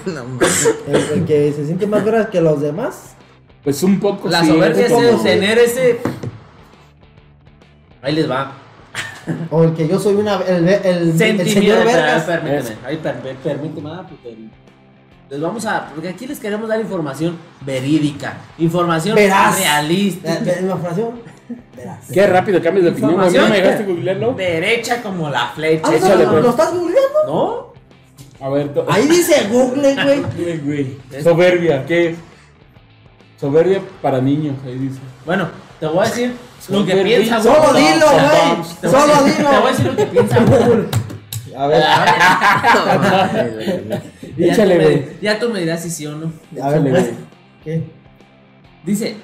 Speaker 4: No mames.
Speaker 1: el, el que se siente más verga que los demás.
Speaker 2: Pues un poco.
Speaker 3: La
Speaker 2: sí,
Speaker 3: soberbia
Speaker 2: un
Speaker 3: es
Speaker 2: poco,
Speaker 3: el
Speaker 2: güey.
Speaker 3: tener ese. Ahí les va.
Speaker 1: O el que yo soy una. El, el, el señor
Speaker 3: Sentimiento. Ah,
Speaker 1: vergas.
Speaker 3: Permíteme. Ahí per- per- permíteme, ah, porque les vamos a. Porque aquí les queremos dar información verídica. Información
Speaker 1: Verás.
Speaker 3: realista.
Speaker 1: La- la- la información. Verás.
Speaker 2: Qué rápido cambias de opinión, güey. ¿No
Speaker 3: Información.
Speaker 2: me dejaste googlearlo?
Speaker 3: Derecha como la
Speaker 1: Ah,
Speaker 3: flecha.
Speaker 1: o sea,
Speaker 2: Échale,
Speaker 1: ¿lo,
Speaker 2: pues.
Speaker 1: lo estás googleando?
Speaker 3: ¿No?
Speaker 2: A ver, to-
Speaker 1: Ahí dice Google, güey.
Speaker 2: Güey, güey. Soberbia, ¿qué es? Soberbia para niños, ahí dice.
Speaker 3: Bueno, te voy a decir lo que
Speaker 2: Soberbia.
Speaker 3: piensa
Speaker 2: Solo
Speaker 1: Solo
Speaker 3: Google.
Speaker 1: dilo,
Speaker 2: Tom,
Speaker 1: güey.
Speaker 2: Tom,
Speaker 3: Te voy a
Speaker 1: Solo
Speaker 3: decir-
Speaker 1: dilo.
Speaker 3: Te voy a decir lo que piensa Google.
Speaker 1: A ver,
Speaker 3: Y ya tú
Speaker 2: Échale,
Speaker 3: me-
Speaker 2: güey.
Speaker 3: Ya tú me dirás si sí o no.
Speaker 1: a ver,
Speaker 2: Échale,
Speaker 1: pues.
Speaker 2: güey.
Speaker 1: ¿Qué?
Speaker 3: Dice,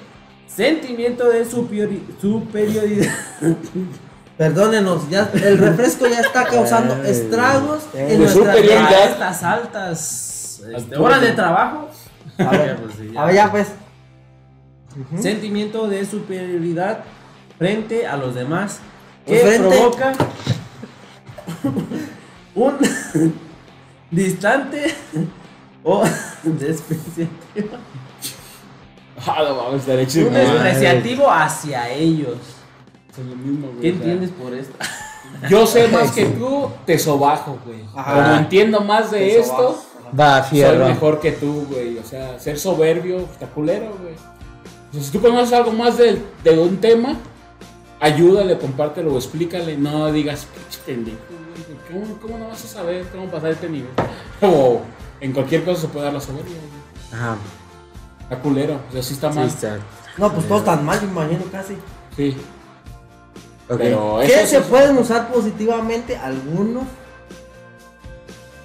Speaker 3: sentimiento de superiori- superioridad.
Speaker 1: Perdónenos, ya el refresco ya está causando estragos
Speaker 2: De
Speaker 1: en nuestra
Speaker 2: superior.
Speaker 3: a
Speaker 2: Superioridad.
Speaker 3: estas altas este,
Speaker 2: Alturas,
Speaker 3: horas de
Speaker 2: ¿no?
Speaker 3: trabajo.
Speaker 1: A ver,
Speaker 3: Pues sí, ya.
Speaker 1: a ver, ya pues.
Speaker 3: Sentimiento de superioridad frente a los demás que
Speaker 1: Pues frente.
Speaker 3: provoca un distante o despreciativo,
Speaker 2: Ah, no mames, estaré chido.
Speaker 3: un despreciativo hacia ellos.
Speaker 2: Soy lo mismo, güey, o
Speaker 3: ¿Qué
Speaker 2: sea,
Speaker 3: entiendes por esto?
Speaker 2: Yo sé más que tú, te sobajo, güey.
Speaker 1: Ajá.
Speaker 2: Como entiendo más de
Speaker 1: Te
Speaker 2: esto,
Speaker 1: sobajo.
Speaker 4: Va,
Speaker 2: soy
Speaker 4: fierro.
Speaker 2: mejor que tú, güey. O sea, ser soberbio está culero, güey. O sea, si tú conoces algo más de, de un tema, ayúdale, compártelo o explícale. No digas, pinche pendejo, güey. ¿Cómo, cómo no vas a saber cómo pasar este nivel? O en cualquier cosa se puede dar la soberbia, güey.
Speaker 4: Ajá.
Speaker 2: Está culero. O sea, sí está
Speaker 4: Sí,
Speaker 2: mal. Sí.
Speaker 4: está.
Speaker 1: No, pues todos tan mal, me imagino casi.
Speaker 4: Ok.
Speaker 2: Pero
Speaker 1: Que
Speaker 2: eso
Speaker 1: se
Speaker 2: es-
Speaker 1: pueden usar positivamente algunos,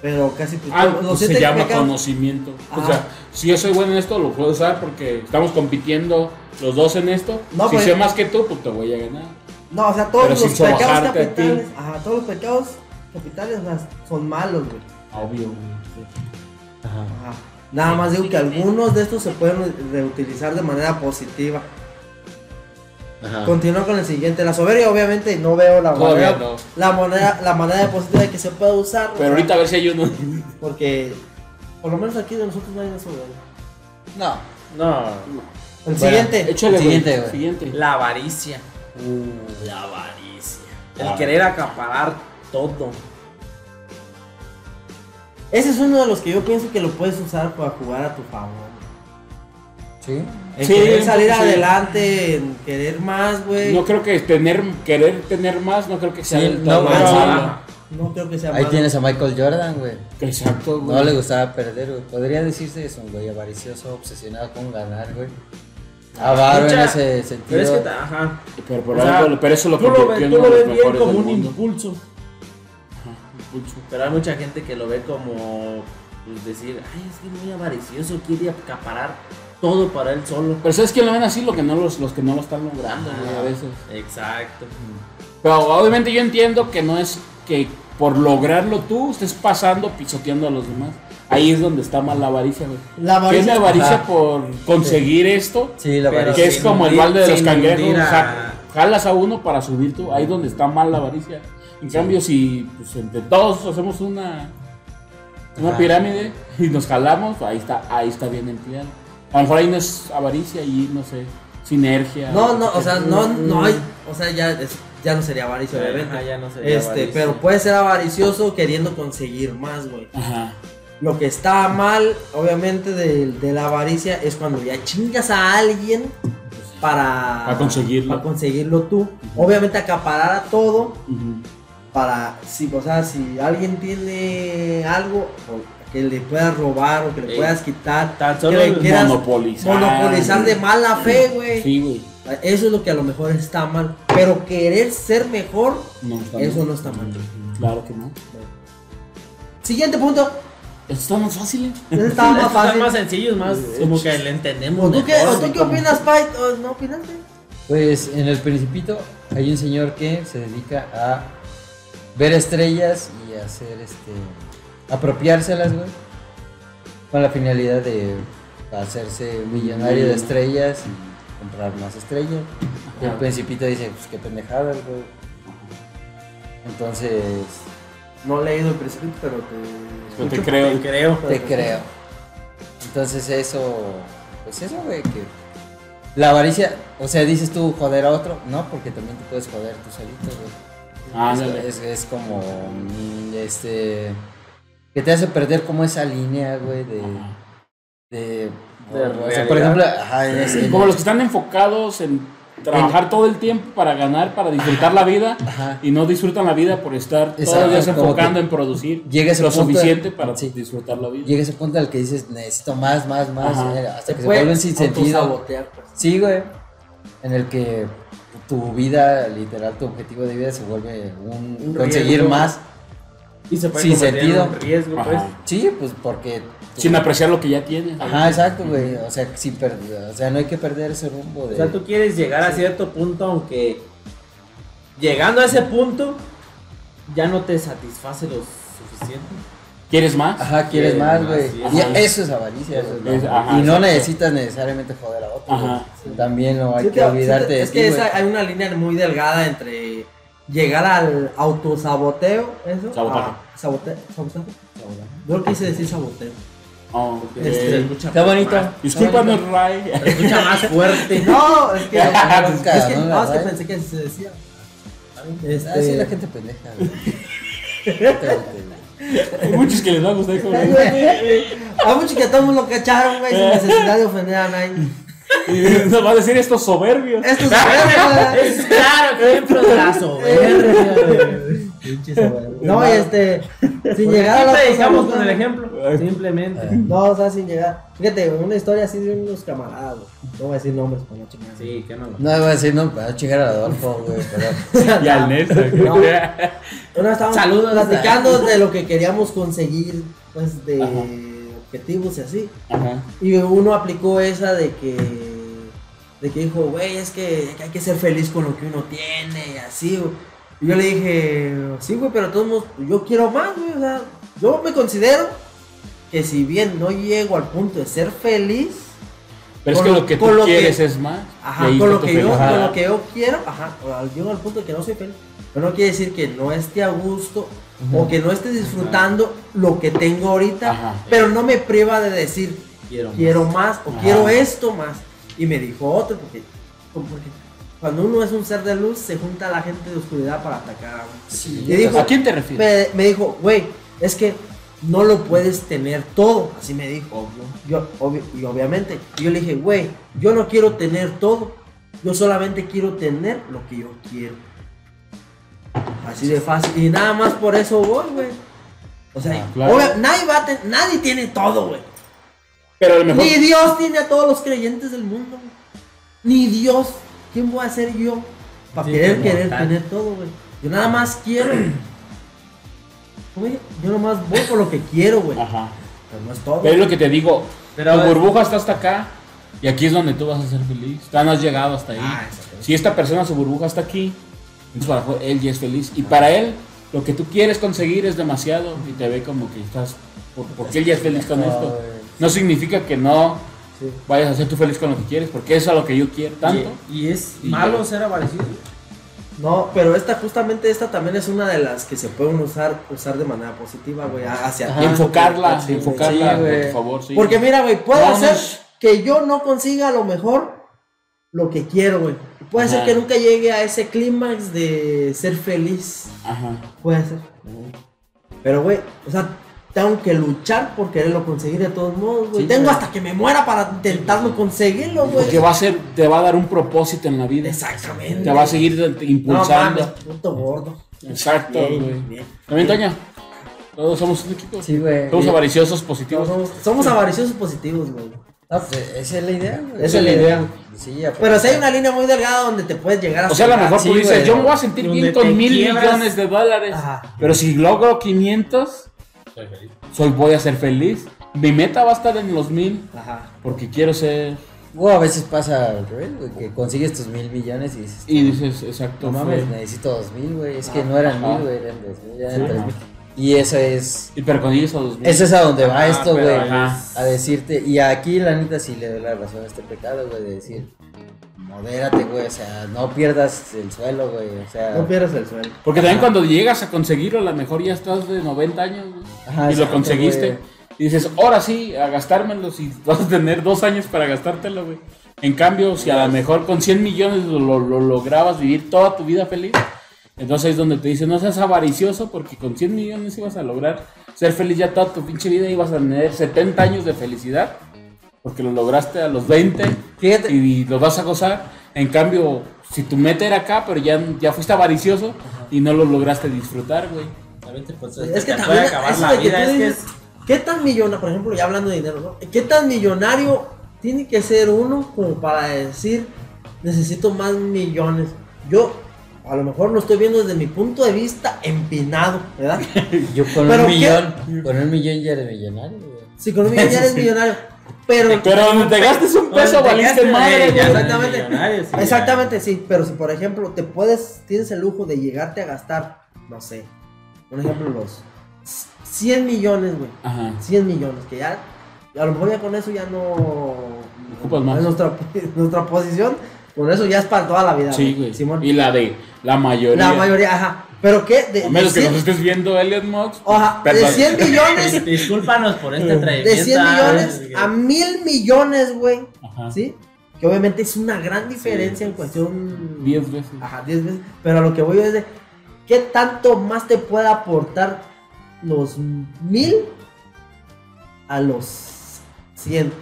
Speaker 1: pero casi pues,
Speaker 2: Ah,
Speaker 1: todos- los
Speaker 2: pues se
Speaker 1: siete
Speaker 2: llama
Speaker 1: pecados-
Speaker 2: conocimiento. O
Speaker 1: Ah.
Speaker 2: sea, si yo soy bueno en esto, lo puedo usar porque estamos compitiendo los dos en esto.
Speaker 1: No,
Speaker 2: si
Speaker 1: pues-
Speaker 2: sé más que tú, pues te voy a ganar.
Speaker 1: No, o sea,
Speaker 2: Pero
Speaker 1: todos los
Speaker 2: sin
Speaker 1: pecados
Speaker 2: sobajarte a ti.
Speaker 1: capitales, ajá, todos los pecados capitales o sea, son malos, güey.
Speaker 2: Obvio. Ah.
Speaker 4: Ajá.
Speaker 1: Ajá. Nada más digo que algunos de estos se pueden reutilizar de manera positiva.
Speaker 4: Ajá.
Speaker 1: Continúa con el siguiente. La soberbia, obviamente, no veo la
Speaker 2: Todavía
Speaker 1: manera,
Speaker 2: no.
Speaker 1: la manera, la manera positiva de que se pueda usar.
Speaker 2: Pero ahorita a ver si hay uno.
Speaker 1: Porque, por lo menos aquí de nosotros nadie es soberbia.
Speaker 4: No.
Speaker 3: No.
Speaker 1: El
Speaker 4: Bueno,
Speaker 1: siguiente.
Speaker 2: Échale, güey.
Speaker 4: Siguiente, güey.
Speaker 2: Siguiente.
Speaker 3: La avaricia. La avaricia. El querer acaparar todo.
Speaker 1: Ese es uno de los que yo pienso que lo puedes usar para jugar a tu favor.
Speaker 4: Sí.
Speaker 1: El
Speaker 2: Sí,
Speaker 1: querer salir
Speaker 2: sí.
Speaker 1: adelante, en querer más, güey.
Speaker 2: No
Speaker 1: No,
Speaker 2: creo que tener, querer tener más, no creo que sea
Speaker 4: Sí,
Speaker 2: del
Speaker 4: no,
Speaker 2: todo
Speaker 1: pero-
Speaker 2: malo.
Speaker 1: creo que sea
Speaker 4: Ahí
Speaker 1: malo.
Speaker 4: tienes a Michael Jordan, güey.
Speaker 3: Pues,
Speaker 2: Exacto, güey.
Speaker 4: No le gustaba perder, güey. Podría decirse que es un güey avaricioso, obsesionado con ganar, güey. Avaro en
Speaker 3: Ah, Escucha,
Speaker 4: ese
Speaker 3: Pero
Speaker 4: sentido.
Speaker 3: es que, ta- ajá.
Speaker 2: Pero, por
Speaker 3: O sea,
Speaker 2: algo- pero eso lo
Speaker 3: tú lo ves,
Speaker 2: convirtió en
Speaker 3: tú
Speaker 2: uno
Speaker 3: lo
Speaker 2: de
Speaker 3: ves
Speaker 2: los
Speaker 3: bien
Speaker 2: mejores
Speaker 3: como
Speaker 2: del
Speaker 3: un
Speaker 2: mundo.
Speaker 3: impulso.
Speaker 2: Impulso.
Speaker 3: Pero hay mucha gente que lo ve como pues, decir, ay, es que muy avaricioso, quiere acaparar todo para él solo.
Speaker 2: Pero ¿sabes quién lo ven así? Los que no, los, los que no lo están logrando, güey,
Speaker 3: Ah.
Speaker 2: a veces.
Speaker 3: Exacto.
Speaker 2: Pero obviamente yo entiendo que no es que por lograrlo tú estés pasando, pisoteando a los demás. Ahí es donde está mal la avaricia, güey.
Speaker 1: La
Speaker 2: ¿Quién
Speaker 1: avaricia.
Speaker 2: avaricia
Speaker 4: Ajá.
Speaker 2: por conseguir esto?
Speaker 4: Sí, la
Speaker 3: Pero
Speaker 4: avaricia.
Speaker 2: Que es
Speaker 3: sin
Speaker 2: como el
Speaker 3: hundir-
Speaker 2: balde de los
Speaker 3: sin
Speaker 2: cangrejos.
Speaker 3: hundir
Speaker 2: o
Speaker 3: a-
Speaker 2: sea, jalas a uno para subir tú. Ahí es donde está mal la avaricia. En cambio, si pues, entre todos hacemos una, una
Speaker 4: Ajá.
Speaker 2: pirámide y nos jalamos, ahí está, ahí está bien empleado. A lo mejor ahí no es avaricia y no sé, sinergia.
Speaker 1: No, no, o sea, no,
Speaker 2: Mm.
Speaker 1: no hay. O sea, ya, es- ya no sería avaricio, obviamente.
Speaker 3: Ajá, ya no sería
Speaker 1: Este,
Speaker 3: avaricia.
Speaker 1: pero puede ser avaricioso queriendo conseguir más, güey.
Speaker 2: Ajá.
Speaker 1: Lo que está mal, obviamente, de, de la avaricia es cuando ya chingas a alguien para,
Speaker 2: Para conseguirlo.
Speaker 1: para conseguirlo tú. Obviamente acaparar a todo
Speaker 2: Ujú.
Speaker 1: para, si, o sea, si alguien tiene algo o que le puedas robar o que le
Speaker 3: Ey.
Speaker 1: puedas quitar,
Speaker 3: Tan
Speaker 1: que
Speaker 3: solo
Speaker 1: le
Speaker 3: el
Speaker 1: quieras
Speaker 2: monopolizar.
Speaker 1: monopolizar de mala fe, güey.
Speaker 2: Sí, güey.
Speaker 1: Eso es lo que a lo mejor está mal. Pero querer ser mejor,
Speaker 2: No, está
Speaker 1: eso
Speaker 2: bien.
Speaker 1: no está mal.
Speaker 2: Claro que no.
Speaker 1: Siguiente punto.
Speaker 2: Esto está más fácil, ¿eh?
Speaker 1: Eso está más
Speaker 3: Estos están
Speaker 1: fácil.
Speaker 3: más sencillos, más como que le entendemos.
Speaker 1: ¿O tú, qué,
Speaker 3: mejor,
Speaker 1: o tú
Speaker 3: ¿no?
Speaker 1: qué opinas, Pai? ¿O ¿No opinaste?
Speaker 4: Pues en el principito hay un señor que se dedica a ver estrellas y a hacer este apropiárselas, güey. Con la finalidad de hacerse un millonario de
Speaker 3: Mm.
Speaker 4: estrellas y comprar más estrellas. Y el principito dice, pues qué pendejada, güey. Entonces,
Speaker 1: No he leído el principio, pero te.
Speaker 2: Yo te creo.
Speaker 3: creo.
Speaker 4: te
Speaker 2: Pues,
Speaker 4: creo. Entonces eso, pues eso, güey, que la avaricia, o sea, dices tú joder a otro, no, porque también te puedes joder tú solito, güey.
Speaker 2: Ah,
Speaker 4: Es-
Speaker 2: ándale.
Speaker 4: es, es como mm, este que te hace perder como esa línea, güey, de,
Speaker 2: Ajá.
Speaker 4: de,
Speaker 3: De
Speaker 4: o sea,
Speaker 3: realidad.
Speaker 4: por ejemplo, ajá, en ese-
Speaker 2: Este, Como los que están enfocados en trabajar todo el tiempo para ganar, para disfrutar la vida y no disfrutan la vida por estar todos
Speaker 4: Exacto,
Speaker 2: los días
Speaker 4: como
Speaker 2: enfocando
Speaker 4: que
Speaker 2: en producir
Speaker 4: llega ese
Speaker 2: lo
Speaker 4: punto de-
Speaker 2: suficiente para
Speaker 4: sí.
Speaker 2: disfrutar la vida.
Speaker 4: Llega ese punto al que dices, necesito más, más, más,
Speaker 2: Ajá.
Speaker 4: eh, hasta que se
Speaker 1: Güey,
Speaker 4: vuelven sin sentido.
Speaker 1: autosabotear, pues.
Speaker 4: Sí, güey. En el que tu vida, literal, tu objetivo de vida se vuelve un,
Speaker 3: Un
Speaker 4: conseguir
Speaker 3: riesgo.
Speaker 4: más.
Speaker 3: Y se puede
Speaker 4: Sin
Speaker 3: convertir en
Speaker 4: sentido.
Speaker 3: un riesgo, pues.
Speaker 2: Ajá.
Speaker 4: Sí, pues porque. tu-
Speaker 2: Sin apreciar lo que ya tienes.
Speaker 4: Ajá, exacto, güey. O sea, sin perder, o sea, no hay que perder ese rumbo de.
Speaker 3: O sea, tú quieres llegar a cierto punto, aunque llegando a ese punto ya no te satisface lo suficiente.
Speaker 2: ¿Quieres más?
Speaker 4: Ajá, quieres
Speaker 3: Quieres
Speaker 4: más,
Speaker 3: más,
Speaker 4: güey.
Speaker 3: sí,
Speaker 4: Y
Speaker 2: ajá.
Speaker 4: eso es avaricia. eso es
Speaker 2: Es-
Speaker 4: lo-
Speaker 2: ajá,
Speaker 4: y no
Speaker 2: exacto.
Speaker 4: necesitas necesariamente joder a otro.
Speaker 2: Ajá.
Speaker 4: güey. También no hay
Speaker 1: Sí
Speaker 4: que
Speaker 1: te-
Speaker 4: olvidarte
Speaker 1: sí te-
Speaker 4: de
Speaker 1: Es
Speaker 4: ti,
Speaker 1: que
Speaker 4: güey.
Speaker 1: esa- hay una línea muy delgada entre llegar al autosaboteo, eso.
Speaker 2: Sabotaje.
Speaker 1: a sabote- sabotaje. Yo quise decir saboteo.
Speaker 2: Oh, ok.
Speaker 1: Este,
Speaker 4: Está bonito.
Speaker 2: Discúlpanos, Ray.
Speaker 3: Escucha más fuerte.
Speaker 1: No, es que.
Speaker 4: Ah,
Speaker 1: es que-
Speaker 4: Cada, pues, ¿no?
Speaker 1: no, es que
Speaker 4: ¿verdad?
Speaker 1: pensé que así se decía.
Speaker 4: Ah, sí, la
Speaker 1: Este,
Speaker 4: gente pendeja, güey. Gente pendeja.
Speaker 2: Hay muchos que les va a gustar. hijo
Speaker 1: ay,
Speaker 2: de-
Speaker 1: güey, güey. a muchos que todos lo cacharon, güey, sin necesidad de ofender a nadie.
Speaker 2: Y Nos va a decir estos soberbios.
Speaker 1: Esto es verga.
Speaker 3: Es claro, que ejemplo de la soberbia.
Speaker 1: Verga, güey. No, y este.
Speaker 3: Pues,
Speaker 1: Sin llegar a la.
Speaker 3: Siempre dejamos con el ejemplo. Simplemente.
Speaker 4: Eh,
Speaker 1: No, o sea, sin llegar. Fíjate, una historia así de unos camaradas, güey. No voy a decir nombres para no chingar.
Speaker 3: Sí, que no.
Speaker 4: No, voy a decir, no, para chingar a Adolfo, güey. pero-
Speaker 2: Y al Néstor.
Speaker 1: No. Una vez estábamos
Speaker 3: Saludos,
Speaker 1: platicando de lo que queríamos conseguir, pues de objetivos y así.
Speaker 2: Ajá.
Speaker 1: Y uno aplicó esa de que de que dijo, güey, es que hay que ser feliz con lo que uno tiene y así. güey". Y yo le dije, sí, güey, pero de todos modos, yo quiero más, güey. O sea, yo me considero que si bien no llego al punto de ser feliz,
Speaker 2: Pero es
Speaker 1: Con
Speaker 2: que
Speaker 1: lo-
Speaker 2: lo que
Speaker 1: con
Speaker 2: tú
Speaker 1: lo que-
Speaker 2: quieres es más.
Speaker 1: Ajá,
Speaker 2: Y ahí
Speaker 1: con lo,
Speaker 2: está tu
Speaker 1: que yo,
Speaker 2: felicidad.
Speaker 1: con lo que yo quiero, ajá, o al- llego al punto de que no soy feliz, pero no quiere decir que no esté a gusto o que no esté disfrutando lo que tengo ahorita,
Speaker 2: Ajá.
Speaker 1: pero no me priva de decir
Speaker 3: Quiero más.
Speaker 1: quiero más o
Speaker 2: Ajá.
Speaker 1: quiero esto más. Y me dijo otro, porque, como porque cuando uno es un ser de luz, se junta la gente de oscuridad para atacar a uno. y dijo,
Speaker 2: ¿A quién te refieres?
Speaker 1: me, me dijo, güey, es que no lo puedes tener todo, así me dijo. Yo, obvio- y obviamente, yo le dije, güey, yo no quiero tener todo. Yo solamente quiero tener lo que yo quiero. Así de fácil. Y nada más por eso voy, güey. O sea,
Speaker 2: Ah, claro.
Speaker 1: obvio- nadie, va a ten- nadie tiene todo, güey.
Speaker 2: Pero a lo mejor.
Speaker 1: Ni Dios tiene a todos los creyentes del mundo. güey. Ni Dios. ¿Quién voy a ser yo? Para
Speaker 3: Sí,
Speaker 1: querer,
Speaker 3: como
Speaker 1: querer
Speaker 3: tal.
Speaker 1: tener todo, güey. Yo nada más quiero. Güey, yo nada más voy por lo que quiero, güey.
Speaker 2: Ajá.
Speaker 1: Pero no es todo.
Speaker 2: Ah. Pero es lo que te digo.
Speaker 3: Pero
Speaker 2: tu
Speaker 3: es-
Speaker 2: burbuja está hasta acá. Y aquí es donde tú vas a ser feliz. Tú no has llegado hasta ahí.
Speaker 1: Ah, exactamente.
Speaker 2: si esta persona, su burbuja está aquí, entonces para él ya es feliz. Y para él, lo que tú quieres conseguir es demasiado. Y te ve como que estás. por- Porque él ya es feliz con esto. No significa que no
Speaker 1: Sí.
Speaker 2: vayas a ser tú feliz con lo que quieres. Porque eso es a lo que yo quiero tanto.
Speaker 3: Y, y es
Speaker 2: Y
Speaker 3: malo
Speaker 2: ya.
Speaker 3: ser avaricioso.
Speaker 1: No, pero esta, justamente esta también es una de las que se pueden usar, usar de manera positiva, güey, a- hacia ti.
Speaker 2: enfocarla,
Speaker 1: Sí, güey.
Speaker 2: enfocarla,
Speaker 1: Sí, güey.
Speaker 2: por favor. Sí.
Speaker 1: Porque mira, güey, puede
Speaker 2: Vamos.
Speaker 1: ser que yo no consiga a lo mejor lo que quiero, güey. Puede ser
Speaker 2: Ajá.
Speaker 1: que nunca llegue a ese clímax de ser feliz.
Speaker 2: Ajá.
Speaker 1: Puede ser. Pero, güey, o sea, tengo que luchar por quererlo conseguir de todos modos, güey.
Speaker 2: Sí,
Speaker 1: tengo
Speaker 2: güey.
Speaker 1: hasta que me muera para intentarlo conseguirlo, güey.
Speaker 2: Porque va a ser, te va a dar un propósito en la vida.
Speaker 1: Exactamente.
Speaker 2: Te va a seguir
Speaker 1: No
Speaker 2: impulsando.
Speaker 1: mames, puto gordo.
Speaker 2: Exacto,
Speaker 1: Bien,
Speaker 2: güey.
Speaker 1: bien.
Speaker 2: También, Toña. Todos somos un equipo.
Speaker 4: Sí, güey.
Speaker 2: Todos
Speaker 4: Y-
Speaker 2: avariciosos, positivos.
Speaker 1: Somos, somos avariciosos positivos, güey.
Speaker 4: No, pues, esa es la idea, güey.
Speaker 1: Esa es la idea.
Speaker 4: Sí, ya,
Speaker 1: Pero si hay una línea muy delgada donde te puedes llegar a
Speaker 2: O sea, a lo mejor
Speaker 4: Sí,
Speaker 2: tú dices,
Speaker 4: güey.
Speaker 2: yo me voy a sentir
Speaker 3: Donde
Speaker 2: bien
Speaker 3: te
Speaker 2: con mil
Speaker 3: quiebras.
Speaker 2: millones de dólares.
Speaker 4: Ah.
Speaker 1: Ajá.
Speaker 2: Pero si logro 500, soy, voy a ser feliz. Mi meta va a estar en los mil
Speaker 1: Ajá.
Speaker 2: porque quiero ser...
Speaker 4: O a veces pasa al revés, güey, que consigues tus mil millones y dices,
Speaker 2: Y dices, exacto.
Speaker 4: no mames,
Speaker 2: fue.
Speaker 4: necesito dos mil, güey. Es que no eran
Speaker 2: Ajá.
Speaker 4: mil, güey, eran dos mil, eran
Speaker 2: Sí.
Speaker 4: tres mil. Y eso es,
Speaker 2: Y pero con ellos a dos mil.
Speaker 4: eso es a donde va
Speaker 3: Ah,
Speaker 4: esto,
Speaker 3: pero
Speaker 4: güey.
Speaker 2: ajá.
Speaker 4: A decirte, y aquí la neta sí le doy la razón a este pecado, güey, de decir, modérate, güey, o sea, no pierdas el suelo, güey, o sea.
Speaker 1: No pierdas el suelo.
Speaker 2: Porque también cuando llegas a conseguirlo, a lo mejor ya estás de 90 años güey,
Speaker 4: Ajá,
Speaker 2: y lo
Speaker 4: exacto,
Speaker 2: conseguiste.
Speaker 4: güey.
Speaker 2: Y dices, ahora sí, a gastármelos y vas a tener dos años para gastártelo, güey. En cambio, si a lo mejor con 100 millones lo, lo lograbas vivir toda tu vida feliz, entonces es donde te dicen, no seas avaricioso porque con 100 millones ibas a lograr ser feliz ya toda tu pinche vida, ibas a tener 70 años de felicidad porque lo lograste a los 20
Speaker 4: Fíjate.
Speaker 2: y, y lo vas a gozar. En cambio, si tu meta era acá, pero ya, ya fuiste avaricioso y no lo lograste disfrutar, güey.
Speaker 3: También pues, te puedes-
Speaker 1: Es que
Speaker 3: te
Speaker 1: también
Speaker 3: puede acabar
Speaker 1: eso
Speaker 3: la
Speaker 1: de que
Speaker 3: vida.
Speaker 1: tú
Speaker 3: Es que
Speaker 1: dices, ¿Qué tan millonario, por ejemplo, ya hablando de dinero, ¿no? ¿Qué tan millonario tiene que ser uno como para decir, necesito más millones? Yo, a lo mejor lo estoy viendo desde mi punto de vista empinado, ¿verdad?
Speaker 7: Yo con
Speaker 1: Pero
Speaker 7: un
Speaker 1: ¿qué?
Speaker 7: millón, con un millón ya eres millonario, güey.
Speaker 1: Si con un millón ya eres millonario, pero...
Speaker 2: Pero donde te gastes un peso,
Speaker 3: Donde te
Speaker 2: valiste
Speaker 3: gastes,
Speaker 2: madre,
Speaker 3: güey,
Speaker 2: güey.
Speaker 3: ya eres
Speaker 1: Exactamente.
Speaker 3: millonario, sí, ya.
Speaker 1: Exactamente, sí, pero si por ejemplo te puedes, tienes el lujo de llegarte a gastar, no sé, un ejemplo, los 100 millones, güey.
Speaker 2: Ajá.
Speaker 1: 100 millones, que ya, a lo mejor ya con eso ya no...
Speaker 2: Ocupas más.
Speaker 1: En nuestra, en nuestra posición, con eso ya es para toda la vida.
Speaker 2: Sí, güey.
Speaker 1: Simón.
Speaker 2: Y la de la mayoría.
Speaker 1: la mayoría, ajá. Pero qué, de,
Speaker 2: A menos
Speaker 1: de
Speaker 2: que nos
Speaker 1: 100
Speaker 2: estés viendo Elliot Mox. pues,
Speaker 1: ajá, de
Speaker 2: Perdón.
Speaker 1: 100 millones,
Speaker 3: Discúlpanos por este atrevimiento.
Speaker 1: Eh, de 100 millones
Speaker 3: ¿eh?
Speaker 1: a mil millones, güey.
Speaker 2: Ajá.
Speaker 1: ¿Sí? Que obviamente es una gran diferencia en cuestión...
Speaker 2: 10 veces.
Speaker 1: Ajá, 10 veces. Pero a lo que voy es de qué tanto más te puede aportar los mil a los 100. ¿Me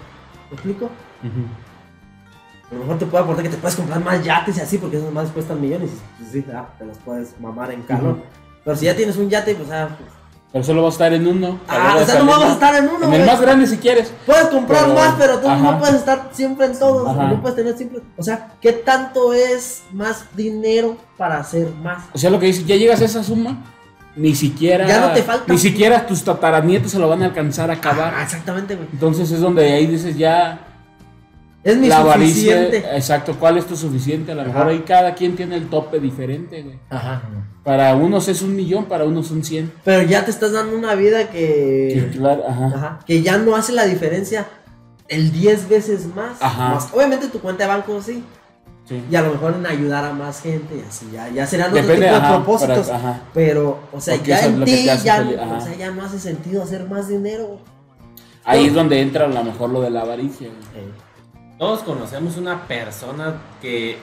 Speaker 1: explico?
Speaker 2: Ujú.
Speaker 1: A lo mejor te puede aportar que te puedes comprar más yates y así, porque esos más cuestan millones. Y pues sí, ah, te los puedes mamar en calor.
Speaker 2: Ujú.
Speaker 1: Pero si ya tienes un yate, pues ah, pues,
Speaker 2: Pero solo vas a estar en uno.
Speaker 1: ah, o sea, no vamos a estar en uno,
Speaker 2: En el
Speaker 1: güey.
Speaker 2: más grande si quieres.
Speaker 1: Puedes comprar
Speaker 2: Pero-
Speaker 1: más, pero tú no
Speaker 2: ajá.
Speaker 1: puedes estar siempre en todos.
Speaker 2: Ajá.
Speaker 1: No puedes tener siempre. O sea, ¿qué tanto es más dinero para hacer más?
Speaker 2: O sea, lo que dices, ya llegas a esa suma, ni siquiera.
Speaker 1: Ya no te falta.
Speaker 2: Ni siquiera tus tataranietos se lo van a alcanzar a acabar.
Speaker 1: Ah, exactamente, güey.
Speaker 2: Entonces es donde ahí dices ya
Speaker 1: Es mi
Speaker 2: la avaricia.
Speaker 1: suficiente.
Speaker 2: Exacto, ¿cuál es tu suficiente? A lo mejor ahí cada quien tiene el tope diferente, güey.
Speaker 1: Ajá.
Speaker 2: Para unos es un millón, para unos son cien.
Speaker 1: Pero ya te estás dando una vida que.
Speaker 2: Sí, claro, ajá.
Speaker 1: Ajá, que ya no hace la diferencia el 10 veces más.
Speaker 2: Ajá.
Speaker 1: Más- Obviamente tu cuenta de banco sí.
Speaker 2: Sí.
Speaker 1: Y a lo mejor en ayudar a más gente y así. Ya, ya serán otro
Speaker 2: Depende
Speaker 1: tipo de
Speaker 2: ajá,
Speaker 1: propósitos.
Speaker 2: para- ajá.
Speaker 1: pero, o sea,
Speaker 2: Porque
Speaker 1: ya
Speaker 2: eso es
Speaker 1: en
Speaker 2: lo que
Speaker 1: ti
Speaker 2: te hace
Speaker 1: ya,
Speaker 2: feliz,
Speaker 1: o
Speaker 2: ajá.
Speaker 1: sea, ya no hace sentido hacer más dinero.
Speaker 2: Ahí es donde entra a lo mejor lo de la avaricia. güey.
Speaker 3: Todos conocemos una persona que.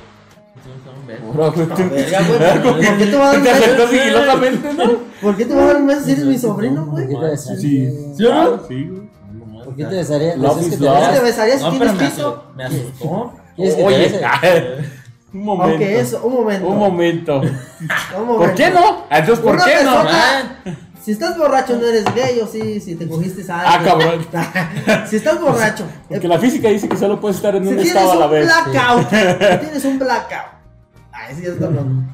Speaker 2: Bro, güey, tú-
Speaker 1: Verga, güey, ¿Por por qué te va a dar un
Speaker 2: Te
Speaker 1: beso?
Speaker 2: aceptó sigilosamente, ¿no?
Speaker 1: ¿Por qué te va a dar un beso si eres mi sobrino, güey?
Speaker 7: ¿Por qué te besaría?
Speaker 2: ¿Sí o no? Sí, güey.
Speaker 7: ¿Por qué te besaría?
Speaker 2: Love
Speaker 7: Pues es
Speaker 2: is
Speaker 7: que te
Speaker 2: love.
Speaker 1: ¿Cómo
Speaker 7: besas.
Speaker 1: te besarías si
Speaker 3: No, pero
Speaker 1: tienes
Speaker 3: me
Speaker 1: piso?
Speaker 3: asustó. Me asustó.
Speaker 7: ¿Quieres que te
Speaker 2: Oye, ah,
Speaker 7: bese?
Speaker 2: un momento.
Speaker 1: Aunque eso, un momento.
Speaker 2: Un momento.
Speaker 1: un
Speaker 2: ¿Por qué
Speaker 1: momento.
Speaker 2: no? Ah, Entonces, ¿por
Speaker 1: Una
Speaker 2: qué no? Ah,
Speaker 1: persona- Si estás borracho no eres gay o sí, si te cogiste a
Speaker 2: Ah,
Speaker 1: alguien.
Speaker 2: cabrón.
Speaker 1: si estás borracho.
Speaker 2: Porque
Speaker 1: eh,
Speaker 2: la física dice que solo puedes estar en
Speaker 1: si
Speaker 2: un
Speaker 1: tienes
Speaker 2: estado a la
Speaker 1: un
Speaker 2: vez.
Speaker 1: blackout. Si tienes un blackout. Ay, sí, es cabrón.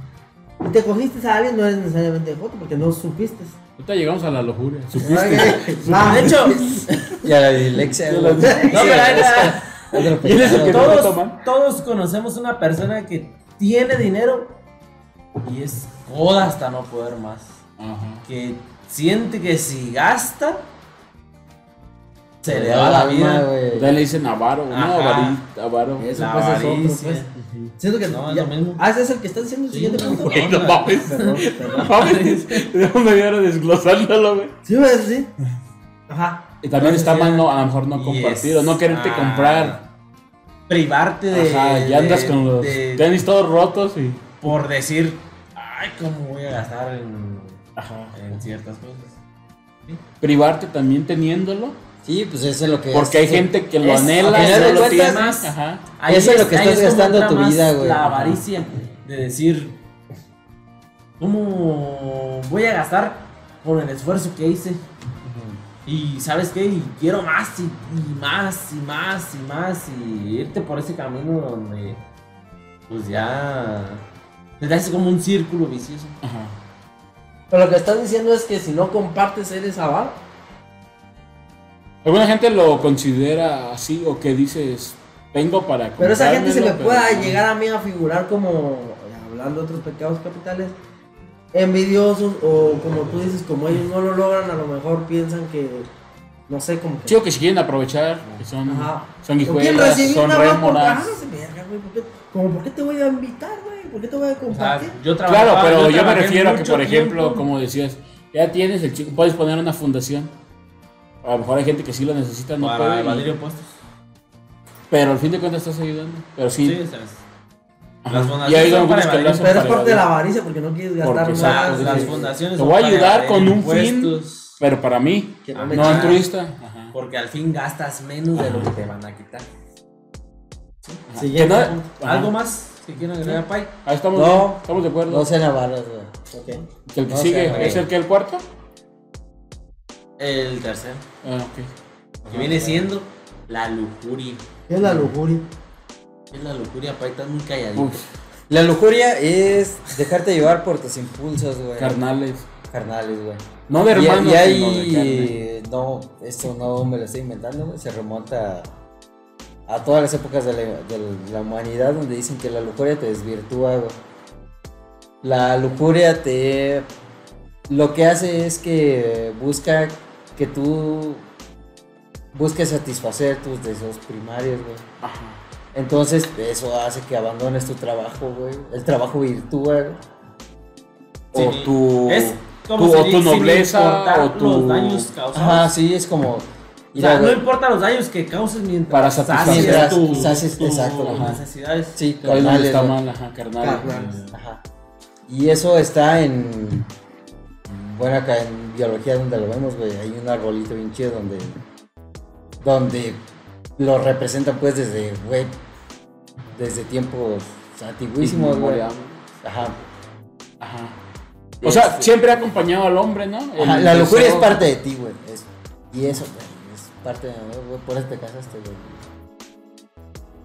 Speaker 1: Y te cogiste a alguien no eres necesariamente joto porque no supiste.
Speaker 2: Ahorita llegamos a la locura.
Speaker 1: Ah,
Speaker 3: De hecho,
Speaker 7: Y a la dilexia,
Speaker 2: Yo la-
Speaker 7: güey.
Speaker 3: no, pero ahí está.
Speaker 7: Otro
Speaker 2: ¿Quién es el que
Speaker 7: pecado.
Speaker 2: no lo
Speaker 3: todos,
Speaker 2: toman?
Speaker 3: todos conocemos una persona que tiene dinero y es coda hasta no poder más.
Speaker 2: Ajá.
Speaker 3: Que siente que si gasta,
Speaker 2: Pues
Speaker 3: se le
Speaker 7: Te
Speaker 3: va la
Speaker 7: alma,
Speaker 3: vida.
Speaker 7: güey.
Speaker 2: Ustedes le dicen avaro, ¿no?
Speaker 3: Ajá.
Speaker 2: Avari- Avaro.
Speaker 7: Eso
Speaker 3: La
Speaker 7: pues es otro,
Speaker 3: avaricia.
Speaker 7: pues.
Speaker 1: siento que
Speaker 3: No,
Speaker 1: no.
Speaker 3: es
Speaker 1: ya-
Speaker 3: lo mismo.
Speaker 1: Ah, ese es el que está diciendo el
Speaker 3: Sí,
Speaker 1: siguiente
Speaker 3: no,
Speaker 1: punto.
Speaker 2: Güey, no mames.
Speaker 1: Perdón, perdón.
Speaker 2: No mames. ¿De dónde vieron desglosándolo, güey?
Speaker 1: Sí, güey, sí. Ajá.
Speaker 2: Y también está mal, no, a lo mejor no
Speaker 3: Y
Speaker 2: compartir
Speaker 3: es-
Speaker 2: o no quererte
Speaker 3: ah,
Speaker 2: comprar.
Speaker 3: Privarte de.
Speaker 2: Ajá, ya andas
Speaker 3: de-
Speaker 2: con los
Speaker 3: de-
Speaker 2: tenis todos rotos y.
Speaker 3: por decir, ay, ¿cómo voy a gastar en,
Speaker 2: Ajá.
Speaker 3: en ciertas cosas?
Speaker 2: Privarte también teniéndolo.
Speaker 7: Sí, pues eso es lo que
Speaker 2: Porque
Speaker 7: es,
Speaker 2: hay gente que lo
Speaker 3: es-
Speaker 2: anhela
Speaker 7: al
Speaker 2: y
Speaker 7: final
Speaker 2: no
Speaker 7: de
Speaker 2: lo
Speaker 7: cuentas-
Speaker 2: tiene. Ajá.
Speaker 7: Eso es lo que
Speaker 3: ahí
Speaker 7: estás
Speaker 3: como
Speaker 7: gastando
Speaker 3: entra
Speaker 7: tu
Speaker 3: más
Speaker 7: vida, güey.
Speaker 3: La avaricia de decir, ¿cómo voy a gastar por el esfuerzo que hice? Y sabes qué, y quiero más y, y más y más y más y irte por ese camino donde pues ya te das como un círculo vicioso.
Speaker 2: Ajá.
Speaker 1: Pero lo que estás diciendo es que si no compartes eres avaro.
Speaker 2: Alguna gente lo considera así o que dices, tengo para
Speaker 1: Pero esa gente se me
Speaker 2: comprármelo,
Speaker 1: pueda
Speaker 2: pero-
Speaker 1: llegar a mí a figurar como, hablando de otros pecados capitales, envidiosos o como tú dices, como ellos no lo logran, a lo mejor piensan que, no sé, como que...
Speaker 2: Chico que si quieren aprovechar, que son,
Speaker 1: Ajá.
Speaker 2: son
Speaker 1: ¿Con quién
Speaker 2: hijuelas,
Speaker 1: recibí
Speaker 2: son
Speaker 1: una
Speaker 2: rémoras.
Speaker 1: rémoras? verga, güey, ¿por qué, como, ¿por qué te voy a invitar, güey? ¿Por qué te voy a
Speaker 3: O sea,
Speaker 1: compartir?
Speaker 3: Ah, yo
Speaker 2: Claro,
Speaker 3: trabajaba-
Speaker 2: pero yo me
Speaker 3: trabajé
Speaker 2: refiero a que,
Speaker 3: mucho
Speaker 2: por ejemplo,
Speaker 3: tiempo.
Speaker 2: como decías, ya tienes el chico, puedes poner una fundación. A lo mejor hay gente que sí lo necesita, no
Speaker 3: para
Speaker 2: puede.
Speaker 3: evadir
Speaker 2: y-
Speaker 3: impuestos.
Speaker 2: pero al fin de cuentas estás ayudando. Pero sí,
Speaker 3: Sí, sabes.
Speaker 2: ajá.
Speaker 3: las fundaciones
Speaker 2: y hay
Speaker 3: son
Speaker 2: algunos
Speaker 3: para
Speaker 2: que lo
Speaker 3: evadir,
Speaker 2: hacen
Speaker 1: pero es
Speaker 2: para
Speaker 1: parte de la
Speaker 2: evadir.
Speaker 1: avaricia porque no quieres gastar
Speaker 2: Porque, o
Speaker 1: más.
Speaker 2: sea,
Speaker 3: las,
Speaker 2: sí.
Speaker 3: las
Speaker 1: güey.
Speaker 3: fundaciones.
Speaker 2: Te
Speaker 3: son
Speaker 2: voy a
Speaker 3: para
Speaker 2: ayudar
Speaker 3: evadir
Speaker 2: con un fin.
Speaker 3: impuestos,
Speaker 2: Pero para mí,
Speaker 1: Que no
Speaker 3: Ah,
Speaker 1: me
Speaker 2: no
Speaker 1: chingues.
Speaker 2: altruista. Ajá.
Speaker 3: Porque al fin gastas menos de lo que te van a quitar.
Speaker 1: Siguiente.
Speaker 2: Que no-
Speaker 1: punto.
Speaker 3: ¿Algo más que quieran agregar, Pai?
Speaker 2: Ahí estamos,
Speaker 4: No.
Speaker 2: estamos de acuerdo.
Speaker 4: 12 navarras, güey.
Speaker 1: Ok.
Speaker 2: Que el que
Speaker 4: no sé,
Speaker 2: sigue
Speaker 4: güey.
Speaker 2: es el que el cuarto.
Speaker 3: El tercero.
Speaker 2: Ah, ok.
Speaker 3: Que viene siendo la lujuria.
Speaker 1: ¿Qué es la lujuria?
Speaker 3: Es la lujuria, Pai, estás muy calladito.
Speaker 2: Uf,
Speaker 4: La lujuria es dejarte llevar por tus impulsos, güey.
Speaker 2: carnales.
Speaker 4: Carnales, güey.
Speaker 2: No de
Speaker 4: Y-
Speaker 2: hermanos, sino
Speaker 4: y
Speaker 2: de carne.
Speaker 4: hay, no, esto no me lo estoy inventando, güey, se remonta a, a todas las épocas de la, de la humanidad donde dicen que la lujuria te desvirtúa, güey. La lujuria te... Lo que hace es que busca que tú busques satisfacer tus deseos primarios, güey.
Speaker 2: Ajá.
Speaker 4: Entonces, eso hace que abandones tu trabajo, güey. El trabajo virtúa, güey.
Speaker 2: O
Speaker 3: Sí,
Speaker 2: tu.
Speaker 3: Es
Speaker 2: tu-
Speaker 3: si-
Speaker 2: o tu
Speaker 3: sin
Speaker 2: nobleza,
Speaker 3: importar
Speaker 2: o tu-
Speaker 3: los daños causados.
Speaker 4: Ajá, sí, es como...
Speaker 3: Ah, O sea,
Speaker 4: Mira,
Speaker 3: no
Speaker 4: güey,
Speaker 3: importa los daños que causes mientras
Speaker 2: Para satisfacer
Speaker 4: Mientras
Speaker 3: tu-
Speaker 4: sacias-
Speaker 3: tu-
Speaker 4: exacto,
Speaker 3: tus
Speaker 4: ajá.
Speaker 3: necesidades.
Speaker 4: Sí,
Speaker 2: Ahí donde
Speaker 4: carnales,
Speaker 2: está
Speaker 4: güey.
Speaker 2: mal, ajá, carnales.
Speaker 1: Carnales.
Speaker 4: Ajá. Y eso está en. Bueno, acá en biología, donde lo vemos, güey, hay un arbolito bien chido donde. Donde lo representan, pues, desde, güey. Desde tiempos antiguísimos, güey.
Speaker 2: Inmemorial.
Speaker 4: Ajá.
Speaker 2: Ajá. O sea,
Speaker 4: Este-
Speaker 2: siempre ha acompañado al hombre, ¿no? El
Speaker 4: Ajá, La locura es
Speaker 2: deseo-
Speaker 4: parte de ti, güey. es- Y eso, güey, es parte de. güey, por eso te casaste, güey.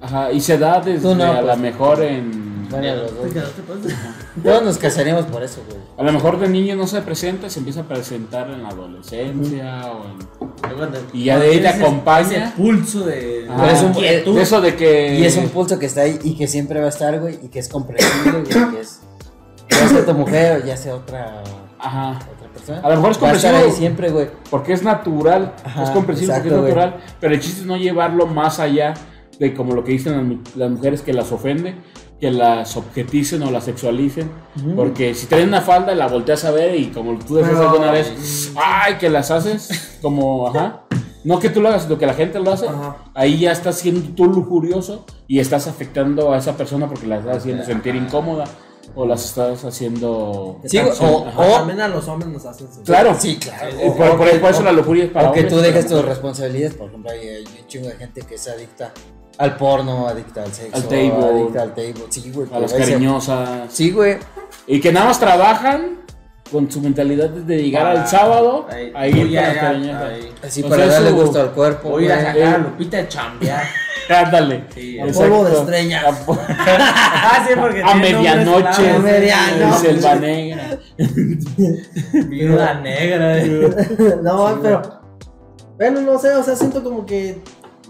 Speaker 2: Ajá, y se da desde
Speaker 4: Tú no,
Speaker 2: a
Speaker 4: pues,
Speaker 2: la mejor en.
Speaker 4: Bueno, los dos.
Speaker 3: pues.
Speaker 4: Todos nos casaremos por eso, güey.
Speaker 2: A lo mejor de niño no se presenta, se empieza a presentar en la adolescencia o en. Y ya de ahí te
Speaker 3: Tienes ese-
Speaker 2: acompaña.
Speaker 3: ese pulso de.
Speaker 2: Ajá.
Speaker 4: Pero es un-
Speaker 2: Inquietud. eso de que.
Speaker 4: Y es un pulso que está ahí y que siempre va a estar, güey, y que es comprensible, güey, que es ya sea tu mujer o ya sea otra,
Speaker 2: Ajá.
Speaker 4: otra persona.
Speaker 2: A lo mejor es
Speaker 4: va a estar ahí
Speaker 2: comprensible.
Speaker 4: siempre, güey.
Speaker 2: Porque es natural,
Speaker 4: Ajá,
Speaker 2: es comprensible porque es
Speaker 4: exacto,
Speaker 2: natural, pero el chiste es no llevarlo más allá de como lo que dicen las, mu- las mujeres que las ofende, que las objeticen o las sexualicen, porque si traen una falda la volteas a ver y como tú decías
Speaker 1: Pero-
Speaker 2: alguna vez, ay, que las haces como, ajá, no que tú lo hagas, sino que la gente lo hace,
Speaker 1: Ajá.
Speaker 2: ahí ya estás siendo tú lujurioso y estás afectando a esa persona porque la estás haciendo sentir incómoda o las estás haciendo...
Speaker 4: Sí, o- o-
Speaker 2: Ajá.
Speaker 1: O también a los hombres nos hacen sentir.
Speaker 2: Claro,
Speaker 4: Sí, claro.
Speaker 2: Eh, por, por- por eso la lujuria es para
Speaker 4: Porque
Speaker 2: hombres,
Speaker 4: tú dejas
Speaker 2: pero-
Speaker 4: tus responsabilidades, por ejemplo, hay, hay un chingo de gente que es adicta al porno, adicta al sexo,
Speaker 2: Al table.
Speaker 4: adicta al table. Sí, güey.
Speaker 2: A
Speaker 4: pero
Speaker 2: las
Speaker 4: ese-
Speaker 2: cariñosas.
Speaker 4: Sí, güey.
Speaker 2: Y que nada más trabajan con su mentalidad de llegar
Speaker 3: Para-
Speaker 2: al sábado
Speaker 3: Ah, ahí-
Speaker 2: a
Speaker 3: voy
Speaker 2: ir
Speaker 3: a-
Speaker 2: para las cariñosas.
Speaker 3: ahí.
Speaker 4: Así
Speaker 2: O
Speaker 4: para
Speaker 2: sea,
Speaker 4: darle
Speaker 2: su-
Speaker 4: gusto al cuerpo,
Speaker 3: Voy a ir a
Speaker 4: güey.
Speaker 3: sacar a Lupita a chambear.
Speaker 2: Ándale.
Speaker 3: Sí.
Speaker 1: A polvo de estrella.
Speaker 2: A po-
Speaker 3: ah, sí, porque.
Speaker 2: A
Speaker 3: tiene nombres
Speaker 2: medianoche.
Speaker 3: claros.
Speaker 1: A medianoche.
Speaker 2: Selva
Speaker 1: pues,
Speaker 2: negra.
Speaker 3: Viuda negra. eh.
Speaker 1: no, pero. Bueno, no sé, o sea, siento como que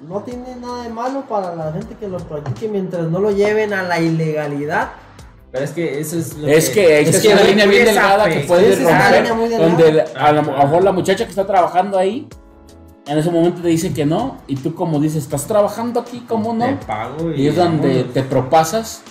Speaker 1: no tiene nada de malo para la gente que lo practique mientras no lo lleven a la ilegalidad.
Speaker 3: Pero es que eso es lo
Speaker 2: Es que ahí
Speaker 4: Es
Speaker 2: es
Speaker 4: que
Speaker 2: una
Speaker 4: no
Speaker 2: línea bien
Speaker 3: puedes
Speaker 2: delgada que
Speaker 3: afectar.
Speaker 2: puedes
Speaker 1: Sí, sí, es una línea muy
Speaker 2: romper.
Speaker 1: delgada.
Speaker 2: Donde la- a lo a lo mejor la muchacha que está trabajando ahí. En ese momento te dice que no, y tú como dices, estás trabajando aquí, ¿cómo no?
Speaker 3: Te pago
Speaker 2: Y es donde te propasas,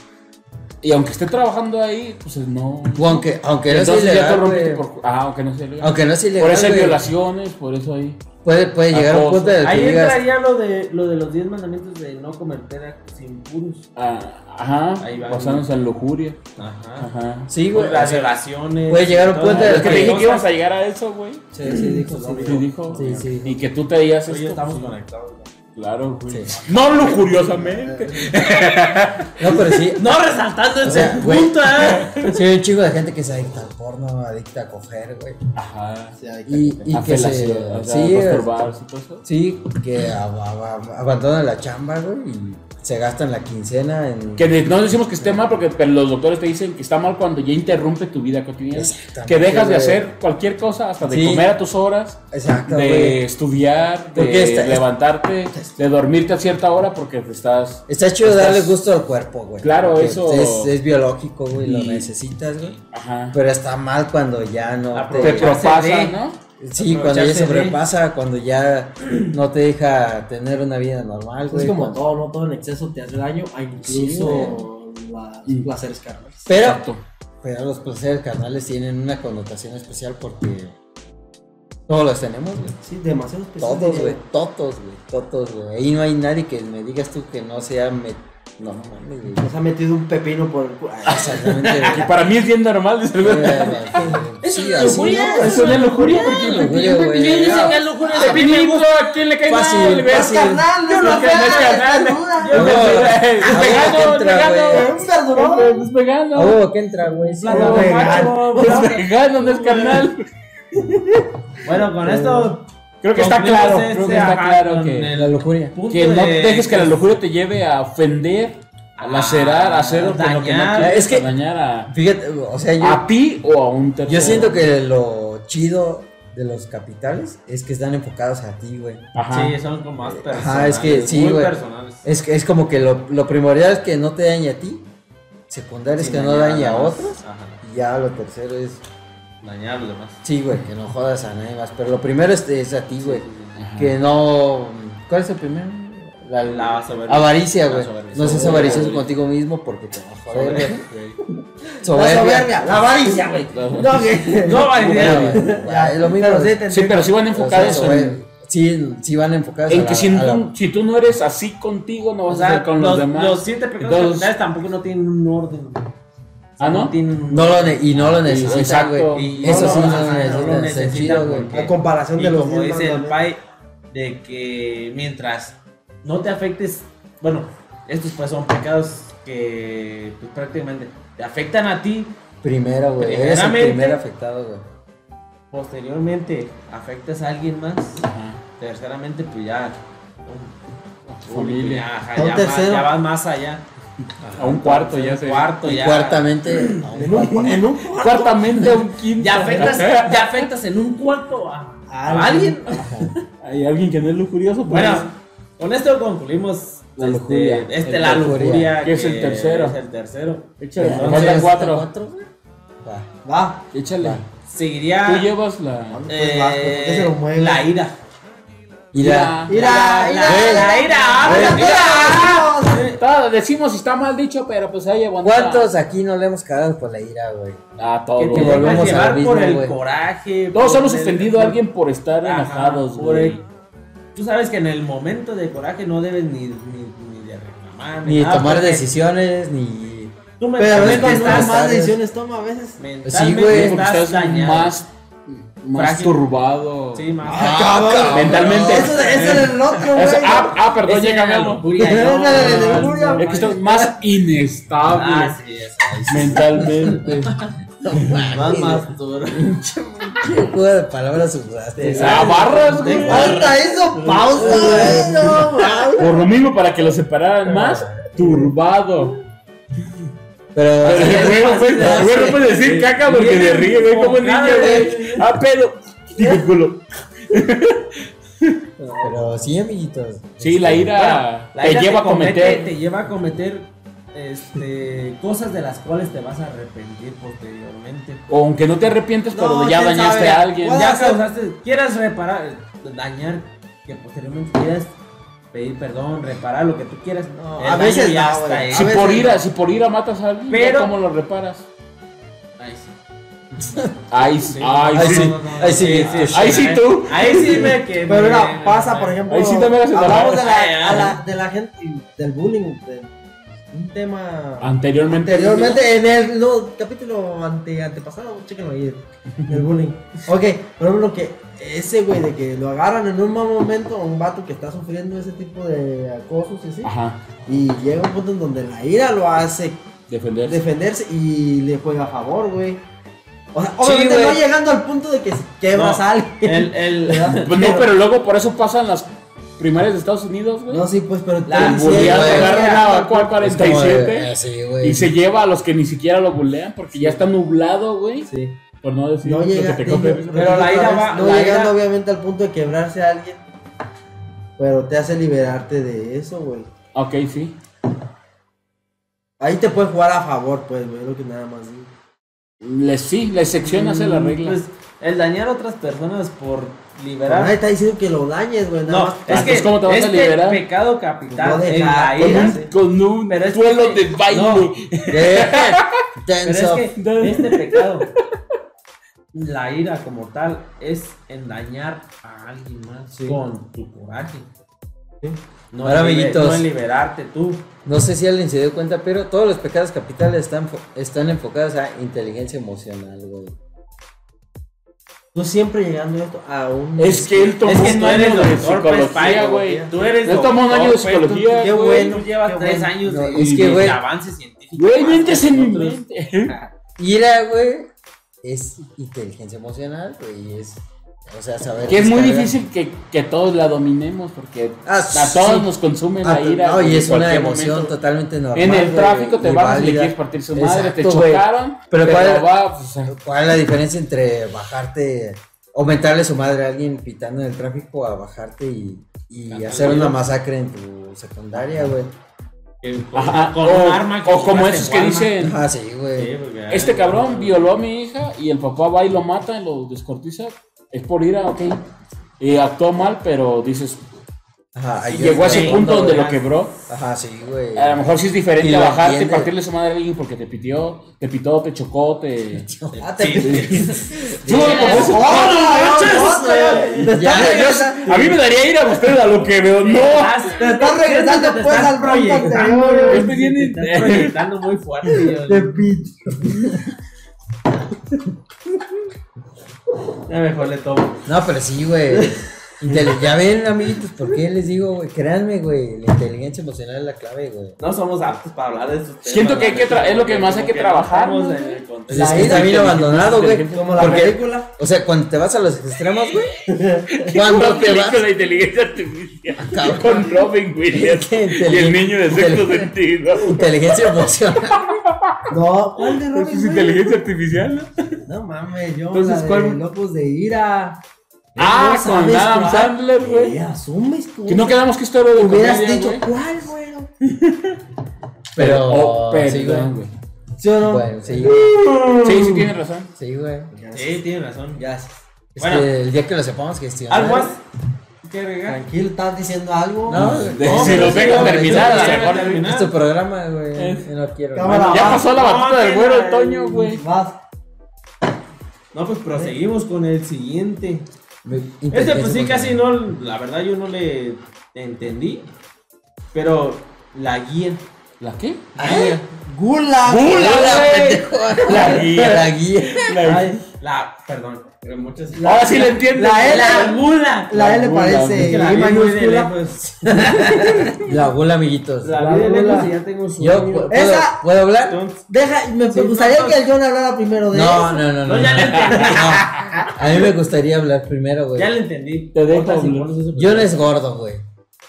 Speaker 2: y aunque esté trabajando ahí, pues no.
Speaker 4: O Aunque, aunque no es
Speaker 2: Entonces ya te
Speaker 4: ilegal,
Speaker 2: rompiste
Speaker 4: güey.
Speaker 2: por... Ah, aunque no sea ilegal.
Speaker 4: Aunque no es ilegal,
Speaker 2: por eso hay
Speaker 4: güey,
Speaker 2: violaciones, por eso hay...
Speaker 4: Puede, puede llegar a un
Speaker 2: Acoso.
Speaker 4: punto de que
Speaker 3: Ahí
Speaker 4: digas,
Speaker 3: entraría lo de, lo de los 10 mandamientos de no cometer actos impuros.
Speaker 2: ah, ajá,
Speaker 3: Ahí va, Ah.
Speaker 2: basándose en lujuria.
Speaker 3: Ajá.
Speaker 2: Ajá. Ah,
Speaker 4: sí, güey.
Speaker 3: Por Pues, las
Speaker 4: o sea,
Speaker 3: violaciones.
Speaker 4: puede llegar un
Speaker 3: todas
Speaker 4: punto
Speaker 3: las
Speaker 4: de
Speaker 2: Es que te dije
Speaker 3: cosas.
Speaker 2: que ibas a llegar a eso, güey.
Speaker 4: Sí, sí, dijo, sí,
Speaker 2: Sí,
Speaker 4: dijo.
Speaker 2: dijo.
Speaker 4: Sí, sí.
Speaker 2: Y que tú te digas
Speaker 3: Oye,
Speaker 2: esto.
Speaker 3: estamos
Speaker 2: pues,
Speaker 3: conectados.
Speaker 2: Claro, güey.
Speaker 4: Sí.
Speaker 2: No lujuriosamente.
Speaker 4: No, pero sí,
Speaker 3: No resaltando
Speaker 4: O sea,
Speaker 3: ese
Speaker 4: güey.
Speaker 3: punto, ¿eh?
Speaker 4: Sí, hay un chingo de gente que se adicta al porno, adicta a coger, güey.
Speaker 2: Ajá.
Speaker 4: Y, y
Speaker 2: A
Speaker 4: que se.
Speaker 2: felación, o sea,
Speaker 4: Sí,
Speaker 2: masturbarse y todo eso.
Speaker 4: sí, que ab- ab- abandonan la chamba, güey, y se gastan la quincena en.
Speaker 2: Que de- no decimos que esté mal, porque pero los doctores te dicen que está mal cuando ya interrumpe tu vida cotidiana.
Speaker 4: Exactamente,
Speaker 2: Que dejas de
Speaker 4: güey.
Speaker 2: hacer cualquier cosa, hasta de
Speaker 4: Sí.
Speaker 2: comer a tus horas.
Speaker 4: Exacto,
Speaker 2: de
Speaker 4: Ah, güey.
Speaker 2: estudiar, de
Speaker 4: Porque esta-
Speaker 2: levantarte, de dormirte a cierta hora porque te estás.
Speaker 4: Está chido
Speaker 2: Estás-
Speaker 4: darle gusto al cuerpo, güey.
Speaker 2: Claro,
Speaker 4: porque
Speaker 2: eso-
Speaker 4: Es, es biológico, güey, lo
Speaker 2: Y-
Speaker 4: necesitas, güey.
Speaker 2: Ajá.
Speaker 4: Pero está mal cuando ya no
Speaker 2: Te
Speaker 3: Aprovechar.
Speaker 4: te.
Speaker 2: propasa,
Speaker 3: de-
Speaker 2: ¿no?
Speaker 4: Sí, cuando ya
Speaker 3: aprovecharse de-
Speaker 4: sobrepasa, cuando ya no te deja tener una vida normal, güey.
Speaker 1: es como
Speaker 4: cuando-
Speaker 1: todo, ¿no? Todo en exceso te hace daño, a incluso las
Speaker 2: Mm.
Speaker 1: placeres carnales.
Speaker 4: Pero
Speaker 2: Exacto.
Speaker 4: Pero pues, los placeres carnales tienen una connotación especial porque todos los tenemos, güey.
Speaker 1: Pues Sí, demasiado especial.
Speaker 4: Todos, güey. Todos, güey. Todos, güey. Ahí no hay nadie que me digas tú que no sea... met- No, no mames, güey.
Speaker 1: Nos ha metido un pepino por el culo.
Speaker 4: Exactamente,
Speaker 2: Que para mí es bien normal, desde luego.
Speaker 4: güey.
Speaker 3: Es
Speaker 4: Sí,
Speaker 3: una
Speaker 4: Eh, así,
Speaker 3: lujuria.
Speaker 4: ¿no?
Speaker 3: Es
Speaker 2: Eso es lujuria, porque
Speaker 4: Lujuria, güey.
Speaker 3: ¿Quién dice que es lujuria?
Speaker 2: Ah, Pepinito, ¿a quién le cae
Speaker 4: Fácil,
Speaker 2: mal, güey?
Speaker 4: fácil.
Speaker 1: Carnal,
Speaker 2: Yo no
Speaker 1: no
Speaker 2: sé, no es carnal.
Speaker 1: duda.
Speaker 2: Yo
Speaker 4: No,
Speaker 2: no sé,
Speaker 4: a
Speaker 2: es
Speaker 4: ver,
Speaker 2: vegano,
Speaker 4: ¿qué
Speaker 2: es
Speaker 4: entra,
Speaker 2: vegano.
Speaker 1: Ah, Es verdurón.
Speaker 2: Es vegano.
Speaker 4: A huevo que entra, Ah, güey. sí,
Speaker 1: Plátano
Speaker 4: güey.
Speaker 1: vegano.
Speaker 2: macho, Es vegano, no es carnal.
Speaker 3: Bueno,
Speaker 2: Eh,
Speaker 3: con esto.
Speaker 2: Creo que está
Speaker 3: concluimos
Speaker 2: claro,
Speaker 3: este,
Speaker 2: creo que está
Speaker 3: ajá,
Speaker 2: claro
Speaker 3: con
Speaker 2: que,
Speaker 4: La lujuria.
Speaker 3: punto
Speaker 2: que no
Speaker 3: de-
Speaker 2: dejes que la lujuria te lleve a ofender, a lacerar, a hacer lo que no
Speaker 3: dañar.
Speaker 2: quieres,
Speaker 4: Es que-
Speaker 2: a dañar a,
Speaker 4: Fíjate, o sea, yo,
Speaker 2: a ti o a un tercero.
Speaker 4: yo siento que lo chido de los capitales es que están enfocados a ti, güey.
Speaker 2: Ajá.
Speaker 3: Sí, son como más
Speaker 4: Ajá,
Speaker 3: personales.
Speaker 4: es que sí,
Speaker 3: muy
Speaker 4: güey.
Speaker 3: personales.
Speaker 4: Es, que- es como que lo, lo primordial es que no te dañe a ti, secundario es que no dañe a otros,
Speaker 3: Ajá,
Speaker 4: y ya lo tercero es,
Speaker 3: dañar a los demás.
Speaker 4: sí, güey, que no jodas a nadie más, pero lo primero es, es a ti, güey,
Speaker 2: Ajá.
Speaker 4: que no... ¿Cuál es el primero? La,
Speaker 3: La soberbia.
Speaker 4: avaricia, güey.
Speaker 3: La soberbia.
Speaker 4: No seas
Speaker 3: Soberbia.
Speaker 4: avaricioso contigo mismo porque te va a joder, güey.
Speaker 1: La soberbia, la avaricia, güey. No, güey.
Speaker 3: No,
Speaker 4: Bueno,
Speaker 3: vale,
Speaker 4: güey, ya, es lo mismo.
Speaker 1: Pero
Speaker 4: güey.
Speaker 1: sí, te
Speaker 2: Sí, pero sí van enfocados
Speaker 4: O sea,
Speaker 2: en,
Speaker 4: güey, sí, sí van enfocados
Speaker 2: en
Speaker 4: a
Speaker 2: que
Speaker 4: la-
Speaker 2: si,
Speaker 4: a la-
Speaker 2: tú, si tú no eres así contigo, no
Speaker 3: O
Speaker 2: vas a
Speaker 3: sea,
Speaker 2: ser con los, demás.
Speaker 3: los siete pecados
Speaker 2: Entonces-
Speaker 3: capitales tampoco no tienen un orden. güey.
Speaker 2: ah, ¿no?
Speaker 3: tienen un
Speaker 4: No lo ne- y no lo necesitan,
Speaker 2: Exacto.
Speaker 4: güey.
Speaker 3: Y
Speaker 4: Eso
Speaker 3: no
Speaker 4: sí
Speaker 3: lo-
Speaker 4: no
Speaker 3: ajá,
Speaker 4: lo
Speaker 3: no
Speaker 4: necesitan.
Speaker 3: lo
Speaker 4: está
Speaker 3: necesitan
Speaker 4: chido, güey.
Speaker 3: porque-
Speaker 1: A comparación
Speaker 3: Y
Speaker 1: de los
Speaker 3: como
Speaker 1: diez
Speaker 3: dice el
Speaker 1: mandamientos.
Speaker 3: Pai, de que mientras no te afectes, bueno, estos pues son pecados que pues, prácticamente te afectan a ti,
Speaker 4: Primero, güey. Eres el
Speaker 3: Primeramente-
Speaker 4: primer afectado, güey.
Speaker 3: posteriormente afectas a alguien más,
Speaker 2: Ajá.
Speaker 3: terceramente pues ya... un- un-
Speaker 2: Familia.
Speaker 3: Ya, ajá,
Speaker 1: Un
Speaker 3: ya, vas,
Speaker 1: tercero.
Speaker 3: ya vas más allá.
Speaker 2: A un cuarto ya se.
Speaker 3: Cuarto,
Speaker 4: Y
Speaker 3: Pues ya.
Speaker 4: cuartamente, no,
Speaker 1: En un- en un
Speaker 2: Cuartamente a un quinto.
Speaker 3: Ya afectas, ya afectas en un cuarto a, a alguien.
Speaker 2: Hay alguien que no es lujurioso, pues.
Speaker 3: Bueno, con esto concluimos
Speaker 2: La
Speaker 3: este,
Speaker 2: lujuria.
Speaker 3: este,
Speaker 4: El
Speaker 3: la
Speaker 4: lujuria,
Speaker 3: lujuria.
Speaker 2: que es el tercero.
Speaker 3: es el tercero.
Speaker 2: échale,
Speaker 4: Ya,
Speaker 2: faltan
Speaker 4: ya,
Speaker 2: cuatro.
Speaker 4: güey. Va.
Speaker 1: Va.
Speaker 2: Échale.
Speaker 4: Va.
Speaker 3: Seguiría
Speaker 2: Tú llevas la.
Speaker 1: Pues
Speaker 3: eh,
Speaker 1: vas, pues, ¿por qué se lo mueve?
Speaker 3: la ira.
Speaker 4: Y la-
Speaker 1: Mira,
Speaker 3: la,
Speaker 1: mira.
Speaker 3: la ira.
Speaker 1: Ahora
Speaker 3: mira.
Speaker 1: todos.
Speaker 2: Todo, decimos si está mal dicho, pero pues ahí aguanta.
Speaker 4: ¿Cuántos aquí no le hemos cagado por la ira, güey?
Speaker 2: Ah,
Speaker 3: Que
Speaker 2: todo.
Speaker 3: te
Speaker 4: volvemos
Speaker 3: dejas
Speaker 4: al
Speaker 3: llevar
Speaker 4: abismo,
Speaker 3: por el
Speaker 4: güey.
Speaker 3: coraje.
Speaker 2: Todos
Speaker 3: por
Speaker 2: hemos
Speaker 3: el-
Speaker 2: ofendido a alguien por estar
Speaker 3: Ajá,
Speaker 2: enojados,
Speaker 3: por
Speaker 2: güey.
Speaker 3: el- Tú sabes que en el momento de coraje no debes ni, ni, ni de reclamar.
Speaker 4: Ni
Speaker 3: nada,
Speaker 4: tomar
Speaker 3: porque
Speaker 4: decisiones, ni.
Speaker 3: Tú me
Speaker 1: Pero
Speaker 4: ves
Speaker 1: es
Speaker 4: Mentalmente
Speaker 1: cuando
Speaker 4: estás-
Speaker 1: más decisiones toma a veces.
Speaker 4: Sí,
Speaker 3: mentalmente
Speaker 4: güey.
Speaker 2: Porque
Speaker 3: estás,
Speaker 2: estás
Speaker 3: dañado.
Speaker 2: más. Más
Speaker 3: Frágil.
Speaker 2: turbado.
Speaker 3: Sí, más.
Speaker 1: Ah, cabrón.
Speaker 2: mentalmente.
Speaker 1: Eso eso era el otro, güey.
Speaker 2: Es- ah, ah, perdón,
Speaker 3: Esa
Speaker 2: llega
Speaker 3: era la
Speaker 2: Memo.
Speaker 3: lujuria,
Speaker 1: Era
Speaker 3: no,
Speaker 1: la de la
Speaker 3: no,
Speaker 1: lujuria.
Speaker 2: Es
Speaker 3: no,
Speaker 2: que
Speaker 3: no.
Speaker 2: estás más inestable
Speaker 3: Ah, sí, esa.
Speaker 2: mentalmente.
Speaker 3: Más más duro.
Speaker 4: ¿Qué juego de palabras usaste? güey?
Speaker 2: Ah, barras, güey.
Speaker 1: Hasta eso, pausa, güey. No, mames.
Speaker 2: Por lo mismo, para que lo separaran más, turbado.
Speaker 4: Pero.
Speaker 3: Ah,
Speaker 2: Pero el güey no puede, el güey no puede decir caca porque se ríe, güey, como niño, güey. Ah, pero. Digo culo.
Speaker 4: Pero sí, amiguitos. Este,
Speaker 2: Sí, la
Speaker 3: Bueno,
Speaker 2: ira
Speaker 3: la
Speaker 2: te
Speaker 3: ira
Speaker 2: lleva a
Speaker 3: comete-
Speaker 2: cometer.
Speaker 3: Te lleva a cometer este, cosas de las cuales te vas a arrepentir posteriormente.
Speaker 2: O aunque no te arrepientes, pero
Speaker 1: No,
Speaker 2: ya
Speaker 1: quién
Speaker 2: dañaste
Speaker 1: sabe.
Speaker 2: a alguien.
Speaker 1: Puede
Speaker 3: Ya
Speaker 1: hacer-
Speaker 3: causaste, quieras reparar, eh, dañar, que posteriormente quieras pedir perdón, reparar lo que tú quieras.
Speaker 1: No,
Speaker 3: El
Speaker 1: a
Speaker 3: daño
Speaker 1: veces
Speaker 3: ya
Speaker 1: no,
Speaker 3: está
Speaker 1: güey.
Speaker 2: Si
Speaker 1: Eh, A
Speaker 3: hecho.
Speaker 2: por
Speaker 1: veces-
Speaker 2: ira, si por ira matas a alguien,
Speaker 3: Pero-
Speaker 2: ¿cómo lo reparas?
Speaker 3: Ahí sí.
Speaker 2: Ay, sí. Ay,
Speaker 4: Ahí
Speaker 2: sí.
Speaker 4: sí, ahí sí,
Speaker 2: Ahí sí tú.
Speaker 3: Ahí sí me quedé.
Speaker 1: Pero mira, pasa, por ejemplo.
Speaker 2: Ahí sí te miras enojado.
Speaker 1: hablamos de
Speaker 3: Ay,
Speaker 1: la, a
Speaker 3: ay.
Speaker 1: la- de la gente, del bullying, de un tema
Speaker 2: Anteriormente.
Speaker 1: anteriormente, en el no, capítulo ante, antepasado, chéquenlo ahí, del bullying. Ok, por ejemplo, que ese güey de que lo agarran en un mal momento a un vato que está sufriendo ese tipo de acosos y así,
Speaker 2: Ajá,
Speaker 1: y llega un punto en donde la ira lo hace
Speaker 2: defenderse.
Speaker 1: defenderse y le juega a favor, güey. O sea, obviamente no
Speaker 3: güey.
Speaker 1: llegando al punto de que se quebras
Speaker 3: No,
Speaker 1: a alguien.
Speaker 3: El, el,
Speaker 1: ¿verdad?
Speaker 2: Pues no, pero luego por eso pasan las primarias de Estados Unidos, güey.
Speaker 1: No, sí, pues, pero...
Speaker 3: La
Speaker 1: te-
Speaker 2: Bullean,
Speaker 4: güey.
Speaker 2: agarran a cual
Speaker 4: Es como de-
Speaker 2: 47
Speaker 4: eh, sí,
Speaker 2: y
Speaker 4: güey.
Speaker 2: se lleva a los que ni siquiera lo bulean porque ya está nublado, güey.
Speaker 1: Sí.
Speaker 2: Por no decir
Speaker 1: No
Speaker 2: lo
Speaker 1: llega,
Speaker 2: que te
Speaker 1: digo,
Speaker 2: coge.
Speaker 1: pero la ira va. No
Speaker 3: la
Speaker 1: llegando
Speaker 3: ira-
Speaker 1: obviamente al punto de quebrarse a alguien. Pero te hace liberarte de eso, güey.
Speaker 2: Ok, sí.
Speaker 1: Ahí te puedes jugar a favor, pues, güey, lo que nada más digo.
Speaker 2: Les sí, les seccionas la
Speaker 1: Mm,
Speaker 2: regla.
Speaker 3: pues, el dañar a otras personas por
Speaker 1: Pero
Speaker 3: liberar
Speaker 1: nadie está diciendo que lo dañes, güey, nada
Speaker 3: No,
Speaker 1: más.
Speaker 3: es que
Speaker 2: Ah, entonces, ¿cómo te vas a
Speaker 3: este
Speaker 2: liberar?
Speaker 3: pecado capital
Speaker 1: No
Speaker 3: es
Speaker 1: dejar,
Speaker 3: la
Speaker 2: con
Speaker 3: ira.
Speaker 1: ¿cómo?
Speaker 2: pues, un, con un
Speaker 3: Pero es que-
Speaker 2: duelo de baile.
Speaker 3: No.
Speaker 4: Eh,
Speaker 3: Pero
Speaker 4: Dance
Speaker 3: es
Speaker 4: off.
Speaker 3: que este pecado, la ira como tal, es endañar a alguien más
Speaker 1: Sí.
Speaker 3: con tu coraje. No,
Speaker 4: Ahora,
Speaker 3: en libe-
Speaker 4: amiguitos.
Speaker 3: no en liberarte tú.
Speaker 4: No sé si alguien se dio cuenta, pero todos los pecados capitales están, fo- están enfocados a inteligencia emocional, güey.
Speaker 1: Tú siempre llegando esto a un.
Speaker 2: Es que él tomó
Speaker 3: Es que
Speaker 2: un
Speaker 3: tú
Speaker 2: año
Speaker 3: eres
Speaker 2: de
Speaker 3: doctor, pues,
Speaker 2: psicología,
Speaker 3: paya,
Speaker 2: güey.
Speaker 3: güey. Tú eres
Speaker 2: Él tomó un año de
Speaker 3: doctor, güey, tú-
Speaker 2: psicología,
Speaker 3: Qué
Speaker 2: güey.
Speaker 3: bueno. Tú
Speaker 1: qué
Speaker 3: llevas tres
Speaker 1: bueno.
Speaker 3: años
Speaker 4: No,
Speaker 3: de
Speaker 4: es que,
Speaker 3: de
Speaker 4: güey.
Speaker 3: avance científico.
Speaker 2: Güey,
Speaker 3: más
Speaker 2: mentes
Speaker 3: que
Speaker 2: en mi
Speaker 3: nosotros.
Speaker 2: mente.
Speaker 4: Ira, güey, es inteligencia emocional, güey, y es. O sea, saber.
Speaker 2: Que es muy
Speaker 4: descargar.
Speaker 2: difícil que, que todos la dominemos porque
Speaker 4: Ah,
Speaker 2: a todos
Speaker 4: sí.
Speaker 2: nos consume
Speaker 4: Ah,
Speaker 2: la ira.
Speaker 4: no,
Speaker 2: güey,
Speaker 4: y
Speaker 2: en
Speaker 4: es una
Speaker 2: cualquier
Speaker 4: emoción
Speaker 2: momento.
Speaker 4: totalmente normal.
Speaker 2: En el
Speaker 4: güey,
Speaker 2: tráfico te
Speaker 4: y
Speaker 2: vas y le
Speaker 4: válida.
Speaker 2: quieres partir su madre, te
Speaker 4: Exacto, güey.
Speaker 2: chocaron.
Speaker 4: Pero
Speaker 2: te
Speaker 4: ¿cuál-
Speaker 2: va, pues, a-
Speaker 4: ¿Cuál es la diferencia entre bajarte, aumentarle su madre a alguien pitando en el tráfico a bajarte y, y hacer una masacre en tu secundaria, güey?
Speaker 3: Que Con,
Speaker 2: Ajá,
Speaker 3: con
Speaker 2: o,
Speaker 3: un arma
Speaker 2: o como
Speaker 3: compraste
Speaker 2: esos
Speaker 3: en
Speaker 2: que
Speaker 3: Walmart.
Speaker 2: dicen,
Speaker 4: Ah, sí, güey.
Speaker 3: Sí, porque-
Speaker 2: este cabrón violó a mi hija y el papá va y lo mata y lo descortiza, es por ira, ok. Y actuó mal, pero dices,
Speaker 4: Ajá, ahí
Speaker 2: llegó a ese
Speaker 4: es-
Speaker 2: punto donde lo quebró.
Speaker 4: Ajá, sí, güey.
Speaker 2: A lo mejor sí es
Speaker 4: Y
Speaker 2: diferente
Speaker 4: lo
Speaker 2: a bajarte y
Speaker 4: entiende.
Speaker 2: partirle su madre a alguien porque te pitió, te pitó, te chocó, te...
Speaker 4: Ah, te-
Speaker 2: Sí, como eso.
Speaker 4: Te
Speaker 2: Ya, yo-
Speaker 4: estás regresa-
Speaker 2: a mí me daría ira a usted a lo que veo. No,
Speaker 4: te estás regresando pues al bronco anterior, güey.
Speaker 2: este tiene.
Speaker 3: Estás proyectando muy fuerte. Dios. Ya mejor le tomo.
Speaker 4: No, pero sí, güey. Inteli- ya ven, amiguitos, ¿por qué les digo, güey? Créanme, güey, la inteligencia emocional es la clave, güey.
Speaker 3: No somos aptos para hablar de estos temas.
Speaker 2: Siento que hay que tra- es lo que más hay que trabajar,
Speaker 3: No estamos
Speaker 2: ¿no?
Speaker 3: en el contexto.
Speaker 4: Pues es que está bien abandonado, güey.
Speaker 1: Como la
Speaker 4: Porque-
Speaker 1: película.
Speaker 4: O sea, cuando te vas a los extremos, güey. cuando te vas. Ah,
Speaker 2: la inteligencia artificial.
Speaker 4: Cabrón.
Speaker 2: Con Robin Williams.
Speaker 4: Qué inteligente.
Speaker 2: niño de sexto sentido.
Speaker 4: Inteligencia emocional.
Speaker 1: No, ¿cuál de Robin Williams?
Speaker 2: artificial? ¿no?
Speaker 1: No mames, yo.
Speaker 2: Entonces,
Speaker 1: la de
Speaker 2: ¿cuál?
Speaker 1: Locos de ira.
Speaker 2: Ah,
Speaker 1: No
Speaker 2: con
Speaker 1: sabes
Speaker 2: Adam
Speaker 1: cuál.
Speaker 2: Sandler,
Speaker 1: Eh,
Speaker 2: güey.
Speaker 1: asumes tú.
Speaker 2: Que no quedamos que esto era de
Speaker 1: Hubieras
Speaker 2: comedia,
Speaker 1: dicho
Speaker 2: güey.
Speaker 1: cuál, güey.
Speaker 4: Pero.
Speaker 2: Oh,
Speaker 4: sí,
Speaker 2: perdón,
Speaker 4: güey.
Speaker 2: güey.
Speaker 1: ¿Sí o no?
Speaker 4: Bueno, sí,
Speaker 2: Sí, sí, tienes razón.
Speaker 4: sí, güey.
Speaker 3: Sí, tienes razón.
Speaker 1: Gracias.
Speaker 4: Es
Speaker 3: Bueno.
Speaker 4: que el día que lo sepamos gestionar.
Speaker 3: ¿Algo más? ¿Qué agregar?
Speaker 1: Tranquilo, estás diciendo algo.
Speaker 4: No,
Speaker 2: si lo
Speaker 4: tengo
Speaker 2: dejan terminar, a lo mejor.
Speaker 4: Este Es tu programa, güey. Yo no quiero.
Speaker 1: Cámara.
Speaker 2: Ya
Speaker 1: Ah,
Speaker 2: pasó la
Speaker 3: no,
Speaker 2: batuta del
Speaker 3: que
Speaker 2: güero
Speaker 3: la-
Speaker 2: el Toño, güey.
Speaker 1: Vas.
Speaker 3: No, pues proseguimos con el siguiente.
Speaker 4: Me-
Speaker 3: Este,
Speaker 4: inteligencia
Speaker 3: pues sí,
Speaker 4: emocional.
Speaker 3: casi no. La verdad, yo no le entendí. Pero la guía.
Speaker 2: ¿La qué?
Speaker 4: Ay,
Speaker 1: Gula.
Speaker 4: La guía. La guía.
Speaker 3: Ay, La. Perdón. pero Muchas. Ah,
Speaker 2: Ahora sí le entiendo. E.
Speaker 1: la L.
Speaker 3: La E. gula.
Speaker 1: La L parece
Speaker 3: Es que la
Speaker 1: I
Speaker 3: vi muy de
Speaker 1: mayúscula.
Speaker 3: lejos.
Speaker 4: La gula, amiguitos.
Speaker 3: La vi de
Speaker 1: gula.
Speaker 3: lejos y ya tengo su.
Speaker 4: Yo pues, pu- puedo,
Speaker 1: Esa-
Speaker 4: ¿puedo hablar.
Speaker 3: Entonces,
Speaker 1: Deja, me
Speaker 3: Sí,
Speaker 1: gustaría
Speaker 3: no, no.
Speaker 1: que el John hablara primero de
Speaker 4: No,
Speaker 1: eso.
Speaker 4: no, no, no.
Speaker 3: No, ya le entendí.
Speaker 4: No, A mí me gustaría hablar primero, güey.
Speaker 3: Ya le entendí. pues,
Speaker 2: Te dejo
Speaker 3: Otras
Speaker 2: hablar.
Speaker 3: iguales, eso,
Speaker 4: Yo no es gordo, güey.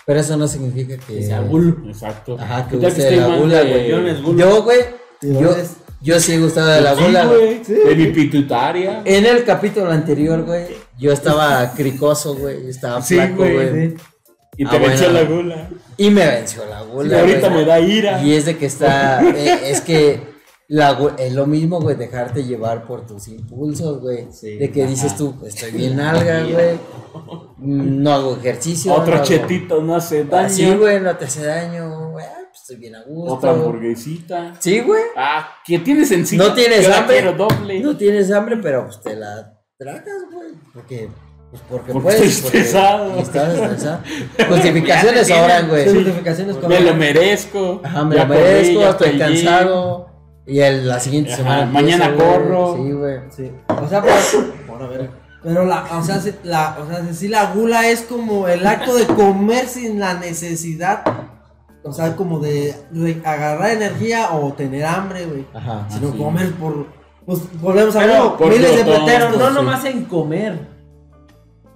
Speaker 4: Pero eso no significa que.
Speaker 3: pero- sea gulo.
Speaker 2: Exacto.
Speaker 4: Ajá, que
Speaker 2: Ya
Speaker 4: guste
Speaker 2: estoy
Speaker 4: la
Speaker 2: mal
Speaker 4: gula,
Speaker 2: de-
Speaker 4: güey.
Speaker 3: pues, Yo no
Speaker 2: eh,
Speaker 3: es gulo.
Speaker 4: Yo, güey, yo,
Speaker 1: eres-
Speaker 4: yo sí he gustado de la
Speaker 2: Sí,
Speaker 4: gula. güey.
Speaker 2: güey. De mi pitutaria.
Speaker 4: En el capítulo anterior, güey, yo estaba cricoso, güey. yo Estaba
Speaker 2: Sí,
Speaker 4: flaco,
Speaker 2: güey,
Speaker 4: güey.
Speaker 2: Y
Speaker 4: Ah,
Speaker 2: te venció
Speaker 4: bueno.
Speaker 2: la gula.
Speaker 4: Y me venció la gula.
Speaker 2: Y ahorita
Speaker 4: güey.
Speaker 2: me da ira.
Speaker 4: Y es de que está. eh, es que. La, gu- es lo mismo, güey, dejarte llevar por tus impulsos, güey. de que dices tú, estoy bien alga, güey. mm, No hago ejercicio. no
Speaker 2: Otro
Speaker 4: hago-
Speaker 2: chetito no hace daño.
Speaker 4: Así, güey, no te hace daño, güey. ah, pues estoy bien a gusto.
Speaker 2: Otra hamburguesita.
Speaker 4: Sí, güey.
Speaker 2: Ah, que tienes encima.
Speaker 4: No tienes
Speaker 2: Yo la
Speaker 4: hambre.
Speaker 2: quiero doble.
Speaker 4: No tienes hambre, pero pues te la tragas, güey. Porque, pues porque,
Speaker 2: Porque
Speaker 4: puedes.
Speaker 2: estoy estresado.
Speaker 4: y Estás estresado. Justificaciones
Speaker 3: Ya te
Speaker 4: ahora, güey.
Speaker 1: Certificaciones
Speaker 2: me lo
Speaker 1: con
Speaker 2: merezco.
Speaker 4: Ajá, me
Speaker 2: Ya
Speaker 4: lo
Speaker 2: corrí,
Speaker 4: merezco,
Speaker 2: ya
Speaker 4: estoy
Speaker 2: peleé.
Speaker 4: cansado. Y el- la siguiente
Speaker 2: Ajá,
Speaker 4: semana.
Speaker 2: mañana
Speaker 4: empiezo, güey.
Speaker 2: corro.
Speaker 4: Sí, güey.
Speaker 1: Sí. O sea, pero, bueno, a ver. Pero la, o sea, si, la, o sea, si la gula es como el acto de comer sin la necesidad, o sea, como de re- agarrar energía o tener hambre, güey.
Speaker 4: Ajá.
Speaker 1: Si no
Speaker 2: sí.
Speaker 1: comer por, pues volvemos a
Speaker 3: Pero
Speaker 1: ver
Speaker 2: por
Speaker 1: miles de
Speaker 2: glotón,
Speaker 1: peteros,
Speaker 3: Pero no
Speaker 1: ¿no?
Speaker 3: nomás en comer,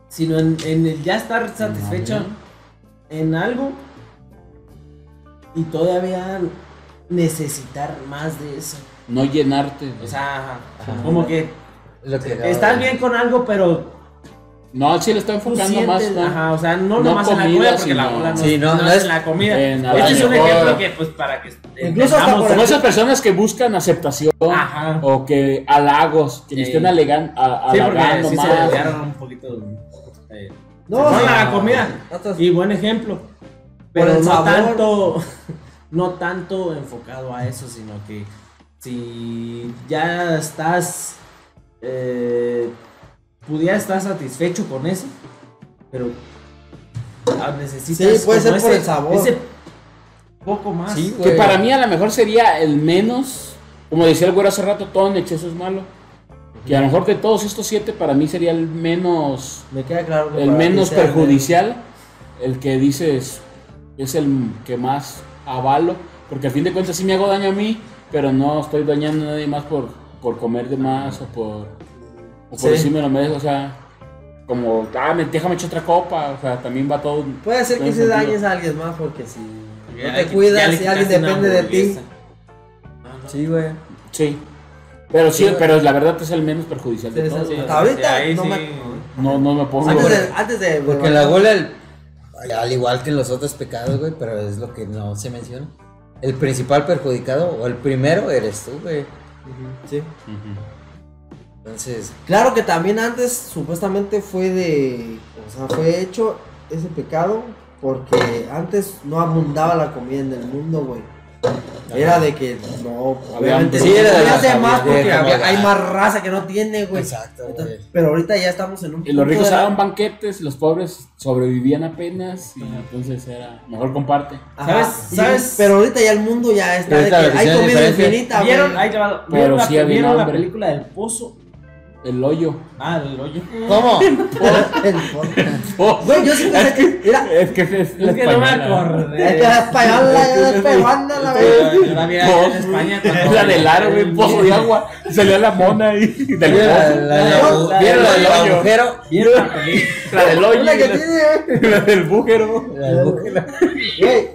Speaker 3: sino en, en el ya estar satisfecho en algo y todavía necesitar más de eso.
Speaker 2: No llenarte.
Speaker 3: O sea, como que
Speaker 4: Lo que
Speaker 3: estás bien con algo, pero
Speaker 2: No, sí le está
Speaker 3: tú
Speaker 2: enfocando
Speaker 3: sientes,
Speaker 2: más. ¿no?
Speaker 3: ajá, o sea, no,
Speaker 2: No
Speaker 3: nomás en la
Speaker 2: comida,
Speaker 3: comida, porque
Speaker 2: sino-
Speaker 3: la bola no,
Speaker 4: sí, no,
Speaker 3: no
Speaker 4: no
Speaker 3: es
Speaker 4: es-
Speaker 3: en la comida.
Speaker 2: en la-
Speaker 3: este es un
Speaker 4: mejor.
Speaker 3: ejemplo que, pues, para que
Speaker 1: Incluso hasta
Speaker 3: entendamos-
Speaker 2: Como esas personas que buscan aceptación
Speaker 3: Ajá.
Speaker 2: o que halagos, que le
Speaker 3: Sí.
Speaker 2: estén alegan, a-
Speaker 3: Sí,
Speaker 2: halagando
Speaker 3: porque sí se
Speaker 2: más.
Speaker 3: desviaron un poquito. eh,
Speaker 1: No,
Speaker 3: se
Speaker 1: o
Speaker 3: fueron a
Speaker 1: sea,
Speaker 3: la comida.
Speaker 1: otras-
Speaker 3: Y buen ejemplo.
Speaker 1: Por
Speaker 3: Pero
Speaker 1: el
Speaker 3: no
Speaker 1: sabor.
Speaker 3: tanto. No tanto enfocado a eso, sino que si ya estás. Eh, pudiera estar satisfecho con eso. Pero ah, necesitas.
Speaker 1: Sí, puede ser
Speaker 3: como
Speaker 1: por el sabor.
Speaker 3: ese poco más.
Speaker 4: Sí,
Speaker 2: Que
Speaker 4: güey.
Speaker 2: para mí a lo mejor sería el menos, como decía el güero hace rato, todo en exceso es malo. Que a lo mejor de todos estos siete, para mí sería el menos,
Speaker 1: Me queda claro que
Speaker 2: el
Speaker 1: para ti
Speaker 2: menos
Speaker 1: sea el
Speaker 2: perjudicial, el que dices es el que más avalo, porque al fin de cuentas sí me hago daño a mí, pero no estoy dañando a nadie más por, por comer de más o por, o por
Speaker 1: Sí.
Speaker 2: decirme lo merezco, o sea, como, ah, me, déjame echar otra copa, o sea, también va todo.
Speaker 1: eh, Puede ser que
Speaker 2: todo
Speaker 1: se
Speaker 2: sentido.
Speaker 1: dañes a alguien más porque si no
Speaker 3: Ya
Speaker 1: te
Speaker 3: le- ya
Speaker 1: cuidas,
Speaker 3: le
Speaker 1: si alguien
Speaker 3: quitaste una
Speaker 1: depende de ti.
Speaker 3: hamburguesa.
Speaker 1: Sí, güey.
Speaker 2: Sí, pero sí,
Speaker 1: Sí, güey.
Speaker 2: pero la verdad es el menos perjudicial de
Speaker 1: Sí,
Speaker 2: todos.
Speaker 1: sí,
Speaker 2: o sea,
Speaker 1: sí. Ahorita
Speaker 3: ahí
Speaker 1: no
Speaker 3: sí,
Speaker 1: me-
Speaker 2: No, no me pongo.
Speaker 1: Antes de, antes de
Speaker 7: Porque la gola, el- al igual que los otros pecados, güey, pero es lo que no se menciona. El principal perjudicado o el primero eres tú, güey.
Speaker 1: Sí.
Speaker 2: Ujú.
Speaker 7: Entonces,
Speaker 1: Claro que también antes supuestamente fue de. O sea, fue hecho ese pecado porque antes no abundaba la comida en el mundo, güey. Era de que no, obviamente
Speaker 2: hambre. Sí, era de
Speaker 1: comías
Speaker 2: la-
Speaker 1: de más
Speaker 7: había-
Speaker 1: porque
Speaker 7: había-
Speaker 1: había- hay más raza que no tiene, güey.
Speaker 7: Exacto,
Speaker 1: Entonces,
Speaker 7: güey.
Speaker 1: pero ahorita ya estamos en un.
Speaker 2: Y los
Speaker 1: punto
Speaker 2: ricos
Speaker 1: de la-
Speaker 2: daban banquetes, los pobres sobrevivían apenas y entonces era mejor comparte.
Speaker 1: Ajá.
Speaker 3: ¿Sabes?
Speaker 1: Y-
Speaker 3: ¿Sabes?
Speaker 1: Pero ahorita ya el mundo ya está de que
Speaker 7: Ahorita la
Speaker 1: hay
Speaker 7: visión es
Speaker 1: comida
Speaker 7: diferente.
Speaker 1: infinita, güey.
Speaker 3: ¿Vieron? Ahí te va-
Speaker 2: Pero
Speaker 3: ¿Vieron, la,
Speaker 2: sí había
Speaker 3: vieron la
Speaker 2: hambre.
Speaker 3: película del pozo?
Speaker 2: El hoyo.
Speaker 3: Ah, del hoyo.
Speaker 7: ¿cómo?
Speaker 1: El podcast.
Speaker 2: Oh,
Speaker 1: Güey, yo siempre sé que. Mira,
Speaker 2: es que es, la
Speaker 3: Es que no me
Speaker 2: española.
Speaker 1: es
Speaker 3: acordé.
Speaker 1: que la española, ya la peruana, la verdad.
Speaker 3: Ahora mira, en
Speaker 2: Pozo.
Speaker 3: España
Speaker 2: Es
Speaker 3: cuando-
Speaker 2: la del aro, güey, pozo de agua. Y Salió la mona ahí del
Speaker 7: ¿Vieron la,
Speaker 2: pozo.
Speaker 7: la- la-
Speaker 3: La-
Speaker 7: vieron la
Speaker 2: la-
Speaker 7: del
Speaker 2: la- la-
Speaker 7: agujero?
Speaker 3: ¿Vieron la película?
Speaker 2: La del hoyo.
Speaker 1: Una
Speaker 2: y
Speaker 1: que
Speaker 2: la-
Speaker 1: tiene, güey.
Speaker 2: La del bújero.
Speaker 7: La del agujero.
Speaker 1: Güey,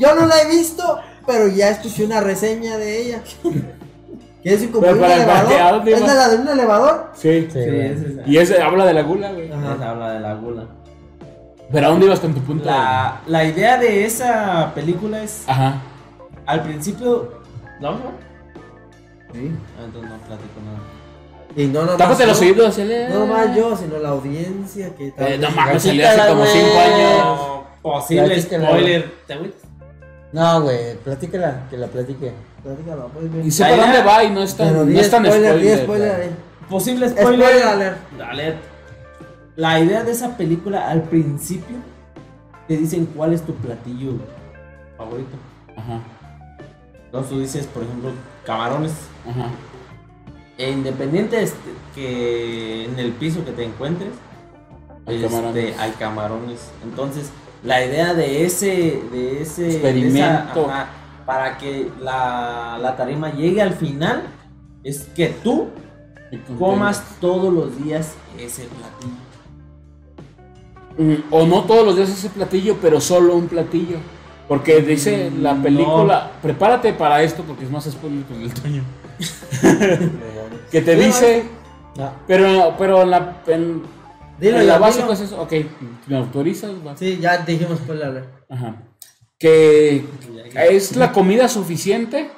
Speaker 1: yo no la he visto, pero ya escuché una reseña de ella. Que es como
Speaker 2: Pero
Speaker 1: un
Speaker 2: para el parqueado,
Speaker 1: elevador.
Speaker 2: tío.
Speaker 1: Es de la de un elevador.
Speaker 2: Sí.
Speaker 7: Sí, güey.
Speaker 2: Y ese habla de la gula, güey.
Speaker 3: Esa habla de la gula.
Speaker 2: Pero ¿a dónde ibas con tu punto?
Speaker 3: La, la idea de esa película es,
Speaker 2: Ajá.
Speaker 3: al principio... ¿La vamos a ver? Ah, entonces no platico nada.
Speaker 1: Y no nomás
Speaker 2: Tápate
Speaker 1: yo,
Speaker 2: los oídos.
Speaker 1: No nomás yo, sino la audiencia que tal
Speaker 2: Eh, no
Speaker 1: vez-
Speaker 2: mames, salió hace como
Speaker 7: Platícala,
Speaker 2: 5
Speaker 7: güey.
Speaker 2: años.
Speaker 3: No, posible
Speaker 7: Platícala.
Speaker 3: spoiler. ¿Te agüitas?
Speaker 7: No, güey, platícala, que la platique.
Speaker 1: Platícala, pues, güey.
Speaker 2: Y sé para
Speaker 3: Ahí
Speaker 2: dónde
Speaker 3: va.
Speaker 2: va y no es tan,
Speaker 1: Pero
Speaker 2: no
Speaker 1: di
Speaker 2: es tan
Speaker 1: spoiler, di
Speaker 2: spoiler.
Speaker 1: spoiler ahí.
Speaker 3: Posible spoiler.
Speaker 1: Spoiler alert.
Speaker 3: Alert. La idea de esa película al principio te dicen cuál es tu platillo favorito.
Speaker 2: Ajá.
Speaker 3: Entonces tú dices, por ejemplo, camarones.
Speaker 2: Ajá.
Speaker 3: E independiente este, que en el piso que te encuentres,
Speaker 2: Hay
Speaker 3: este,
Speaker 2: camarones.
Speaker 3: hay camarones. Entonces, la idea de ese, de ese de esa-
Speaker 2: Experimento.
Speaker 3: ajá, para que la, la tarima llegue al final es que tú comas todos los días ese platillo.
Speaker 2: Mm, O no todos los días ese platillo, pero solo un platillo. Porque dice
Speaker 3: Mm,
Speaker 2: la película, prepárate para esto porque es más spoiler que el Toño. que te
Speaker 1: No,
Speaker 2: dice,
Speaker 7: No.
Speaker 2: pero, pero en la, en,
Speaker 1: Dilo,
Speaker 2: en la
Speaker 1: ya,
Speaker 2: básico
Speaker 1: dilo.
Speaker 4: pues.
Speaker 2: es eso. Ok, ¿me autorizas? Va.
Speaker 1: Sí, ya dijimos spoiler alert.
Speaker 2: Ajá. Que es la comida suficiente.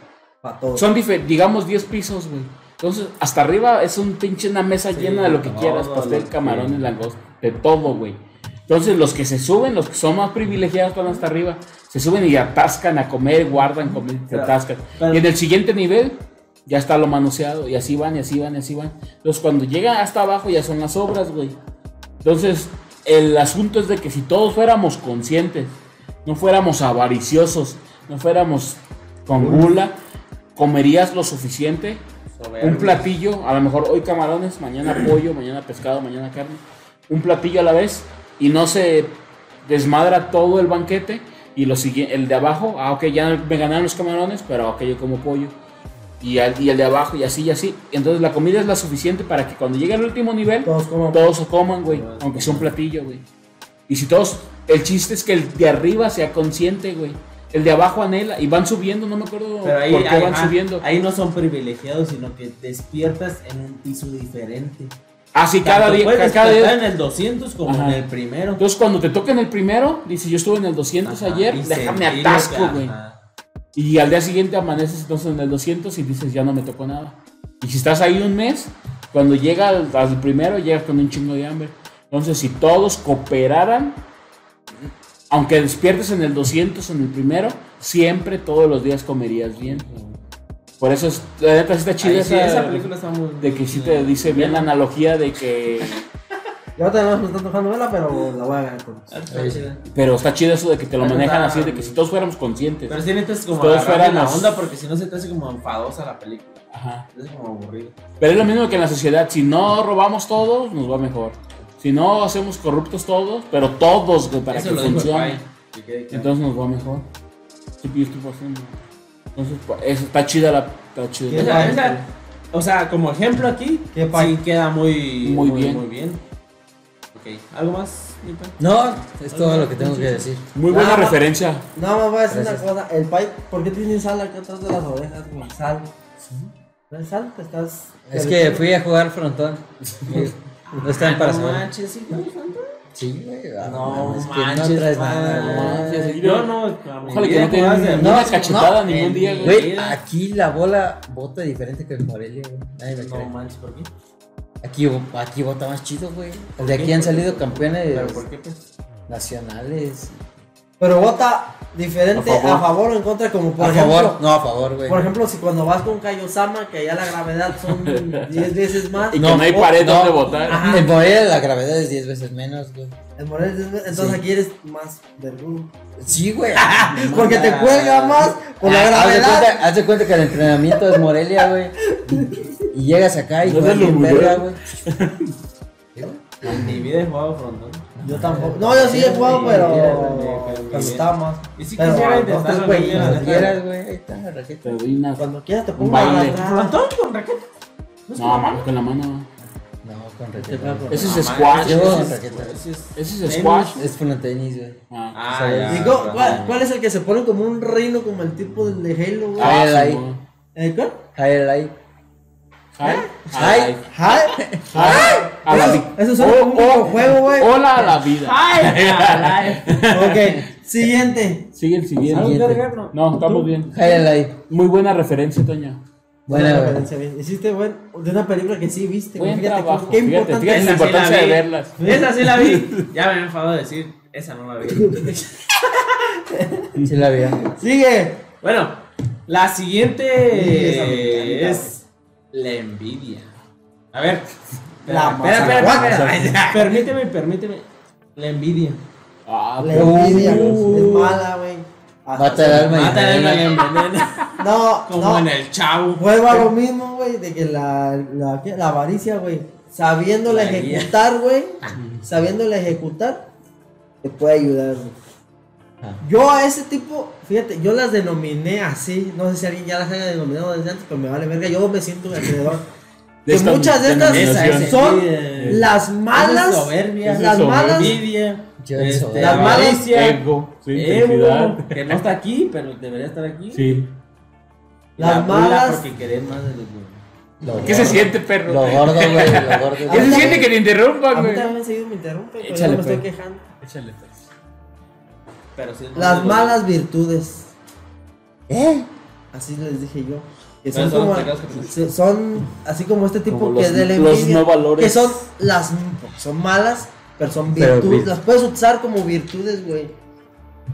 Speaker 1: Para todos.
Speaker 2: Son, dife- digamos, 10 pisos, güey. Entonces, hasta arriba es un pinche una mesa llena de lo que
Speaker 3: todo
Speaker 2: quieras,
Speaker 3: lo
Speaker 2: pastel,
Speaker 3: que-
Speaker 2: camarones, langosta, de todo, güey. Entonces, los que se suben, los que son más privilegiados están hasta arriba, se suben y atascan a comer, guardan comer, se
Speaker 3: Pero-
Speaker 2: atascan.
Speaker 3: pero-
Speaker 2: Y en el siguiente nivel, ya está lo manoseado, y así van, y así van, y así van. Entonces, cuando llegan hasta abajo, ya son las obras, güey. Entonces, el asunto es de que si todos fuéramos conscientes, no fuéramos avariciosos, no fuéramos con gula, comerías lo suficiente, un platillo, a lo mejor hoy camarones, mañana pollo, mañana pescado, mañana carne, un platillo a la vez y no se desmadra todo el banquete y lo sigue, el de abajo, ah, ok, ya me ganaron los camarones, pero ok, yo como pollo. Y, al- y el de abajo, y así, y así. Entonces la comida es la suficiente para que cuando llegue al último nivel,
Speaker 1: Todos como.
Speaker 2: todos se coman, güey. Aunque sea un platillo, güey. Y si todos. El chiste es que el de arriba sea consciente, güey. El de abajo anhela. Y van subiendo, no me acuerdo
Speaker 3: Pero ahí,
Speaker 2: por qué
Speaker 3: ahí-
Speaker 2: van
Speaker 3: ah,
Speaker 2: subiendo.
Speaker 3: ahí no son privilegiados, sino que despiertas en un piso diferente.
Speaker 2: Así cada
Speaker 3: Tanto
Speaker 2: día.
Speaker 3: puedes
Speaker 2: ca- Cada
Speaker 3: despertar
Speaker 2: día.
Speaker 3: en el 200 como
Speaker 2: Ajá.
Speaker 3: en el primero.
Speaker 2: Entonces cuando te toca en el primero, dice yo estuve en el 200
Speaker 3: Ajá,
Speaker 2: ayer,
Speaker 3: y
Speaker 2: déjame
Speaker 3: sentir lo que-
Speaker 2: atasco, güey.
Speaker 3: ajá.
Speaker 2: Y al día siguiente amaneces entonces en el 200 y dices ya no me tocó nada. Y si estás ahí un mes, cuando llega al, al primero, llegas con un chingo de hambre. Entonces, si todos cooperaran, aunque despiertes en el 200 en el primero, siempre todos los días comerías bien. Por eso es, la neta sí está chida
Speaker 3: Ahí sí,
Speaker 2: esa,
Speaker 3: esa película está muy
Speaker 2: de que sí te dice bien la analogía de que
Speaker 1: Ya te vamos están tocando verla, pero la voy a ganar con.
Speaker 3: Ah,
Speaker 2: eh,
Speaker 3: Está chida.
Speaker 2: pero está chido eso de que te lo
Speaker 3: Pero
Speaker 2: manejan
Speaker 3: está-
Speaker 2: así de que si todos fuéramos conscientes.
Speaker 3: Pero si necesitas como
Speaker 2: Todos
Speaker 3: agarrarle la
Speaker 2: fuéramos-
Speaker 3: onda porque si no se te hace como enfadosa la película.
Speaker 2: Ajá.
Speaker 3: Es como aburrido.
Speaker 2: Pero es lo mismo que en la sociedad. Si no robamos todos, nos va mejor. Si no hacemos corruptos todos, pero todos, güey, para
Speaker 3: Eso
Speaker 2: que
Speaker 3: lo dijo el
Speaker 2: funcione.
Speaker 3: Pai, que quede claro.
Speaker 2: Entonces nos va mejor. Sí, pues, yo estoy pasando. Entonces, pues, eso, está chida la. Está chida.
Speaker 3: O sea, esa- o sea, como ejemplo aquí,
Speaker 1: Qué Pai.
Speaker 3: sí queda muy,
Speaker 2: Muy bien.
Speaker 3: muy bien. Ok, ¿algo más, mi Pai?
Speaker 4: No, es todo lo que tengo que decir.
Speaker 2: Muy buena
Speaker 1: Ah,
Speaker 2: referencia.
Speaker 1: No, me voy a decir
Speaker 4: Gracias.
Speaker 1: una cosa. El pai, ¿por qué tiene sal acá atrás de las orejas, güey? Sal. ¿No es sal? Te estás.
Speaker 4: Es que fui a jugar frontón. No están para
Speaker 3: No
Speaker 4: saber.
Speaker 3: manches, sí, güey, tanto.
Speaker 4: Sí, güey. ah,
Speaker 3: No
Speaker 4: mames, que
Speaker 3: manches,
Speaker 4: No traes
Speaker 3: Pai.
Speaker 4: nada. güey.
Speaker 3: Yo no,
Speaker 2: Ojalá que no te
Speaker 3: jugadas de-
Speaker 2: den una cachetada ningún día, güey.
Speaker 4: Güey, aquí la bola bota diferente que en Morelia, güey. Nadie me
Speaker 3: No
Speaker 4: cree.
Speaker 3: manches, ¿por qué?
Speaker 4: Aquí, aquí bota más chido, güey. De aquí han salido campeones
Speaker 3: ¿Pero por qué, pues?
Speaker 4: nacionales.
Speaker 1: Pero vota diferente
Speaker 2: A favor.
Speaker 1: a favor o en contra, como por
Speaker 4: a
Speaker 1: ejemplo.
Speaker 4: favor, no, a favor, güey.
Speaker 1: Por ejemplo, si cuando vas con Kaiosama, que allá la gravedad son 10 veces más.
Speaker 2: Y que no hay
Speaker 1: o-
Speaker 2: pared
Speaker 4: no.
Speaker 2: donde votar.
Speaker 1: Ajá.
Speaker 4: En Morelia la gravedad es 10 veces menos, güey.
Speaker 1: En Morelia, entonces
Speaker 4: Sí.
Speaker 1: aquí eres más verdugo.
Speaker 4: Sí, güey.
Speaker 1: Porque te cuelga más por la
Speaker 4: Ah, haz de
Speaker 1: gravedad.
Speaker 4: cuenta- Haz de cuenta que el entrenamiento es Morelia, güey. Y llegas acá y
Speaker 2: No seas
Speaker 4: juegas bien
Speaker 2: lujuroso.
Speaker 4: verga, güey.
Speaker 3: En mi vida he jugado frontón.
Speaker 1: Yo tampoco. No, yo sí he jugado, pero. Cuando estaba más.
Speaker 3: Y si
Speaker 1: Pero
Speaker 3: quisiera
Speaker 1: dos,
Speaker 3: intentarlo,
Speaker 1: tres
Speaker 3: no
Speaker 1: güeyes, la
Speaker 3: quiero,
Speaker 4: Cuando
Speaker 3: neta.
Speaker 4: quieras, güey. Ahí está la raqueta.
Speaker 2: Te doy unas-
Speaker 1: Cuando quieras te
Speaker 2: Un
Speaker 1: pongo
Speaker 2: baile.
Speaker 1: atrás.
Speaker 3: ¿Frontón con raqueta?
Speaker 2: No, mames, con la mano.
Speaker 4: No, con raqueta. güey.
Speaker 2: Ese
Speaker 3: No,
Speaker 2: es
Speaker 3: mames,
Speaker 2: squash.
Speaker 4: Yo
Speaker 2: Ah, Ese
Speaker 4: con
Speaker 2: es-
Speaker 4: raqueta.
Speaker 3: Ese es-
Speaker 2: ese es squash.
Speaker 4: Es frontenis, güey.
Speaker 2: Ah,
Speaker 3: Ah, ya.
Speaker 1: ¿Y cu- cuál, cuál es el que se pone como un reino, como el tipo del de Halo, güey?
Speaker 2: ah,
Speaker 4: Highlight.
Speaker 2: Simón.
Speaker 1: ¿Eh, cuál?
Speaker 4: Highlight.
Speaker 2: Hi-
Speaker 4: Hi-
Speaker 2: Hi-
Speaker 1: Hi-
Speaker 2: hi- a la vi-
Speaker 1: Eso suena
Speaker 2: Oh,
Speaker 1: como un
Speaker 2: oh,
Speaker 1: juego, güey.
Speaker 2: Hola a la vida.
Speaker 1: Ok, siguiente.
Speaker 2: Sigue el siguiente.
Speaker 4: Siguiente.
Speaker 2: No, estamos bien.
Speaker 4: Highlight.
Speaker 2: Muy buena referencia, Toña.
Speaker 4: Buena, güey.
Speaker 1: referencia, bien. Hiciste buen, de una película que sí viste. güey.
Speaker 2: Buen
Speaker 1: Fíjate,
Speaker 2: trabajo.
Speaker 1: cómo- qué
Speaker 2: Fíjate,
Speaker 1: importante
Speaker 2: fíjate
Speaker 1: es.
Speaker 2: la
Speaker 3: Esa sí la
Speaker 2: importancia de
Speaker 3: vi.
Speaker 2: verlas.
Speaker 3: Esa sí la vi. Ya me he enfadado de decir, esa no la vi.
Speaker 4: Sí la vi. ¿eh?
Speaker 1: Sigue.
Speaker 3: Bueno, la siguiente
Speaker 1: Sí, esa me encanta,
Speaker 3: es la envidia. A ver.
Speaker 1: La
Speaker 3: espera, espera, espera, espera. Permíteme, permíteme. La envidia.
Speaker 2: Ah,
Speaker 1: La
Speaker 2: pero-
Speaker 1: envidia,
Speaker 2: Uh,
Speaker 1: es mala, güey. Hasta-
Speaker 4: Mata el alma y
Speaker 3: Mata el alma y
Speaker 4: envenena.
Speaker 3: envenena.
Speaker 1: No,
Speaker 3: Como
Speaker 1: no.
Speaker 3: en el chavo.
Speaker 1: Vuelvo a lo mismo, güey, de que la, la, ¿qué? la avaricia, güey, sabiéndola
Speaker 3: La guía.
Speaker 1: ejecutar, güey, sabiéndola ejecutar, te puede ayudar, güey. Yo a ese tipo, fíjate, yo las denominé así, no sé si alguien ya las haya denominado desde antes, pero me vale verga, yo me siento alrededor.
Speaker 2: de
Speaker 1: que
Speaker 2: esta
Speaker 1: muchas de estas
Speaker 2: denominación.
Speaker 3: esa,
Speaker 1: son
Speaker 3: envidia.
Speaker 1: las malas,
Speaker 3: Esa Pues es soberbia.
Speaker 1: las
Speaker 2: Esa es soberbia.
Speaker 1: malas,
Speaker 3: Envidia.
Speaker 4: Yo
Speaker 3: este,
Speaker 4: soy.
Speaker 1: Las malas-
Speaker 3: avaricia,
Speaker 2: Ego, sí,
Speaker 3: ego,
Speaker 2: intensidad.
Speaker 3: que no está aquí, pero debería estar aquí.
Speaker 2: Sí.
Speaker 3: Y la
Speaker 1: Las
Speaker 3: burla
Speaker 1: malas-
Speaker 3: Porque querés más de los demás.
Speaker 4: Lo
Speaker 2: ¿Qué se
Speaker 4: gordo.
Speaker 2: siente, perro?
Speaker 4: Lo gordo, güey. Lo gordo. ¿Eh?
Speaker 2: ¿Qué se
Speaker 1: Ahorita-
Speaker 2: siente que te
Speaker 1: a
Speaker 2: interrumpan,
Speaker 1: mí
Speaker 2: güey?
Speaker 1: también seguido me interrumpe, pero ya
Speaker 4: Échale,
Speaker 1: me estoy
Speaker 4: pues.
Speaker 1: quejando.
Speaker 2: Échale, pues.
Speaker 3: Pero sí, es más
Speaker 1: Las
Speaker 3: de los-
Speaker 1: malas virtudes.
Speaker 4: ¿Eh?
Speaker 1: Así les dije yo. Que
Speaker 3: Pero
Speaker 1: son,
Speaker 3: son
Speaker 1: como,
Speaker 3: pecados capitales.
Speaker 1: se- son así como este tipo
Speaker 2: Como
Speaker 1: que
Speaker 2: los-
Speaker 1: es de la
Speaker 2: los
Speaker 1: envidia,
Speaker 2: no valores.
Speaker 1: Que son las porque son malas, pero son
Speaker 4: Pero
Speaker 1: virtudes.
Speaker 4: vi-
Speaker 1: Las puedes usar como virtudes, güey.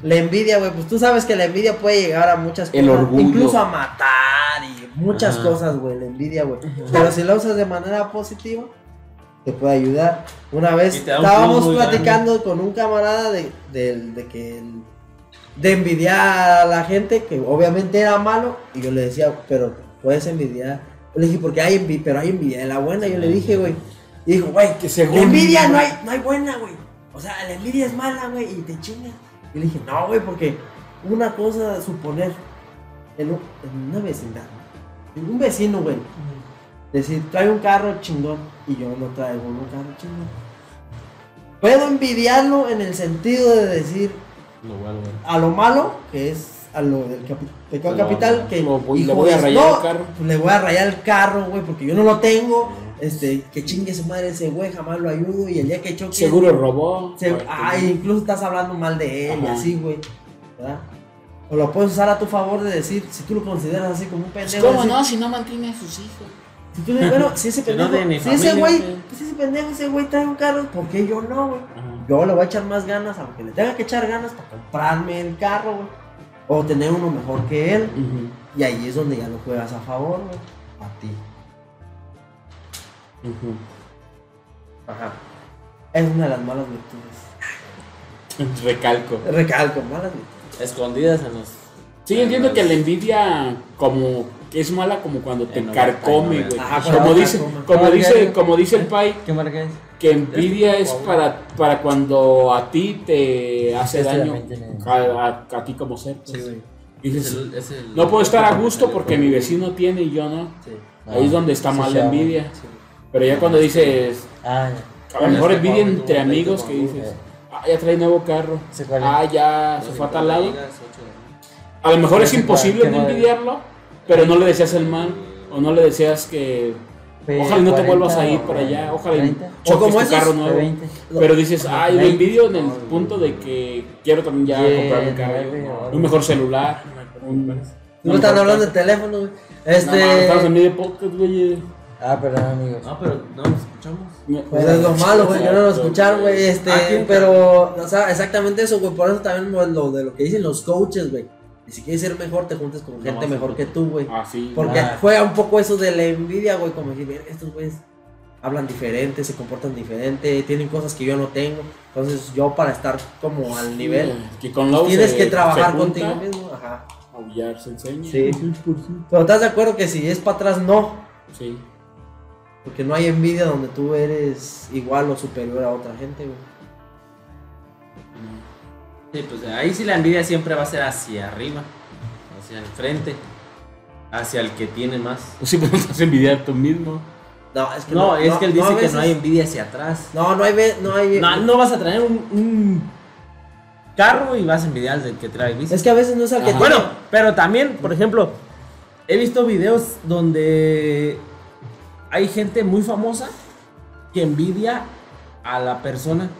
Speaker 1: La envidia, güey, pues tú sabes que la envidia puede llegar a muchas cosas.
Speaker 2: El orgullo.
Speaker 1: Incluso a matar y muchas
Speaker 4: Ajá.
Speaker 1: cosas, güey, la envidia, güey. Pero si la usas de manera positiva, te puede ayudar. Una vez
Speaker 3: Y te da un
Speaker 1: estábamos
Speaker 3: plus muy
Speaker 1: platicando con un camarada de, del- de que el- de envidiar a la gente, que obviamente era malo, y yo le decía, pero puedes envidiar. Yo le dije, porque hay envidia, pero hay envidia de la buena, yo le dije, güey. Y dijo, güey,
Speaker 2: Que según-
Speaker 1: la envidia no hay, no hay buena, güey. O sea, la envidia es mala, güey, y te chingas. Y le dije, no, güey, porque una cosa suponer en, un- en una vecindad, en un vecino, güey, decir, trae un carro chingón y yo no traigo un carro chingón. Puedo envidiarlo en el sentido de decir
Speaker 3: Lo bueno, güey.
Speaker 1: a lo malo, que es a lo del capi- pecado
Speaker 3: Lo-
Speaker 1: capital, que
Speaker 2: lo voy-
Speaker 1: hijo
Speaker 2: pues, le voy a
Speaker 1: de-
Speaker 2: rayar
Speaker 1: no,
Speaker 2: el carro.
Speaker 1: pues, le voy a rayar el carro, güey, porque yo no lo tengo. Este, que chingue su madre ese güey, jamás lo ayudo y el día que choque.
Speaker 2: Seguro robó.
Speaker 1: Se-
Speaker 2: Porque-
Speaker 1: ay, incluso estás hablando mal de él y
Speaker 2: Ajá.
Speaker 1: así, güey. ¿Verdad? O lo puedes usar a tu favor de decir, si tú lo consideras así como un pendejo.
Speaker 2: Pues, ¿Cómo
Speaker 1: decir,
Speaker 2: no? Si no mantiene a sus hijos.
Speaker 1: Si tú le bueno, si ese
Speaker 3: Que no
Speaker 1: pendejo,
Speaker 3: tiene
Speaker 1: si ese
Speaker 3: familia,
Speaker 1: güey,
Speaker 3: güey.
Speaker 1: pues ese pendejo, ese güey trae un carro, ¿por qué yo no, güey?
Speaker 2: Ajá.
Speaker 1: Yo le voy a echar más ganas, aunque le tenga que echar ganas para comprarme el carro, güey. O tener uno mejor que él.
Speaker 2: Ujú.
Speaker 1: Y ahí es donde ya lo juegas a favor, güey. A ti.
Speaker 2: Ujú.
Speaker 1: Ajá. Es una de las malas virtudes.
Speaker 2: Recalco.
Speaker 1: Recalco, malas virtudes.
Speaker 3: Escondidas en los.
Speaker 2: Sí, Sí, entiendo que la envidia como que es mala como cuando te
Speaker 3: En los
Speaker 2: carcome,
Speaker 3: carcome,
Speaker 2: güey.
Speaker 1: Ajá,
Speaker 2: Como
Speaker 1: cuando
Speaker 2: dice,
Speaker 1: carcome. Ah,
Speaker 2: como
Speaker 4: Como
Speaker 2: dice,
Speaker 4: diario.
Speaker 2: como dice
Speaker 1: Eh.
Speaker 2: el pai,
Speaker 4: ¿Qué marca es?
Speaker 2: que envidia es para, para cuando a ti te hace
Speaker 4: Sí, sí,
Speaker 2: daño,
Speaker 4: Este también tiene-
Speaker 2: a, a- a ti como ser. pues.
Speaker 3: Es
Speaker 2: Dices,
Speaker 3: el- es el-
Speaker 2: no puedo estar a gusto porque mi vecino tiene y yo no. Ahí es donde está
Speaker 4: Ah, sí,
Speaker 2: mal
Speaker 4: sí,
Speaker 2: la
Speaker 4: sí.
Speaker 2: envidia. Pero ya cuando dices,
Speaker 4: Ah, ya.
Speaker 2: a lo mejor envidia entre
Speaker 3: Con este
Speaker 2: amigos que
Speaker 3: Pablo, con
Speaker 2: dices, ah, ya trae nuevo carro,
Speaker 4: Sí, cuál es.
Speaker 2: ah, ya se
Speaker 3: Los
Speaker 2: fue a tal
Speaker 3: cincuenta
Speaker 2: lado.
Speaker 3: ligas, ocho de-
Speaker 2: A lo mejor es
Speaker 4: Sí, sí,
Speaker 2: imposible
Speaker 4: para
Speaker 2: no
Speaker 4: que no-
Speaker 2: envidiarlo, pero no le deseas el mal, o no le deseas que. Ojalá y no te
Speaker 4: 40
Speaker 2: vuelvas a ir
Speaker 4: o
Speaker 2: para allá, ojalá y
Speaker 4: 30.
Speaker 1: O como
Speaker 2: choques tu
Speaker 1: esos
Speaker 2: carro
Speaker 1: de
Speaker 2: nuevo.
Speaker 4: 20.
Speaker 2: Pero dices, ay, lo
Speaker 4: 20.
Speaker 2: envidio en el punto de que quiero también ya
Speaker 4: Yeah,
Speaker 2: comprarme un carro,
Speaker 4: nueve horas.
Speaker 2: un mejor celular. un-
Speaker 1: No
Speaker 2: una
Speaker 1: están
Speaker 2: mejor
Speaker 1: hablando de
Speaker 2: casa.
Speaker 1: teléfono, güey.
Speaker 2: No, mames, estamos en
Speaker 1: Este.
Speaker 2: medio podcast, güey.
Speaker 4: Ah, perdón, amigos.
Speaker 3: No, pero no nos escuchamos.
Speaker 2: Me-
Speaker 1: Pues es lo malo, güey. Yo no lo escuchar, güey.
Speaker 3: Ah, ¿quién?
Speaker 1: Este. Pero, o sea, exactamente eso, güey. Por eso también güey, lo de lo que dicen los coaches, güey. Y si quieres ser mejor, te juntas con gente
Speaker 3: más
Speaker 1: mejor que tú, güey.
Speaker 2: Ah, sí.
Speaker 1: Porque
Speaker 4: Ah.
Speaker 1: juega un poco eso de la envidia, güey. Como decir, "Mira, estos güeyes hablan diferente, se comportan diferente, tienen cosas que yo no tengo. Entonces, yo para estar como al nivel,
Speaker 2: Que con Lobo
Speaker 1: tienes
Speaker 2: se-
Speaker 1: que
Speaker 2: se
Speaker 1: trabajar
Speaker 2: junta,
Speaker 1: contigo mismo. Ajá.
Speaker 2: Aullar, se enseña.
Speaker 1: Sí. Pero estás de acuerdo que si es para atrás, no.
Speaker 2: Sí.
Speaker 1: Porque no hay envidia donde tú eres igual o superior a otra gente, güey.
Speaker 3: Sí, pues ahí sí la envidia siempre va a ser hacia arriba, hacia el frente, hacia el que tiene más.
Speaker 2: Pues sí, pero no te hace envidiar tú mismo.
Speaker 1: No, es que
Speaker 3: No, es que él
Speaker 1: a
Speaker 3: dice que
Speaker 1: veces-
Speaker 3: no hay envidia hacia atrás.
Speaker 1: No, no hay. ve- No hay
Speaker 3: No, no vas a traer un, un carro y vas a envidiar al del que trae bici.
Speaker 1: Es que a veces no es al que.
Speaker 2: Ajá.
Speaker 1: tiene-
Speaker 3: Bueno, pero también, por ejemplo, he visto videos donde hay gente muy famosa que envidia a la persona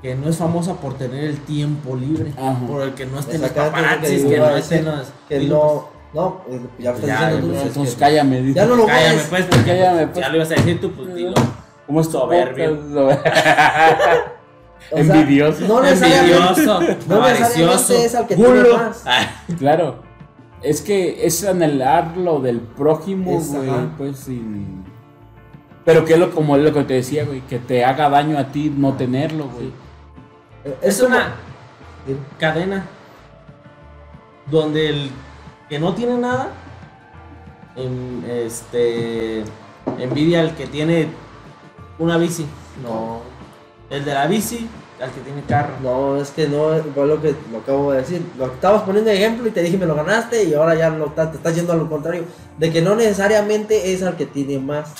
Speaker 3: que no es famosa por tener el tiempo libre,
Speaker 1: Ah,
Speaker 2: Ajá.
Speaker 3: por el que no esté en los
Speaker 1: Exactamente, lo que
Speaker 3: paparazzis, que
Speaker 1: iba a
Speaker 3: no esté
Speaker 1: decir,
Speaker 3: en los-
Speaker 1: Que
Speaker 3: y
Speaker 1: no. No, eh, ya lo estás
Speaker 3: Ya,
Speaker 1: diciendo tú.
Speaker 3: güey,
Speaker 1: dices
Speaker 2: Entonces
Speaker 1: que-
Speaker 2: cállame, dice.
Speaker 1: Ya no lo voy
Speaker 3: Cállame, pues, porque
Speaker 2: Cállame,
Speaker 3: ya
Speaker 2: pues.
Speaker 3: lo ibas a decir tú, pues dilo.
Speaker 2: ¿Cómo es tu
Speaker 3: Soberbio.
Speaker 2: podcast, lo- Envidioso.
Speaker 1: No necesariamente.
Speaker 3: Envidioso,
Speaker 1: No
Speaker 3: avaricioso,
Speaker 1: necesariamente es al que
Speaker 3: culo.
Speaker 1: tiene más.
Speaker 3: Ah,
Speaker 2: Claro. Es que es anhelar lo del prójimo,
Speaker 1: Es,
Speaker 2: güey,
Speaker 1: ajá.
Speaker 2: pues sin... Pero que es lo como es lo que te decía, güey, que te haga daño a ti no tenerlo, güey.
Speaker 3: Es
Speaker 1: como-
Speaker 3: una cadena donde el que no tiene nada en- este envidia al que tiene una bici,
Speaker 1: No,
Speaker 3: el de la bici al que tiene carro.
Speaker 1: no, es que no fue lo que lo acabo de decir. Lo que estabas poniendo de ejemplo y te dije me lo ganaste y ahora ya lo, estás- te estás yendo a lo contrario. De que no necesariamente es al que tiene más.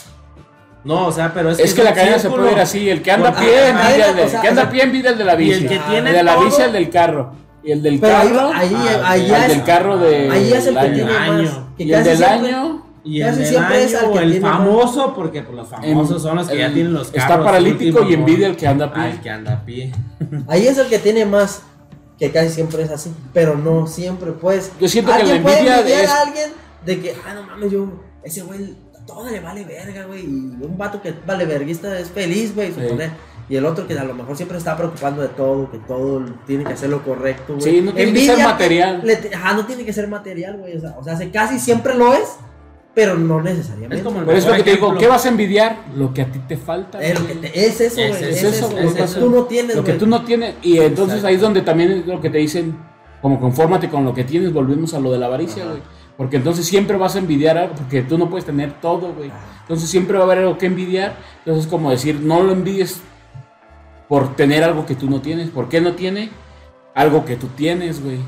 Speaker 3: No, o sea, pero pues, es,
Speaker 2: Es, que,
Speaker 3: es
Speaker 2: la
Speaker 3: un
Speaker 2: cadena se
Speaker 3: círculo.
Speaker 2: puede ir así, el que anda a
Speaker 1: Ajá,
Speaker 2: pie
Speaker 1: ajá,
Speaker 2: envidia
Speaker 1: o
Speaker 2: el de-
Speaker 1: sea,
Speaker 2: que anda
Speaker 1: o
Speaker 2: a
Speaker 1: sea,
Speaker 2: pie envidia el de la
Speaker 3: Y
Speaker 2: bici.
Speaker 3: el que
Speaker 1: Ah,
Speaker 3: tiene
Speaker 2: el de la
Speaker 3: todo,
Speaker 2: bici el del carro. Y el del
Speaker 1: Pero ahí,
Speaker 2: carro.
Speaker 1: va- ahí,
Speaker 3: ah,
Speaker 1: ahí
Speaker 2: el
Speaker 1: ya es,
Speaker 2: del carro de
Speaker 1: ahí es el que
Speaker 2: del
Speaker 1: tiene
Speaker 2: año.
Speaker 1: más.
Speaker 3: año.
Speaker 1: Que
Speaker 2: Y el
Speaker 1: casi
Speaker 2: del
Speaker 1: siempre-
Speaker 2: año
Speaker 3: Y el
Speaker 1: Casi
Speaker 3: del
Speaker 1: siempre es
Speaker 3: año
Speaker 1: al
Speaker 3: o
Speaker 1: que
Speaker 3: el
Speaker 1: tiene más.
Speaker 3: famoso, porque pues,
Speaker 2: en-
Speaker 3: los famosos son los que ya
Speaker 2: el-
Speaker 3: tienen los carros.
Speaker 2: Está paralítico y
Speaker 3: últimos,
Speaker 2: envidia el que anda a
Speaker 3: Ah,
Speaker 2: pie.
Speaker 3: el que anda a pie.
Speaker 1: Ahí es el que tiene más. Que casi siempre es así. Pero no siempre, pues.
Speaker 2: Yo siento que la
Speaker 1: Alguien puede
Speaker 2: envidia
Speaker 1: envidiar
Speaker 2: es-
Speaker 1: a alguien de que, ah, no mames, yo. Ese güey, todo le vale verga, güey. Y un vato que vale verguista es feliz, güey, suponer. Y el otro que a lo mejor siempre está preocupando de todo, que todo tiene que hacer lo correcto, güey.
Speaker 2: Sí, no tiene que ser
Speaker 1: Envidia,
Speaker 2: material.
Speaker 1: le te- ajá, no tiene que ser material, güey. O sea, o sea, se- casi siempre lo es, pero no necesariamente.
Speaker 3: Es como el
Speaker 2: Por eso
Speaker 3: mejor
Speaker 2: que te digo,
Speaker 3: ejemplo.
Speaker 2: ¿qué vas a envidiar? Lo que a ti te falta.
Speaker 1: Es, Eh, lo que te- es eso, güey.
Speaker 3: Es eso,
Speaker 1: Es,
Speaker 2: es
Speaker 1: eso,
Speaker 2: eso,
Speaker 1: güey, lo que
Speaker 3: es
Speaker 1: tú no
Speaker 3: eso.
Speaker 1: tienes,
Speaker 2: lo que
Speaker 1: güey.
Speaker 2: tú no tienes. Y entonces
Speaker 3: Exacto.
Speaker 2: ahí es donde también es lo que te dicen, como conformate con lo que tienes, volvemos a lo de la avaricia, güey. Porque entonces siempre vas a envidiar algo, porque tú no puedes tener todo, güey. Entonces siempre va a haber algo que envidiar. Entonces es como decir, no lo envidies por tener algo que tú no tienes. ¿Por qué no tiene algo que tú tienes, güey?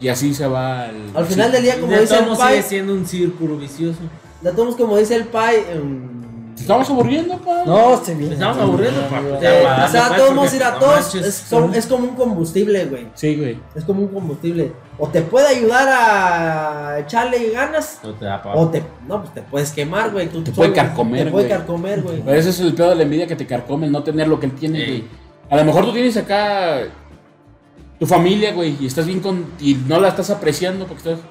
Speaker 2: Y así se va el-
Speaker 1: Al final del día, como
Speaker 3: De
Speaker 1: dice
Speaker 3: todos
Speaker 1: el
Speaker 3: modos sigue
Speaker 1: pai,
Speaker 3: siendo un círculo vicioso.
Speaker 1: la tomamos como dice el pai. em,
Speaker 2: Te Estamos aburriendo, pa.
Speaker 4: No, se viene.
Speaker 3: Estamos aburriendo, papá.
Speaker 1: eh, o sea,
Speaker 3: Dale,
Speaker 1: todos
Speaker 3: pues,
Speaker 1: vamos a ir a
Speaker 3: porque no
Speaker 1: todos.
Speaker 3: manches,
Speaker 1: Es, son- es como un combustible, güey.
Speaker 2: Sí, güey.
Speaker 1: Es como un combustible. O te puede ayudar a echarle ganas.
Speaker 3: No te da pa-
Speaker 1: O te, no, pues te puedes quemar, güey. Tú
Speaker 2: Te
Speaker 1: solo.
Speaker 2: puede carcomer,
Speaker 1: Te puede
Speaker 2: güey.
Speaker 1: carcomer, güey.
Speaker 2: Pero ese es el pedo de la envidia que te carcome, el no tener lo que él tiene,
Speaker 3: Ey.
Speaker 2: güey. A lo mejor tú tienes acá tu familia, güey, y estás bien con. y no la estás apreciando porque estás.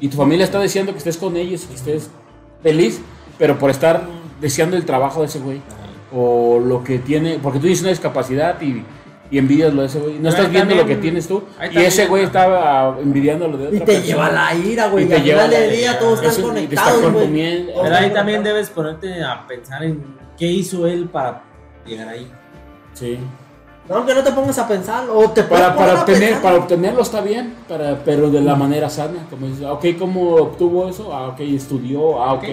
Speaker 2: y tu familia está deseando que estés con ellos, que estés feliz, pero por estar deseando el trabajo de ese güey. O lo que tiene. porque tú tienes una discapacidad y. y envidias lo de ese güey. No
Speaker 3: Pero
Speaker 2: estás
Speaker 3: ahí
Speaker 2: viendo
Speaker 3: también-
Speaker 2: lo que tienes tú.
Speaker 3: ahí
Speaker 2: Y ese
Speaker 3: también-
Speaker 2: güey estaba envidiando lo de otra
Speaker 1: Y te
Speaker 2: persona.
Speaker 1: lleva la ira, güey.
Speaker 2: Y
Speaker 1: Y
Speaker 2: te
Speaker 1: al
Speaker 2: lleva
Speaker 1: final
Speaker 2: la
Speaker 1: del
Speaker 2: ira.
Speaker 1: día todos
Speaker 2: Eso,
Speaker 1: están
Speaker 2: y te está
Speaker 1: conectados, güey.
Speaker 2: consumiendo.
Speaker 1: Todos
Speaker 3: Pero
Speaker 1: están
Speaker 3: ahí también
Speaker 1: conectados.
Speaker 3: debes ponerte a pensar en qué hizo él para llegar ahí.
Speaker 2: Sí.
Speaker 1: No, que no te pongas a pensar. O te puedes
Speaker 2: Para,
Speaker 1: poner
Speaker 2: para,
Speaker 1: a
Speaker 2: obtener,
Speaker 1: pensar.
Speaker 2: para obtenerlo está bien, para, pero de la manera sana. Como dices, ah, ok, ¿cómo obtuvo eso? Ah, ok, estudió, ah, ok.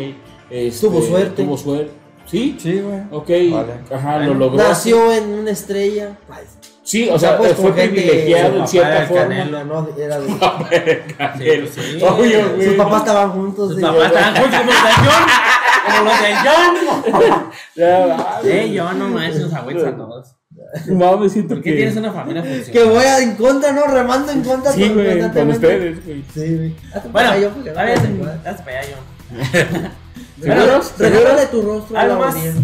Speaker 2: este,
Speaker 1: Tuvo suerte.
Speaker 2: Tuvo suerte. Sí,
Speaker 7: Sí, güey.
Speaker 2: ok,
Speaker 7: Vale.
Speaker 2: ajá, lo logró.
Speaker 1: Nació en una estrella. Ay,
Speaker 2: Sí, o sea,
Speaker 1: pues,
Speaker 2: fue
Speaker 1: con gente-
Speaker 2: privilegiado en
Speaker 3: papá
Speaker 2: cierta
Speaker 3: era
Speaker 2: forma.
Speaker 3: Canelo.
Speaker 1: no, no, era de-
Speaker 2: Canelo.
Speaker 3: Sí, pues, sí.
Speaker 2: Obvio, güey,
Speaker 1: Sus
Speaker 2: no.
Speaker 1: papás estaban juntos.
Speaker 3: Sus
Speaker 1: y-
Speaker 3: papás estaban juntos como los de John. Como los de John.
Speaker 2: Ya, va,
Speaker 3: Sí, John, no manches, los abuelos a todos.
Speaker 2: No, me siento
Speaker 3: ¿Por qué
Speaker 2: que-
Speaker 3: tienes una familia funcional?
Speaker 1: Que voy a en contra, ¿no? Remando en contra.
Speaker 2: Sí,
Speaker 1: con-
Speaker 2: güey, con
Speaker 1: constantemente.
Speaker 2: ustedes, güey.
Speaker 1: Sí, güey. Hazte para
Speaker 3: Bueno,
Speaker 1: allá, porque no
Speaker 3: ahora ya
Speaker 1: te
Speaker 3: se-
Speaker 1: puedo.
Speaker 3: hazte para allá, John.
Speaker 2: ¿Seguros?
Speaker 1: Regálale tu rostro. a la
Speaker 3: ¿Algo más?
Speaker 1: audiencia.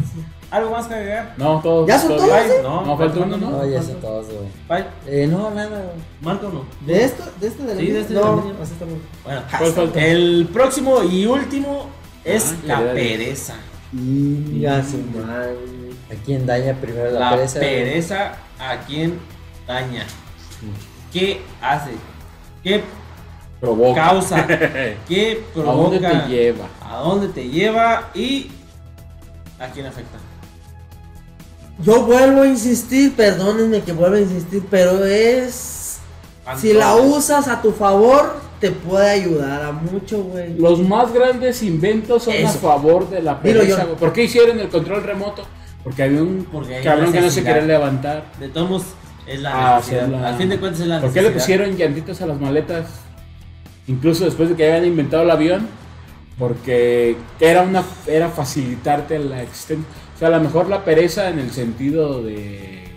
Speaker 3: ¿Algo más que agregar?
Speaker 2: No, todos.
Speaker 1: ¿Ya son
Speaker 2: todos.
Speaker 1: todos, eh?
Speaker 3: Bye.
Speaker 2: No, falta uno, ¿no?
Speaker 7: No, ya sé todos, güey.
Speaker 3: Bye.
Speaker 7: Eh, no, nada, güey.
Speaker 3: Marco no.
Speaker 1: ¿De esto? ¿De este? De la
Speaker 3: Sí, de este de la
Speaker 1: No,
Speaker 3: audiencia.
Speaker 1: así está bien.
Speaker 3: Bueno,
Speaker 2: ¿Cuál falta?
Speaker 3: el próximo y último es
Speaker 2: Ah,
Speaker 3: la
Speaker 2: caray.
Speaker 3: pereza.
Speaker 1: Y a su madre.
Speaker 7: ¿A quién daña primero la,
Speaker 3: La,
Speaker 7: pereza?
Speaker 3: pereza,
Speaker 7: güey?
Speaker 3: a quien daña. ¿Qué hace? ¿Qué
Speaker 2: Provoca.
Speaker 3: causa? ¿Qué
Speaker 2: ¿A dónde
Speaker 3: provoca?
Speaker 2: te lleva?
Speaker 3: ¿A dónde te lleva? ¿Y a quién afecta?
Speaker 1: Yo vuelvo a insistir, perdónenme que vuelvo a insistir, pero es. Si la
Speaker 3: Entonces,
Speaker 1: usas a tu favor, te puede ayudar a mucho, güey.
Speaker 2: Los más grandes inventos son a
Speaker 1: Eso.
Speaker 2: favor de la
Speaker 1: Dilo
Speaker 2: pereza,
Speaker 1: yo.
Speaker 2: güey. ¿Por qué hicieron el control remoto? Porque había un
Speaker 3: Porque hay
Speaker 2: cabrón que no se
Speaker 3: necesidad.
Speaker 2: quería levantar.
Speaker 3: De todos modos, es la
Speaker 2: Ah,
Speaker 3: necesidad.
Speaker 2: sí, es la-
Speaker 3: Al fin de cuentas es la
Speaker 2: ¿Por qué le
Speaker 3: necesidad.
Speaker 2: pusieron llantitas a las maletas? Incluso después de que habían inventado el avión. Porque era una era facilitarte la existencia. O sea, a lo mejor la pereza en el sentido de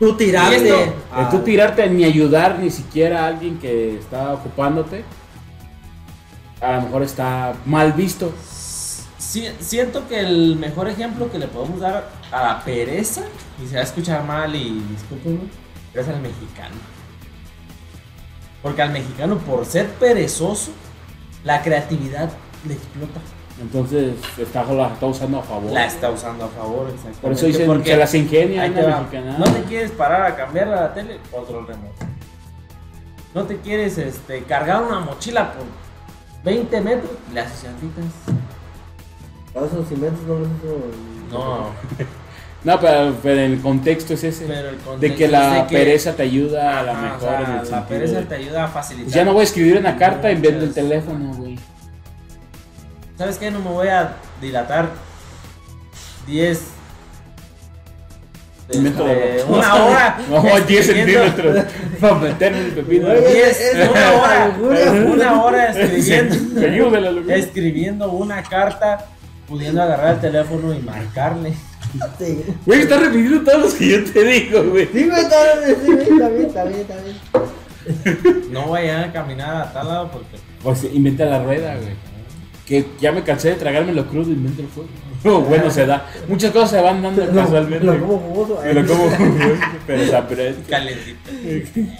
Speaker 1: Tú
Speaker 3: ¿Y
Speaker 1: tiraste.
Speaker 3: esto?
Speaker 1: a-
Speaker 2: De tú tirarte ni ayudar ni siquiera a alguien que está ocupándote, a lo mejor está mal visto.
Speaker 3: Si- siento que el mejor ejemplo que le podemos dar a la pereza, y se va a escuchar mal y discúlpenme, pero es al mexicano. Porque al mexicano, por ser perezoso, la creatividad le explota.
Speaker 2: Entonces está, la está usando a favor.
Speaker 3: La está usando a favor, exactamente.
Speaker 2: Por eso dicen
Speaker 3: porque
Speaker 2: que las ingenia
Speaker 3: ahí
Speaker 2: ¿no?
Speaker 3: te va.
Speaker 2: mexicana.
Speaker 3: No te quieres parar a cambiar la tele, otro remoto. No te quieres este, cargar una mochila por 20 metros, las llantitas.
Speaker 1: Todos Ah, esos inventos no los hizo.
Speaker 3: No,
Speaker 2: No, pero, pero el contexto es ese.
Speaker 3: pero el
Speaker 2: de
Speaker 3: contexto
Speaker 2: que
Speaker 3: es
Speaker 2: la
Speaker 3: que-
Speaker 2: pereza te ayuda a la
Speaker 3: Ajá,
Speaker 2: mejor.
Speaker 3: o sea,
Speaker 2: en el
Speaker 3: la
Speaker 2: sentido
Speaker 3: pereza
Speaker 2: de-
Speaker 3: te ayuda a facilitar.
Speaker 2: Pues ya no voy a escribir una carta en vez del
Speaker 3: Muchas-
Speaker 2: teléfono, güey.
Speaker 3: ¿Sabes qué? No me voy a dilatar 10. de-
Speaker 2: Invento
Speaker 3: de
Speaker 2: de-
Speaker 3: Este, una hora.
Speaker 2: No, 10
Speaker 3: escribiendo-
Speaker 2: centímetros. Para meterme el pepino.
Speaker 1: Oye,
Speaker 3: Diez,
Speaker 1: es
Speaker 3: una
Speaker 1: una
Speaker 3: hora.
Speaker 1: locura.
Speaker 3: Una hora escribiendo.
Speaker 2: Ayúdala, loco.
Speaker 3: escribiendo una carta, pudiendo agarrar el teléfono y marcarle.
Speaker 1: Sí,
Speaker 2: Güey, estás repitiendo todos los que yo te digo, güey.
Speaker 1: Sí, güey, está bien, sí, güey, está bien, está bien, está bien.
Speaker 3: No vaya a caminar a tal lado porque.
Speaker 2: Pues inventa la rueda, güey. Que ya me cansé de tragarme lo crudo, inventa el fuego. Oh,
Speaker 3: Ah.
Speaker 2: bueno, se da. Muchas cosas se van dando casualmente.
Speaker 1: Lo como jugoso.
Speaker 2: Me lo como, güey, pero se aprecia.
Speaker 3: Calentito.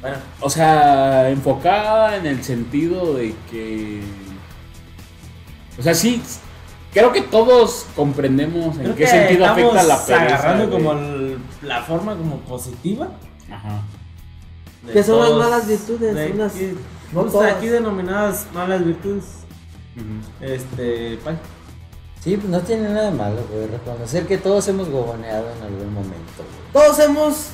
Speaker 3: Bueno,
Speaker 2: O sea, enfocada en el sentido de que. O sea, sí. Creo que todos comprendemos en
Speaker 3: creo
Speaker 2: qué
Speaker 3: que
Speaker 2: sentido
Speaker 3: estamos
Speaker 2: afecta la pereza.
Speaker 3: agarrando
Speaker 2: güey.
Speaker 3: como el- la forma como positiva.
Speaker 2: Ajá.
Speaker 3: de
Speaker 1: Que son las
Speaker 3: todos-
Speaker 1: malas virtudes,
Speaker 3: de-
Speaker 1: unas-
Speaker 3: que-
Speaker 1: no
Speaker 3: pues,
Speaker 1: todas.
Speaker 3: aquí denominadas malas virtudes.
Speaker 2: Ujú.
Speaker 3: Este, pa-
Speaker 7: Sí, pues no tiene nada de malo, güey. Reconocer que todos hemos gogoneado en algún momento, güey.
Speaker 1: Todos hemos.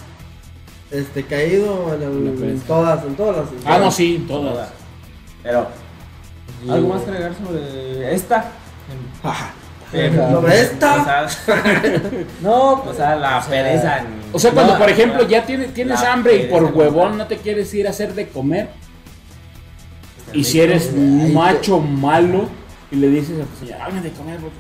Speaker 1: Este, caído en, el-
Speaker 2: La pereza.
Speaker 1: en todas, en todas las.
Speaker 2: Ah, no, sí, todas.
Speaker 3: todas. Pero,
Speaker 7: Y-
Speaker 3: ¿algo más que agregar sobre esta? En-
Speaker 2: Eh,
Speaker 3: en-
Speaker 1: Sobre esta.
Speaker 3: O sea,
Speaker 7: No,
Speaker 3: o
Speaker 7: pues.
Speaker 3: sea, la pereza. en-
Speaker 2: O sea, cuando
Speaker 3: No,
Speaker 2: por ejemplo
Speaker 3: no,
Speaker 2: ya tiene- tienes
Speaker 3: la
Speaker 2: hambre y
Speaker 3: pereza
Speaker 2: por
Speaker 3: como
Speaker 2: huevón
Speaker 3: tal.
Speaker 2: no te quieres ir a hacer de comer,
Speaker 3: este,
Speaker 2: y si eres
Speaker 7: Ay,
Speaker 2: macho malo y le dices a tu señora, "Hazme de comer porque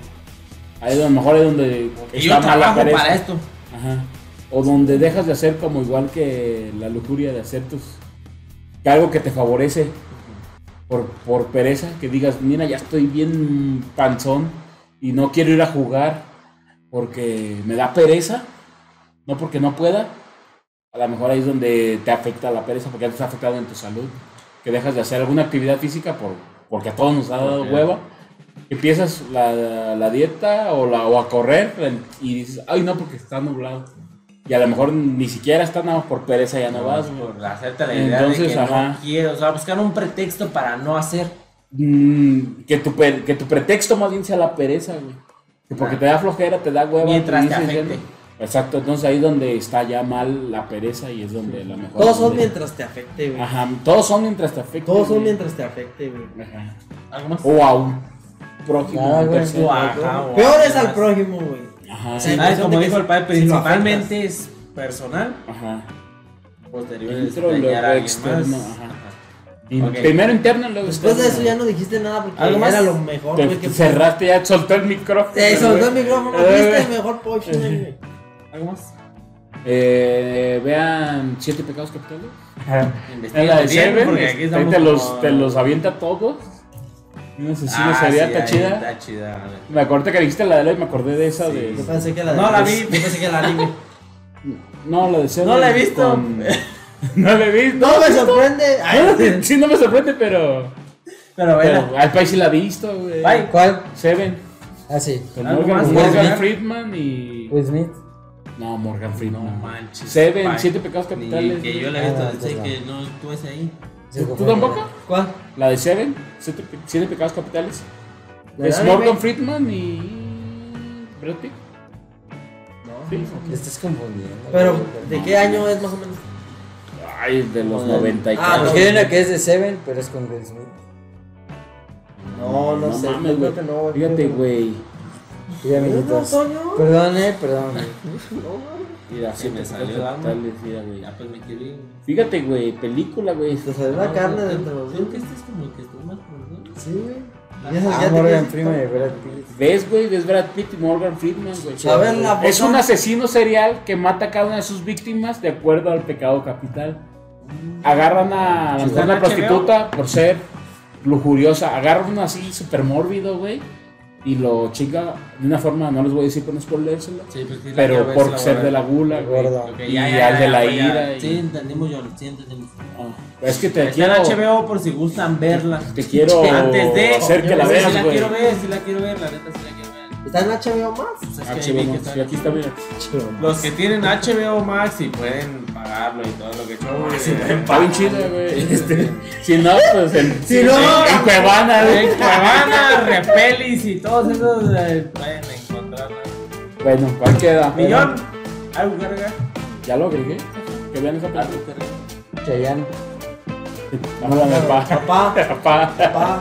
Speaker 2: ahí a lo mejor es donde está
Speaker 3: que yo
Speaker 2: mala
Speaker 3: trabajo para
Speaker 2: pereza.
Speaker 3: esto.
Speaker 2: Ajá. O donde dejas de hacer como igual que la lujuria de hacer tus que algo que te favorece por, por pereza, que digas, mira, ya estoy bien panzón y no quiero ir a jugar porque me da pereza, no porque no pueda. A lo mejor ahí es donde te afecta la pereza, porque ya te está afectado en tu salud, que dejas de hacer alguna actividad física por, porque a todos nos ha dado
Speaker 3: Ok.
Speaker 2: hueva. Empiezas la, la dieta o, la, o a correr y dices, ay no, porque está nublado. Y a lo mejor ni siquiera está nada más por pereza,
Speaker 1: Ah.
Speaker 2: ya no, vas. güey.
Speaker 3: por hacerte la idea de
Speaker 2: Entonces,
Speaker 3: que
Speaker 2: ajá.
Speaker 3: no quiero, o sea, buscar un pretexto para no hacer.
Speaker 2: Mm, que, tu per- que tu pretexto más bien sea la pereza, güey. Que porque
Speaker 3: Ah.
Speaker 2: te da flojera, te da hueva.
Speaker 3: Mientras
Speaker 2: tú
Speaker 3: te
Speaker 2: dices, ya
Speaker 3: afecte.
Speaker 2: no- Exacto, entonces ahí es donde está ya mal la pereza y es donde la mejor.
Speaker 1: Todos son
Speaker 2: donde-
Speaker 1: mientras te afecte, güey.
Speaker 2: Ajá, todos son mientras te afecte.
Speaker 1: Todos son
Speaker 2: güey.
Speaker 1: mientras te afecte, güey.
Speaker 2: Ajá.
Speaker 3: ¿Algo más?
Speaker 2: O a un prójimo.
Speaker 7: Ah,
Speaker 2: un
Speaker 7: güey,
Speaker 2: tercero.
Speaker 3: Ajá, o
Speaker 1: Peor es
Speaker 3: algo
Speaker 1: al
Speaker 3: más.
Speaker 1: prójimo, güey.
Speaker 2: Ajá,
Speaker 1: Sí.
Speaker 3: Ah, como
Speaker 1: Imagínate
Speaker 3: dijo
Speaker 1: que
Speaker 3: el padre,
Speaker 1: si lo
Speaker 3: principalmente es personal,
Speaker 2: ajá.
Speaker 3: posterior es
Speaker 2: Dentro,
Speaker 3: dañar a
Speaker 2: luego
Speaker 3: alguien
Speaker 2: externo.
Speaker 3: más.
Speaker 2: Ajá.
Speaker 3: Ok.
Speaker 2: Primero interno, luego externo.
Speaker 1: Después de eso ya no dijiste nada porque
Speaker 3: Algo más.
Speaker 1: era lo mejor,
Speaker 3: Oh,
Speaker 2: Te-
Speaker 1: güey.
Speaker 2: te
Speaker 1: que-
Speaker 2: cerraste, ya soltó el micrófono.
Speaker 1: Te soltó el
Speaker 2: güey.
Speaker 1: micrófono,
Speaker 2: Eh,
Speaker 1: viste
Speaker 2: güey.
Speaker 1: el mejor potion, güey.
Speaker 3: ¿Algo más?
Speaker 2: Eh, vean Siete Pecados Capitales. Es la
Speaker 3: Investiga
Speaker 2: de
Speaker 3: bien,
Speaker 2: Seven,
Speaker 3: porque aquí
Speaker 2: este, ahí
Speaker 3: estamos
Speaker 2: te los,
Speaker 3: como-
Speaker 2: te los avienta a todos. Un asesino
Speaker 3: Ah,
Speaker 2: serial,
Speaker 3: sí,
Speaker 2: está
Speaker 3: ahí
Speaker 2: chida.
Speaker 3: Está chida. a ver.
Speaker 2: Me acordé que dijiste la de Ley, me acordé de esa de.
Speaker 1: Yo pensé que la
Speaker 3: No la vi.
Speaker 1: Yo pensé que la vi, güey.
Speaker 2: No, la de Seven
Speaker 3: No la he visto.
Speaker 2: No la he visto. Ah,
Speaker 1: No me sorprende. Ay,
Speaker 2: Sí, no me sorprende, pero.
Speaker 3: Pero bueno,
Speaker 2: pero al país sí la he visto, güey.
Speaker 3: bye.
Speaker 7: ¿Cuál?
Speaker 2: Seven.
Speaker 7: Ah, sí.
Speaker 2: Con
Speaker 3: ¿Algo
Speaker 2: Morgan,
Speaker 3: más?
Speaker 2: Morgan
Speaker 3: ¿Morgan? Pues,
Speaker 2: Friedman y.
Speaker 7: Will Smith.
Speaker 2: No, Ah, Morgan
Speaker 3: No
Speaker 2: Friedman.
Speaker 3: manches.
Speaker 2: Seven,
Speaker 3: bye.
Speaker 2: Siete Pecados
Speaker 3: Ni
Speaker 2: Capitales.
Speaker 3: que yo la he visto,
Speaker 2: pues,
Speaker 3: sé que no estuve ahí.
Speaker 7: Sí,
Speaker 2: ¿Tú
Speaker 7: fue-
Speaker 2: tampoco?
Speaker 1: ¿Cuál?
Speaker 2: La de Seven, Siete, pe- siete Pecados Capitales.
Speaker 1: ¿La
Speaker 2: Es
Speaker 1: de
Speaker 2: Morgan
Speaker 1: anime?
Speaker 2: Friedman y. Brad Pitt. Sí.
Speaker 7: Te estás confundiendo.
Speaker 1: Pero,
Speaker 7: güey.
Speaker 1: ¿de qué año es más o menos?
Speaker 2: Ay, de los 90 y
Speaker 1: Ah,
Speaker 7: Ah,
Speaker 2: tantos.
Speaker 7: pues
Speaker 1: no.
Speaker 7: hay una que es de Seven, pero es con Will Smith.
Speaker 1: No, no, sé.
Speaker 2: mames,
Speaker 1: yo creo que no,
Speaker 2: güey. Fíjate, güey.
Speaker 7: Y amiguitos.
Speaker 1: No, Toño.
Speaker 7: Perdón, eh, perdón. güey.
Speaker 2: Mira,
Speaker 3: Sí, me
Speaker 2: siete
Speaker 3: salió
Speaker 2: pecados
Speaker 3: algo.
Speaker 2: capitales, mira, güey.
Speaker 3: Ya pues me quiero ir.
Speaker 2: Fíjate, güey, película, güey.
Speaker 1: Te salió
Speaker 3: Ah,
Speaker 1: la carne de entre los
Speaker 3: Creo que
Speaker 1: dientes.
Speaker 3: este es como el que estuvo más por
Speaker 1: Sí, güey. Y esas
Speaker 7: Ah,
Speaker 1: ya te
Speaker 7: Morgan
Speaker 1: quedas-
Speaker 7: Freeman y Brad Pitt.
Speaker 2: ¿Ves, güey? ¿Ves Brad Pitt y Morgan Friedman, güey?
Speaker 1: A ver, la
Speaker 2: Es un
Speaker 1: botón.
Speaker 2: asesino serial que mata a cada una de sus víctimas de acuerdo al pecado capital. Agarran a, a lo
Speaker 3: Sí,
Speaker 2: mejor
Speaker 3: está
Speaker 2: una
Speaker 3: en HBO.
Speaker 2: prostituta por ser lujuriosa. Agarran uno así súper mórbido, güey. Y lo chinga de una forma, no les voy a decir con spoilers,
Speaker 3: Sí, pues sí, la quiero
Speaker 2: pero
Speaker 3: ver, sí
Speaker 2: por
Speaker 3: la voy
Speaker 2: ser
Speaker 3: a
Speaker 2: de
Speaker 3: ver.
Speaker 2: la gula, güey.
Speaker 7: Gordo.
Speaker 3: Ok,
Speaker 2: Y al de la
Speaker 3: pues, ya.
Speaker 2: ira y-
Speaker 3: Sí, entendimos, John. Sí, entendimos.
Speaker 2: Ah, es que te
Speaker 3: Está en
Speaker 2: quiero,
Speaker 3: HBO por si gustan verla.
Speaker 2: te quiero
Speaker 3: Antes de.
Speaker 2: Oh, hacer que la
Speaker 3: Sí,
Speaker 2: veas,
Speaker 3: Sí, la
Speaker 2: güey.
Speaker 3: quiero ver, sí, la quiero ver. La neta, sí, la quiero ver.
Speaker 1: ¿Está en HBO más?
Speaker 3: Pues es que
Speaker 2: Ah,
Speaker 3: ahí vi que
Speaker 2: chivo,
Speaker 3: está-
Speaker 2: sí, aquí está, mira.
Speaker 3: Los que tienen HBO Max y pueden pagarlo y todo lo que sea.
Speaker 2: Está bien chida, güey. Este, si no, pues en,
Speaker 1: Si no,
Speaker 2: en, en Cuevana, güey.
Speaker 3: En Cuevana, Repelis y todos esos eh, pueden encontrarla.
Speaker 2: Bueno, ¿cuál queda?
Speaker 3: Millón, algo carga.
Speaker 2: Ya lo agregué. Ah, Que vean esa película.
Speaker 3: Algo carga.
Speaker 7: Chayanne.
Speaker 2: Vamos a ver, pa.
Speaker 1: Papá,
Speaker 2: Pa.
Speaker 1: papá.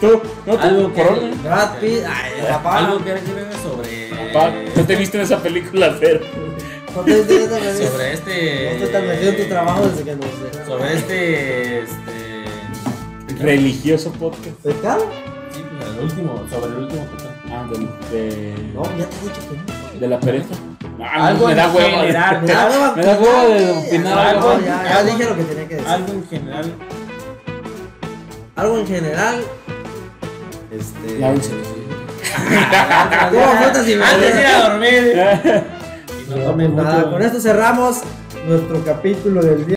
Speaker 2: Tú, no
Speaker 3: Algo
Speaker 2: tú,
Speaker 3: que-
Speaker 2: corona.
Speaker 1: Brad Pitt. Ay, papá.
Speaker 3: Algo que ver sobre.
Speaker 2: Pa, no te viste en esa película, pero.
Speaker 1: No te entiendes al revés.
Speaker 3: Sobre este.
Speaker 1: No te estás metido en tu trabajo desde que nos dejaron.
Speaker 3: Sobre este. Este.
Speaker 2: Religioso podcast.
Speaker 1: ¿Pecado?
Speaker 3: Sí, pues el último. Sobre el último pecado.
Speaker 2: Ah, de.
Speaker 1: No,
Speaker 2: De,
Speaker 1: ya te he dicho que no.
Speaker 2: de la pereza. Ah,
Speaker 3: Algo
Speaker 2: me da
Speaker 3: en
Speaker 2: hueva.
Speaker 3: general,
Speaker 1: Me da hueva
Speaker 2: Me da
Speaker 1: opinar,
Speaker 2: hueva de
Speaker 1: güey.
Speaker 2: opinar
Speaker 1: Ya,
Speaker 3: algo.
Speaker 1: Ya, ya
Speaker 3: Algo.
Speaker 1: dije lo que tenía que decir.
Speaker 3: Algo en general.
Speaker 1: Algo en general. Este.
Speaker 2: Ya, sí,
Speaker 1: ¿Cómo frutas y
Speaker 3: Antes de ir
Speaker 1: verduras?
Speaker 3: a dormir.
Speaker 2: sí.
Speaker 3: Y no tomen
Speaker 1: Nada,
Speaker 3: mucho.
Speaker 1: con esto cerramos nuestro capítulo del día.